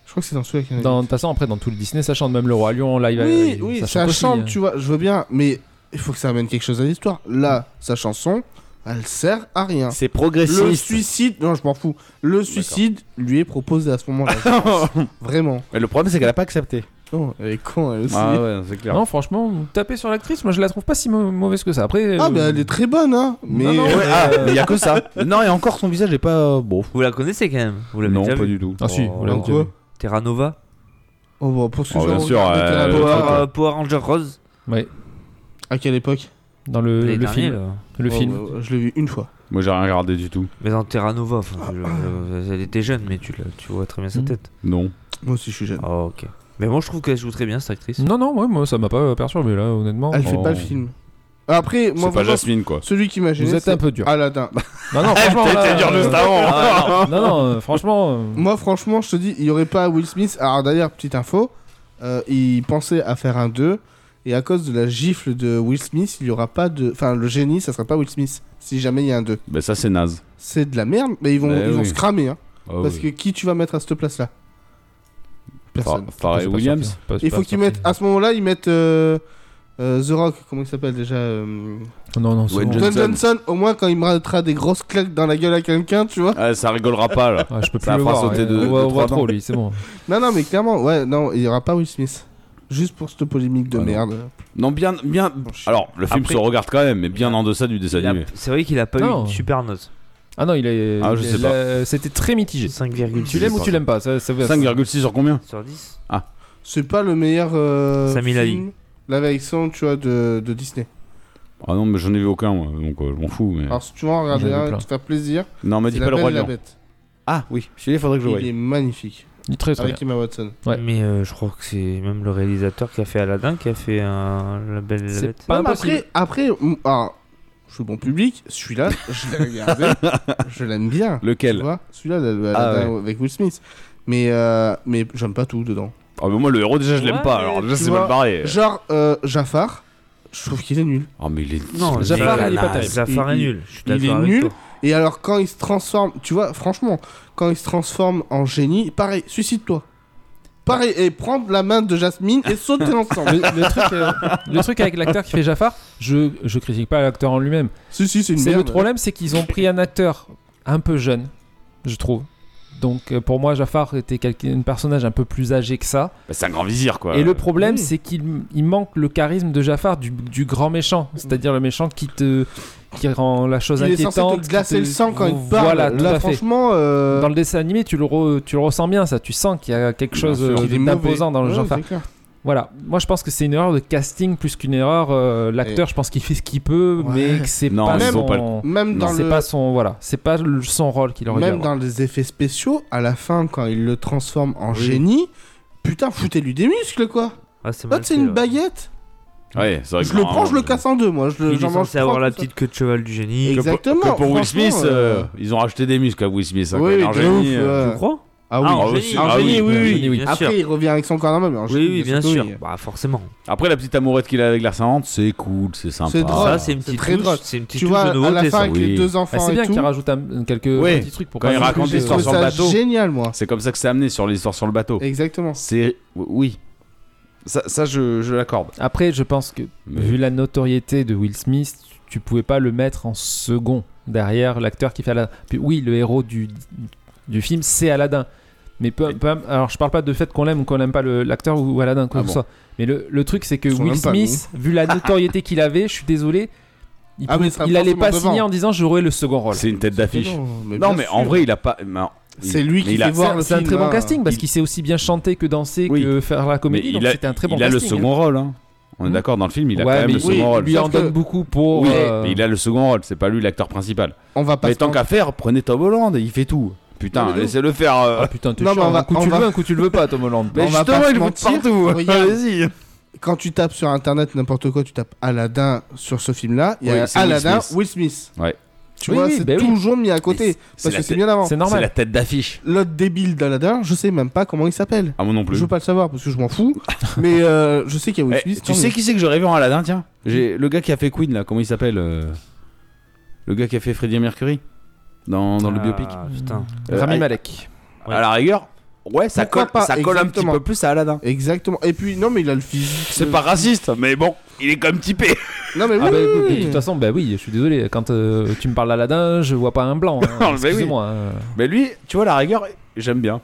Je crois que c'est dans celui-là qu'il y en a.
Dans- De toute façon, après, dans tout le Disney, ça chante même le Roi Lion en live.
Oui,
euh,
oui, ça,
aussi,
chante,
hein.
tu vois, je veux bien, mais il faut que ça amène quelque chose à l'histoire. Là, sa chanson, elle sert à rien.
C'est
Le
progressiste.
suicide, non, je m'en fous. Le suicide lui est proposé à ce moment-là. je pense. Vraiment.
Mais le problème, c'est qu'elle a pas accepté.
Non, elle est con, elle aussi.
Ah
Ah,
ouais, c'est clair.
Non, franchement, vous tapez sur l'actrice, moi je la trouve pas si mau- mauvaise que ça. Après. euh,
Ah, mais elle est très bonne, hein. Mais
non,
Ouais,
mais,
ah,
euh,
mais il y a que ça. Non, et encore, son visage est pas beau.
Vous la connaissez quand même Vous l'avez
non,
déjà
pas
vu
du tout.
Ah si,
Oh,
vous l'avez
donc,
déjà vu.
ouais.
Terra Nova
Oh, bah, pour ce
Oh,
genre,
bien sûr,
regardez
euh,
Terra
le
Nova.
truc,
Power,
ouais.
euh, Power Ranger Rose
Ouais.
À quelle époque
dans le,
Les
Euh, le
derniers,
film.
là.
Le
Oh,
film.
euh, Je l'ai vu une fois.
Moi, j'ai rien regardé du tout.
Mais dans Terra Nova, enfin, je- je- je- elle était jeune, mais tu, la- tu vois très bien sa
Mhm.
tête.
Non.
Moi aussi, je suis jeune.
Ah, ok. Mais moi, je trouve qu'elle joue très bien, cette actrice.
Non, non, ouais, moi ça m'a pas perturbé là, honnêtement.
Elle fait
Oh.
pas le film. Après, moi,
C'est pas
vraiment,
Jasmine, quoi.
celui qui m'a gêné.
Vous êtes
c'est
un peu dur. Bah,
Aladdin.
Non,
Ah,
non, franchement. là, euh,
avant. hein.
Non, non, euh, franchement.
Ah,
euh,
Moi, franchement, je te dis, il n'y aurait pas Will Smith. Alors, d'ailleurs, petite info, euh, il pensait à faire un 2, et à cause de la gifle de Will Smith, il n'y aura pas de. Enfin, le génie, ça sera pas Will Smith, si jamais il y a un 2.
Ben, ça, c'est naze.
C'est de la merde, mais ils vont,
Bah
ils vont
oui.
se cramer, hein,
Oh,
parce
oui.
que qui tu vas mettre à cette place-là Personne.
Fa- Pharrell
c'est pas
Williams
sorti, hein, pas-
il
pas
faut qu'ils
sorti.
mettent. À ce moment-là, ils mettent. euh, euh, The Rock, comment il s'appelle déjà euh,
Non, non, c'est
Wayne
bon.
Johnson.
Dwayne Johnson, au moins quand il me rattrapera des grosses claques dans la gueule à quelqu'un, tu vois.
Ah, Ça rigolera pas, là.
Ah, je peux plus
Ça
le
fera
voir.
sauter
ouais.
de-
On
de
voit- on voit
trois
trop
dents.
lui, c'est bon.
Non, non, mais clairement, ouais, non, il n'y aura pas Will Smith. Juste pour cette polémique de
Ah non.
merde.
Non, bien, bien. Alors, le film
Après-
se regarde quand même, mais bien
Il a-
en deçà du dessin
Il a-
animé.
C'est vrai qu'il a pas eu
Non.
une super note.
Ah non, il est.
Ah, je
il
sais
est- là, euh, C'était très mitigé.
5,6
Tu l'aimes ou tu l'aimes pas ça, ça,
5,6 sur combien
sur 10.
C'est pas le meilleur euh,
Sami
film, la version, tu vois, de, de Disney.
Ah non, mais j'en ai vu aucun, moi, donc euh, je m'en fous. Mais...
Alors si tu veux en regarder
J'en ai
un,
plein.
te faire plaisir,
non, mais
Ah, c'est
dis
La
pas le
Belle
roi
et
lion.
la Bête.
Ah oui, celui-là, il faudrait que je
Il
voie.
est magnifique,
Il est très très bien.
avec Emma Watson.
Ouais.
Mais euh, je crois que c'est même le réalisateur qui a fait Aladdin qui a fait un La Belle et la
C'est
Bête.
pas
Non, mais
impossible.
après, après m- alors, je suis bon public, celui-là, je l'ai regardé, je l'aime bien. Tu
Lequel
vois, celui-là, le- le-
Ah,
Aladdin avec Will Smith. Mais, euh, mais j'aime pas tout dedans.
Ah, mais moi, le héros, déjà, je l'aime
Ouais,
pas,
mais
alors déjà,
tu
c'est
vois,
mal barré.
Genre, euh, Jafar, je trouve qu'il est nul.
Ah, mais il est.
Non,
Jafar,
mais-
il est pas
Ah,
terrible.
Jafar est
Il-
nul. Je suis
il est
d'accord avec
nul.
toi.
Et alors, quand il se transforme, tu vois, franchement, quand il se transforme en génie, pareil, suicide-toi. Pareil, et prends la main de Jasmine et saute
Le,
l'ensemble.
le truc, euh, le truc avec l'acteur qui fait Jafar, je, je critique pas l'acteur en lui-même.
si, si, c'est une
C'est
merde.
le problème, c'est qu'ils ont pris un acteur un peu jeune, je trouve. Donc euh, pour moi, Jafar était quelqu'un- un personnage un peu plus âgé que ça.
Bah, c'est un grand vizir, quoi.
Et le problème,
Mmh.
oui.
c'est qu'il il manque le charisme de Jafar, du, du grand méchant, c'est-à-dire le méchant qui te qui rend la chose
Il est censé
inquiétante.
te glacer
qui
le sang quand il te parle.
Voilà, tout
Là,
à fait.
franchement, euh,
Dans le dessin animé, tu le, re- tu le ressens bien, ça. Tu sens qu'il y a quelque
Bien
chose
sûr.
euh,
il est
d'imposant
mauvais.
dans le
Ouais,
Jafar.
c'est clair.
Voilà. Moi, je pense que c'est une erreur de casting plus qu'une erreur. euh, L'acteur, je pense qu'il fait ce qu'il peut,
Ouais.
mais que c'est
Non,
pas
ils
son...
ont pas
Même, dans,
c'est
le-
pas son voilà, c'est pas le- son rôle qu'il aurait dû
même
avoir.
dans les effets spéciaux, à la fin, quand il le transforme en génie, putain, foutez-lui des muscles, quoi.
Ah, c'est mal
L'autre, Bah, c'est
fait,
une
ouais.
baguette.
Ouais, c'est vrai que
Je le
non,
prends, je le
que-
casse en deux, moi. Je le-
Il
Euh, j'en
est
mange
censé avoir
trois,
la
comme ça.
petite queue de cheval du génie.
que pour-
Exactement,
que pour Will
franchement,
Smith, euh,
euh,
ils ont racheté des muscles à Will Smith. hein,
Oui,
quand il est
de
en
ouf,
génie, euh,
ouais.
Tu crois
Ah oui,
Ah,
en
en
génie,
génie,
en génie, oui, oui,
oui, bien
Après,
sûr.
il revient avec son corps normal. mais en
Oui,
génie,
oui, bien
sûr,
sûr.
oui.
Bah, forcément.
Après, la petite amourette qu'il a avec la servante, c'est cool, c'est sympa.
C'est drôle.
Bah, Ça, c'est une
Ah, c'est
petite
très drôle.
touche. C'est une petite
Tu
touche
vois,
de
à la
nouveauté,
fin,
ça.
avec
oui.
les deux
Ah,
enfants
c'est bien
et tout,
qu'il rajoute un- quelques
Ouais.
petits trucs pour
Quand
pas
il
non
raconte
plus, euh,
j'ai
l'histoire
trouvé
sur le
ça
bateau.
génial, moi.
C'est comme ça que c'est amené sur l'histoire sur le bateau.
Exactement.
C'est. Oui. Ça, ça, je, je l'accorde.
Après, je pense que
Mais-
vu la notoriété de Will Smith, tu pouvais pas le mettre en second derrière l'acteur qui fait Aladdin. Puis oui, le héros du du film, c'est Aladdin. Mais peu, peu- alors je parle pas de fait qu'on l'aime ou qu'on n'aime pas le- l'acteur ou, ou Aladdin quoi
Ah
que ce
bon.
soit. Mais le, le truc c'est que
Ils sont
Will
même pas
Smith, vu la notoriété qu'il avait, je suis désolé, il,
Ah, mais
pouvait-
il sera
il allait
forcément
pas
devant.
signer en disant j'aurai le second rôle.
C'est une tête d'affiche.
Mais non, mais,
Non,
bien
mais
sûr.
en vrai, il a pas. non, il-
C'est lui
mais
qui
il a-
fait voir le
C'est un
film,
très bon
hein.
casting parce
Il-
qu'il sait aussi bien chanter que danser
Oui.
que faire la
Mais
comédie.
il
donc
a,
c'était un très bon
il a le
casting.
second rôle. hein. On est
Hmm.
d'accord, dans le film, il a
Ouais,
quand même
mais
le
Mmh. oui,
second
il
rôle.
lui en
Sauf que-
donne beaucoup pour.
Oui,
euh,
mais il a le second rôle, c'est pas lui l'acteur principal.
On va pas
mais
se
tant qu'à faire, prenez Tom Holland, il fait tout.
Non, mais
Putain,
de ouf.
laissez-le faire. euh.
Ah putain, t'es
Non, mais
chiant.
on va-
un coup
on
tu le
va-
veux, un coup tu le veux pas, Tom Holland.
Mais
Mais
on va
justement,
pas
il
se
vous
mentir,
partout.
regarde.
Allez-y.
Quand tu tapes sur internet n'importe quoi, tu tapes Aladdin sur ce film-là, il y
Oui,
a
c'est Will
Aladdin,
Smith.
Will Smith.
Ouais.
Tu
Oui,
vois,
oui,
c'est
bah oui.
toujours mis à côté
Mais c'est
parce
la
que c'est
tête-
bien avant.
C'est
C'est
normal.
la tête d'affiche.
L'autre débile d'Aladdin, je sais même pas comment il s'appelle.
Ah, moi non
Je
plus.
veux pas le savoir parce que je m'en fous, mais euh, je sais qu'il y a Will
Eh,
Smith.
tu
tant
sais
mieux.
qui c'est que j'aurais vu en Aladdin, tiens J'ai le gars qui a fait Queen là, comment il s'appelle euh, Le gars qui a fait Freddie Mercury dans, dans le
Ah,
biopic.
Putain.
Euh,
Rami
I-
Malek.
ouais.
À la rigueur, ouais, ça
Pourquoi
colle,
pas,
ça colle un petit
exactement.
peu plus à Aladdin.
Exactement. Et puis non, mais il a le physique. Euh,
C'est pas raciste, mais bon, il est quand même typé.
Non mais oui,
Ah bah,
oui,
écoute,
oui.
de toute façon, bah oui, je suis désolé. Quand euh, tu me parles d'Aladin, je vois pas un blanc. hein.
Non, mais oui.
Excuse-moi. hein.
Mais lui, tu vois, à la rigueur, j'aime bien.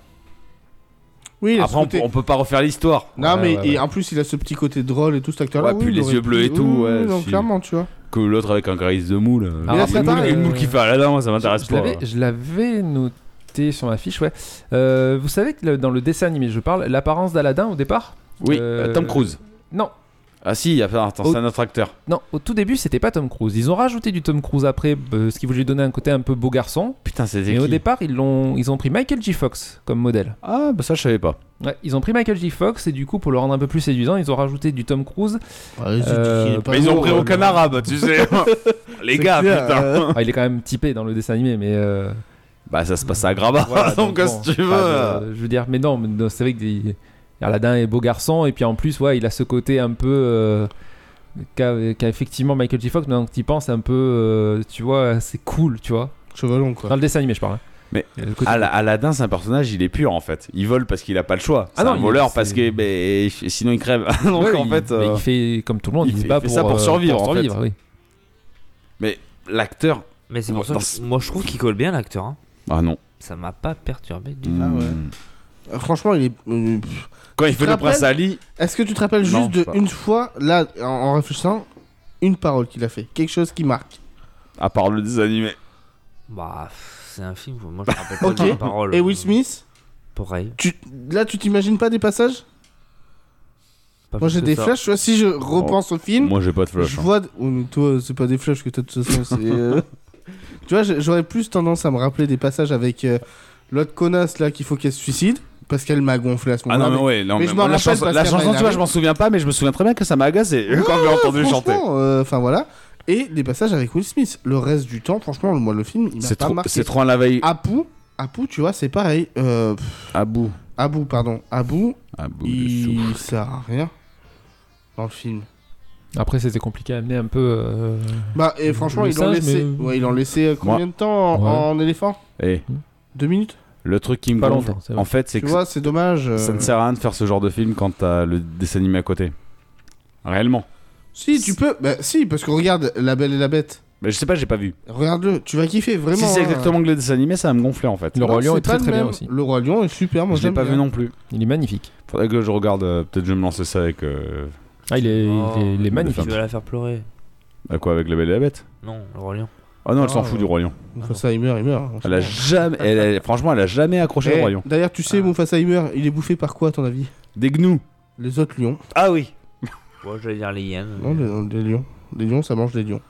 Oui, il a ce
Après, on,
côté-
peut- on peut pas refaire l'histoire.
Non,
Ouais,
mais
ouais,
et
ouais.
en plus, il a ce petit côté drôle et tout, cet acteur-là.
Ouais,
oui,
puis
il
les
aurait
yeux bleus
pu-
et tout,
oui,
ouais,
non,
si.
clairement, tu vois.
Que l'autre avec un charisme de moule. euh.
Ah,
là,
là, c'est
une, moule,
pareil,
une moule qui
euh,
fait Aladdin, moi ça hein. m'intéresse
Je
pas.
l'avais- je l'avais noté sur ma fiche, ouais. Euh, vous savez que le- dans le dessin animé, je parle, l'apparence d'Aladin au départ
Oui,
Euh,
euh, Tom Cruise.
Non.
Ah si, il y a- attends,
Oh.
c'est un autre acteur.
Non, au tout début, c'était pas Tom Cruise. Ils ont rajouté du Tom Cruise après, euh, ce qui voulait lui donner un côté un peu beau garçon.
Putain, c'était
Et au
qui
départ, ils, l'ont- ils ont pris Michael J. Fox comme modèle.
Ah, bah ça, je savais pas.
Ouais, ils ont pris Michael J. Fox et du coup, pour le rendre un peu plus séduisant, ils ont rajouté du Tom Cruise. Euh,
Mais ils ont
hein,
pris aucun arabe, tu sais. Les gars, putain.
Ah, il est quand même typé dans le dessin animé, mais. euh,
Bah, ça se passe à Grabat,
voilà,
donc,
bon,
si tu veux.
enfin, je, je veux dire, mais non, mais non, c'est vrai que des- Aladdin est beau garçon et puis en plus, ouais, il a ce côté un peu. euh, Qu'a qu'a effectivement Michael J. Fox, mais quand tu y penses, un peu. euh, tu vois, c'est cool, tu vois.
Cheveux longs, quoi.
Dans le dessin animé, je parle. hein.
Mais
Il y a le côté-
Al- Aladdin, c'est un personnage, il est pur en fait. Il vole parce qu'il a pas le choix.
Ah
C'est
non,
un
il-
voleur
c'est-
parce que ben, sinon il crève. Donc
Ouais,
en
il-
fait,
mais
euh,
il fait comme tout le monde,
il
il,
fait-
bat
il fait ça pour
euh,
survivre, en fait.
oui.
l'acteur.
Mais c'est pour ça
Dans
que
ce-
moi je trouve qu'il colle bien l'acteur. hein.
Ah non.
Ça m'a pas perturbé du tout.
Ah ouais.
Mm.
Euh, Franchement, il est. euh, pff.
Quand il fait le
rappelles
prince Ali,
Est-ce que tu te rappelles
Non,
juste de
pas.
une fois, là, en, en réfléchissant, une parole qu'il a fait Quelque chose qui marque.
à part le désanimé.
Bah, pff, c'est un film. Moi je me rappelle pas de la
Ok.
Oh
parole. Euh,
Et Will Smith
Pareil.
tu, Là, tu t'imagines pas des passages
Pas
Moi,
plus
j'ai
que
des
ça.
flashs. Tu vois, si je
Oh.
repense au film,
Moi j'ai pas de flash.
je
hein.
vois. Oh, mais toi, c'est pas des flashs que t'as de toute façon. c'est, euh, tu vois, j'ai- j'aurais plus tendance à me rappeler des passages avec euh, l'autre connasse là qu'il faut qu'elle se suicide parce qu'elle m'a gonflé à ce
Ah
moment-là.
non, mais ouais, non,
mais
mais
je
moi,
m'en
la
rappelle
chanson,
parce
la
qu'elle
chanson,
m'a
tu vois,
énervé.
je m'en souviens pas, mais je me souviens très bien que ça m'a agacé quand je l'ai entendu chanter.
Franchement, euh, enfin voilà. Et des passages avec Will Smith. Le reste du temps, franchement, moi, le film, il m'a
C'est
pas
trop,
marqué. Ah.
c'est trop à la veille.
Apu, Apu, tu vois, c'est pareil. Euh, pff,
À bout.
Abu, pardon. Abu,
À bout. de souffle.
il sert à rien dans le film.
Après, c'était compliqué à amener un peu. euh,
Bah, et franchement,
Le
ils l'ont
singe,
laissé.
mais-
Ouais, ils l'ont laissé euh, combien de temps en,
Ouais.
en éléphant
Eh,
Deux minutes
le truc qui me
Pas
gonfle,
longtemps, c'est vrai.
en fait, c'est
Tu
que
vois, c'est dommage. euh,
ça ne sert à rien de faire ce genre de film quand t'as le dessin animé à côté. Réellement.
Si, tu peux. Bah, si, parce que regarde La Belle et la Bête.
Mais je sais pas, j'ai pas vu.
Regarde-le, tu vas kiffer, vraiment.
Si c'est
hein.
exactement que le dessin animé, ça va me gonfler en fait.
Le
Non,
Roi Lion
c'est
est très
pas le
très bien
même.
aussi.
Le Roi Lion est super, moi
je l'ai
j'aime
pas
bien.
vu non plus.
Il est magnifique.
Faudrait que je regarde. euh, Peut-être je vais me lancer ça avec. euh,
Ah, il est,
Oh,
il est, il est magnifique.
Tu vas la faire pleurer.
à quoi Avec la Belle et la Bête
Non, le Roi Lion.
Ah non, elle
Ah,
s'en fout
ouais.
du Royaume.
Mufasa, il meurt, il meurt.
Elle a jamais. elle a- Franchement, elle a jamais accroché
Eh,
le Royaume.
D'ailleurs, tu
Ah.
sais, Mufasa, il meurt. Il est bouffé par quoi, à ton avis
Des gnous.
Les autres lions.
Ah oui.
Moi j'allais dire les hyènes.
Non, les, les lions. Les lions, ça mange des lions.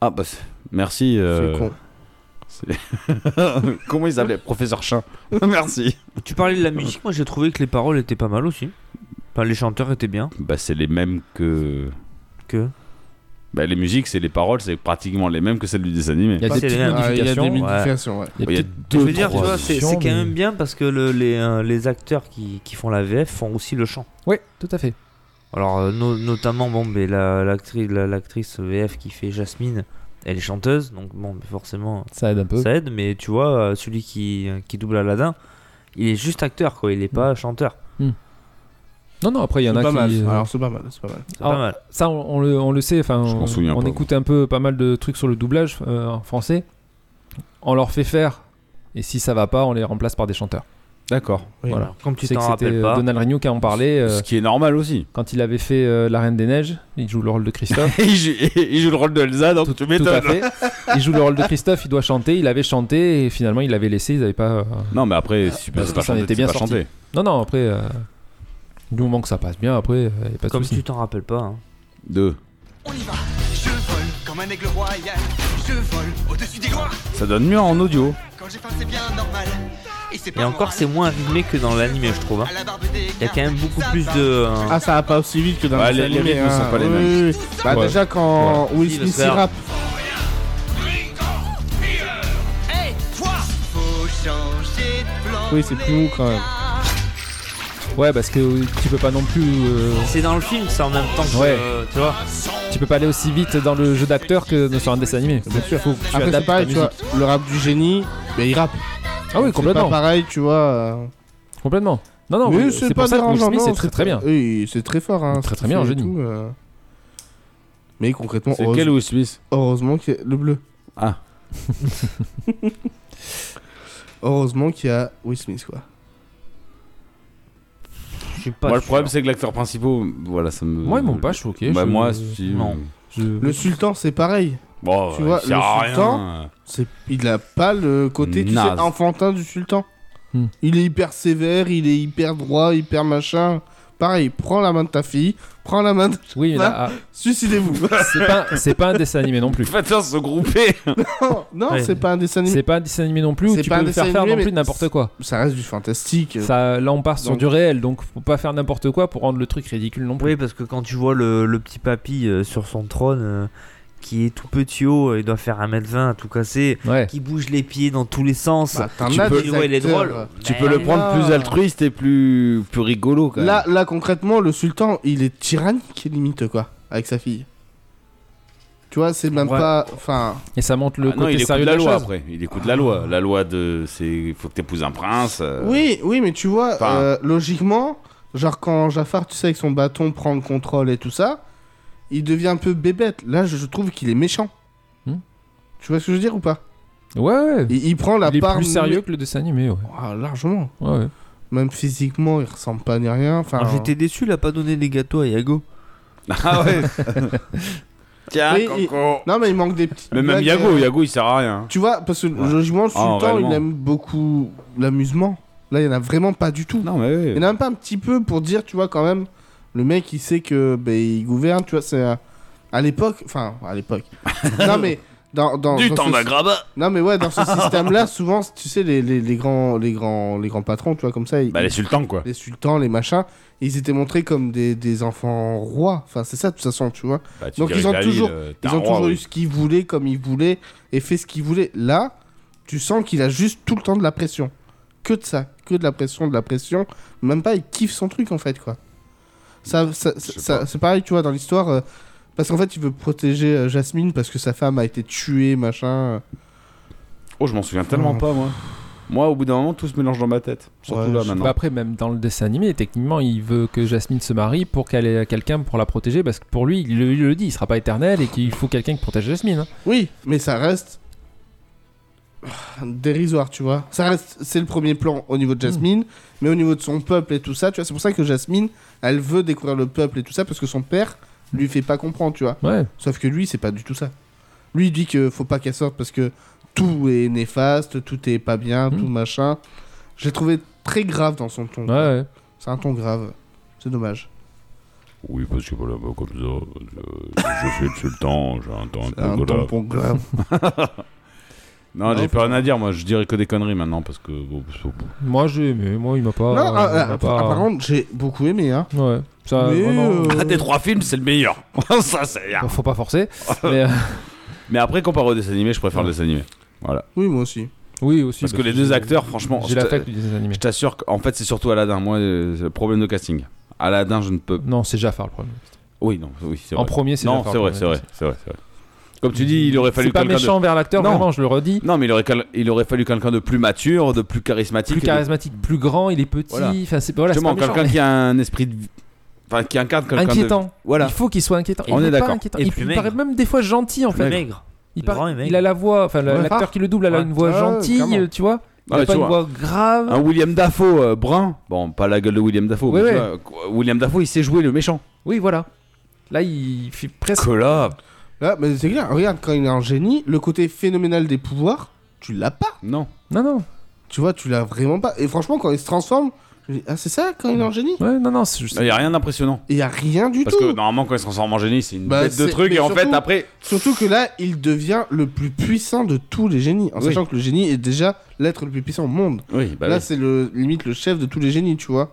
Ah bah c'est- merci. euh,
C'est con.
c'est- Comment ils s'appelaient Professeur Chin. merci.
Tu parlais de la musique, moi j'ai trouvé que les paroles étaient pas mal aussi. Enfin, les chanteurs étaient bien.
Bah c'est les mêmes que.
Que
Bah les musiques, c'est les paroles, c'est pratiquement les mêmes que celles du dessin animé.
Il y a des
C'est
petites
les-
Ah, Il y a des
modifications.
modifications, ouais.
Il y a
Il y a
peut-être
Je
deux,
veux dire, tu
trois
vois, c'est c'est
versions,
quand même
mais-
bien parce que le- les, euh, les acteurs qui, qui font la VF font aussi le chant.
Oui, tout à fait.
Alors, euh, no- notamment, bon, mais la- l'actrice la- l'actrice VF qui fait Jasmine, elle est chanteuse, donc bon, mais forcément
Ça aide un peu.
ça aide, mais tu vois, euh, celui qui, qui double Aladdin, il est juste acteur, quoi, il est
Mm.
pas chanteur.
Non, non, après, il y
C'est
en a
pas
qui.
mal.
euh,
Alors, c'est pas mal, c'est pas mal.
C'est
Alors,
pas mal.
Ça, on, on le, on le sait. Enfin,
Je m'en
on,
souviens
on
pas.
écoute un peu pas mal de trucs sur le doublage euh, en français. On leur fait faire. Et si ça va pas, on les remplace par des chanteurs.
D'accord.
voilà.
Alors, Comme tu
sais que
t'en
c'était
rappelles
euh,
pas.
Donald Reigno qui en parlait euh,
Ce qui est normal aussi.
quand il avait fait euh, La Reine des Neiges. Il joue le rôle de Christophe.
Et il joue, il joue le rôle de Elsa, donc tu
Tout à
m'étonnes.
fait. Il joue le rôle de Christophe, il doit chanter, il avait chanté et finalement il l'avait laissé, ils n'avaient pas. euh,
Non mais après, si tu peux
Parce
pas
que ça en
chanter,
était
tu
bien
peux pas
sorti.
chanter.
Non, non, après, euh, du moment que ça passe bien, après, il n'y a pas de
Comme
souci.
tu t'en rappelles pas. hein.
Deux.
On y va. Je vole comme un aigle royal. Je vole au-dessus des gloires.
Ça donne mieux en audio.
Quand j'ai faim, c'est bien normal. Et c'est pas
Et encore,
moral.
c'est moins rythmé que dans l'animé, je trouve. hein.
À la barbe des
Il y a quand même beaucoup
gars,
plus
ça
de. euh,
Ah, ça va pas aussi vite que dans
Ouais,
le
les- les
animé,
rythmes
hein.
sont pas les
Oui,
mêmes.
oui, oui. Bah,
Ouais.
déjà, quand Will
Si, le
Smith il
frère.
rappe,
Faut changer de plan.
oui, c'est plus mou quand même.
Ouais, parce que euh, tu peux pas non plus. euh,
C'est dans le film, ça en même temps que.
Ouais.
euh, tu vois
tu peux pas aller aussi vite dans le jeu d'acteur que sur un dessin animé.
Bien sûr.
Faut que tu
Après, c'est
adaptes
pareil,
ta
tu vois,
musique.
le rap du génie, mais il rappe.
Ah oui,
C'est
complètement.
pas pareil, tu vois. euh,
Complètement. Non, non,
mais
oui, c'est pour ça que Will
dérangeant,
Smith,
non,
c'est très très bien.
Oui, c'est très fort. Hein,
Très,
ce
très
qu'il
bien,
fait
génie.
et tout, euh. Mais concrètement,
C'est
heureuse-
quel Will Smith
heureusement qu'il y a le bleu.
Ah.
heureusement qu'il y a Will Smith, quoi.
Je suis pas.
Moi, le
sûr.
problème, c'est que l'acteur principal, voilà, ça me.
Moi, ils m'ont pas choqué.
Euh, Bah,
je-
moi, si.
non.
je-
Le sultan, c'est pareil.
Bon,
Tu vois,
il sert
le
à
sultan,
rien.
C'est- Il a pas le côté, tu sais,
Naze.
enfantin du sultan.
Hmm.
Il est hyper sévère, il est hyper droit, hyper machin. Pareil, prends la main de ta fille, prends la main de...
Oui, mais là,
Suicidez-vous.
ah, c'est pas, c'est pas un dessin animé non plus.
Faites se grouper
non, non,
Ouais.
c'est pas un dessin animé.
C'est pas un dessin animé non plus où
C'est
tu
pas un
peux faire
dessin
faire
animé,
non plus
mais-
n'importe quoi.
Ça reste du fantastique. euh,
Ça, là, on part sur
Donc-
du réel, donc faut pas faire n'importe quoi pour rendre le truc ridicule non plus.
Oui, parce que quand tu vois le, le petit papy euh, sur son trône euh, qui est tout petit haut, euh, il doit faire 1m20 à tout casser,
Ouais.
qui bouge les pieds dans tous les sens.
Bah, t'en
tu
as
peux
des
le jouer, il est
acteurs.
drôle.
euh, Tu peux le
Mais
prendre
non.
plus altruiste et plus, plus rigolo quand même.
Là, là, concrètement, le sultan, il est tyrannique, limite, quoi, avec sa fille. Tu vois, c'est même
Ouais.
pas. Enfin,
Et ça montre
Ah
le
non,
côté
il écoute
sérieux
la
de
loi
la chose.
après. Il écoute la loi. La loi de c'est il faut que t'épouses un prince. euh,
oui, oui, mais tu vois,
Enfin.
euh, logiquement, genre quand Jafar, tu sais, avec son bâton prend le contrôle et tout ça, il devient un peu bébête. Là, je je trouve qu'il est méchant.
Hmm.
Tu vois ce que je veux dire ou pas
Ouais, ouais.
il, il prend la
Il est
part.
plus sérieux que le dessin animé, ouais.
Ah, largement.
Ouais, ouais.
Ah
Même physiquement, il ressemble pas ni rien. Enfin,
hein.
Alors, J'étais déçu, il a pas donné des gâteaux à Yago.
Ah ouais. Tiens,
Oui, il-
Coco.
Non, mais il manque des petits. euh,
Mais même Yago, Yago il sert à rien.
Tu vois, parce que
Ouais.
logiquement, le
Ah,
sultan,
réellement.
il aime beaucoup l'amusement. Là, il y en a vraiment pas du tout.
Non mais
Il y en a même pas un petit peu pour dire, tu vois, quand même, le mec, il sait que ben, il gouverne, tu vois, c'est euh, à l'époque, enfin, à l'époque. non, mais dans, dans, dans ce-
d'Agraba.
Non, mais ouais, dans ce système-là, souvent, tu sais, les, les, les grands, les, grands, les grands patrons, tu vois, comme ça, ils-
Bah les sultans quoi.
les sultans, les machins, ils étaient montrés comme des, des enfants rois. Enfin, c'est ça, de toute façon, tu vois.
Bah, tu
Donc,
diriges
ils ont
la ville,
toujours-
euh, t'es
Ils
un
ont
roi,
toujours
oui.
eu ce qu'ils voulaient, comme ils voulaient, et fait ce qu'ils voulaient. Là, tu sens qu'il a juste tout le temps de la pression. Que de ça, que de la pression, de la pression. Même pas, il kiffe son truc en fait, quoi. Ça, ça-
Je sais
ça-
pas.
c'est pareil, tu vois, dans l'histoire. euh, parce qu'en fait, il veut protéger euh, Jasmine parce que sa femme a été tuée, machin.
Oh, je m'en souviens tellement
Oh.
pas moi. Moi, au bout d'un moment, tout se mélange dans ma tête. Surtout
Ouais,
là
je-
maintenant.
Bah après, même dans le dessin animé, techniquement, il veut que Jasmine se marie pour qu'elle ait quelqu'un pour la protéger, parce que pour lui, il le, il le dit, il sera pas éternel et qu'il faut quelqu'un qui protège Jasmine. hein.
Oui, mais ça reste. dérisoire, tu vois. Ça reste. C'est le premier plan au
Hmm.
niveau de Jasmine, mais au niveau de son peuple et tout ça, tu vois. C'est pour ça que Jasmine, elle veut découvrir le peuple et tout ça parce que son père lui fait pas comprendre, tu vois.
Ouais.
Sauf que lui, c'est pas du tout ça. Lui, il dit que faut pas qu'elle sorte parce que tout est néfaste, tout est pas bien,
Mm.
tout machin. Je l'ai trouvé très grave dans son ton.
Ouais, ouais.
C'est un ton grave. C'est dommage.
Oui, parce que voilà, bah, comme ça, je, je fais le sultan, j'ai un temps
C'est un tampon grave.
Non, j'ai
Non,
plus rien à dire, moi, je dirais que des conneries maintenant, parce que. bon, c'est-
Moi, j'ai aimé, moi, il m'a pas.
non,
il
ah,
m'a
ah,
pas- hein.
par contre, j'ai beaucoup aimé, hein.
Ouais. Ça,
Mais,
vraiment,
euh,
Ah, des trois films, c'est le meilleur. ça, c'est rien.
Faut pas forcer. mais, euh,
Mais après, comparé au dessin animé, je préfère le dessin animé.
Oui, moi aussi.
oui, aussi. bah,
Parce que les deux
j'ai-
acteurs, franchement,
J'ai la
je t'a-
fac du dessin animé.
je t'assure qu'en fait, c'est surtout Aladdin. Moi, euh, c'est le problème de casting. Aladdin, je ne peux.
Non, c'est Jafar le problème.
Oui, non, oui, c'est
En
vrai.
premier, c'est
Non,
Jafar.
c'est
le
vrai,
premier.
c'est vrai, c'est vrai, c'est vrai. Comme tu dis, il aurait fallu
C'est pas
quelqu'un de-
méchant vers l'acteur,
Non.
vraiment, je le redis.
Non, mais il aurait, cal- il aurait fallu quelqu'un de plus mature, de plus charismatique.
Plus
et de-
charismatique, plus grand, il est petit.
Voilà.
Enfin, c'est voilà, c'est
Justement,
pas méchant,
quelqu'un
mais
qui a un esprit de. Enfin, qui incarne quelqu'un de-
inquiétant.
Voilà.
Il faut qu'il soit inquiétant.
Et
Il
on est
pas
d'accord.
inquiétant.
Et
Il,
plus
il
maigre.
paraît même des fois gentil en
Le
fait.
maigre.
Il,
Grand
paraît-
et maigre.
il a la voix, enfin la-
Ouais.
l'acteur qui le double, elle a
Ouais.
une voix
Ouais, ouais,
gentille,
clairement.
tu vois. Il
Ah,
a
mais
pas
tu
une
vois. Ah.
voix grave.
Un William Dafoe euh, brun. Bon, pas la gueule de William Dafoe.
Ouais,
mais tu
ouais.
vois, quoi, William Dafoe, il sait jouer le méchant.
Oui, voilà. Là, il fait presque.
Que là.
Là, mais c'est clair, regarde, quand il est en génie, le côté phénoménal des pouvoirs, tu l'as pas.
Non.
Non, non.
Tu vois, tu l'as vraiment pas. Et franchement, quand il se transforme, je me dis, ah, c'est ça quand il est en génie
Ouais, non, non. c'est juste-
Il n'y Ah, a rien d'impressionnant.
Il y a rien du
Parce
tout.
que normalement, quand il se transforme en génie, c'est une
Bah,
bête de
c'est-
truc.
mais
Et en fait,
surtout-
après.
Surtout que là, il devient le plus puissant de tous les génies. En
Oui.
sachant que le génie est déjà l'être le plus puissant au monde.
Oui, bah
là,
oui.
c'est le limite le chef de tous les génies, tu vois.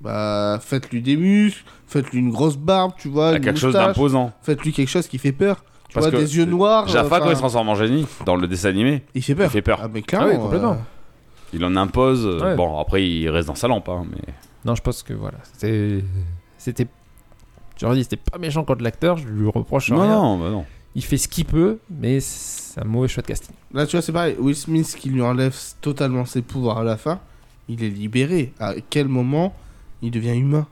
Bah, faites-lui des muscles, faites-lui une grosse barbe, tu vois.
Il y a
une
Ah, quelque chose
moustache,
d'imposant.
Faites-lui quelque chose qui fait peur. Tu
Parce
vois,
que
des yeux noirs. euh,
Jaffa, quand
enfin,
il se transforme en génie, dans le dessin animé,
il fait
il
peur.
fait peur.
Ah, mais
Ah
clairement.
oui, complètement.
euh,
Il en impose. euh,
Ouais.
Bon, après, il reste dans sa lampe. hein, mais...
Non, je pense que voilà. C'était. C'était. Je leur dis, c'était pas méchant contre l'acteur, je lui reproche
Non,
rien.
non, bah non.
Il fait ce qu'il peut, mais c'est un mauvais choix de casting.
Là, tu vois, c'est pareil. Will Smith qui lui enlève totalement ses pouvoirs à la fin, il est libéré. À quel moment il devient humain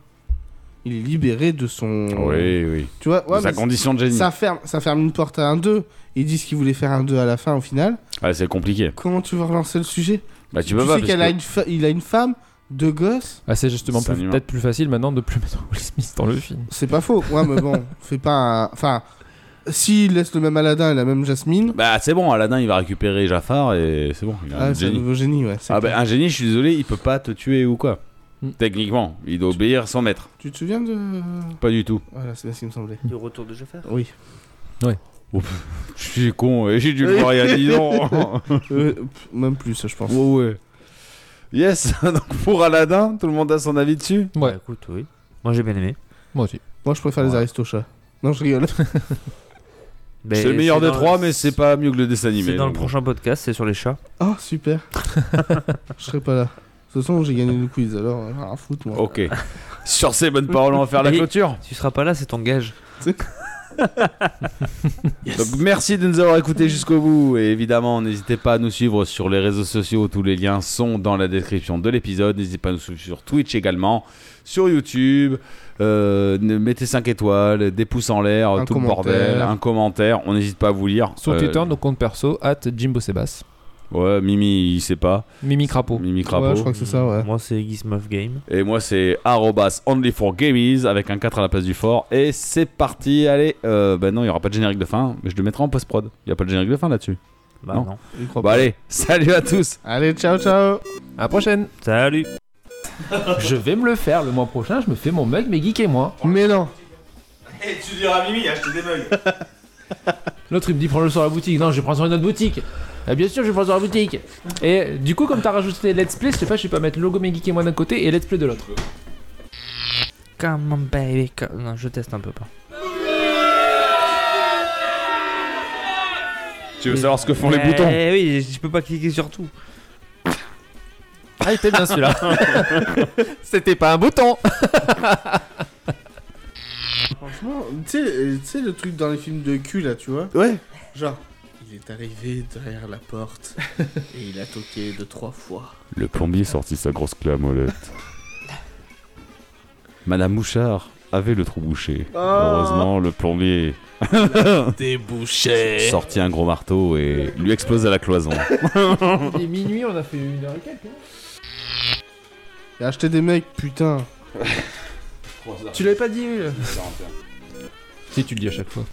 Il est libéré de son.
Oui, oui.
Tu vois, ouais,
De sa
mais
condition de génie.
ça ferme, ça ferme une porte à un 2. Ils disent qu'ils voulaient faire un 2 à la fin au final.
Ouais, c'est compliqué.
Comment tu veux relancer le sujet
Bah, tu peux pas.
sais
parce
qu'il
que-
a, une fa- il a une femme, deux gosses
Ah, c'est justement
C'est
plus-
un humain.
peut-être plus facile maintenant de plus mettre Will Smith dans le film.
C'est pas faux. Ouais, mais bon, fais pas un. Enfin, s'il laisse le même Aladdin et la même Jasmine,
Bah, c'est bon, Aladdin, il va récupérer Jafar et c'est bon. Il a
ah,
un
c'est un
génie.
nouveau génie, ouais. c'est
Ah,
clair.
bah, un génie, je suis désolé, il peut pas te tuer ou quoi.
Mm.
Techniquement, il doit obéir sans maître.
Tu te souviens de.
Pas du tout.
Voilà, c'est ce qui me semblait.
Du retour de Jafar.
Oui.
Je suis con, et j'ai dû le voir il y a 10 ans.
Euh, pff, même plus, je pense.
ouais, ouais. Yes, donc pour Aladdin, tout le monde a son avis dessus
Ouais.
Bah, écoute, oui. Moi j'ai bien aimé.
Moi aussi.
Moi, je préfère les aristochats. Non, je rigole.
Mais
C'est le meilleur des
Bah, dans
trois, mais c'est pas mieux que le dessin animé.
C'est dans le
donc.
prochain podcast, c'est sur les chats.
Ah, super. je serai pas là. De toute façon, j'ai gagné le quiz, alors euh, rien à foutre, moi.
Ok. Sur ces bonnes paroles, on va faire la
Et-
clôture.
Tu seras pas là, c'est ton gage.
Donc merci de nous avoir écoutés jusqu'au bout et évidemment n'hésitez pas à nous suivre sur les réseaux sociaux, tous les liens sont dans la description de l'épisode, n'hésitez pas à nous suivre sur Twitch également, sur YouTube, Euh, ne- mettez 5 étoiles, des pouces en l'air,
Un
tout le bordel,
commentaire.
un commentaire, on n'hésite pas à vous lire.
Sur
Euh,
Twitter, nos comptes perso, at Jimbo Sebas.
Ouais, Mimi il sait pas,
Mimi Crapaud.
Mimi
Ouais,
Crapaud.
je crois que c'est ça, ouais.
Moi c'est Gizmof Game.
Et moi c'est arrobas only for gamies avec un 4 à la place du fort et c'est parti, allez, euh, bah non il n'y aura pas de générique de fin, mais je le mettrai en post-prod, il n'y a pas de générique de fin là-dessus.
Oh,
Bah
Non.
non.
Je crois
Bah
pas.
allez, salut à tous
Allez, ciao, ciao.
À la prochaine.
Salut
je vais me le faire le mois prochain. Je me fais mon mug, mais geek et moi.
Mais non.
Et tu diras à Mimi, achetez des mugs.
L'autre il me dit prends-le sur la boutique. Non, je vais prendre sur une autre boutique. Ah, bien sûr, je vais prendre sur la boutique. Et du coup, comme t'as rajouté Let's Play, je sais pas, je vais pas mettre logo mais geek et moi d'un côté et Let's Play de l'autre.
Come on baby, come- Non, je teste un peu pas.
Tu veux savoir ce que font les
Eh
boutons
oui, je peux pas cliquer sur tout.
Ah, il était bien celui-là. C'était pas un bouton.
Franchement, tu sais, euh, tu sais le truc dans les films de cul là, tu vois
Ouais.
Genre, il est arrivé derrière la porte et il a toqué de trois fois.
Le plombier sortit sa grosse clamolette. Madame Mouchard avait le trou bouché. Heureusement, le plombier
Débouché
sortit un gros marteau et lui explosa la cloison.
Il est minuit, on a fait une heure et quelques.
Et acheter des mecs, putain
Tu l'avais pas dit Si tu le dis à chaque fois.